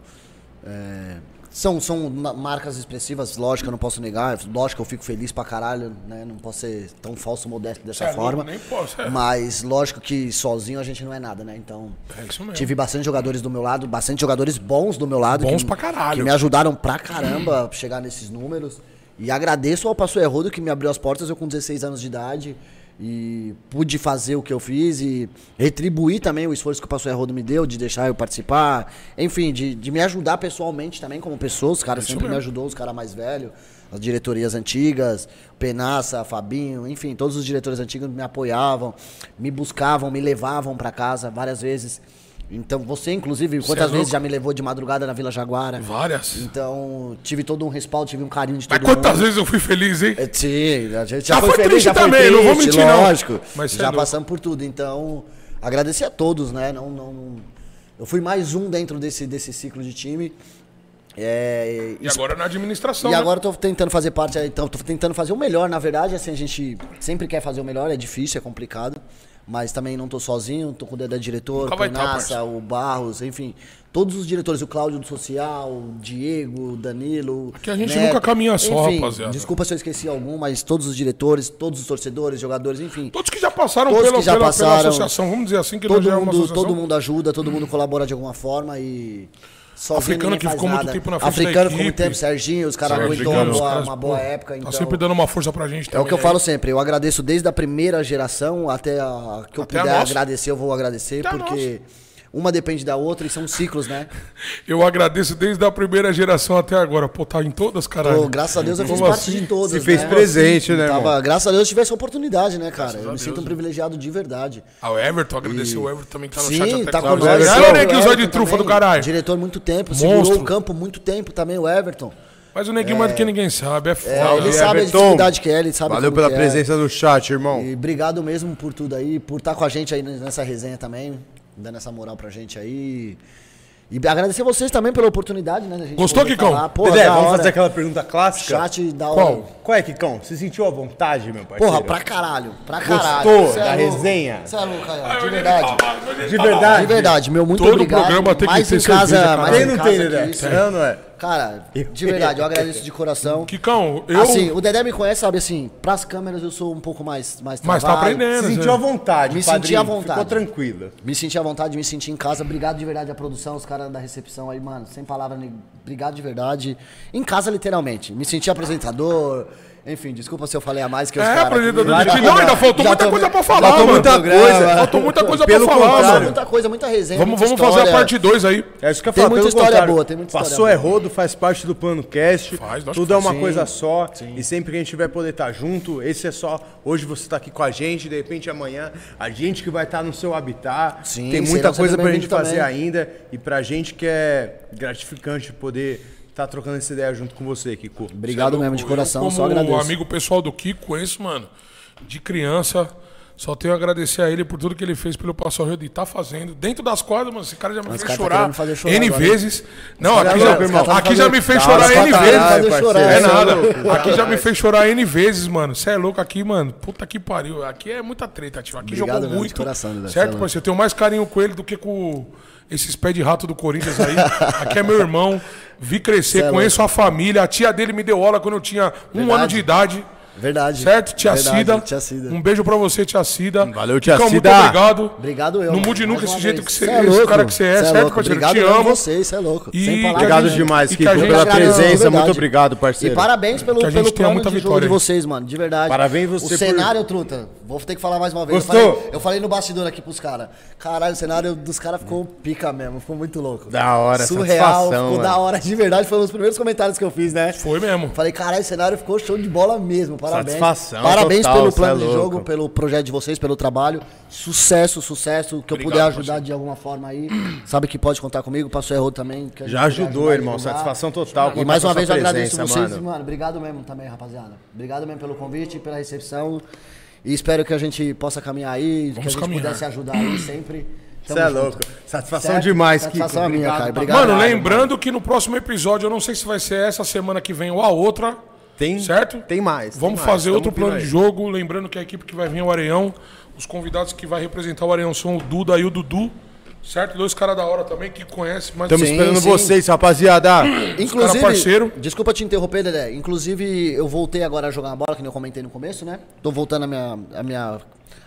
[SPEAKER 2] é, são são na- marcas expressivas, lógico, eu não posso negar. Lógico, eu fico feliz pra caralho, né? Não posso ser tão falso modesto dessa
[SPEAKER 3] É, não-
[SPEAKER 2] forma.
[SPEAKER 3] nem posso, é.
[SPEAKER 2] Mas, lógico que sozinho a gente não é nada, né? Então,
[SPEAKER 3] É isso mesmo.
[SPEAKER 2] tive bastante jogadores do meu lado, bastante jogadores bons do meu lado.
[SPEAKER 3] Bons pra caralho.
[SPEAKER 2] Que me ajudaram pra caramba a chegar nesses números. E agradeço ao Passo Errodo que me abriu as portas, eu com 16 anos de idade. E pude fazer o que eu fiz e retribuir também o esforço que o Passo Errodo me deu de deixar eu participar. Enfim, de, de me ajudar pessoalmente também como pessoa. Os caras sempre me ajudou, os caras mais velhos, as diretorias antigas, Penaça, Fabinho, enfim, todos os diretores antigos me apoiavam, me buscavam, me levavam pra casa várias vezes. Então, você, inclusive, quantas vezes
[SPEAKER 3] louco.
[SPEAKER 2] já me levou de madrugada na Vila Jaguara?
[SPEAKER 3] Várias.
[SPEAKER 2] Então, tive todo um respaldo, tive um carinho de todo
[SPEAKER 3] Mas quantas
[SPEAKER 2] mundo.
[SPEAKER 3] vezes eu fui feliz, hein?
[SPEAKER 2] É, Sim, a gente
[SPEAKER 3] Já
[SPEAKER 2] já, foi
[SPEAKER 3] foi
[SPEAKER 2] feliz,
[SPEAKER 3] triste
[SPEAKER 2] já foi
[SPEAKER 3] também, não vou
[SPEAKER 2] triste,
[SPEAKER 3] mentir, não.
[SPEAKER 2] Lógico,
[SPEAKER 3] Mas cê é
[SPEAKER 2] já
[SPEAKER 3] louco.
[SPEAKER 2] passamos por tudo. Então, agradecer a todos, né? Não, não, não- Eu fui mais um dentro desse, desse ciclo de time. É,
[SPEAKER 3] E agora na administração.
[SPEAKER 2] e
[SPEAKER 3] né?
[SPEAKER 2] agora eu tô tentando fazer parte, então, tô tentando fazer o melhor, na verdade, assim, a gente sempre quer fazer o melhor, é difícil, é complicado, mas também não tô sozinho, tô com o Dedé diretor,
[SPEAKER 3] Nunca
[SPEAKER 2] com
[SPEAKER 3] vai
[SPEAKER 2] o
[SPEAKER 3] tá,
[SPEAKER 2] Nassa, o Barros, enfim, todos os diretores, o Cláudio do Social, o Diego, o Danilo.
[SPEAKER 3] Aqui a gente nunca caminha só,
[SPEAKER 2] enfim,
[SPEAKER 3] rapaziada.
[SPEAKER 2] Desculpa se eu esqueci algum, mas todos os diretores, todos os torcedores, jogadores, enfim.
[SPEAKER 3] Todos que já passaram,
[SPEAKER 2] Todos
[SPEAKER 3] pela,
[SPEAKER 2] que já
[SPEAKER 3] pela, pela
[SPEAKER 2] passaram.
[SPEAKER 3] associação, vamos dizer assim, que nós
[SPEAKER 2] Todo
[SPEAKER 3] já é uma
[SPEAKER 2] mundo,
[SPEAKER 3] associação.
[SPEAKER 2] todo mundo ajuda, todo mundo colabora de alguma forma e. Sozinho
[SPEAKER 3] Africano
[SPEAKER 2] ninguém
[SPEAKER 3] que
[SPEAKER 2] faz
[SPEAKER 3] ficou muito
[SPEAKER 2] nada.
[SPEAKER 3] tempo na frente da
[SPEAKER 2] Africano ficou muito
[SPEAKER 3] equipe.
[SPEAKER 2] tempo, Serginho, os caras
[SPEAKER 3] Sabe,
[SPEAKER 2] aguentou uma
[SPEAKER 3] digamos,
[SPEAKER 2] boa,
[SPEAKER 3] caras,
[SPEAKER 2] uma boa
[SPEAKER 3] pô,
[SPEAKER 2] época. Então...
[SPEAKER 3] Tá sempre dando uma força pra gente
[SPEAKER 2] É o
[SPEAKER 3] também,
[SPEAKER 2] que eu
[SPEAKER 3] né?
[SPEAKER 2] falo sempre, eu agradeço desde a primeira geração até a que eu
[SPEAKER 3] Até a
[SPEAKER 2] puder
[SPEAKER 3] nossa.
[SPEAKER 2] agradecer, eu vou agradecer,
[SPEAKER 3] Até a
[SPEAKER 2] porque uma depende da outra e são ciclos, né?
[SPEAKER 3] Eu agradeço desde a primeira geração até agora. Pô, tá em todas, caralho.
[SPEAKER 2] Pô, graças a Deus eu fiz
[SPEAKER 3] Como
[SPEAKER 2] parte
[SPEAKER 3] assim?
[SPEAKER 2] de todas.
[SPEAKER 5] Se fez
[SPEAKER 2] né?
[SPEAKER 5] presente, né,
[SPEAKER 2] Tava-
[SPEAKER 5] irmão?
[SPEAKER 2] Graças a Deus eu tive essa oportunidade, né, cara? eu me
[SPEAKER 3] Deus,
[SPEAKER 2] sinto um
[SPEAKER 3] né?
[SPEAKER 2] privilegiado de verdade.
[SPEAKER 3] Ah, o Everton, agradecer o Everton também que tá no chat
[SPEAKER 2] Sim,
[SPEAKER 3] até
[SPEAKER 2] tá
[SPEAKER 3] agora.
[SPEAKER 2] com
[SPEAKER 5] nós.
[SPEAKER 3] Olha,
[SPEAKER 5] Everton,
[SPEAKER 3] olha aí que usou de
[SPEAKER 2] Everton
[SPEAKER 3] trufa do
[SPEAKER 2] também,
[SPEAKER 3] caralho.
[SPEAKER 2] Diretor muito tempo, segurou
[SPEAKER 3] Monstro.
[SPEAKER 2] o campo muito tempo também, o Everton.
[SPEAKER 3] Mas o neguinho mais do que ninguém sabe, é
[SPEAKER 2] É,
[SPEAKER 3] foda.
[SPEAKER 2] ele
[SPEAKER 5] Valeu,
[SPEAKER 2] sabe
[SPEAKER 5] Everton.
[SPEAKER 2] a dificuldade que é, ele sabe
[SPEAKER 5] Valeu
[SPEAKER 2] como
[SPEAKER 5] pela
[SPEAKER 2] que é.
[SPEAKER 5] presença no chat, irmão.
[SPEAKER 2] E obrigado mesmo por tudo aí, por estar com a gente aí nessa resenha também, dando essa moral pra gente aí. E agradecer vocês também pela oportunidade, né? da gente
[SPEAKER 3] Gostou,
[SPEAKER 2] poder
[SPEAKER 3] Kikão?
[SPEAKER 2] falar. Porra,
[SPEAKER 5] Dedé,
[SPEAKER 2] da
[SPEAKER 5] vamos
[SPEAKER 2] hora.
[SPEAKER 5] fazer aquela pergunta clássica?
[SPEAKER 2] Chat da hora.
[SPEAKER 3] Qual?
[SPEAKER 5] Qual é, Kikão? Você sentiu a vontade, meu parceiro?
[SPEAKER 2] Porra, pra caralho, pra caralho.
[SPEAKER 5] Gostou
[SPEAKER 2] Cê é
[SPEAKER 5] da
[SPEAKER 2] louco.
[SPEAKER 5] resenha?
[SPEAKER 2] Cê é louco, Caio, de verdade.
[SPEAKER 5] De verdade?
[SPEAKER 2] De verdade, meu, muito
[SPEAKER 3] Todo
[SPEAKER 2] obrigado.
[SPEAKER 3] programa tem que
[SPEAKER 2] mais
[SPEAKER 3] ter
[SPEAKER 2] em casa,
[SPEAKER 3] cerveja,
[SPEAKER 2] mais
[SPEAKER 5] Tem
[SPEAKER 2] em
[SPEAKER 5] não
[SPEAKER 2] casa
[SPEAKER 5] tem,
[SPEAKER 3] né?
[SPEAKER 2] que
[SPEAKER 5] Dedé?
[SPEAKER 2] isso.
[SPEAKER 5] Não, não é?
[SPEAKER 2] Cara, de verdade, eu agradeço de coração.
[SPEAKER 3] Kikão, eu...
[SPEAKER 2] Assim, o Dedé me conhece, sabe assim, pras câmeras eu sou um pouco mais mais
[SPEAKER 3] Mas tá
[SPEAKER 2] travado,
[SPEAKER 3] aprendendo.
[SPEAKER 5] Se sentiu à vontade,
[SPEAKER 2] Me senti
[SPEAKER 5] padrinho.
[SPEAKER 2] à vontade.
[SPEAKER 5] Ficou tranquila.
[SPEAKER 2] Me senti à vontade, me senti em casa. Obrigado de verdade à produção, os caras da recepção aí, mano. Sem palavra, ne- obrigado de verdade. Em casa, literalmente. Me senti apresentador. Enfim, desculpa se eu falei a mais que os
[SPEAKER 3] É,
[SPEAKER 2] caras.
[SPEAKER 3] apresentador
[SPEAKER 2] aqui.
[SPEAKER 3] de time. Não, ainda faltou
[SPEAKER 2] Já
[SPEAKER 3] muita
[SPEAKER 2] tô-
[SPEAKER 3] coisa pra falar,
[SPEAKER 5] Faltou
[SPEAKER 3] mano.
[SPEAKER 5] muita coisa.
[SPEAKER 3] Faltou muita coisa
[SPEAKER 5] Pelo
[SPEAKER 3] pra falar,
[SPEAKER 2] Passou
[SPEAKER 5] contrário.
[SPEAKER 3] mano.
[SPEAKER 2] muita coisa, muita resenha.
[SPEAKER 3] Vamos,
[SPEAKER 2] muita
[SPEAKER 3] vamos fazer a
[SPEAKER 2] história.
[SPEAKER 3] parte 2 aí.
[SPEAKER 5] É isso que eu
[SPEAKER 2] Tem
[SPEAKER 5] falo,
[SPEAKER 2] muita
[SPEAKER 5] pelo
[SPEAKER 2] história
[SPEAKER 5] contrário.
[SPEAKER 2] boa, tem muita história
[SPEAKER 5] Passou
[SPEAKER 2] boa.
[SPEAKER 5] é rodo, faz parte do plano cast.
[SPEAKER 3] Faz, lógico
[SPEAKER 5] tudo
[SPEAKER 3] que
[SPEAKER 5] é uma coisa só. E sempre que a gente vai poder estar junto, esse é só. Hoje você tá aqui com a gente, de repente amanhã a gente que vai estar no seu habitat.
[SPEAKER 2] Sim,
[SPEAKER 5] tem muita
[SPEAKER 2] serão sempre
[SPEAKER 5] coisa pra gente
[SPEAKER 2] bem-vindo
[SPEAKER 5] fazer
[SPEAKER 2] também.
[SPEAKER 5] ainda. E pra gente que é gratificante poder estar trocando essa ideia junto com você, Kiko.
[SPEAKER 2] Obrigado mesmo, de coração.
[SPEAKER 3] eu,
[SPEAKER 2] Só
[SPEAKER 3] como
[SPEAKER 2] agradeço.
[SPEAKER 3] amigo pessoal do Kiko, conheço, mano, de criança. Só tenho a agradecer a ele por tudo que ele fez pelo Passo Rio de tá fazendo. Dentro das quadras, mano, esse cara já me
[SPEAKER 2] Mas
[SPEAKER 3] fez
[SPEAKER 2] cara tá
[SPEAKER 3] chorar,
[SPEAKER 2] querendo fazer chorar
[SPEAKER 3] N
[SPEAKER 2] agora, tá né?
[SPEAKER 3] vezes. Não, aqui,
[SPEAKER 5] louco,
[SPEAKER 3] já,
[SPEAKER 5] irmão.
[SPEAKER 3] aqui já me fez
[SPEAKER 5] Tá
[SPEAKER 3] chorar
[SPEAKER 5] louco
[SPEAKER 3] N
[SPEAKER 5] pra
[SPEAKER 3] vezes.
[SPEAKER 5] caralho, parceiro.
[SPEAKER 3] É
[SPEAKER 5] Cê é
[SPEAKER 3] nada. Aqui já me fez chorar N vezes, mano. Você é louco aqui, mano. Puta que pariu. Aqui é muita treta, tio. Aqui
[SPEAKER 2] Obrigado
[SPEAKER 3] jogou
[SPEAKER 2] mesmo, de
[SPEAKER 3] muito.
[SPEAKER 2] coração, Duda. Cê é
[SPEAKER 3] certo,
[SPEAKER 2] louco.
[SPEAKER 3] parceiro? Eu tenho mais carinho com ele do que com esses pés de rato do Corinthians aí. aqui é meu irmão. Vi crescer,
[SPEAKER 2] é
[SPEAKER 3] conheço a família. A tia dele me deu aula quando eu tinha um ano de idade.
[SPEAKER 2] Verdade.
[SPEAKER 3] Certo? Tia,
[SPEAKER 2] Verdade,
[SPEAKER 3] Cida,
[SPEAKER 2] Tia Cida.
[SPEAKER 3] Um beijo pra você, tia Cida.
[SPEAKER 5] Valeu, tia
[SPEAKER 3] Cão,
[SPEAKER 5] Cida.
[SPEAKER 3] Muito obrigado.
[SPEAKER 2] Obrigado eu.
[SPEAKER 3] Não
[SPEAKER 2] mano.
[SPEAKER 3] mude
[SPEAKER 2] Mais
[SPEAKER 3] nunca
[SPEAKER 2] uma
[SPEAKER 3] esse jeito
[SPEAKER 2] vez.
[SPEAKER 3] que você-
[SPEAKER 2] Cê
[SPEAKER 3] esse
[SPEAKER 2] louco.
[SPEAKER 3] cara que você é,
[SPEAKER 2] Cê
[SPEAKER 3] certo,
[SPEAKER 2] louco.
[SPEAKER 3] parceiro?
[SPEAKER 2] Obrigado
[SPEAKER 3] Te
[SPEAKER 2] eu,
[SPEAKER 3] amo.
[SPEAKER 2] vocês, você é louco. Sem
[SPEAKER 3] E que a
[SPEAKER 2] palavras.
[SPEAKER 5] Obrigado
[SPEAKER 3] gente-
[SPEAKER 5] demais,
[SPEAKER 3] e que
[SPEAKER 5] Kiko,
[SPEAKER 3] a gente-
[SPEAKER 5] pela
[SPEAKER 2] Obrigado,
[SPEAKER 5] presença.
[SPEAKER 2] é verdade.
[SPEAKER 5] Muito obrigado,
[SPEAKER 2] E
[SPEAKER 5] parceiro.
[SPEAKER 2] parabéns pelo,
[SPEAKER 3] Que a gente
[SPEAKER 2] pelo
[SPEAKER 3] tenha
[SPEAKER 2] plano
[SPEAKER 3] muita
[SPEAKER 2] de jogo
[SPEAKER 3] vitória
[SPEAKER 2] de
[SPEAKER 3] aí.
[SPEAKER 2] vocês, mano, de verdade.
[SPEAKER 5] Parabéns você
[SPEAKER 2] O
[SPEAKER 5] por-
[SPEAKER 2] cenário, é truta, vou ter que falar mais uma vez. Eu
[SPEAKER 5] Gostou?
[SPEAKER 2] falei, eu falei no bastidor aqui pros caras. Caralho, o cenário dos caras ficou pica mesmo, ficou muito louco.
[SPEAKER 5] Da hora,
[SPEAKER 2] Surreal,
[SPEAKER 5] satisfação,
[SPEAKER 2] ficou
[SPEAKER 5] mano.
[SPEAKER 2] da hora, de verdade. Foi um dos primeiros comentários que eu fiz, né?
[SPEAKER 3] Foi mesmo.
[SPEAKER 2] Falei, caralho, o cenário ficou show de bola mesmo. Parabéns.
[SPEAKER 5] Satisfação
[SPEAKER 2] Parabéns
[SPEAKER 5] total,
[SPEAKER 2] pelo
[SPEAKER 5] cê é
[SPEAKER 2] plano de
[SPEAKER 5] louco.
[SPEAKER 2] jogo, pelo projeto de vocês, pelo trabalho. Sucesso, sucesso. Que eu puder ajudar de alguma forma aí. Sabe que pode contar comigo, passou erro também. que a gente
[SPEAKER 5] Já
[SPEAKER 2] vai
[SPEAKER 5] ajudou,
[SPEAKER 2] ajudar,
[SPEAKER 5] irmão.
[SPEAKER 2] divulgar.
[SPEAKER 5] Satisfação total.
[SPEAKER 2] E
[SPEAKER 5] contar
[SPEAKER 2] mais
[SPEAKER 5] Tá com a
[SPEAKER 2] uma
[SPEAKER 5] sua
[SPEAKER 2] vez eu agradeço
[SPEAKER 5] presença,
[SPEAKER 2] vocês,
[SPEAKER 5] mano.
[SPEAKER 2] mano. Obrigado mesmo também, rapaziada. Obrigado mesmo pelo convite, pela recepção. E espero que a gente possa caminhar aí, que a gente
[SPEAKER 3] caminhar.
[SPEAKER 2] pudesse ajudar aí sempre.
[SPEAKER 5] Você é louco. Satisfação
[SPEAKER 2] Certo?
[SPEAKER 5] demais,
[SPEAKER 2] Satisfação
[SPEAKER 5] Kiko.
[SPEAKER 2] é minha, cara. Obrigado.
[SPEAKER 3] Mano, lembrando que no próximo episódio, eu não sei se vai ser essa semana que vem ou a outra.
[SPEAKER 5] Tem-
[SPEAKER 3] certo?
[SPEAKER 5] tem mais,
[SPEAKER 3] Vamos
[SPEAKER 5] tem mais.
[SPEAKER 3] fazer
[SPEAKER 5] Tamo
[SPEAKER 3] outro
[SPEAKER 5] vindo
[SPEAKER 3] plano de
[SPEAKER 5] aí.
[SPEAKER 3] jogo. Lembrando que a equipe que vai vir é o Areião. Os convidados que vai representar o Areião são o Duda e o Dudu. Certo? Dois caras da hora também que conhece, mas
[SPEAKER 5] Estamos
[SPEAKER 2] Sim,
[SPEAKER 5] esperando
[SPEAKER 2] sim.
[SPEAKER 3] É
[SPEAKER 5] vocês, rapaziada.
[SPEAKER 2] Inclusive,
[SPEAKER 3] parceiro.
[SPEAKER 2] desculpa te interromper, Dedé. Inclusive, eu voltei agora a jogar uma bola, que nem eu comentei no começo, né? Tô voltando a minha. A minha...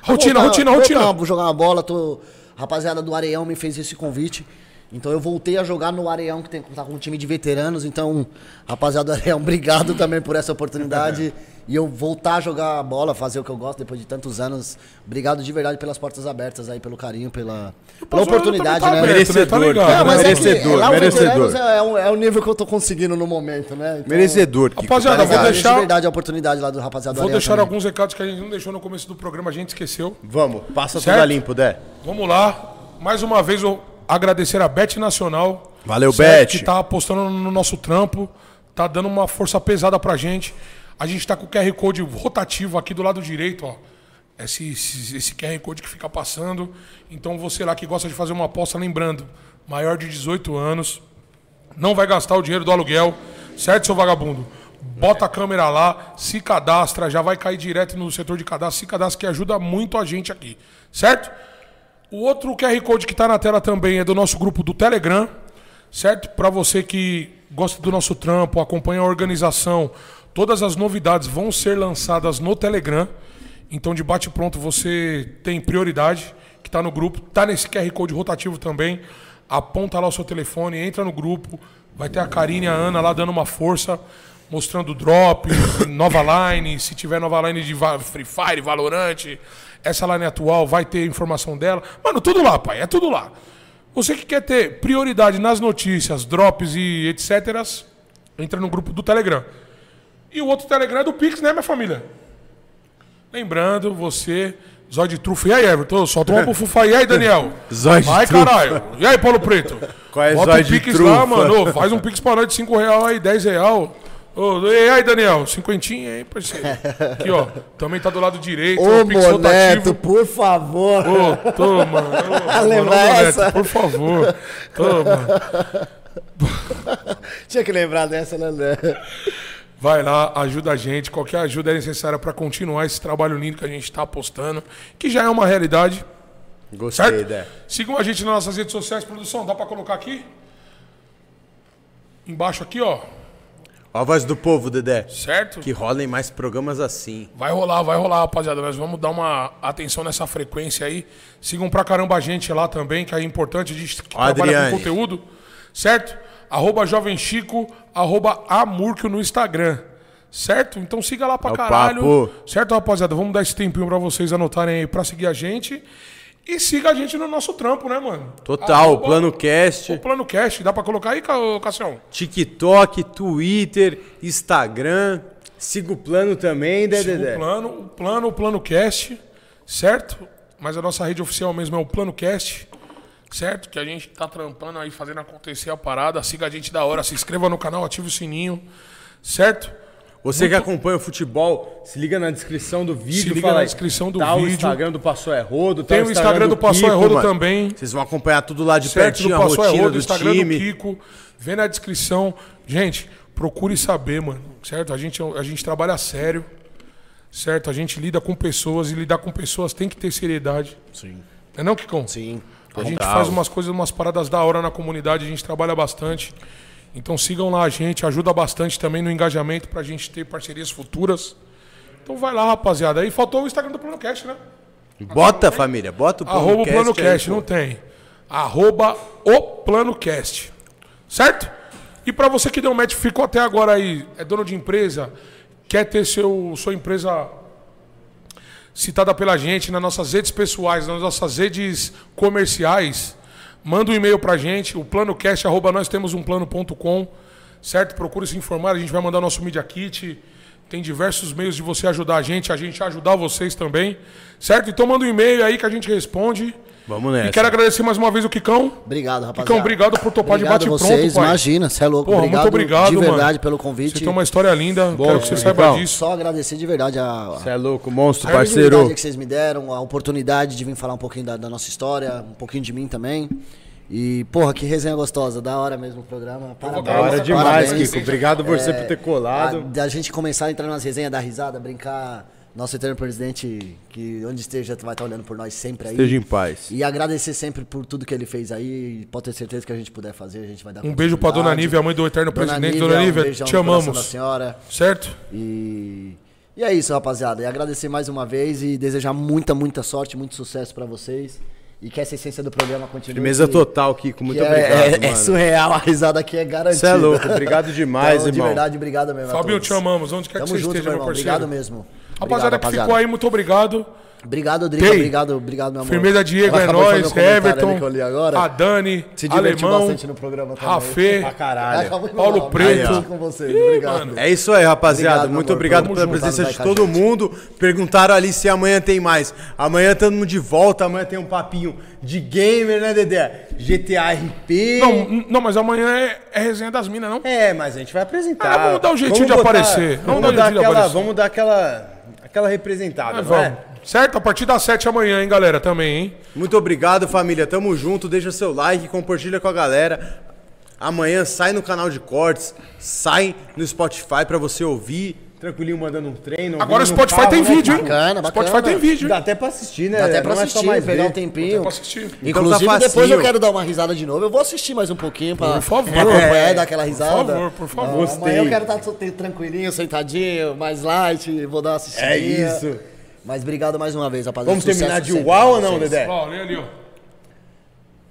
[SPEAKER 3] Rotina, rotina,
[SPEAKER 2] voltar
[SPEAKER 3] rotina.
[SPEAKER 2] a jogar uma bola, tô. a Rapaziada do Areião me fez esse convite. Então eu voltei a jogar no Areião, que tem, tá com um time de veteranos. Então, rapaziada do Areião, obrigado também por essa oportunidade. E eu voltar a jogar a bola, fazer o que eu gosto depois de tantos anos. Obrigado de verdade pelas portas abertas aí, pelo carinho, pela, pela
[SPEAKER 3] Mas o Areião
[SPEAKER 2] oportunidade,
[SPEAKER 3] também tá
[SPEAKER 2] né?
[SPEAKER 3] aberto, Tá
[SPEAKER 5] Merecedor,
[SPEAKER 3] ligado,
[SPEAKER 2] Não,
[SPEAKER 5] cara.
[SPEAKER 3] né?
[SPEAKER 2] mas é que
[SPEAKER 5] Merecedor,
[SPEAKER 2] lá o
[SPEAKER 5] merecedor.
[SPEAKER 2] veteranos É, é, um- é o nível que eu tô conseguindo no momento, né? Então,
[SPEAKER 5] Merecedor, Kiko. Tá
[SPEAKER 3] Rapaziada, vou
[SPEAKER 2] Obrigado,
[SPEAKER 5] ligado?
[SPEAKER 3] deixar-
[SPEAKER 2] De verdade, a oportunidade lá do rapaziada.
[SPEAKER 3] Vou
[SPEAKER 2] Areia
[SPEAKER 3] deixar
[SPEAKER 2] também.
[SPEAKER 3] alguns recados que a gente não deixou no começo do programa, a gente esqueceu.
[SPEAKER 5] Vamos, passa tudo
[SPEAKER 3] Certo?
[SPEAKER 5] a limpo, Dé.
[SPEAKER 3] Vamos lá. Mais uma vez, eu agradecer a Bet Nacional.
[SPEAKER 5] Valeu, Bet.
[SPEAKER 3] Que tá apostando no nosso trampo. Tá dando uma força pesada pra gente. A gente tá com o QR Code rotativo aqui do lado direito, ó. Esse, esse, esse QR Code que fica passando. Então, você lá que gosta de fazer uma aposta, lembrando, maior de 18 anos, não vai gastar o dinheiro do aluguel, certo, seu vagabundo? Bota a câmera lá, se cadastra, já vai cair direto no setor de cadastro, se cadastra que ajuda muito a gente aqui, certo? O outro QR Code que está na tela também é do nosso grupo do Telegram, certo? Para você que gosta do nosso trampo, acompanha a organização, todas as novidades vão ser lançadas no Telegram. Então, de bate-pronto, você tem prioridade, que está no grupo, está nesse QR Code rotativo também. Aponta lá o seu telefone, entra no grupo, vai ter a Karine e a Ana lá dando uma força, mostrando drop, nova line, se tiver nova line de Va- Free Fire, Valorante, essa line atual vai ter informação dela. Mano, tudo lá, pai, é tudo lá. Você que quer ter prioridade nas notícias, drops e etc., entra no grupo do Telegram. E o outro Telegram é do Pix, né, minha família? Lembrando, você, Zóio de Trufa. E aí, Everton? Solta uma bufufa aí, E aí, Daniel.
[SPEAKER 5] Zóio de
[SPEAKER 3] Vai,
[SPEAKER 5] trufa.
[SPEAKER 3] caralho. E aí, Paulo Preto?
[SPEAKER 5] Qual é
[SPEAKER 3] Bota
[SPEAKER 5] zóio
[SPEAKER 3] o
[SPEAKER 5] de
[SPEAKER 3] Pix
[SPEAKER 5] trufa?
[SPEAKER 3] lá, mano. Ô, Faz um Pix pra nós de 5 real aí, 10 real. Ô, e aí, Daniel? Cinquentinha, hein, parceiro? Aqui, ó. Também tá do lado direito.
[SPEAKER 2] Ô,
[SPEAKER 3] o
[SPEAKER 2] Moneto, por favor.
[SPEAKER 3] Ô, tô, mano. Ô,
[SPEAKER 2] Lembra
[SPEAKER 3] mano, ô, Moneto,
[SPEAKER 2] essa?
[SPEAKER 3] por favor. Tô, mano.
[SPEAKER 2] Tinha que lembrar dessa, né? né?
[SPEAKER 3] Vai lá, ajuda a gente. Qualquer ajuda é necessária para continuar esse trabalho lindo que a gente está apostando, que já é uma realidade,
[SPEAKER 5] Gostei,
[SPEAKER 3] certo?
[SPEAKER 5] Dé.
[SPEAKER 3] Sigam a gente nas nossas redes sociais, produção. Dá para colocar aqui? Embaixo aqui, ó.
[SPEAKER 5] Ó a voz do povo, Dedé.
[SPEAKER 3] Certo?
[SPEAKER 5] Que rolem mais programas assim.
[SPEAKER 3] Vai rolar, vai rolar, rapaziada. Nós vamos dar uma atenção nessa frequência aí. Sigam pra caramba a gente lá também, que é importante. A gente que trabalha
[SPEAKER 5] Adriane.
[SPEAKER 3] com conteúdo, certo? Arroba Jovem Chico, arroba Amurkio no Instagram, certo? Então siga lá pra
[SPEAKER 5] É o
[SPEAKER 3] caralho.
[SPEAKER 5] papo.
[SPEAKER 3] Certo, rapaziada? Vamos dar esse tempinho pra vocês anotarem aí pra seguir a gente. E siga a gente no nosso trampo, né, mano?
[SPEAKER 5] Total,
[SPEAKER 3] Arroba
[SPEAKER 5] Plano Cast.
[SPEAKER 3] O Plano Cast, dá pra colocar aí, Ca- ô, Cassião?
[SPEAKER 5] TikTok, Twitter, Instagram. Siga o plano também, né,
[SPEAKER 3] Siga
[SPEAKER 5] Dedé?
[SPEAKER 3] o plano, o plano, o plano cast, certo? Mas a nossa rede oficial mesmo é o plano cast, certo? Que a gente tá trampando aí, fazendo acontecer a parada. Siga a gente da hora, se inscreva no canal, ative o sininho, certo?
[SPEAKER 5] Você que acompanha o futebol, se liga na descrição do vídeo.
[SPEAKER 3] Se liga
[SPEAKER 5] fala
[SPEAKER 3] na
[SPEAKER 5] aí,
[SPEAKER 3] descrição do
[SPEAKER 5] tá
[SPEAKER 3] vídeo.
[SPEAKER 5] o Instagram do Passou é Rodo. tá
[SPEAKER 3] Tem o Instagram do Passou é
[SPEAKER 5] Kiko,
[SPEAKER 3] Rodo
[SPEAKER 5] mano.
[SPEAKER 3] também.
[SPEAKER 5] Vocês vão acompanhar tudo lá de
[SPEAKER 3] Certo?
[SPEAKER 5] pertinho,
[SPEAKER 3] Do
[SPEAKER 5] a
[SPEAKER 3] Passou é
[SPEAKER 5] rotina
[SPEAKER 3] Rodo,
[SPEAKER 5] do
[SPEAKER 3] Instagram do
[SPEAKER 5] time.
[SPEAKER 3] Kiko. Vê na descrição. Gente, procure saber, mano, certo? A gente, é um, a gente trabalha a sério, certo? A gente lida com pessoas e lidar com pessoas tem que ter seriedade. Sim. Não é não, Kikão?
[SPEAKER 2] Sim.
[SPEAKER 3] A gente faz umas coisas, umas paradas da hora na comunidade, a gente trabalha bastante. Então sigam lá a gente, ajuda bastante também no engajamento pra gente ter parcerias futuras. Então vai lá, rapaziada. Aí faltou o Instagram do PlanoCast, né?
[SPEAKER 5] Bota, família, bota o
[SPEAKER 3] Arroba o PlanoCast,
[SPEAKER 5] aí,
[SPEAKER 3] não
[SPEAKER 5] pô.
[SPEAKER 3] tem. Arroba o PlanoCast. Certo? E pra você que deu match, ficou até agora aí, é dono de empresa, quer ter seu, sua empresa citada pela gente nas nossas redes pessoais, nas nossas redes comerciais, manda um e-mail pra gente, o planocast, arroba nós temos um plano.com, certo? Procure se informar, a gente vai mandar nosso Media Kit, tem diversos meios de você ajudar a gente, a gente ajudar vocês também, certo? Então manda um e-mail aí que a gente responde.
[SPEAKER 5] Vamos
[SPEAKER 3] E
[SPEAKER 5] nessa.
[SPEAKER 3] quero agradecer mais uma vez o Kikão.
[SPEAKER 2] Obrigado, rapaziada.
[SPEAKER 3] Kikão, obrigado por topar
[SPEAKER 2] Obrigado
[SPEAKER 3] de bate
[SPEAKER 2] vocês,
[SPEAKER 3] pronto, pai.
[SPEAKER 2] imagina, você é louco.
[SPEAKER 3] Porra,
[SPEAKER 2] obrigado
[SPEAKER 3] muito obrigado,
[SPEAKER 2] de verdade
[SPEAKER 3] mano.
[SPEAKER 2] pelo
[SPEAKER 3] Você
[SPEAKER 2] convite.
[SPEAKER 3] tem uma história linda, quero que você saiba
[SPEAKER 5] Kikão.
[SPEAKER 3] disso.
[SPEAKER 2] Só agradecer de verdade a, a
[SPEAKER 5] Você é louco, monstro,
[SPEAKER 2] a oportunidade
[SPEAKER 5] parceiro.
[SPEAKER 2] que vocês me deram, a oportunidade de vir falar um pouquinho da, da nossa história, um pouquinho de mim também. E, porra, que resenha gostosa, da hora mesmo o programa. Parabéns,
[SPEAKER 5] Da hora demais,
[SPEAKER 2] parabéns.
[SPEAKER 5] Kiko. Obrigado por você
[SPEAKER 2] É,
[SPEAKER 5] por ter colado.
[SPEAKER 2] a- Da gente começar a entrar nas resenhas, dar risada, brincar. Nosso eterno presidente, que onde esteja, vai estar olhando por nós sempre aí.
[SPEAKER 5] Esteja em paz.
[SPEAKER 2] E agradecer sempre por tudo que ele fez aí. Pode ter certeza que a gente puder fazer, a gente vai dar
[SPEAKER 3] Um beijo pra Dona
[SPEAKER 2] continuidade.
[SPEAKER 3] Nívia, a mãe do Eterno Presidente.
[SPEAKER 2] Nívia,
[SPEAKER 3] Dona
[SPEAKER 2] um
[SPEAKER 3] Nívia,
[SPEAKER 2] beijão
[SPEAKER 3] te
[SPEAKER 2] no coração da
[SPEAKER 3] amamos.
[SPEAKER 2] senhora.
[SPEAKER 3] Certo?
[SPEAKER 2] E, e é isso, rapaziada. E agradecer mais uma vez e desejar muita, muita sorte, muito sucesso pra vocês. E que essa essência do programa continue.
[SPEAKER 5] Firmeza
[SPEAKER 2] que-
[SPEAKER 5] total, Kiko.
[SPEAKER 2] que
[SPEAKER 5] Muito
[SPEAKER 2] é,
[SPEAKER 5] obrigado,
[SPEAKER 2] é, é
[SPEAKER 5] mano.
[SPEAKER 2] surreal, a risada aqui é garantida.
[SPEAKER 5] Você é louco, obrigado demais,
[SPEAKER 2] Então, De
[SPEAKER 5] irmão.
[SPEAKER 2] verdade, obrigado mesmo. a
[SPEAKER 3] Fabinho,
[SPEAKER 2] todos.
[SPEAKER 3] te amamos. Onde quer
[SPEAKER 2] Tamo
[SPEAKER 3] que você
[SPEAKER 2] junto,
[SPEAKER 3] esteja,
[SPEAKER 2] meu
[SPEAKER 3] meu
[SPEAKER 2] irmão.
[SPEAKER 3] parceiro.
[SPEAKER 2] Obrigado mesmo.
[SPEAKER 3] Rapaziada
[SPEAKER 2] Obrigado,
[SPEAKER 3] que ficou aí, muito obrigado.
[SPEAKER 2] Obrigado, Drica.
[SPEAKER 3] Ei.
[SPEAKER 2] Obrigado, obrigado, meu amor.
[SPEAKER 3] Firmeza Diego,
[SPEAKER 2] Acabou
[SPEAKER 3] é
[SPEAKER 2] de fazer um
[SPEAKER 3] nóis,
[SPEAKER 2] comentário
[SPEAKER 3] Everton,
[SPEAKER 2] ali que eu li agora.
[SPEAKER 3] a Dani,
[SPEAKER 2] Se divertiu
[SPEAKER 3] Alemão,
[SPEAKER 2] bastante no programa também.
[SPEAKER 3] Rafê.
[SPEAKER 5] Pra caralho.
[SPEAKER 2] Acabou de
[SPEAKER 3] Paulo
[SPEAKER 2] falar,
[SPEAKER 3] Preto.
[SPEAKER 2] mas um com vocês. Obrigado.
[SPEAKER 3] mano.
[SPEAKER 5] É isso aí, rapaziada.
[SPEAKER 2] Obrigado, meu
[SPEAKER 5] Muito
[SPEAKER 2] amor.
[SPEAKER 5] obrigado
[SPEAKER 2] Tamo
[SPEAKER 5] pela
[SPEAKER 2] junto,
[SPEAKER 5] presença
[SPEAKER 2] vai
[SPEAKER 5] de
[SPEAKER 2] com a
[SPEAKER 5] todo
[SPEAKER 2] gente.
[SPEAKER 5] mundo. Perguntaram ali se amanhã tem mais. Amanhã tamo de volta, amanhã tem um papinho de gamer, né, Dedé? GTA RP.
[SPEAKER 3] Não, n- não, mas amanhã é, é resenha das minas, não?
[SPEAKER 5] É, mas a gente vai apresentar.
[SPEAKER 3] Ah, vamos dar um jeitinho de aparecer.
[SPEAKER 5] Vamos,
[SPEAKER 3] Vamos dar um
[SPEAKER 5] dar
[SPEAKER 3] jeitinho de
[SPEAKER 5] aquela,
[SPEAKER 3] aparecer.
[SPEAKER 5] vamos dar aquela, aquela representada,
[SPEAKER 3] É,
[SPEAKER 5] não é?
[SPEAKER 3] vamos. Certo? A partir das 7 amanhã, hein, galera, também, hein?
[SPEAKER 5] Muito obrigado, família. Tamo junto. Deixa seu like, compartilha com a galera. Amanhã sai no canal de cortes, sai no Spotify pra você ouvir. Tranquilinho, mandando um treino.
[SPEAKER 3] Agora o
[SPEAKER 5] ouvindo no
[SPEAKER 3] Spotify
[SPEAKER 5] carro,
[SPEAKER 3] tem
[SPEAKER 5] né?
[SPEAKER 3] vídeo, hein?
[SPEAKER 2] Bacana, bacana.
[SPEAKER 3] Spotify tem vídeo,
[SPEAKER 5] Dá
[SPEAKER 3] hein?
[SPEAKER 5] até pra assistir, né?
[SPEAKER 2] Dá até pra
[SPEAKER 5] Não é só
[SPEAKER 2] assistir,
[SPEAKER 5] mais
[SPEAKER 2] pegar
[SPEAKER 5] ver.
[SPEAKER 2] um tempinho.
[SPEAKER 3] Pra assistir.
[SPEAKER 5] Então
[SPEAKER 2] Inclusive,
[SPEAKER 5] tá facinho.
[SPEAKER 2] depois eu quero dar uma risada de novo. Eu vou assistir mais um pouquinho pra,
[SPEAKER 3] Por favor.
[SPEAKER 2] pra acompanhar
[SPEAKER 3] É,
[SPEAKER 2] e dar aquela risada.
[SPEAKER 3] Por favor, por favor.
[SPEAKER 5] Gostei.
[SPEAKER 2] Amanhã eu quero estar tranquilinho, sentadinho, mais light, vou dar uma assistida.
[SPEAKER 5] É isso.
[SPEAKER 2] Mas obrigado mais uma vez, rapaziada.
[SPEAKER 5] Vamos
[SPEAKER 2] Sucesso
[SPEAKER 5] terminar de
[SPEAKER 2] sempre
[SPEAKER 5] uau ou
[SPEAKER 2] pra
[SPEAKER 5] não,
[SPEAKER 2] vocês.
[SPEAKER 5] Dedé?
[SPEAKER 3] Ó, olha ali, ó.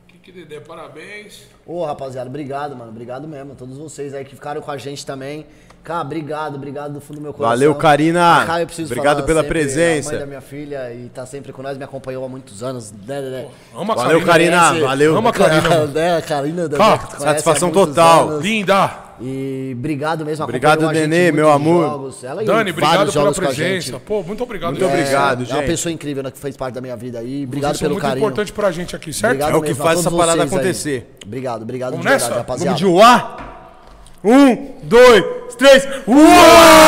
[SPEAKER 3] Que que Dedé, parabéns.
[SPEAKER 2] Ô, rapaziada, obrigado, mano. Obrigado mesmo. a Todos vocês aí que ficaram com a gente também. Cara, obrigado, obrigado do fundo do meu coração.
[SPEAKER 5] Valeu, Karina.
[SPEAKER 2] A Kai, eu preciso
[SPEAKER 5] Obrigado
[SPEAKER 2] falar
[SPEAKER 5] pela
[SPEAKER 2] sempre, é
[SPEAKER 5] presença.
[SPEAKER 2] A mãe da minha filha e tá sempre com nós, me acompanhou há muitos anos. Né, Dedé?
[SPEAKER 3] Ama a
[SPEAKER 5] Valeu,
[SPEAKER 3] Karina.
[SPEAKER 5] Karina.
[SPEAKER 2] Esse-
[SPEAKER 5] Valeu.
[SPEAKER 3] Vamos, Karina, mano.
[SPEAKER 2] Né, Karina, Dedé,
[SPEAKER 3] Cara,
[SPEAKER 2] que tu conhece há
[SPEAKER 5] satisfação
[SPEAKER 2] muitos
[SPEAKER 5] total.
[SPEAKER 2] anos.
[SPEAKER 3] Linda.
[SPEAKER 2] E obrigado mesmo.
[SPEAKER 5] Obrigado,
[SPEAKER 2] acompanhou a gente
[SPEAKER 5] Nenê,
[SPEAKER 2] em
[SPEAKER 5] meu
[SPEAKER 2] muitos
[SPEAKER 5] amor.
[SPEAKER 2] jogos. Ela e
[SPEAKER 3] Dani, obrigado
[SPEAKER 2] vários
[SPEAKER 3] pela
[SPEAKER 2] jogos com a
[SPEAKER 3] presença.
[SPEAKER 2] gente.
[SPEAKER 3] Pô, muito obrigado.
[SPEAKER 5] Muito
[SPEAKER 3] gente.
[SPEAKER 5] obrigado,
[SPEAKER 2] É uma
[SPEAKER 5] gente.
[SPEAKER 2] pessoa incrível né, que fez parte da minha vida aí. Obrigado
[SPEAKER 3] Vocês são
[SPEAKER 2] pelo
[SPEAKER 3] muito
[SPEAKER 2] carinho.
[SPEAKER 3] importante pra gente aqui, certo?
[SPEAKER 2] Obrigado
[SPEAKER 5] É o que
[SPEAKER 2] mesmo a
[SPEAKER 5] faz essa
[SPEAKER 2] todos
[SPEAKER 5] parada
[SPEAKER 2] vocês aí.
[SPEAKER 5] acontecer.
[SPEAKER 2] Obrigado, obrigado
[SPEAKER 3] Vamos
[SPEAKER 2] de verdade,
[SPEAKER 3] nessa?
[SPEAKER 2] rapaziada.
[SPEAKER 5] Vamos de uá? Um, dois, três. Uau!